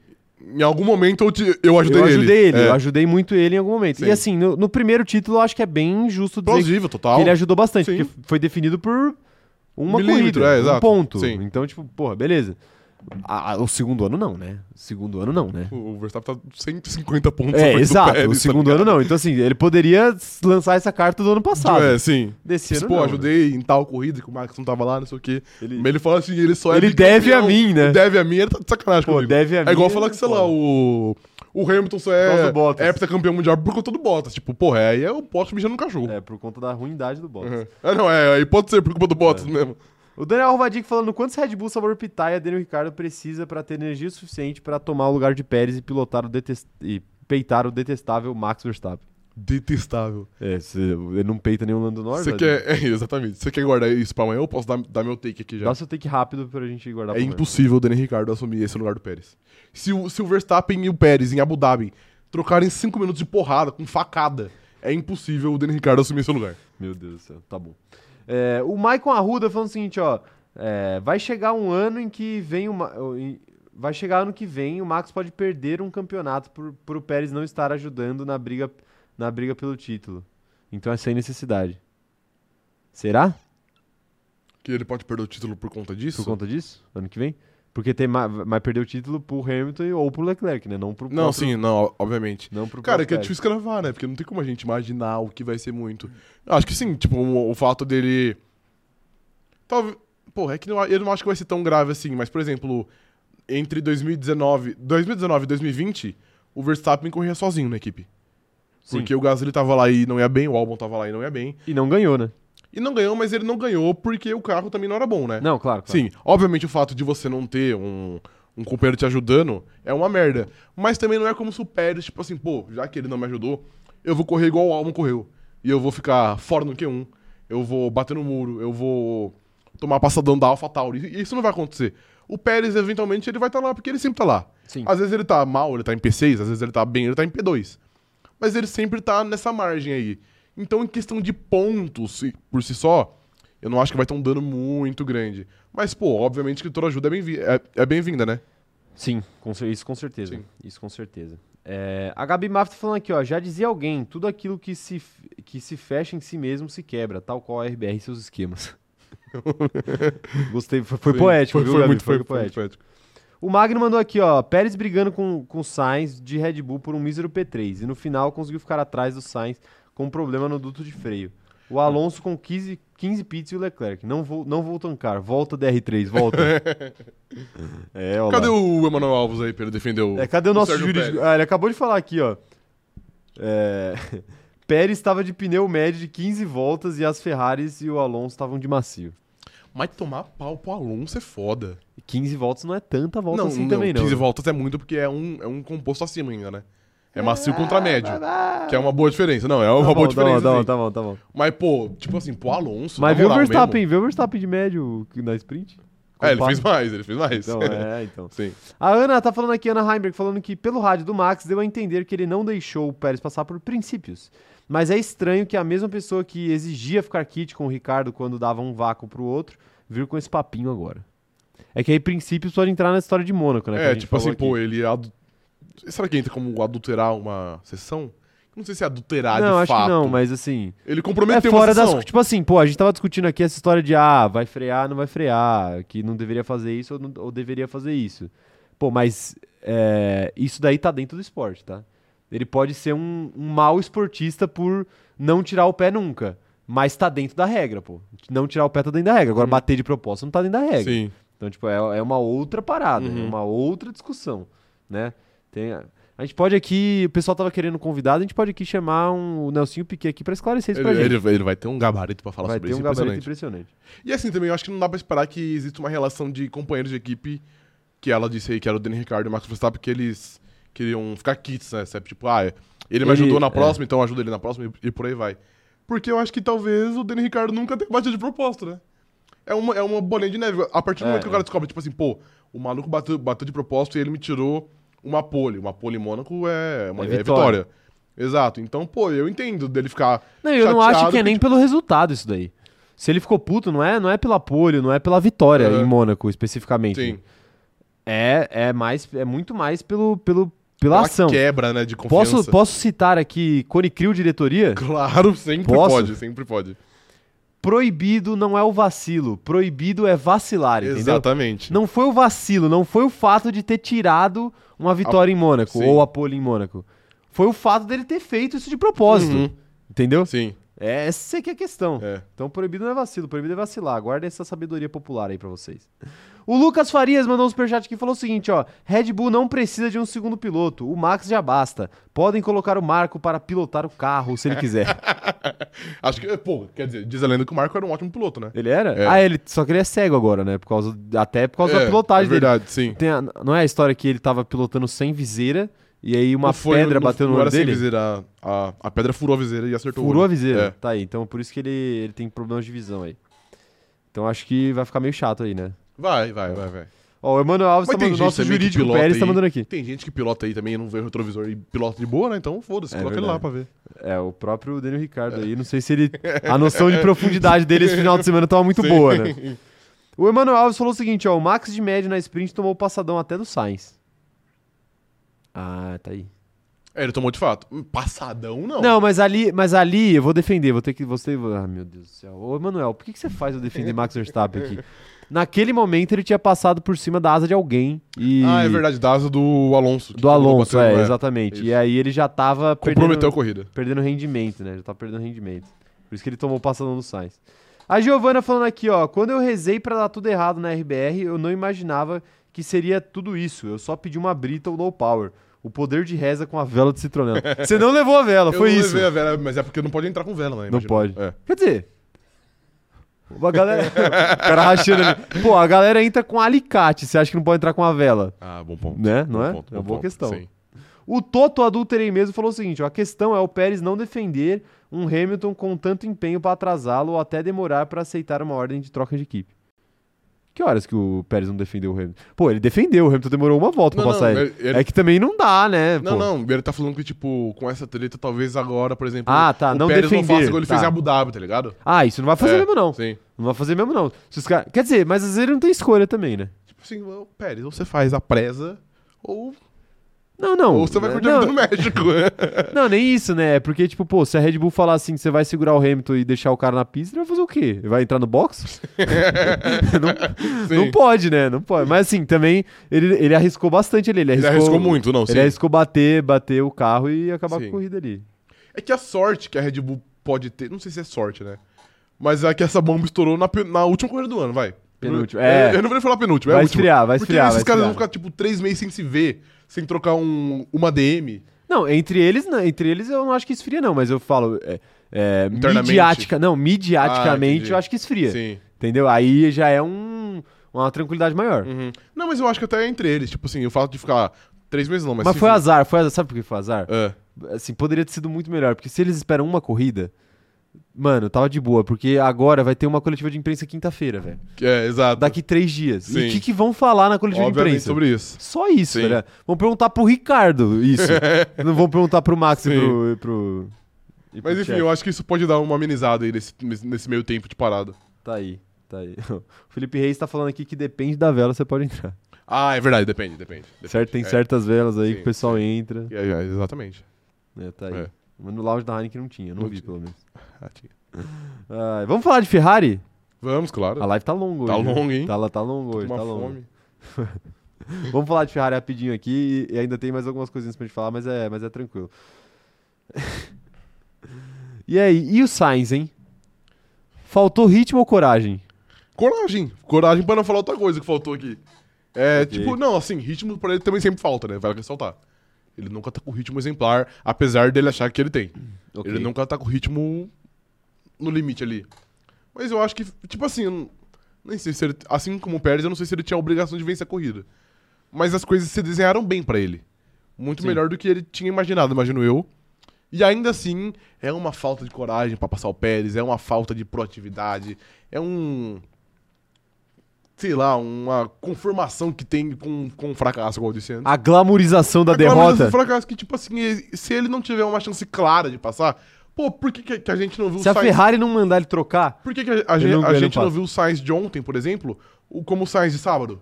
[SPEAKER 2] Em algum momento eu, te- eu ajudei
[SPEAKER 1] eu
[SPEAKER 2] ele.
[SPEAKER 1] ajudei ele,
[SPEAKER 2] É.
[SPEAKER 1] eu ajudei muito ele em algum momento.
[SPEAKER 2] Sim.
[SPEAKER 1] E assim, no, no primeiro título eu acho que é bem justo dizer que-
[SPEAKER 2] Plausível, total.
[SPEAKER 1] que ele ajudou bastante,
[SPEAKER 2] Sim.
[SPEAKER 1] porque foi definido por uma
[SPEAKER 2] Milímetro,
[SPEAKER 1] corrida,
[SPEAKER 2] é,
[SPEAKER 1] um
[SPEAKER 2] exato.
[SPEAKER 1] ponto.
[SPEAKER 2] Sim.
[SPEAKER 1] Então, tipo, porra, beleza. a- a- o segundo ano não, né? O segundo ano não,
[SPEAKER 2] [laughs]
[SPEAKER 1] né?
[SPEAKER 2] O Verstappen tá 150 pontos à
[SPEAKER 1] É,
[SPEAKER 2] frente do
[SPEAKER 1] exato.
[SPEAKER 2] Pérez,
[SPEAKER 1] o
[SPEAKER 2] tá
[SPEAKER 1] segundo
[SPEAKER 2] ligado?
[SPEAKER 1] ano não. Então, assim, ele poderia s- lançar essa carta do ano passado.
[SPEAKER 2] É, sim.
[SPEAKER 1] Desse
[SPEAKER 2] Mas,
[SPEAKER 1] ano
[SPEAKER 2] pô,
[SPEAKER 1] não, né?
[SPEAKER 2] ajudei em tal corrida que o Max não tava lá, não sei o quê.
[SPEAKER 1] Ele-
[SPEAKER 2] Mas ele fala assim, ele só é
[SPEAKER 1] Ele deve
[SPEAKER 2] bicampeão.
[SPEAKER 1] a mim, né?
[SPEAKER 2] Ele deve a mim, ele tá de sacanagem
[SPEAKER 1] Pô,
[SPEAKER 2] comigo.
[SPEAKER 1] deve a mim,
[SPEAKER 2] É igual falar que, sei
[SPEAKER 1] pô.
[SPEAKER 2] lá, o... O Hamilton só
[SPEAKER 1] Por
[SPEAKER 2] é
[SPEAKER 1] causa do Bottas.
[SPEAKER 2] heptacampeão mundial por conta do Bottas. Tipo, porra, aí é o Bottas mijando no cachorro.
[SPEAKER 1] É, por conta da ruindade do Bottas.
[SPEAKER 2] Uhum. Ah, não, é, aí pode ser por culpa do
[SPEAKER 1] É.
[SPEAKER 2] Bottas mesmo.
[SPEAKER 1] O Daniel Alvadic falando quantos Red Bull sabor pitaia Daniel Ricardo precisa pra ter energia suficiente pra tomar o lugar de Pérez e pilotar o detest... e peitar o detestável Max Verstappen.
[SPEAKER 2] Detestável.
[SPEAKER 1] É, cê- ele não peita nem o Lando Norris.
[SPEAKER 2] Você
[SPEAKER 1] né?
[SPEAKER 2] quer. [laughs] É, exatamente. Você quer guardar isso pra amanhã? Eu posso dar, dar meu take aqui já.
[SPEAKER 1] Dá seu take rápido pra gente guardar
[SPEAKER 2] É
[SPEAKER 1] pra amanhã.
[SPEAKER 2] impossível o Daniel Ricardo assumir esse lugar do Pérez. Se o, se o Verstappen e o Pérez em Abu Dhabi trocarem 5 minutos de porrada com facada, é impossível o Daniel Ricardo assumir esse lugar.
[SPEAKER 1] Meu Deus do céu, tá bom. É, o Maicon Arruda falando o seguinte, ó. é, vai chegar um ano em que vem o Ma- o- em- Vai chegar ano que vem, o Max pode perder um campeonato por, por o Pérez não estar ajudando na briga, na briga pelo título. Então é sem necessidade. Será?
[SPEAKER 2] Que ele pode perder o título por conta disso?
[SPEAKER 1] Por conta disso? Ano que vem? Porque tem ma- vai perder o título pro Hamilton e- ou pro Leclerc, né? Não pro
[SPEAKER 2] Não,
[SPEAKER 1] próprio-
[SPEAKER 2] sim, não, obviamente.
[SPEAKER 1] Não pro
[SPEAKER 2] Cara, é
[SPEAKER 1] próprio
[SPEAKER 2] que é
[SPEAKER 1] Pérez.
[SPEAKER 2] difícil gravar, né? Porque não tem como a gente imaginar o que vai ser muito. Acho que sim, tipo, o, o fato dele. Talvez. Pô, é que não- eu não acho que vai ser tão grave assim, mas, por exemplo, entre 2019, 2019 e 2020, o Verstappen corria sozinho na equipe.
[SPEAKER 1] Sim.
[SPEAKER 2] Porque o Gasly tava lá e não ia bem, o Albon tava lá e não ia bem.
[SPEAKER 1] E não ganhou, né?
[SPEAKER 2] E não ganhou, mas ele não ganhou porque o carro também não era bom, né?
[SPEAKER 1] Não, claro. claro.
[SPEAKER 2] Sim, obviamente o fato de você não ter um, um companheiro te ajudando é uma merda. Mas também não é como se o Pérez, tipo assim, pô, já que ele não me ajudou, eu vou correr igual o Albon correu. E eu vou ficar fora no Q1, eu vou bater no muro, eu vou tomar passadão da AlphaTauri. E isso não vai acontecer. O Pérez, eventualmente, ele vai estar lá, porque ele sempre tá lá.
[SPEAKER 1] Sim.
[SPEAKER 2] Às vezes ele tá mal, ele tá em P6, às vezes ele tá bem, ele tá em P2. Mas ele sempre tá nessa margem aí. Então, em questão de pontos e- por si só, eu não acho que vai ter um dano muito grande. Mas, pô, obviamente que toda ajuda é bem-vinda, é, é bem-vinda, né?
[SPEAKER 1] Sim, com cer- isso com certeza.
[SPEAKER 2] Sim.
[SPEAKER 1] Isso com certeza. É, a Gabi Mafta falando aqui, ó. Já dizia alguém, tudo aquilo que se, f- que se fecha em si mesmo se quebra, tal qual a RBR e seus
[SPEAKER 2] [laughs]
[SPEAKER 1] esquemas. Gostei, foi, foi
[SPEAKER 2] Sim.
[SPEAKER 1] poético,
[SPEAKER 2] Foi,
[SPEAKER 1] viu,
[SPEAKER 2] foi
[SPEAKER 1] Gabi?
[SPEAKER 2] muito, foi, foi muito
[SPEAKER 1] poético.
[SPEAKER 2] poético.
[SPEAKER 1] O Magno mandou aqui, ó. Pérez brigando com, com o Sainz de Red Bull por um mísero P3. E no final conseguiu ficar atrás do Sainz com um problema no duto de freio. O Alonso com 15, 15 pits e o Leclerc. Não vou, não vou tancar. Volta DR3,
[SPEAKER 2] [laughs]
[SPEAKER 1] volta. é, ó. lá.
[SPEAKER 2] Cadê o Emanuel Alves aí pra ele defender o.
[SPEAKER 1] É, cadê o nosso
[SPEAKER 2] Sérgio
[SPEAKER 1] jurídico?
[SPEAKER 2] Pérez?
[SPEAKER 1] Ah, ele acabou de falar aqui, ó. É... [laughs] Pérez estava de pneu médio de 15 voltas e as Ferraris e o Alonso estavam de macio.
[SPEAKER 2] Mas tomar pau pro Alonso é foda.
[SPEAKER 1] 15 voltas não é tanta volta assim também, não.
[SPEAKER 2] 15 voltas é muito porque é um, é um composto acima ainda, né? É macio
[SPEAKER 1] Ah,
[SPEAKER 2] contra médio. Que é uma boa diferença. Não, é
[SPEAKER 1] Tá
[SPEAKER 2] uma
[SPEAKER 1] bom,
[SPEAKER 2] boa
[SPEAKER 1] tá bom,
[SPEAKER 2] diferença.
[SPEAKER 1] tá bom,
[SPEAKER 2] sim.
[SPEAKER 1] tá bom, tá bom.
[SPEAKER 2] Mas, pô, tipo assim, pro Alonso.
[SPEAKER 1] Mas
[SPEAKER 2] na
[SPEAKER 1] viu o
[SPEAKER 2] moral
[SPEAKER 1] Verstappen,
[SPEAKER 2] mesmo-
[SPEAKER 1] viu o Verstappen de médio na sprint?
[SPEAKER 2] É, ele
[SPEAKER 1] Compacto.
[SPEAKER 2] fez mais, ele fez mais. [laughs]
[SPEAKER 1] Então, é, então.
[SPEAKER 2] Sim.
[SPEAKER 1] A Ana tá falando aqui, Ana Heimberg, falando que pelo rádio do Max deu a entender que ele não deixou o Pérez passar por princípios. Mas é estranho que a mesma pessoa que exigia ficar kit com o Ricardo quando dava um vácuo pro outro, vir com esse papinho agora. É que aí princípios pode entrar na história de Mônaco, né? que a
[SPEAKER 2] É,
[SPEAKER 1] gente
[SPEAKER 2] tipo assim,
[SPEAKER 1] falou
[SPEAKER 2] pô, ele. adu- Será que entra como adulterar uma sessão? Não sei se é adulterar
[SPEAKER 1] aqui. Não,
[SPEAKER 2] de
[SPEAKER 1] acho
[SPEAKER 2] fato.
[SPEAKER 1] que não, mas assim.
[SPEAKER 2] Ele
[SPEAKER 1] É
[SPEAKER 2] comprometeu
[SPEAKER 1] fora
[SPEAKER 2] uma
[SPEAKER 1] das.
[SPEAKER 2] sessão.
[SPEAKER 1] Tipo assim, pô, a gente tava discutindo aqui essa história de ah, vai frear, não vai frear, que não deveria fazer isso ou, não- ou deveria fazer isso. Pô, mas é, isso daí tá dentro do esporte, tá? Ele pode ser um, um mau esportista por não tirar o pé nunca. Mas tá dentro da regra, pô. Não tirar o pé tá dentro da regra. Agora, bater de propósito não tá dentro da regra.
[SPEAKER 2] Uhum. Sim.
[SPEAKER 1] Então, tipo, é, é uma outra parada,
[SPEAKER 2] Uhum.
[SPEAKER 1] é uma outra discussão, né? Tem, a, a gente pode aqui, o pessoal tava querendo um convidado, a gente pode aqui chamar um, o Nelsinho Piquet aqui pra esclarecer isso
[SPEAKER 2] Ele,
[SPEAKER 1] pra gente.
[SPEAKER 2] ele vai- ele vai ter um gabarito pra falar
[SPEAKER 1] Vai
[SPEAKER 2] sobre
[SPEAKER 1] ter
[SPEAKER 2] isso.
[SPEAKER 1] um gabarito
[SPEAKER 2] impressionante.
[SPEAKER 1] impressionante.
[SPEAKER 2] E assim também, eu acho que não dá pra esperar que exista uma relação de companheiros de equipe, que ela disse aí que era o Daniel Ricardo e o Max Verstappen, que eles queriam ficar kits, né? Sabe? Tipo, ah, é, ele me
[SPEAKER 1] Ele-
[SPEAKER 2] ajudou na
[SPEAKER 1] é.
[SPEAKER 2] próxima, então eu ajudo ele na próxima e, e por aí vai. Porque eu acho que talvez o Daniel Ricardo nunca tenha batido de propósito, né? É uma, é uma bolinha de neve. A partir do
[SPEAKER 1] É,
[SPEAKER 2] momento que o cara
[SPEAKER 1] é.
[SPEAKER 2] descobre, tipo assim, pô, o maluco bateu, bateu de propósito e ele me tirou uma pole. Uma pole em Mônaco é uma
[SPEAKER 1] É
[SPEAKER 2] é
[SPEAKER 1] vitória.
[SPEAKER 2] vitória. Exato. Então, pô, eu entendo dele ficar.
[SPEAKER 1] Não, eu não
[SPEAKER 2] chateado
[SPEAKER 1] acho que é
[SPEAKER 2] porque,
[SPEAKER 1] nem pelo resultado isso daí. Se ele ficou puto, não é, não é pela pole, não é pela vitória
[SPEAKER 2] Aham.
[SPEAKER 1] em Mônaco especificamente.
[SPEAKER 2] Sim,
[SPEAKER 1] É, é mais é muito mais pelo, pelo pela
[SPEAKER 2] uma
[SPEAKER 1] ação.
[SPEAKER 2] quebra, né, de confiança.
[SPEAKER 1] Posso, posso citar aqui Cone Crew diretoria?
[SPEAKER 2] Claro, sempre
[SPEAKER 1] Posso?
[SPEAKER 2] pode, sempre pode.
[SPEAKER 1] Proibido não é o vacilo, proibido é vacilar, entendeu?
[SPEAKER 2] Exatamente.
[SPEAKER 1] Não foi o vacilo, não foi o fato de ter tirado uma vitória em Mônaco
[SPEAKER 2] Sim.
[SPEAKER 1] ou a pole em Mônaco. Foi o fato dele ter feito isso de propósito,
[SPEAKER 2] Uhum.
[SPEAKER 1] entendeu?
[SPEAKER 2] Sim,
[SPEAKER 1] É, essa aqui é a questão.
[SPEAKER 2] é.
[SPEAKER 1] Então, proibido não é vacilo, proibido é vacilar. Guardem essa sabedoria popular aí pra vocês. O Lucas Farias mandou um superchat aqui e falou o seguinte, ó. Red Bull não precisa de um segundo piloto. O Max já basta. Podem colocar o Marco para pilotar o carro, se ele
[SPEAKER 2] [laughs]
[SPEAKER 1] quiser.
[SPEAKER 2] Acho que, pô, quer dizer, diz a lenda que o Marco era um ótimo piloto, né?
[SPEAKER 1] ele era?
[SPEAKER 2] É.
[SPEAKER 1] Ah, ele só que ele é cego agora, né? Por causa, até por causa da
[SPEAKER 2] É,
[SPEAKER 1] pilotagem
[SPEAKER 2] é
[SPEAKER 1] dele.
[SPEAKER 2] verdade, sim.
[SPEAKER 1] Tem a- não é a história que ele tava pilotando sem viseira e aí uma
[SPEAKER 2] Não foi-
[SPEAKER 1] pedra
[SPEAKER 2] não-
[SPEAKER 1] bateu no
[SPEAKER 2] não
[SPEAKER 1] olho
[SPEAKER 2] era sem
[SPEAKER 1] dele?
[SPEAKER 2] viseira, a, a, a pedra furou a viseira e acertou o
[SPEAKER 1] Furou a
[SPEAKER 2] olho.
[SPEAKER 1] viseira.
[SPEAKER 2] É.
[SPEAKER 1] Tá aí, então por isso que ele, ele tem problemas de visão aí. Então acho que vai ficar meio chato aí, né?
[SPEAKER 2] Vai, vai, vai, vai.
[SPEAKER 1] Ó, o Emmanuel Alves
[SPEAKER 2] Mas
[SPEAKER 1] tá
[SPEAKER 2] tem
[SPEAKER 1] mandando,
[SPEAKER 2] gente
[SPEAKER 1] nosso
[SPEAKER 2] também que
[SPEAKER 1] jurídico
[SPEAKER 2] pilota
[SPEAKER 1] Pérez tá
[SPEAKER 2] aí.
[SPEAKER 1] mandando aqui.
[SPEAKER 2] Tem gente que pilota aí também e não vê o retrovisor e pilota de boa, né? Então foda-se,
[SPEAKER 1] É
[SPEAKER 2] coloca ele lá pra ver.
[SPEAKER 1] É, o próprio Daniel Ricardo aí, não sei se ele... A noção
[SPEAKER 2] [laughs]
[SPEAKER 1] de profundidade dele esse final de semana tava muito boa, né? O Emmanuel Alves falou o seguinte, ó, o Max de médio na sprint tomou o passadão até do Sainz. Ah, tá aí.
[SPEAKER 2] É, ele tomou de fato. Hum, Passadão, não.
[SPEAKER 1] Não, mas ali, mas ali eu vou defender, vou ter que. Você, ah, meu Deus do céu. Ô, Emanuel, por que, que você faz eu defender Max Verstappen aqui? Naquele momento ele tinha passado por cima da asa de alguém e.
[SPEAKER 2] Ah, é verdade, da asa do Alonso. que
[SPEAKER 1] Do Alonso,
[SPEAKER 2] bateu,
[SPEAKER 1] é, exatamente. E
[SPEAKER 2] Isso.
[SPEAKER 1] aí ele já tava
[SPEAKER 2] Comprometeu
[SPEAKER 1] perdendo,
[SPEAKER 2] a corrida.
[SPEAKER 1] perdendo rendimento, né? Já tava perdendo rendimento. Por isso que ele tomou passando no Sainz. A Giovana falando aqui, ó. Quando eu rezei pra dar tudo errado na RBR, eu não imaginava que seria tudo isso. Eu só pedi uma brita ou low power. O poder de reza com a vela de
[SPEAKER 2] [laughs]
[SPEAKER 1] citronela. Você não levou a vela, foi
[SPEAKER 2] eu não
[SPEAKER 1] isso.
[SPEAKER 2] levei a vela, mas é porque não pode entrar com vela, né?
[SPEAKER 1] Não
[SPEAKER 2] imagina.
[SPEAKER 1] pode.
[SPEAKER 2] É.
[SPEAKER 1] Quer dizer. Uma galera. [laughs] o cara rachando ali. Pô, a galera entra com alicate. Você acha que não pode entrar com a vela?
[SPEAKER 2] Ah, bom ponto.
[SPEAKER 1] Né? Não
[SPEAKER 2] Bom
[SPEAKER 1] é?
[SPEAKER 2] ponto,
[SPEAKER 1] é uma
[SPEAKER 2] bom
[SPEAKER 1] boa
[SPEAKER 2] ponto,
[SPEAKER 1] questão.
[SPEAKER 2] sim.
[SPEAKER 1] O Toto Adulterei mesmo falou o seguinte: ó, a questão é o Pérez não defender um Hamilton com tanto empenho pra atrasá-lo ou até demorar pra aceitar uma ordem de troca de equipe. Que horas que o Pérez não defendeu o Hamilton? Pô, ele defendeu, o Hamilton demorou uma volta pra
[SPEAKER 2] Não,
[SPEAKER 1] passar
[SPEAKER 2] não,
[SPEAKER 1] ele.
[SPEAKER 2] ele- ele-
[SPEAKER 1] É que também não dá, né?
[SPEAKER 2] Não,
[SPEAKER 1] pô?
[SPEAKER 2] não, ele tá falando que, tipo, com essa treta, talvez agora, por exemplo,
[SPEAKER 1] Ah, tá,
[SPEAKER 2] o
[SPEAKER 1] não
[SPEAKER 2] Pérez não
[SPEAKER 1] defender,
[SPEAKER 2] faça igual ele
[SPEAKER 1] tá.
[SPEAKER 2] fez em Abu Dhabi, tá ligado?
[SPEAKER 1] Ah, isso não vai fazer
[SPEAKER 2] É,
[SPEAKER 1] mesmo, não.
[SPEAKER 2] Sim.
[SPEAKER 1] Não vai fazer mesmo, não. Se os cara- Quer dizer, mas às vezes ele não tem escolha também, né?
[SPEAKER 2] Tipo assim, ô, Pérez, ou você faz a presa, ou,
[SPEAKER 1] Não, não.
[SPEAKER 2] ou você vai
[SPEAKER 1] né?
[SPEAKER 2] curtir a vida
[SPEAKER 1] não,
[SPEAKER 2] no México.
[SPEAKER 1] [laughs]
[SPEAKER 2] [laughs]
[SPEAKER 1] não, nem isso, né? É Porque, tipo, pô, se a Red Bull falar assim que você vai segurar o Hamilton e deixar o cara na pista, ele vai fazer o quê? Ele vai entrar no box?
[SPEAKER 2] Sim.
[SPEAKER 1] Não pode, né? Não pode. Mas assim, também ele, ele arriscou bastante ali. Ele
[SPEAKER 2] Ele
[SPEAKER 1] arriscou,
[SPEAKER 2] arriscou muito, não, sim.
[SPEAKER 1] Ele arriscou bater, bater o carro e acabar com
[SPEAKER 2] Sim.
[SPEAKER 1] a corrida ali.
[SPEAKER 2] É que a sorte que a Red Bull pode ter, não sei se é sorte, né? Mas é que essa bomba estourou na, pe- na última corrida do ano, vai.
[SPEAKER 1] Penúltima,
[SPEAKER 2] Eu não-
[SPEAKER 1] é.
[SPEAKER 2] Eu, eu não vou nem falar penúltima, é a
[SPEAKER 1] Vai
[SPEAKER 2] última.
[SPEAKER 1] esfriar, vai
[SPEAKER 2] Porque
[SPEAKER 1] esfriar,
[SPEAKER 2] esses
[SPEAKER 1] vai
[SPEAKER 2] caras
[SPEAKER 1] esfriar.
[SPEAKER 2] vão ficar, tipo, três meses sem se ver, sem trocar um, uma DM.
[SPEAKER 1] Não, entre eles, não- entre eles eu não acho que esfria, não, mas eu falo. É, é,
[SPEAKER 2] Internamente?
[SPEAKER 1] midiática, não,
[SPEAKER 2] Ah,
[SPEAKER 1] midiaticamente
[SPEAKER 2] entendi.
[SPEAKER 1] eu acho que esfria.
[SPEAKER 2] Sim.
[SPEAKER 1] Entendeu? Aí já é um, uma tranquilidade maior.
[SPEAKER 2] Uhum. Não, mas eu acho que até entre eles, tipo assim, o fato de ficar três meses não, mas...
[SPEAKER 1] Mas
[SPEAKER 2] se-
[SPEAKER 1] foi azar, foi azar. Sabe por que foi azar?
[SPEAKER 2] É.
[SPEAKER 1] Assim, poderia ter sido muito melhor, porque se eles esperam uma corrida, mano, tava de boa, porque agora vai ter uma coletiva de imprensa quinta-feira, velho.
[SPEAKER 2] É, exato.
[SPEAKER 1] Daqui três dias. E
[SPEAKER 2] Sim.
[SPEAKER 1] o que, que vão falar na coletiva de
[SPEAKER 2] Obviamente
[SPEAKER 1] imprensa?
[SPEAKER 2] sobre isso.
[SPEAKER 1] Só isso,
[SPEAKER 2] Sim.
[SPEAKER 1] velho. Vão perguntar pro Ricardo
[SPEAKER 2] [laughs]
[SPEAKER 1] isso. Não vão perguntar pro Max e
[SPEAKER 2] Sim.
[SPEAKER 1] pro. e pro- e pro
[SPEAKER 2] Mas enfim,
[SPEAKER 1] Checo.
[SPEAKER 2] eu acho que isso pode dar uma amenizada aí nesse, nesse meio tempo de parada.
[SPEAKER 1] Tá aí, tá aí. [laughs] O Felipe Reis tá falando aqui que depende da vela, você pode entrar.
[SPEAKER 2] Ah, é verdade, depende, depende. depende.
[SPEAKER 1] Certo? Tem
[SPEAKER 2] É.
[SPEAKER 1] certas velas aí
[SPEAKER 2] Sim,
[SPEAKER 1] que o pessoal entra.
[SPEAKER 2] É, é, exatamente.
[SPEAKER 1] né? tá aí.
[SPEAKER 2] É.
[SPEAKER 1] Mas no lounge da Heineken não tinha, não,
[SPEAKER 2] Não
[SPEAKER 1] vi
[SPEAKER 2] tinha.
[SPEAKER 1] pelo menos.
[SPEAKER 2] Ah, tinha.
[SPEAKER 1] Ah, vamos falar de Ferrari?
[SPEAKER 2] Vamos, claro.
[SPEAKER 1] A live tá longa hoje.
[SPEAKER 2] Tá
[SPEAKER 1] viu?
[SPEAKER 2] longa, hein?
[SPEAKER 1] Tá, lá- tá longa
[SPEAKER 2] Tô com
[SPEAKER 1] hoje,
[SPEAKER 2] uma
[SPEAKER 1] tá longa.
[SPEAKER 2] fome.
[SPEAKER 1] Vamos falar de Ferrari rapidinho aqui e- e ainda tem mais algumas coisinhas pra gente falar, mas é, mas é tranquilo. [laughs] e aí, e o Sainz, hein? Faltou ritmo ou coragem?
[SPEAKER 2] Coragem. Coragem pra não falar outra coisa que faltou aqui. É,
[SPEAKER 1] Ok.
[SPEAKER 2] tipo, não, assim, ritmo pra ele também sempre falta, né? Vai ressaltar. Ele nunca tá com ritmo exemplar, apesar dele achar que ele tem. Ele nunca tá com ritmo no limite ali. Mas eu acho que, tipo assim, eu não- nem sei se ele, assim como o Pérez, eu não sei se ele tinha a obrigação de vencer a corrida. Mas as coisas se desenharam bem pra ele. Muito
[SPEAKER 1] Sim.
[SPEAKER 2] melhor do que ele tinha imaginado, imagino eu. E ainda assim, é uma falta de coragem pra passar o Pérez, é uma falta de proatividade, é um sei lá, uma conformação que tem com, com um fracasso igual eu disse antes.
[SPEAKER 1] A glamorização da
[SPEAKER 2] Agora, mas
[SPEAKER 1] derrota.
[SPEAKER 2] esse fracasso que, tipo assim, ele- se ele não tiver uma chance clara de passar, pô, por que, que- que a gente não viu
[SPEAKER 1] Se a Ferrari não mandar ele trocar,
[SPEAKER 2] Por que, que a, a
[SPEAKER 1] Ele
[SPEAKER 2] gen-
[SPEAKER 1] não-
[SPEAKER 2] a
[SPEAKER 1] ele não
[SPEAKER 2] gente não
[SPEAKER 1] passa.
[SPEAKER 2] viu o Sainz de ontem, por exemplo, o, como o Sainz de sábado?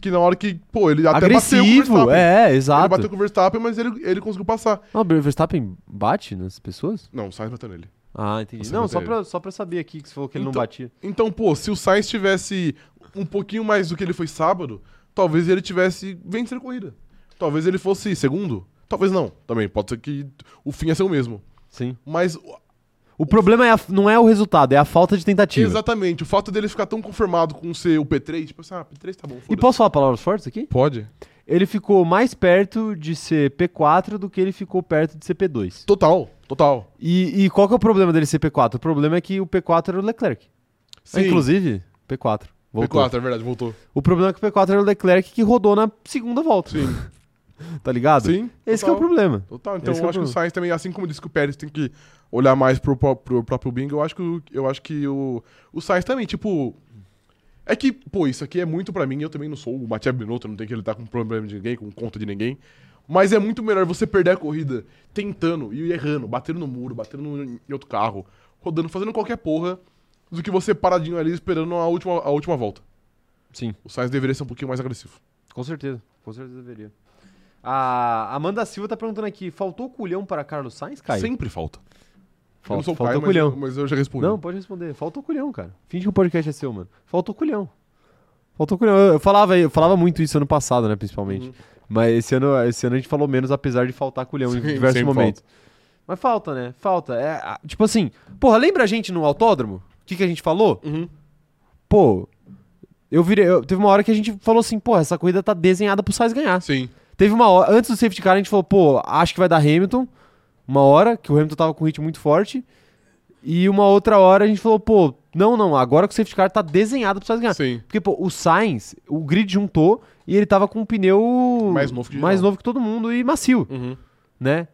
[SPEAKER 2] Que na hora que, pô, ele até bateu com o
[SPEAKER 1] agressivo.
[SPEAKER 2] Verstappen.
[SPEAKER 1] É,
[SPEAKER 2] Ele
[SPEAKER 1] exato.
[SPEAKER 2] bateu com o Verstappen, mas ele, ele conseguiu passar.
[SPEAKER 1] Ah, o Verstappen bate nas pessoas?
[SPEAKER 2] Não, o Sainz bateu nele.
[SPEAKER 1] Ah, entendi.
[SPEAKER 2] Você
[SPEAKER 1] Não,
[SPEAKER 2] não
[SPEAKER 1] só
[SPEAKER 2] teve.
[SPEAKER 1] pra, só pra saber aqui que você falou que ele não
[SPEAKER 2] é. Então-
[SPEAKER 1] batia.
[SPEAKER 2] Então, pô, se o Sainz tivesse um pouquinho mais do que ele foi sábado, talvez ele tivesse vencido a corrida. Talvez ele fosse segundo. Talvez não, também. Pode ser que o fim ia ser o mesmo.
[SPEAKER 1] Sim.
[SPEAKER 2] Mas,
[SPEAKER 1] O problema é a- não é o resultado, é a falta de tentativa.
[SPEAKER 2] exatamente, o fato dele ficar tão conformado com ser o P3, tipo assim, ah, P3 tá bom,
[SPEAKER 1] E
[SPEAKER 2] foda-se.
[SPEAKER 1] posso falar palavras fortes aqui?
[SPEAKER 2] Pode?
[SPEAKER 1] Ele ficou mais perto de ser P4 do que ele ficou perto de ser P2.
[SPEAKER 2] Total, total.
[SPEAKER 1] E, e qual que é o problema dele ser P4? O problema é que o P4 era o Leclerc.
[SPEAKER 2] Sim,
[SPEAKER 1] É, Inclusive, P4. Voltou.
[SPEAKER 2] P4, é verdade, voltou.
[SPEAKER 1] O problema é que o P4 era o Leclerc que rodou na segunda volta.
[SPEAKER 2] Sim.
[SPEAKER 1] [laughs] Tá ligado?
[SPEAKER 2] Sim.
[SPEAKER 1] Esse que é
[SPEAKER 2] total.
[SPEAKER 1] o problema.
[SPEAKER 2] Total, então
[SPEAKER 1] Esse
[SPEAKER 2] eu
[SPEAKER 1] é o
[SPEAKER 2] acho que o
[SPEAKER 1] problema.
[SPEAKER 2] Sainz também, assim como disse que o Pérez tem que olhar mais pro, pró- pro próprio bingo, eu acho que, o- eu acho que o, o Sainz também, tipo. É que, pô, isso aqui é muito pra mim, eu também não sou o Matia Binotto, não tenho que lidar com problema de ninguém, com conta de ninguém. Mas é muito melhor você perder a corrida tentando e errando, batendo no muro, batendo no- em outro carro, rodando, fazendo qualquer porra, do que você paradinho ali esperando a última, a última volta.
[SPEAKER 1] Sim.
[SPEAKER 2] O Sainz deveria ser um pouquinho mais agressivo.
[SPEAKER 1] Com certeza. Com certeza deveria. A Amanda Silva tá perguntando aqui: faltou culhão para Carlos Sainz, Caio?
[SPEAKER 2] Sempre falta. eu
[SPEAKER 1] Falta-
[SPEAKER 2] não sou o
[SPEAKER 1] falta
[SPEAKER 2] Caio, mas,
[SPEAKER 1] culhão.
[SPEAKER 2] eu- mas eu já respondi.
[SPEAKER 1] Não, pode responder. Faltou culhão, cara. Finge que o podcast é seu, mano. Faltou culhão. Faltou culhão. Eu, eu falava, eu falava muito isso ano passado, né,
[SPEAKER 2] Uhum.
[SPEAKER 1] principalmente. Mas esse ano, esse ano a gente falou menos, apesar de faltar culhão em
[SPEAKER 2] Sim,
[SPEAKER 1] diversos
[SPEAKER 2] sempre
[SPEAKER 1] momentos. Mas falta, né? Falta. É, a- tipo assim, porra, lembra a gente no autódromo? O que, que a gente falou?
[SPEAKER 2] Uhum.
[SPEAKER 1] Pô, eu virei. eu- teve uma hora que a gente falou assim, porra, essa corrida tá desenhada pro Sainz ganhar.
[SPEAKER 2] Sim.
[SPEAKER 1] Teve uma hora, antes do safety car, a gente falou, pô, acho que vai dar Hamilton. Uma hora, que o Hamilton tava com um ritmo muito forte. E uma outra hora a gente falou, pô, não, não, agora que o safety car tá desenhado pro Sainz ganhar.
[SPEAKER 2] Sim.
[SPEAKER 1] Porque, pô, o Sainz, o grid juntou e ele tava com um pneu
[SPEAKER 2] Mais novo que
[SPEAKER 1] mais
[SPEAKER 2] geral.
[SPEAKER 1] novo que todo mundo e macio,
[SPEAKER 2] Uhum.
[SPEAKER 1] né?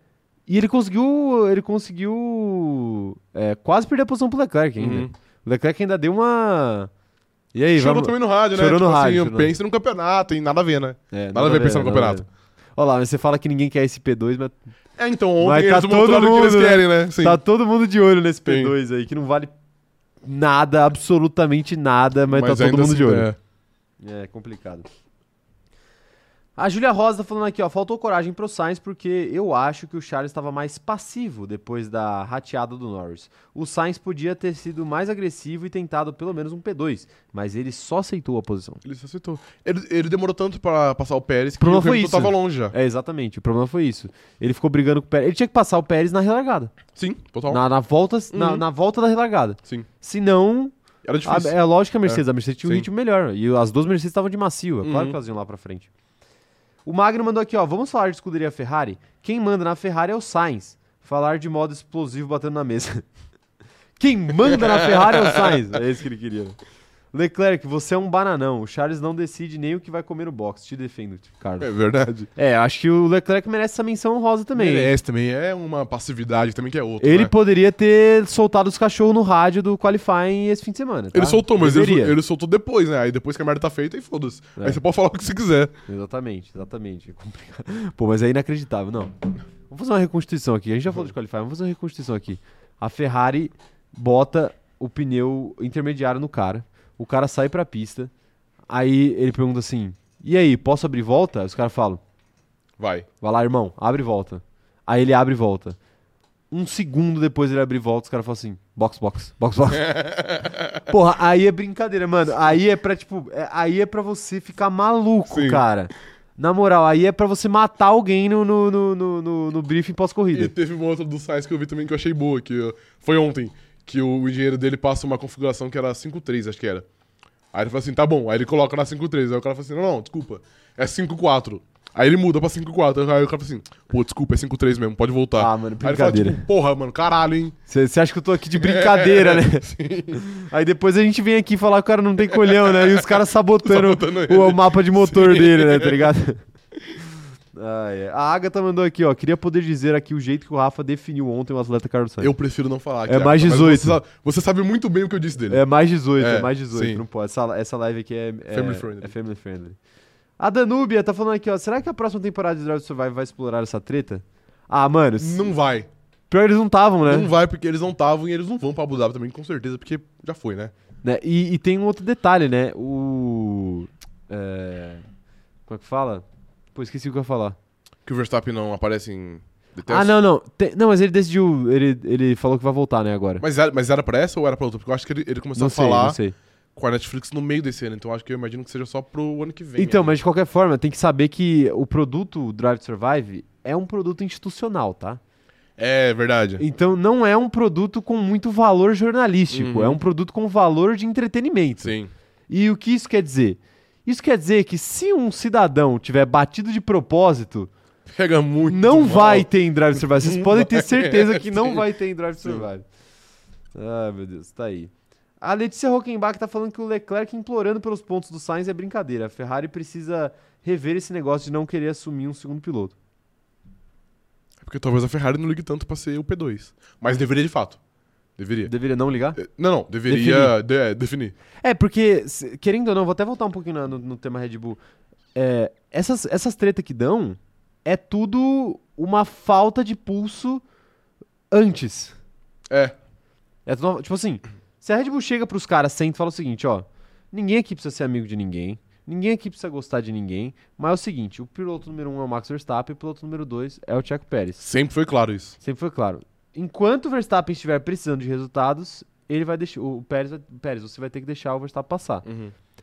[SPEAKER 1] E ele conseguiu, ele conseguiu é, quase perder a posição pro Leclerc ainda.
[SPEAKER 2] Uhum.
[SPEAKER 1] O Leclerc ainda deu uma... E aí,
[SPEAKER 2] Chorou
[SPEAKER 1] vamos...
[SPEAKER 2] também no rádio, né?
[SPEAKER 1] Chorou no rádio,
[SPEAKER 2] Assim,
[SPEAKER 1] chorou.
[SPEAKER 2] pensa no campeonato, e nada a ver, né?
[SPEAKER 1] É,
[SPEAKER 2] Nada a ver pensar no
[SPEAKER 1] nada a
[SPEAKER 2] campeonato.
[SPEAKER 1] ver. Olha lá, mas você fala que ninguém quer esse P2, mas
[SPEAKER 2] É, então,
[SPEAKER 1] Mas
[SPEAKER 2] ontem
[SPEAKER 1] tá
[SPEAKER 2] eles mostraram
[SPEAKER 1] todo
[SPEAKER 2] o que eles
[SPEAKER 1] mundo, né?
[SPEAKER 2] querem, né? Sim.
[SPEAKER 1] Tá todo mundo de olho nesse P2 aí, que não vale nada, absolutamente nada, mas, tá todo
[SPEAKER 2] ainda
[SPEAKER 1] mundo de
[SPEAKER 2] assim,
[SPEAKER 1] olho.
[SPEAKER 2] é.
[SPEAKER 1] É, complicado. A Júlia Rosa tá falando aqui, ó, faltou coragem pro Sainz porque eu acho que o Charles estava mais passivo depois da rateada do Norris. O Sainz podia ter sido mais agressivo e tentado pelo menos um P2, mas ele só aceitou a posição.
[SPEAKER 2] Ele se aceitou. Ele, ele demorou tanto pra passar o Pérez que o
[SPEAKER 1] Problema foi
[SPEAKER 2] Hamilton
[SPEAKER 1] isso.
[SPEAKER 2] tava longe já.
[SPEAKER 1] É, exatamente, o problema foi isso. Ele ficou brigando com o Pérez, ele tinha que passar o Pérez na relargada,
[SPEAKER 2] Sim, total.
[SPEAKER 1] na, na volta, na,
[SPEAKER 2] Uhum.
[SPEAKER 1] na volta da relargada.
[SPEAKER 2] Sim.
[SPEAKER 1] Senão,
[SPEAKER 2] Era
[SPEAKER 1] A-
[SPEAKER 2] difícil.
[SPEAKER 1] é lógico que a Mercedes, a Mercedes tinha um
[SPEAKER 2] Sim.
[SPEAKER 1] ritmo melhor. E as duas Mercedes estavam de macio, é claro
[SPEAKER 2] Uhum.
[SPEAKER 1] que elas iam lá pra frente. O Magno mandou aqui, ó. Vamos falar de escuderia Ferrari? Quem manda na Ferrari é o Sainz. Falar de modo explosivo batendo na mesa. [laughs] Quem manda na Ferrari é o Sainz. É isso que ele queria. Leclerc, você é um bananão. O Charles não decide nem o que vai comer no box. Te defendo, Carlos.
[SPEAKER 2] É verdade.
[SPEAKER 1] É, acho que o Leclerc merece essa menção honrosa também. hein?
[SPEAKER 2] Merece também. É uma passividade também que é outra.
[SPEAKER 1] Ele
[SPEAKER 2] né?
[SPEAKER 1] poderia ter soltado os cachorros no rádio do qualifying esse fim de semana. tá?
[SPEAKER 2] Ele soltou, mas ele,
[SPEAKER 1] Deveria.
[SPEAKER 2] ele soltou depois, né? Aí depois que a merda tá feita, aí foda-se.
[SPEAKER 1] É.
[SPEAKER 2] Aí você pode falar o que você quiser.
[SPEAKER 1] Exatamente, exatamente. É complicado. [laughs] Pô, mas é inacreditável, não. Vamos fazer uma reconstituição aqui. A gente já falou de qualify, vamos fazer uma reconstituição aqui. A Ferrari bota o pneu intermediário no cara. O cara sai pra pista. Aí ele pergunta assim: "E aí, posso abrir volta?" Os caras falam:
[SPEAKER 2] Vai.
[SPEAKER 1] Vai lá, irmão, abre e volta. Aí ele abre e volta. Um segundo depois ele abre e volta, os caras falam assim: box, box, box, box. Porra, aí é brincadeira, mano. Aí é pra, tipo, é- aí é pra você ficar maluco,
[SPEAKER 2] Sim.
[SPEAKER 1] cara. Na moral, aí é pra você matar alguém no, no, no, no, no- no briefing
[SPEAKER 2] E
[SPEAKER 1] pós-corrida.
[SPEAKER 2] teve uma outra do Sainz que eu vi também que eu achei boa, que ó, foi ontem, que o engenheiro dele passa uma configuração que era 5.3, acho que era. Aí ele fala assim, tá bom, aí ele coloca na 5.3, aí o cara fala assim, não, não, desculpa, é 5.4. Aí ele muda pra 5.4, aí o cara fala assim, pô, desculpa, é 5.3 mesmo, pode voltar.
[SPEAKER 1] Ah, mano,
[SPEAKER 2] Aí ele fala,
[SPEAKER 1] brincadeira.
[SPEAKER 2] tipo, porra, mano, caralho, hein.
[SPEAKER 1] Você acha que eu tô aqui de brincadeira,
[SPEAKER 2] [laughs]
[SPEAKER 1] né? Aí depois a gente vem aqui falar que o cara não tem colhão, né? E os caras sabotando,
[SPEAKER 2] Sabotando
[SPEAKER 1] o-
[SPEAKER 2] ele.
[SPEAKER 1] o, mapa de motor dele, né? Tá ligado? Ai, ai. A Agatha mandou aqui, ó. Queria poder dizer aqui o jeito que o Rafa definiu ontem o atleta Carlos Sainz.
[SPEAKER 2] Eu prefiro não falar.
[SPEAKER 1] É mais
[SPEAKER 2] mas
[SPEAKER 1] 18.
[SPEAKER 2] Você, sa- você sabe muito bem o que eu disse dele.
[SPEAKER 1] É mais 18, é,
[SPEAKER 2] É,
[SPEAKER 1] mais 18.
[SPEAKER 2] sim.
[SPEAKER 1] Não pode. Essa, essa live aqui é, é-
[SPEAKER 2] Family friendly.
[SPEAKER 1] é family friendly. A Danúbia tá falando aqui, ó. Será que a próxima temporada de Drive to Survive vai explorar essa treta? Ah, mano. s-
[SPEAKER 2] Não vai.
[SPEAKER 1] Pior eles não estavam, né?
[SPEAKER 2] Não vai porque eles não estavam e eles não vão pra Abu Dhabi também, com certeza, porque já foi, né?
[SPEAKER 1] Né? E, e tem um outro detalhe, né? O. é, Como é que fala? Pô, esqueci o que eu ia falar.
[SPEAKER 2] Que o Verstappen não aparece em...
[SPEAKER 1] Ah,
[SPEAKER 2] Detesto.
[SPEAKER 1] não, não. Tem- não, mas ele decidiu. Ele, ele falou que vai voltar, né, agora.
[SPEAKER 2] Mas era, mas era pra essa ou era pra outra? Porque eu acho que ele, ele começou
[SPEAKER 1] não
[SPEAKER 2] a
[SPEAKER 1] sei,
[SPEAKER 2] falar
[SPEAKER 1] não sei.
[SPEAKER 2] com a Netflix no meio desse ano, então eu acho que eu imagino que seja só pro ano que vem.
[SPEAKER 1] Então,
[SPEAKER 2] né?
[SPEAKER 1] mas de qualquer forma, tem que saber que o produto o Drive to Survive é um produto institucional, tá?
[SPEAKER 2] É, verdade.
[SPEAKER 1] Então não é um produto com muito valor jornalístico,
[SPEAKER 2] Uhum.
[SPEAKER 1] é um produto com valor de entretenimento.
[SPEAKER 2] Sim.
[SPEAKER 1] E o que isso quer dizer? Isso quer dizer que se um cidadão tiver batido de propósito,
[SPEAKER 2] Pega muito.
[SPEAKER 1] não
[SPEAKER 2] mal.
[SPEAKER 1] vai ter em Drive to Survive. Vocês
[SPEAKER 2] Não
[SPEAKER 1] podem ter
[SPEAKER 2] vai.
[SPEAKER 1] certeza que não
[SPEAKER 2] Sim.
[SPEAKER 1] vai
[SPEAKER 2] [laughs]
[SPEAKER 1] ter em Drive to
[SPEAKER 2] Sim.
[SPEAKER 1] Survive. Ah, meu Deus, tá aí. A Letícia Hockenbach tá falando que o Leclerc implorando pelos pontos do Sainz é brincadeira. A Ferrari precisa rever esse negócio de não querer assumir um segundo piloto.
[SPEAKER 2] É Porque talvez a Ferrari não ligue tanto pra ser o P2. Mas deveria de fato. Deveria.
[SPEAKER 1] Deveria não ligar?
[SPEAKER 2] É, Não, não, deveria de- é, definir.
[SPEAKER 1] É, porque, se- querendo ou não, vou até voltar um pouquinho na- no, no tema Red Bull. É, essas, essas tretas que dão é tudo uma falta de pulso antes.
[SPEAKER 2] É.
[SPEAKER 1] É tudo uma- tipo assim, se a Red Bull chega pros caras, senta e fala o seguinte, ó. Ninguém aqui precisa ser amigo de ninguém. Ninguém aqui precisa gostar de ninguém. Mas é o seguinte, o piloto número um é o Max Verstappen, o piloto número dois é o Checo Pérez.
[SPEAKER 2] Sempre foi claro isso.
[SPEAKER 1] Sempre foi claro. Enquanto o Verstappen estiver precisando de resultados, ele vai deixar. O Pérez, vai- Pérez, você vai ter que deixar o Verstappen passar.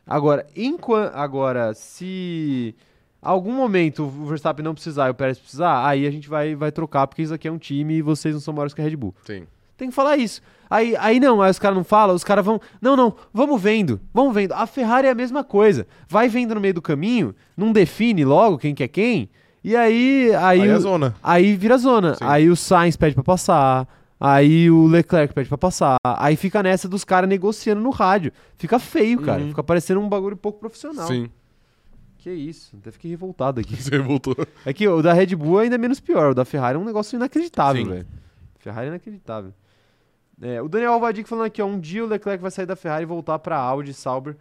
[SPEAKER 1] Agora, enquanto, agora, se algum momento o Verstappen não precisar e o Pérez precisar, aí a gente vai, vai trocar, porque isso aqui é um time e vocês não são maiores que a Red Bull.
[SPEAKER 2] Sim.
[SPEAKER 1] Tem que falar isso. Aí, aí não, aí os caras não falam, os caras vão. Não, não, vamos vendo, vamos vendo. A Ferrari é a mesma coisa. Vai vendo no meio do caminho, não define logo quem que é quem, e aí. Aí,
[SPEAKER 2] Aí, a
[SPEAKER 1] o-
[SPEAKER 2] zona.
[SPEAKER 1] Aí vira zona.
[SPEAKER 2] Sim.
[SPEAKER 1] Aí o Sainz pede pra passar. Aí o Leclerc pede pra passar. Aí fica nessa dos caras negociando no rádio. Fica feio, cara.
[SPEAKER 2] Uhum.
[SPEAKER 1] Fica parecendo um bagulho pouco profissional.
[SPEAKER 2] Sim. [laughs]
[SPEAKER 1] Que isso. Até fiquei revoltado aqui.
[SPEAKER 2] Você voltou.
[SPEAKER 1] É que o da Red Bull ainda é menos pior. O da Ferrari é um negócio inacreditável,
[SPEAKER 2] Sim.
[SPEAKER 1] velho. Ferrari é inacreditável. É, o Daniel Alvadic falando aqui, ó. Um dia o Leclerc vai sair da Ferrari e voltar pra Audi, Sauber.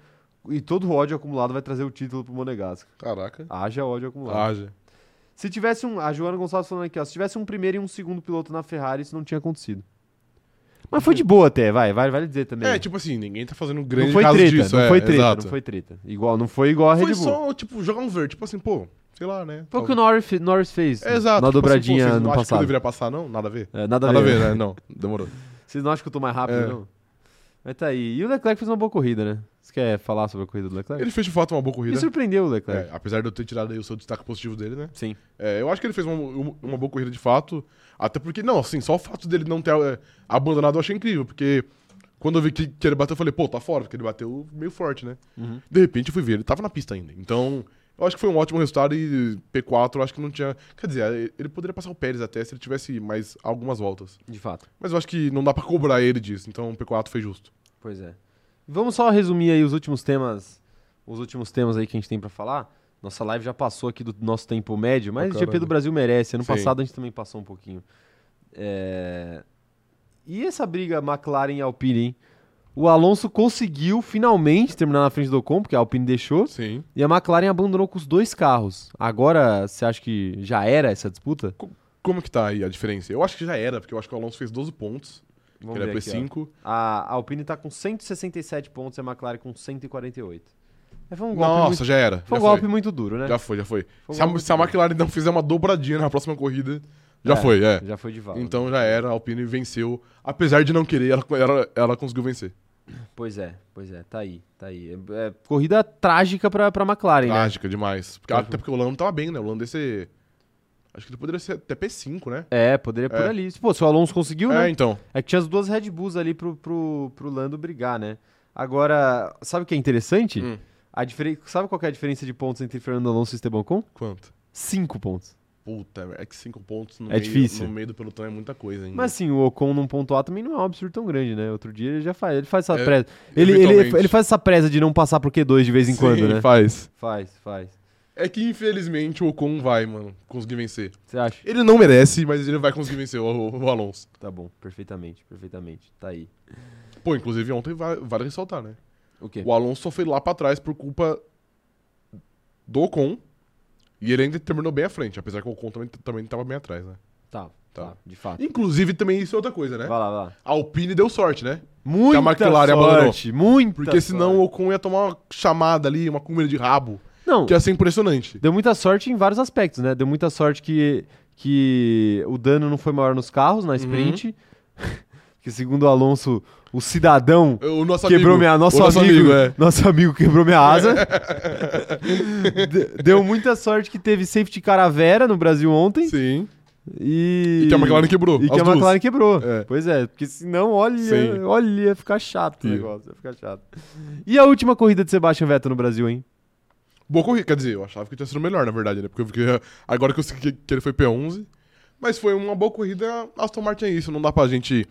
[SPEAKER 1] E todo o ódio acumulado vai trazer o título pro Monegasco.
[SPEAKER 2] Caraca.
[SPEAKER 1] Haja ódio acumulado.
[SPEAKER 2] Haja.
[SPEAKER 1] Se tivesse um. A Joana Gonçalves falando aqui, ó. Se tivesse um primeiro e um segundo piloto na Ferrari, isso não tinha acontecido. Mas foi de boa até, vai, vai, vale dizer também.
[SPEAKER 2] É, tipo assim, ninguém tá fazendo um grande
[SPEAKER 1] não foi
[SPEAKER 2] caso
[SPEAKER 1] treta,
[SPEAKER 2] disso.
[SPEAKER 1] não
[SPEAKER 2] é,
[SPEAKER 1] foi treta,
[SPEAKER 2] exato.
[SPEAKER 1] não foi treta. Igual, não foi igual a Red
[SPEAKER 2] Foi
[SPEAKER 1] Bull.
[SPEAKER 2] só, tipo, jogar um verde. Tipo assim, pô, sei lá, né?
[SPEAKER 1] Foi o que o
[SPEAKER 2] Talvez.
[SPEAKER 1] Norris, fe- Norris fez
[SPEAKER 2] É, Exato.
[SPEAKER 1] na
[SPEAKER 2] tipo
[SPEAKER 1] dobradinha
[SPEAKER 2] assim, pô, vocês não
[SPEAKER 1] no
[SPEAKER 2] acham que eu
[SPEAKER 1] passado.
[SPEAKER 2] deveria passar, não? Nada a ver.
[SPEAKER 1] É, nada a
[SPEAKER 2] Nada a
[SPEAKER 1] ver.
[SPEAKER 2] ver,
[SPEAKER 1] né?
[SPEAKER 2] né? Não, demorou.
[SPEAKER 1] [laughs] Vocês não acham que eu tô mais rápido,
[SPEAKER 2] É.
[SPEAKER 1] não? Mas tá aí. E o Leclerc fez uma boa corrida, né? Você quer falar sobre a corrida do Leclerc?
[SPEAKER 2] Ele fez de fato uma boa corrida.
[SPEAKER 1] Me surpreendeu o Leclerc.
[SPEAKER 2] É, apesar de eu ter tirado aí o seu destaque positivo dele, né?
[SPEAKER 1] Sim.
[SPEAKER 2] É, eu acho que ele fez uma, uma- uma boa corrida de fato. Até porque, não, assim, só o fato dele não ter é, abandonado eu achei incrível, porque quando eu vi que, que ele bateu, eu falei, pô, tá fora, porque ele bateu meio forte, né?
[SPEAKER 1] Uhum.
[SPEAKER 2] De repente eu fui ver, ele tava na pista ainda. Então, eu acho que foi um ótimo resultado e P4 eu acho que não tinha. Quer dizer, ele poderia passar o Pérez até se ele tivesse mais algumas voltas.
[SPEAKER 1] De fato.
[SPEAKER 2] Mas eu acho que não dá pra cobrar ele disso, então o P4 foi justo.
[SPEAKER 1] Pois é. Vamos só resumir aí os últimos temas, os últimos temas aí que a gente tem pra falar. Nossa live já passou aqui do nosso tempo médio, mas o GP do
[SPEAKER 2] caramba.
[SPEAKER 1] Brasil merece. Ano
[SPEAKER 2] Sim.
[SPEAKER 1] passado a gente também passou um pouquinho. É, E essa briga McLaren e Alpine, hein? O Alonso conseguiu finalmente terminar na frente do Ocon, porque a Alpine deixou,
[SPEAKER 2] Sim.
[SPEAKER 1] e a McLaren abandonou com os dois carros. Agora, você acha que já era essa disputa?
[SPEAKER 2] Como que tá aí a diferença? Eu acho que já era, porque eu acho que o Alonso fez 12 pontos,
[SPEAKER 1] Vamos
[SPEAKER 2] que ele é
[SPEAKER 1] ver aqui, ó.
[SPEAKER 2] P5.
[SPEAKER 1] A Alpine tá com 167 pontos e a McLaren com 148. É, Foi um golpe
[SPEAKER 2] Nossa,
[SPEAKER 1] muito
[SPEAKER 2] já era.
[SPEAKER 1] Foi um
[SPEAKER 2] já
[SPEAKER 1] golpe muito duro, né?
[SPEAKER 2] Já foi, já foi.
[SPEAKER 1] Foi um
[SPEAKER 2] se, a,
[SPEAKER 1] golpe
[SPEAKER 2] se a
[SPEAKER 1] duro.
[SPEAKER 2] McLaren não fizer uma dobradinha na próxima corrida, já
[SPEAKER 1] É.
[SPEAKER 2] foi, é.
[SPEAKER 1] Já foi de vala.
[SPEAKER 2] Então já era, a Alpine venceu. Apesar de não querer, ela, ela, ela conseguiu vencer.
[SPEAKER 1] Pois é, pois é, tá aí, tá aí. É, é corrida trágica pra, pra McLaren, né?
[SPEAKER 2] Trágica demais. Porque-
[SPEAKER 1] Trágico.
[SPEAKER 2] até porque o Lando tava bem, né? O Lando esse. Acho que ele poderia ser até P5, né?
[SPEAKER 1] É, poderia por
[SPEAKER 2] É.
[SPEAKER 1] ali. Pô, se o Alonso conseguiu,
[SPEAKER 2] É,
[SPEAKER 1] né?
[SPEAKER 2] então.
[SPEAKER 1] É que tinha as duas Red Bulls ali pro, pro, pro Lando brigar, né? Agora, sabe o que é interessante?
[SPEAKER 2] Hum.
[SPEAKER 1] A diferen... Sabe qual que é a diferença de pontos entre Fernando Alonso e Esteban Ocon?
[SPEAKER 2] Quanto?
[SPEAKER 1] Cinco pontos.
[SPEAKER 2] Puta, é que cinco pontos no,
[SPEAKER 1] É
[SPEAKER 2] meio,
[SPEAKER 1] difícil.
[SPEAKER 2] no meio do pelotão é muita coisa ainda.
[SPEAKER 1] Mas sim, o Ocon não pontuar também não é um absurdo tão grande, né? Outro dia ele já faz, ele faz essa
[SPEAKER 2] É,
[SPEAKER 1] presa. Ele, ele,
[SPEAKER 2] eventualmente.
[SPEAKER 1] ele faz essa presa de não passar pro Q2 de vez em
[SPEAKER 2] Sim,
[SPEAKER 1] quando, né?
[SPEAKER 2] faz.
[SPEAKER 1] Faz, faz.
[SPEAKER 2] É que infelizmente o Ocon vai, mano, conseguir vencer.
[SPEAKER 1] Você acha?
[SPEAKER 2] Ele não merece, mas ele vai conseguir vencer o, o Alonso.
[SPEAKER 1] Tá bom, perfeitamente, perfeitamente. Tá aí.
[SPEAKER 2] Pô, inclusive ontem va- vale ressaltar, né?
[SPEAKER 1] O quê?
[SPEAKER 2] O Alonso só foi lá pra trás por culpa do Ocon. E ele ainda terminou bem à frente, apesar que o Ocon também, também tava bem atrás, né?
[SPEAKER 1] Tá, tá,
[SPEAKER 2] Tá.
[SPEAKER 1] de fato.
[SPEAKER 2] Inclusive, também isso é outra coisa, né?
[SPEAKER 1] Vai lá, Tá vai lá.
[SPEAKER 2] A Alpine deu sorte, né?
[SPEAKER 1] Muita
[SPEAKER 2] McLaren abandonou.
[SPEAKER 1] sorte, muita
[SPEAKER 2] Porque senão o Ocon ia tomar uma chamada ali, uma comida de rabo,
[SPEAKER 1] Não,
[SPEAKER 2] que ia ser impressionante.
[SPEAKER 1] deu muita sorte em vários aspectos, né? Deu muita sorte que, que o dano não foi maior nos carros,
[SPEAKER 2] Uhum.
[SPEAKER 1] na sprint. [laughs] que segundo o Alonso, o cidadão
[SPEAKER 2] O nosso
[SPEAKER 1] quebrou
[SPEAKER 2] amigo.
[SPEAKER 1] minha. Nosso,
[SPEAKER 2] o nosso
[SPEAKER 1] amigo,
[SPEAKER 2] amigo, é.
[SPEAKER 1] nosso amigo quebrou minha
[SPEAKER 2] [laughs]
[SPEAKER 1] asa. [laughs] De- Deu muita sorte que teve safety car a Vera no Brasil ontem.
[SPEAKER 2] Sim.
[SPEAKER 1] E,
[SPEAKER 2] E que a McLaren quebrou.
[SPEAKER 1] e que
[SPEAKER 2] as
[SPEAKER 1] a
[SPEAKER 2] duas.
[SPEAKER 1] McLaren quebrou.
[SPEAKER 2] É.
[SPEAKER 1] Pois é, porque senão, olha,
[SPEAKER 2] Sim.
[SPEAKER 1] olha, ia ficar chato o
[SPEAKER 2] Ia.
[SPEAKER 1] negócio, ia ficar chato. E a última corrida de Sebastian Vettel no Brasil, hein?
[SPEAKER 2] Boa corrida, quer dizer, eu achava que tinha sido melhor, na verdade, né? Porque eu fiquei, [laughs] agora que eu sei que, que ele foi P11. Mas foi uma boa corrida, Aston Martin é isso, não dá pra gente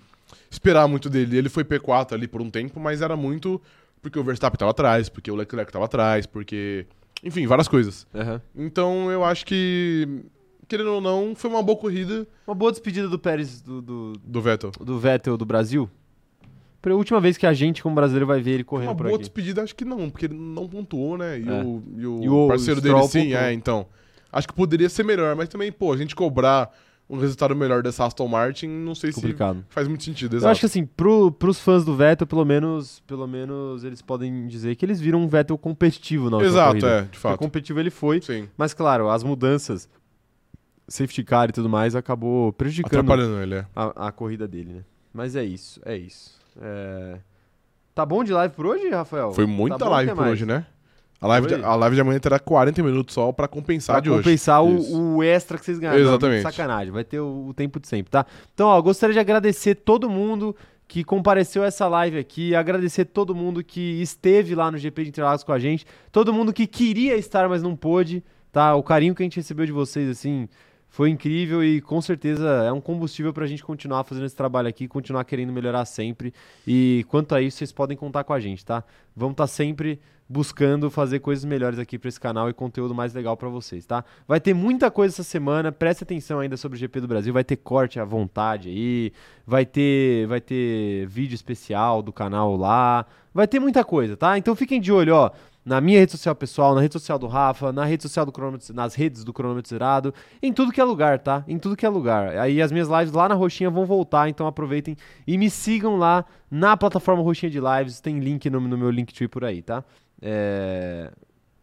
[SPEAKER 2] esperar muito dele. Ele foi P4 ali por um tempo, mas era muito porque o Verstappen tava atrás, porque o Leclerc tava atrás, porque. Enfim, várias coisas. Então eu acho que, querendo ou não, foi uma boa corrida
[SPEAKER 1] Uma boa despedida do Pérez do, do,
[SPEAKER 2] do Vettel.
[SPEAKER 1] do Vettel do Brasil. Pra última vez que a gente, como brasileiro, vai ver ele correndo
[SPEAKER 2] Uma
[SPEAKER 1] por
[SPEAKER 2] boa
[SPEAKER 1] aqui.
[SPEAKER 2] despedida, acho que não, porque ele não pontuou, né? E,
[SPEAKER 3] É.
[SPEAKER 2] o, e o
[SPEAKER 1] E o
[SPEAKER 2] parceiro dele,
[SPEAKER 1] Stroll
[SPEAKER 2] sim,
[SPEAKER 1] pontuou.
[SPEAKER 2] é, então. Acho que poderia ser melhor, mas também, pô, a gente cobrar um resultado melhor dessa Aston Martin, não sei
[SPEAKER 1] Complicado.
[SPEAKER 2] se faz muito sentido,
[SPEAKER 1] Eu
[SPEAKER 2] exato.
[SPEAKER 1] acho que assim, pro, pros fãs do Vettel, pelo menos, pelo menos eles podem dizer que eles viram um Vettel competitivo na última
[SPEAKER 2] exato,
[SPEAKER 1] corrida.
[SPEAKER 2] é, de
[SPEAKER 1] Porque
[SPEAKER 2] fato.
[SPEAKER 1] competitivo ele foi,
[SPEAKER 2] Sim,
[SPEAKER 1] mas claro, as mudanças, safety car e tudo mais, acabou prejudicando
[SPEAKER 2] atrapalhando ele, é.
[SPEAKER 1] a, a corrida dele, né? Mas é isso, é isso. É, Tá bom de live por hoje, Rafael?
[SPEAKER 2] Foi muita
[SPEAKER 1] Tá bom,
[SPEAKER 2] live
[SPEAKER 1] até
[SPEAKER 2] por
[SPEAKER 1] mais.
[SPEAKER 2] hoje, né? A live, de,
[SPEAKER 1] Foi.
[SPEAKER 2] a live de amanhã terá 40 minutos só pra compensar
[SPEAKER 1] Pra
[SPEAKER 2] de
[SPEAKER 1] compensar
[SPEAKER 2] hoje.
[SPEAKER 1] o-
[SPEAKER 2] Isso.
[SPEAKER 1] o, extra que vocês ganharam.
[SPEAKER 2] Exatamente.
[SPEAKER 1] Sacanagem, vai ter o, o tempo de sempre, tá? Então, ó, gostaria de agradecer todo mundo que compareceu a essa live aqui, agradecer todo mundo que esteve lá no GP de Interlagos com a gente, todo mundo que queria estar, mas não pôde, tá? O carinho que a gente recebeu de vocês, assim, foi incrível e com certeza é um combustível pra gente continuar fazendo esse trabalho aqui, continuar querendo melhorar sempre. E quanto a isso, vocês podem contar com a gente, tá? Vamos estar sempre buscando fazer coisas melhores aqui pra esse canal e conteúdo mais legal pra vocês, tá? Vai ter muita coisa essa semana, presta atenção ainda sobre o GP do Brasil, vai ter corte à vontade aí, vai ter, vai ter vídeo especial do canal lá, vai ter muita coisa, tá? Então fiquem de olho, ó, na minha rede social pessoal, na rede social do Rafa, na rede social do cronômetro, nas redes do cronômetro zerado, em tudo que é lugar, tá? Em tudo que é lugar. Aí as minhas lives lá na Roxinha vão voltar, então aproveitem e me sigam lá na plataforma Roxinha de Lives, tem link no, no meu Linktree por aí, tá? É,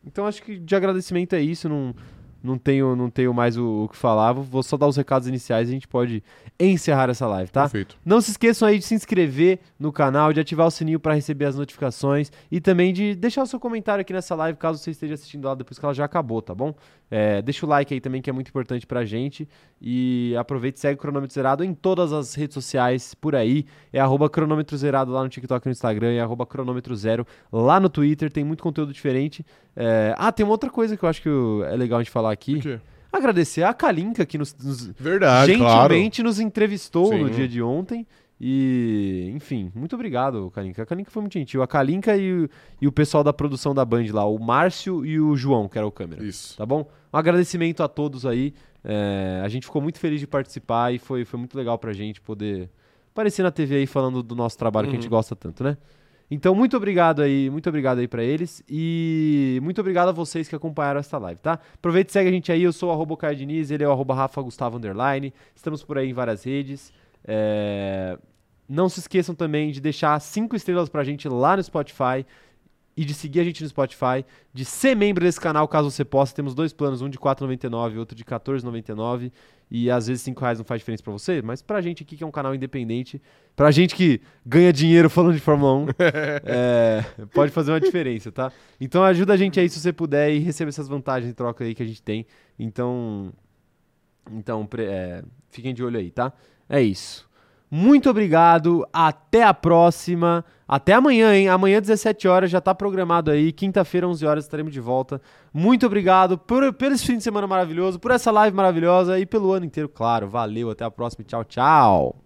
[SPEAKER 1] Então acho que de agradecimento é isso, não, não, tenho, não tenho mais o, o que falar, vou- vou só dar os recados iniciais e a gente pode encerrar essa live, tá?
[SPEAKER 2] Perfeito.
[SPEAKER 1] Não se esqueçam aí de se inscrever no canal, de ativar o sininho para receber as notificações e também de deixar o seu comentário aqui nessa live, caso você esteja assistindo lá depois que ela já acabou, tá bom? É, deixa o like aí também, que é muito importante pra gente. E aproveita e segue o Cronômetro Zerado em todas as redes sociais por aí. É arroba cronômetro zerado lá no TikTok e no Instagram, é arroba cronômetro zero lá no Twitter, tem muito conteúdo diferente. É, Ah, tem uma outra coisa que eu acho que eu- é legal a gente falar aqui.
[SPEAKER 2] O quê?
[SPEAKER 1] Agradecer a Kalinka que nos- nos
[SPEAKER 2] Verdade, claro.
[SPEAKER 1] gentilmente nos entrevistou no
[SPEAKER 2] Sim.
[SPEAKER 1] dia de ontem. E, enfim, muito obrigado, Kalinka. A Kalinka foi muito gentil. A Kalinka e, o- e o pessoal da produção da Band lá, o Márcio e o João, que era o câmera.
[SPEAKER 2] Isso.
[SPEAKER 1] Tá bom? Um agradecimento a todos aí. É, a gente ficou muito feliz de participar e foi, foi muito legal pra gente poder aparecer na TV aí falando do nosso trabalho que a gente gosta tanto, né? Então, muito obrigado aí, muito obrigado aí pra eles e muito obrigado a vocês que acompanharam esta live, tá? Aproveita e segue a gente aí, eu sou o arroba Caio Diniz, ele é o arroba Rafa Gustavo Underline, estamos por aí em várias redes. É, Não se esqueçam também de deixar cinco estrelas pra gente lá no Spotify e de seguir a gente no Spotify de ser membro desse canal, caso você possa. Temos dois planos, um de R$ 4,99 e outro de R$ 14,99. E às vezes R$ reais não faz diferença pra você, mas pra gente aqui que é um canal independente, pra gente que ganha dinheiro falando de Fórmula 1, é, pode fazer uma diferença, tá? Então ajuda a gente aí se você puder e receba essas vantagens em troca aí que a gente tem. Então, então pre- é, fiquem de olho aí, tá? É isso. Muito obrigado, até a próxima. Até amanhã, hein? Amanhã, 17 horas, já tá programado aí. Quinta-feira, 11 horas, estaremos de volta. Muito obrigado por, pelo esse fim de semana maravilhoso, por essa live maravilhosa e pelo ano inteiro, claro. Valeu, até a próxima. e Tchau, tchau.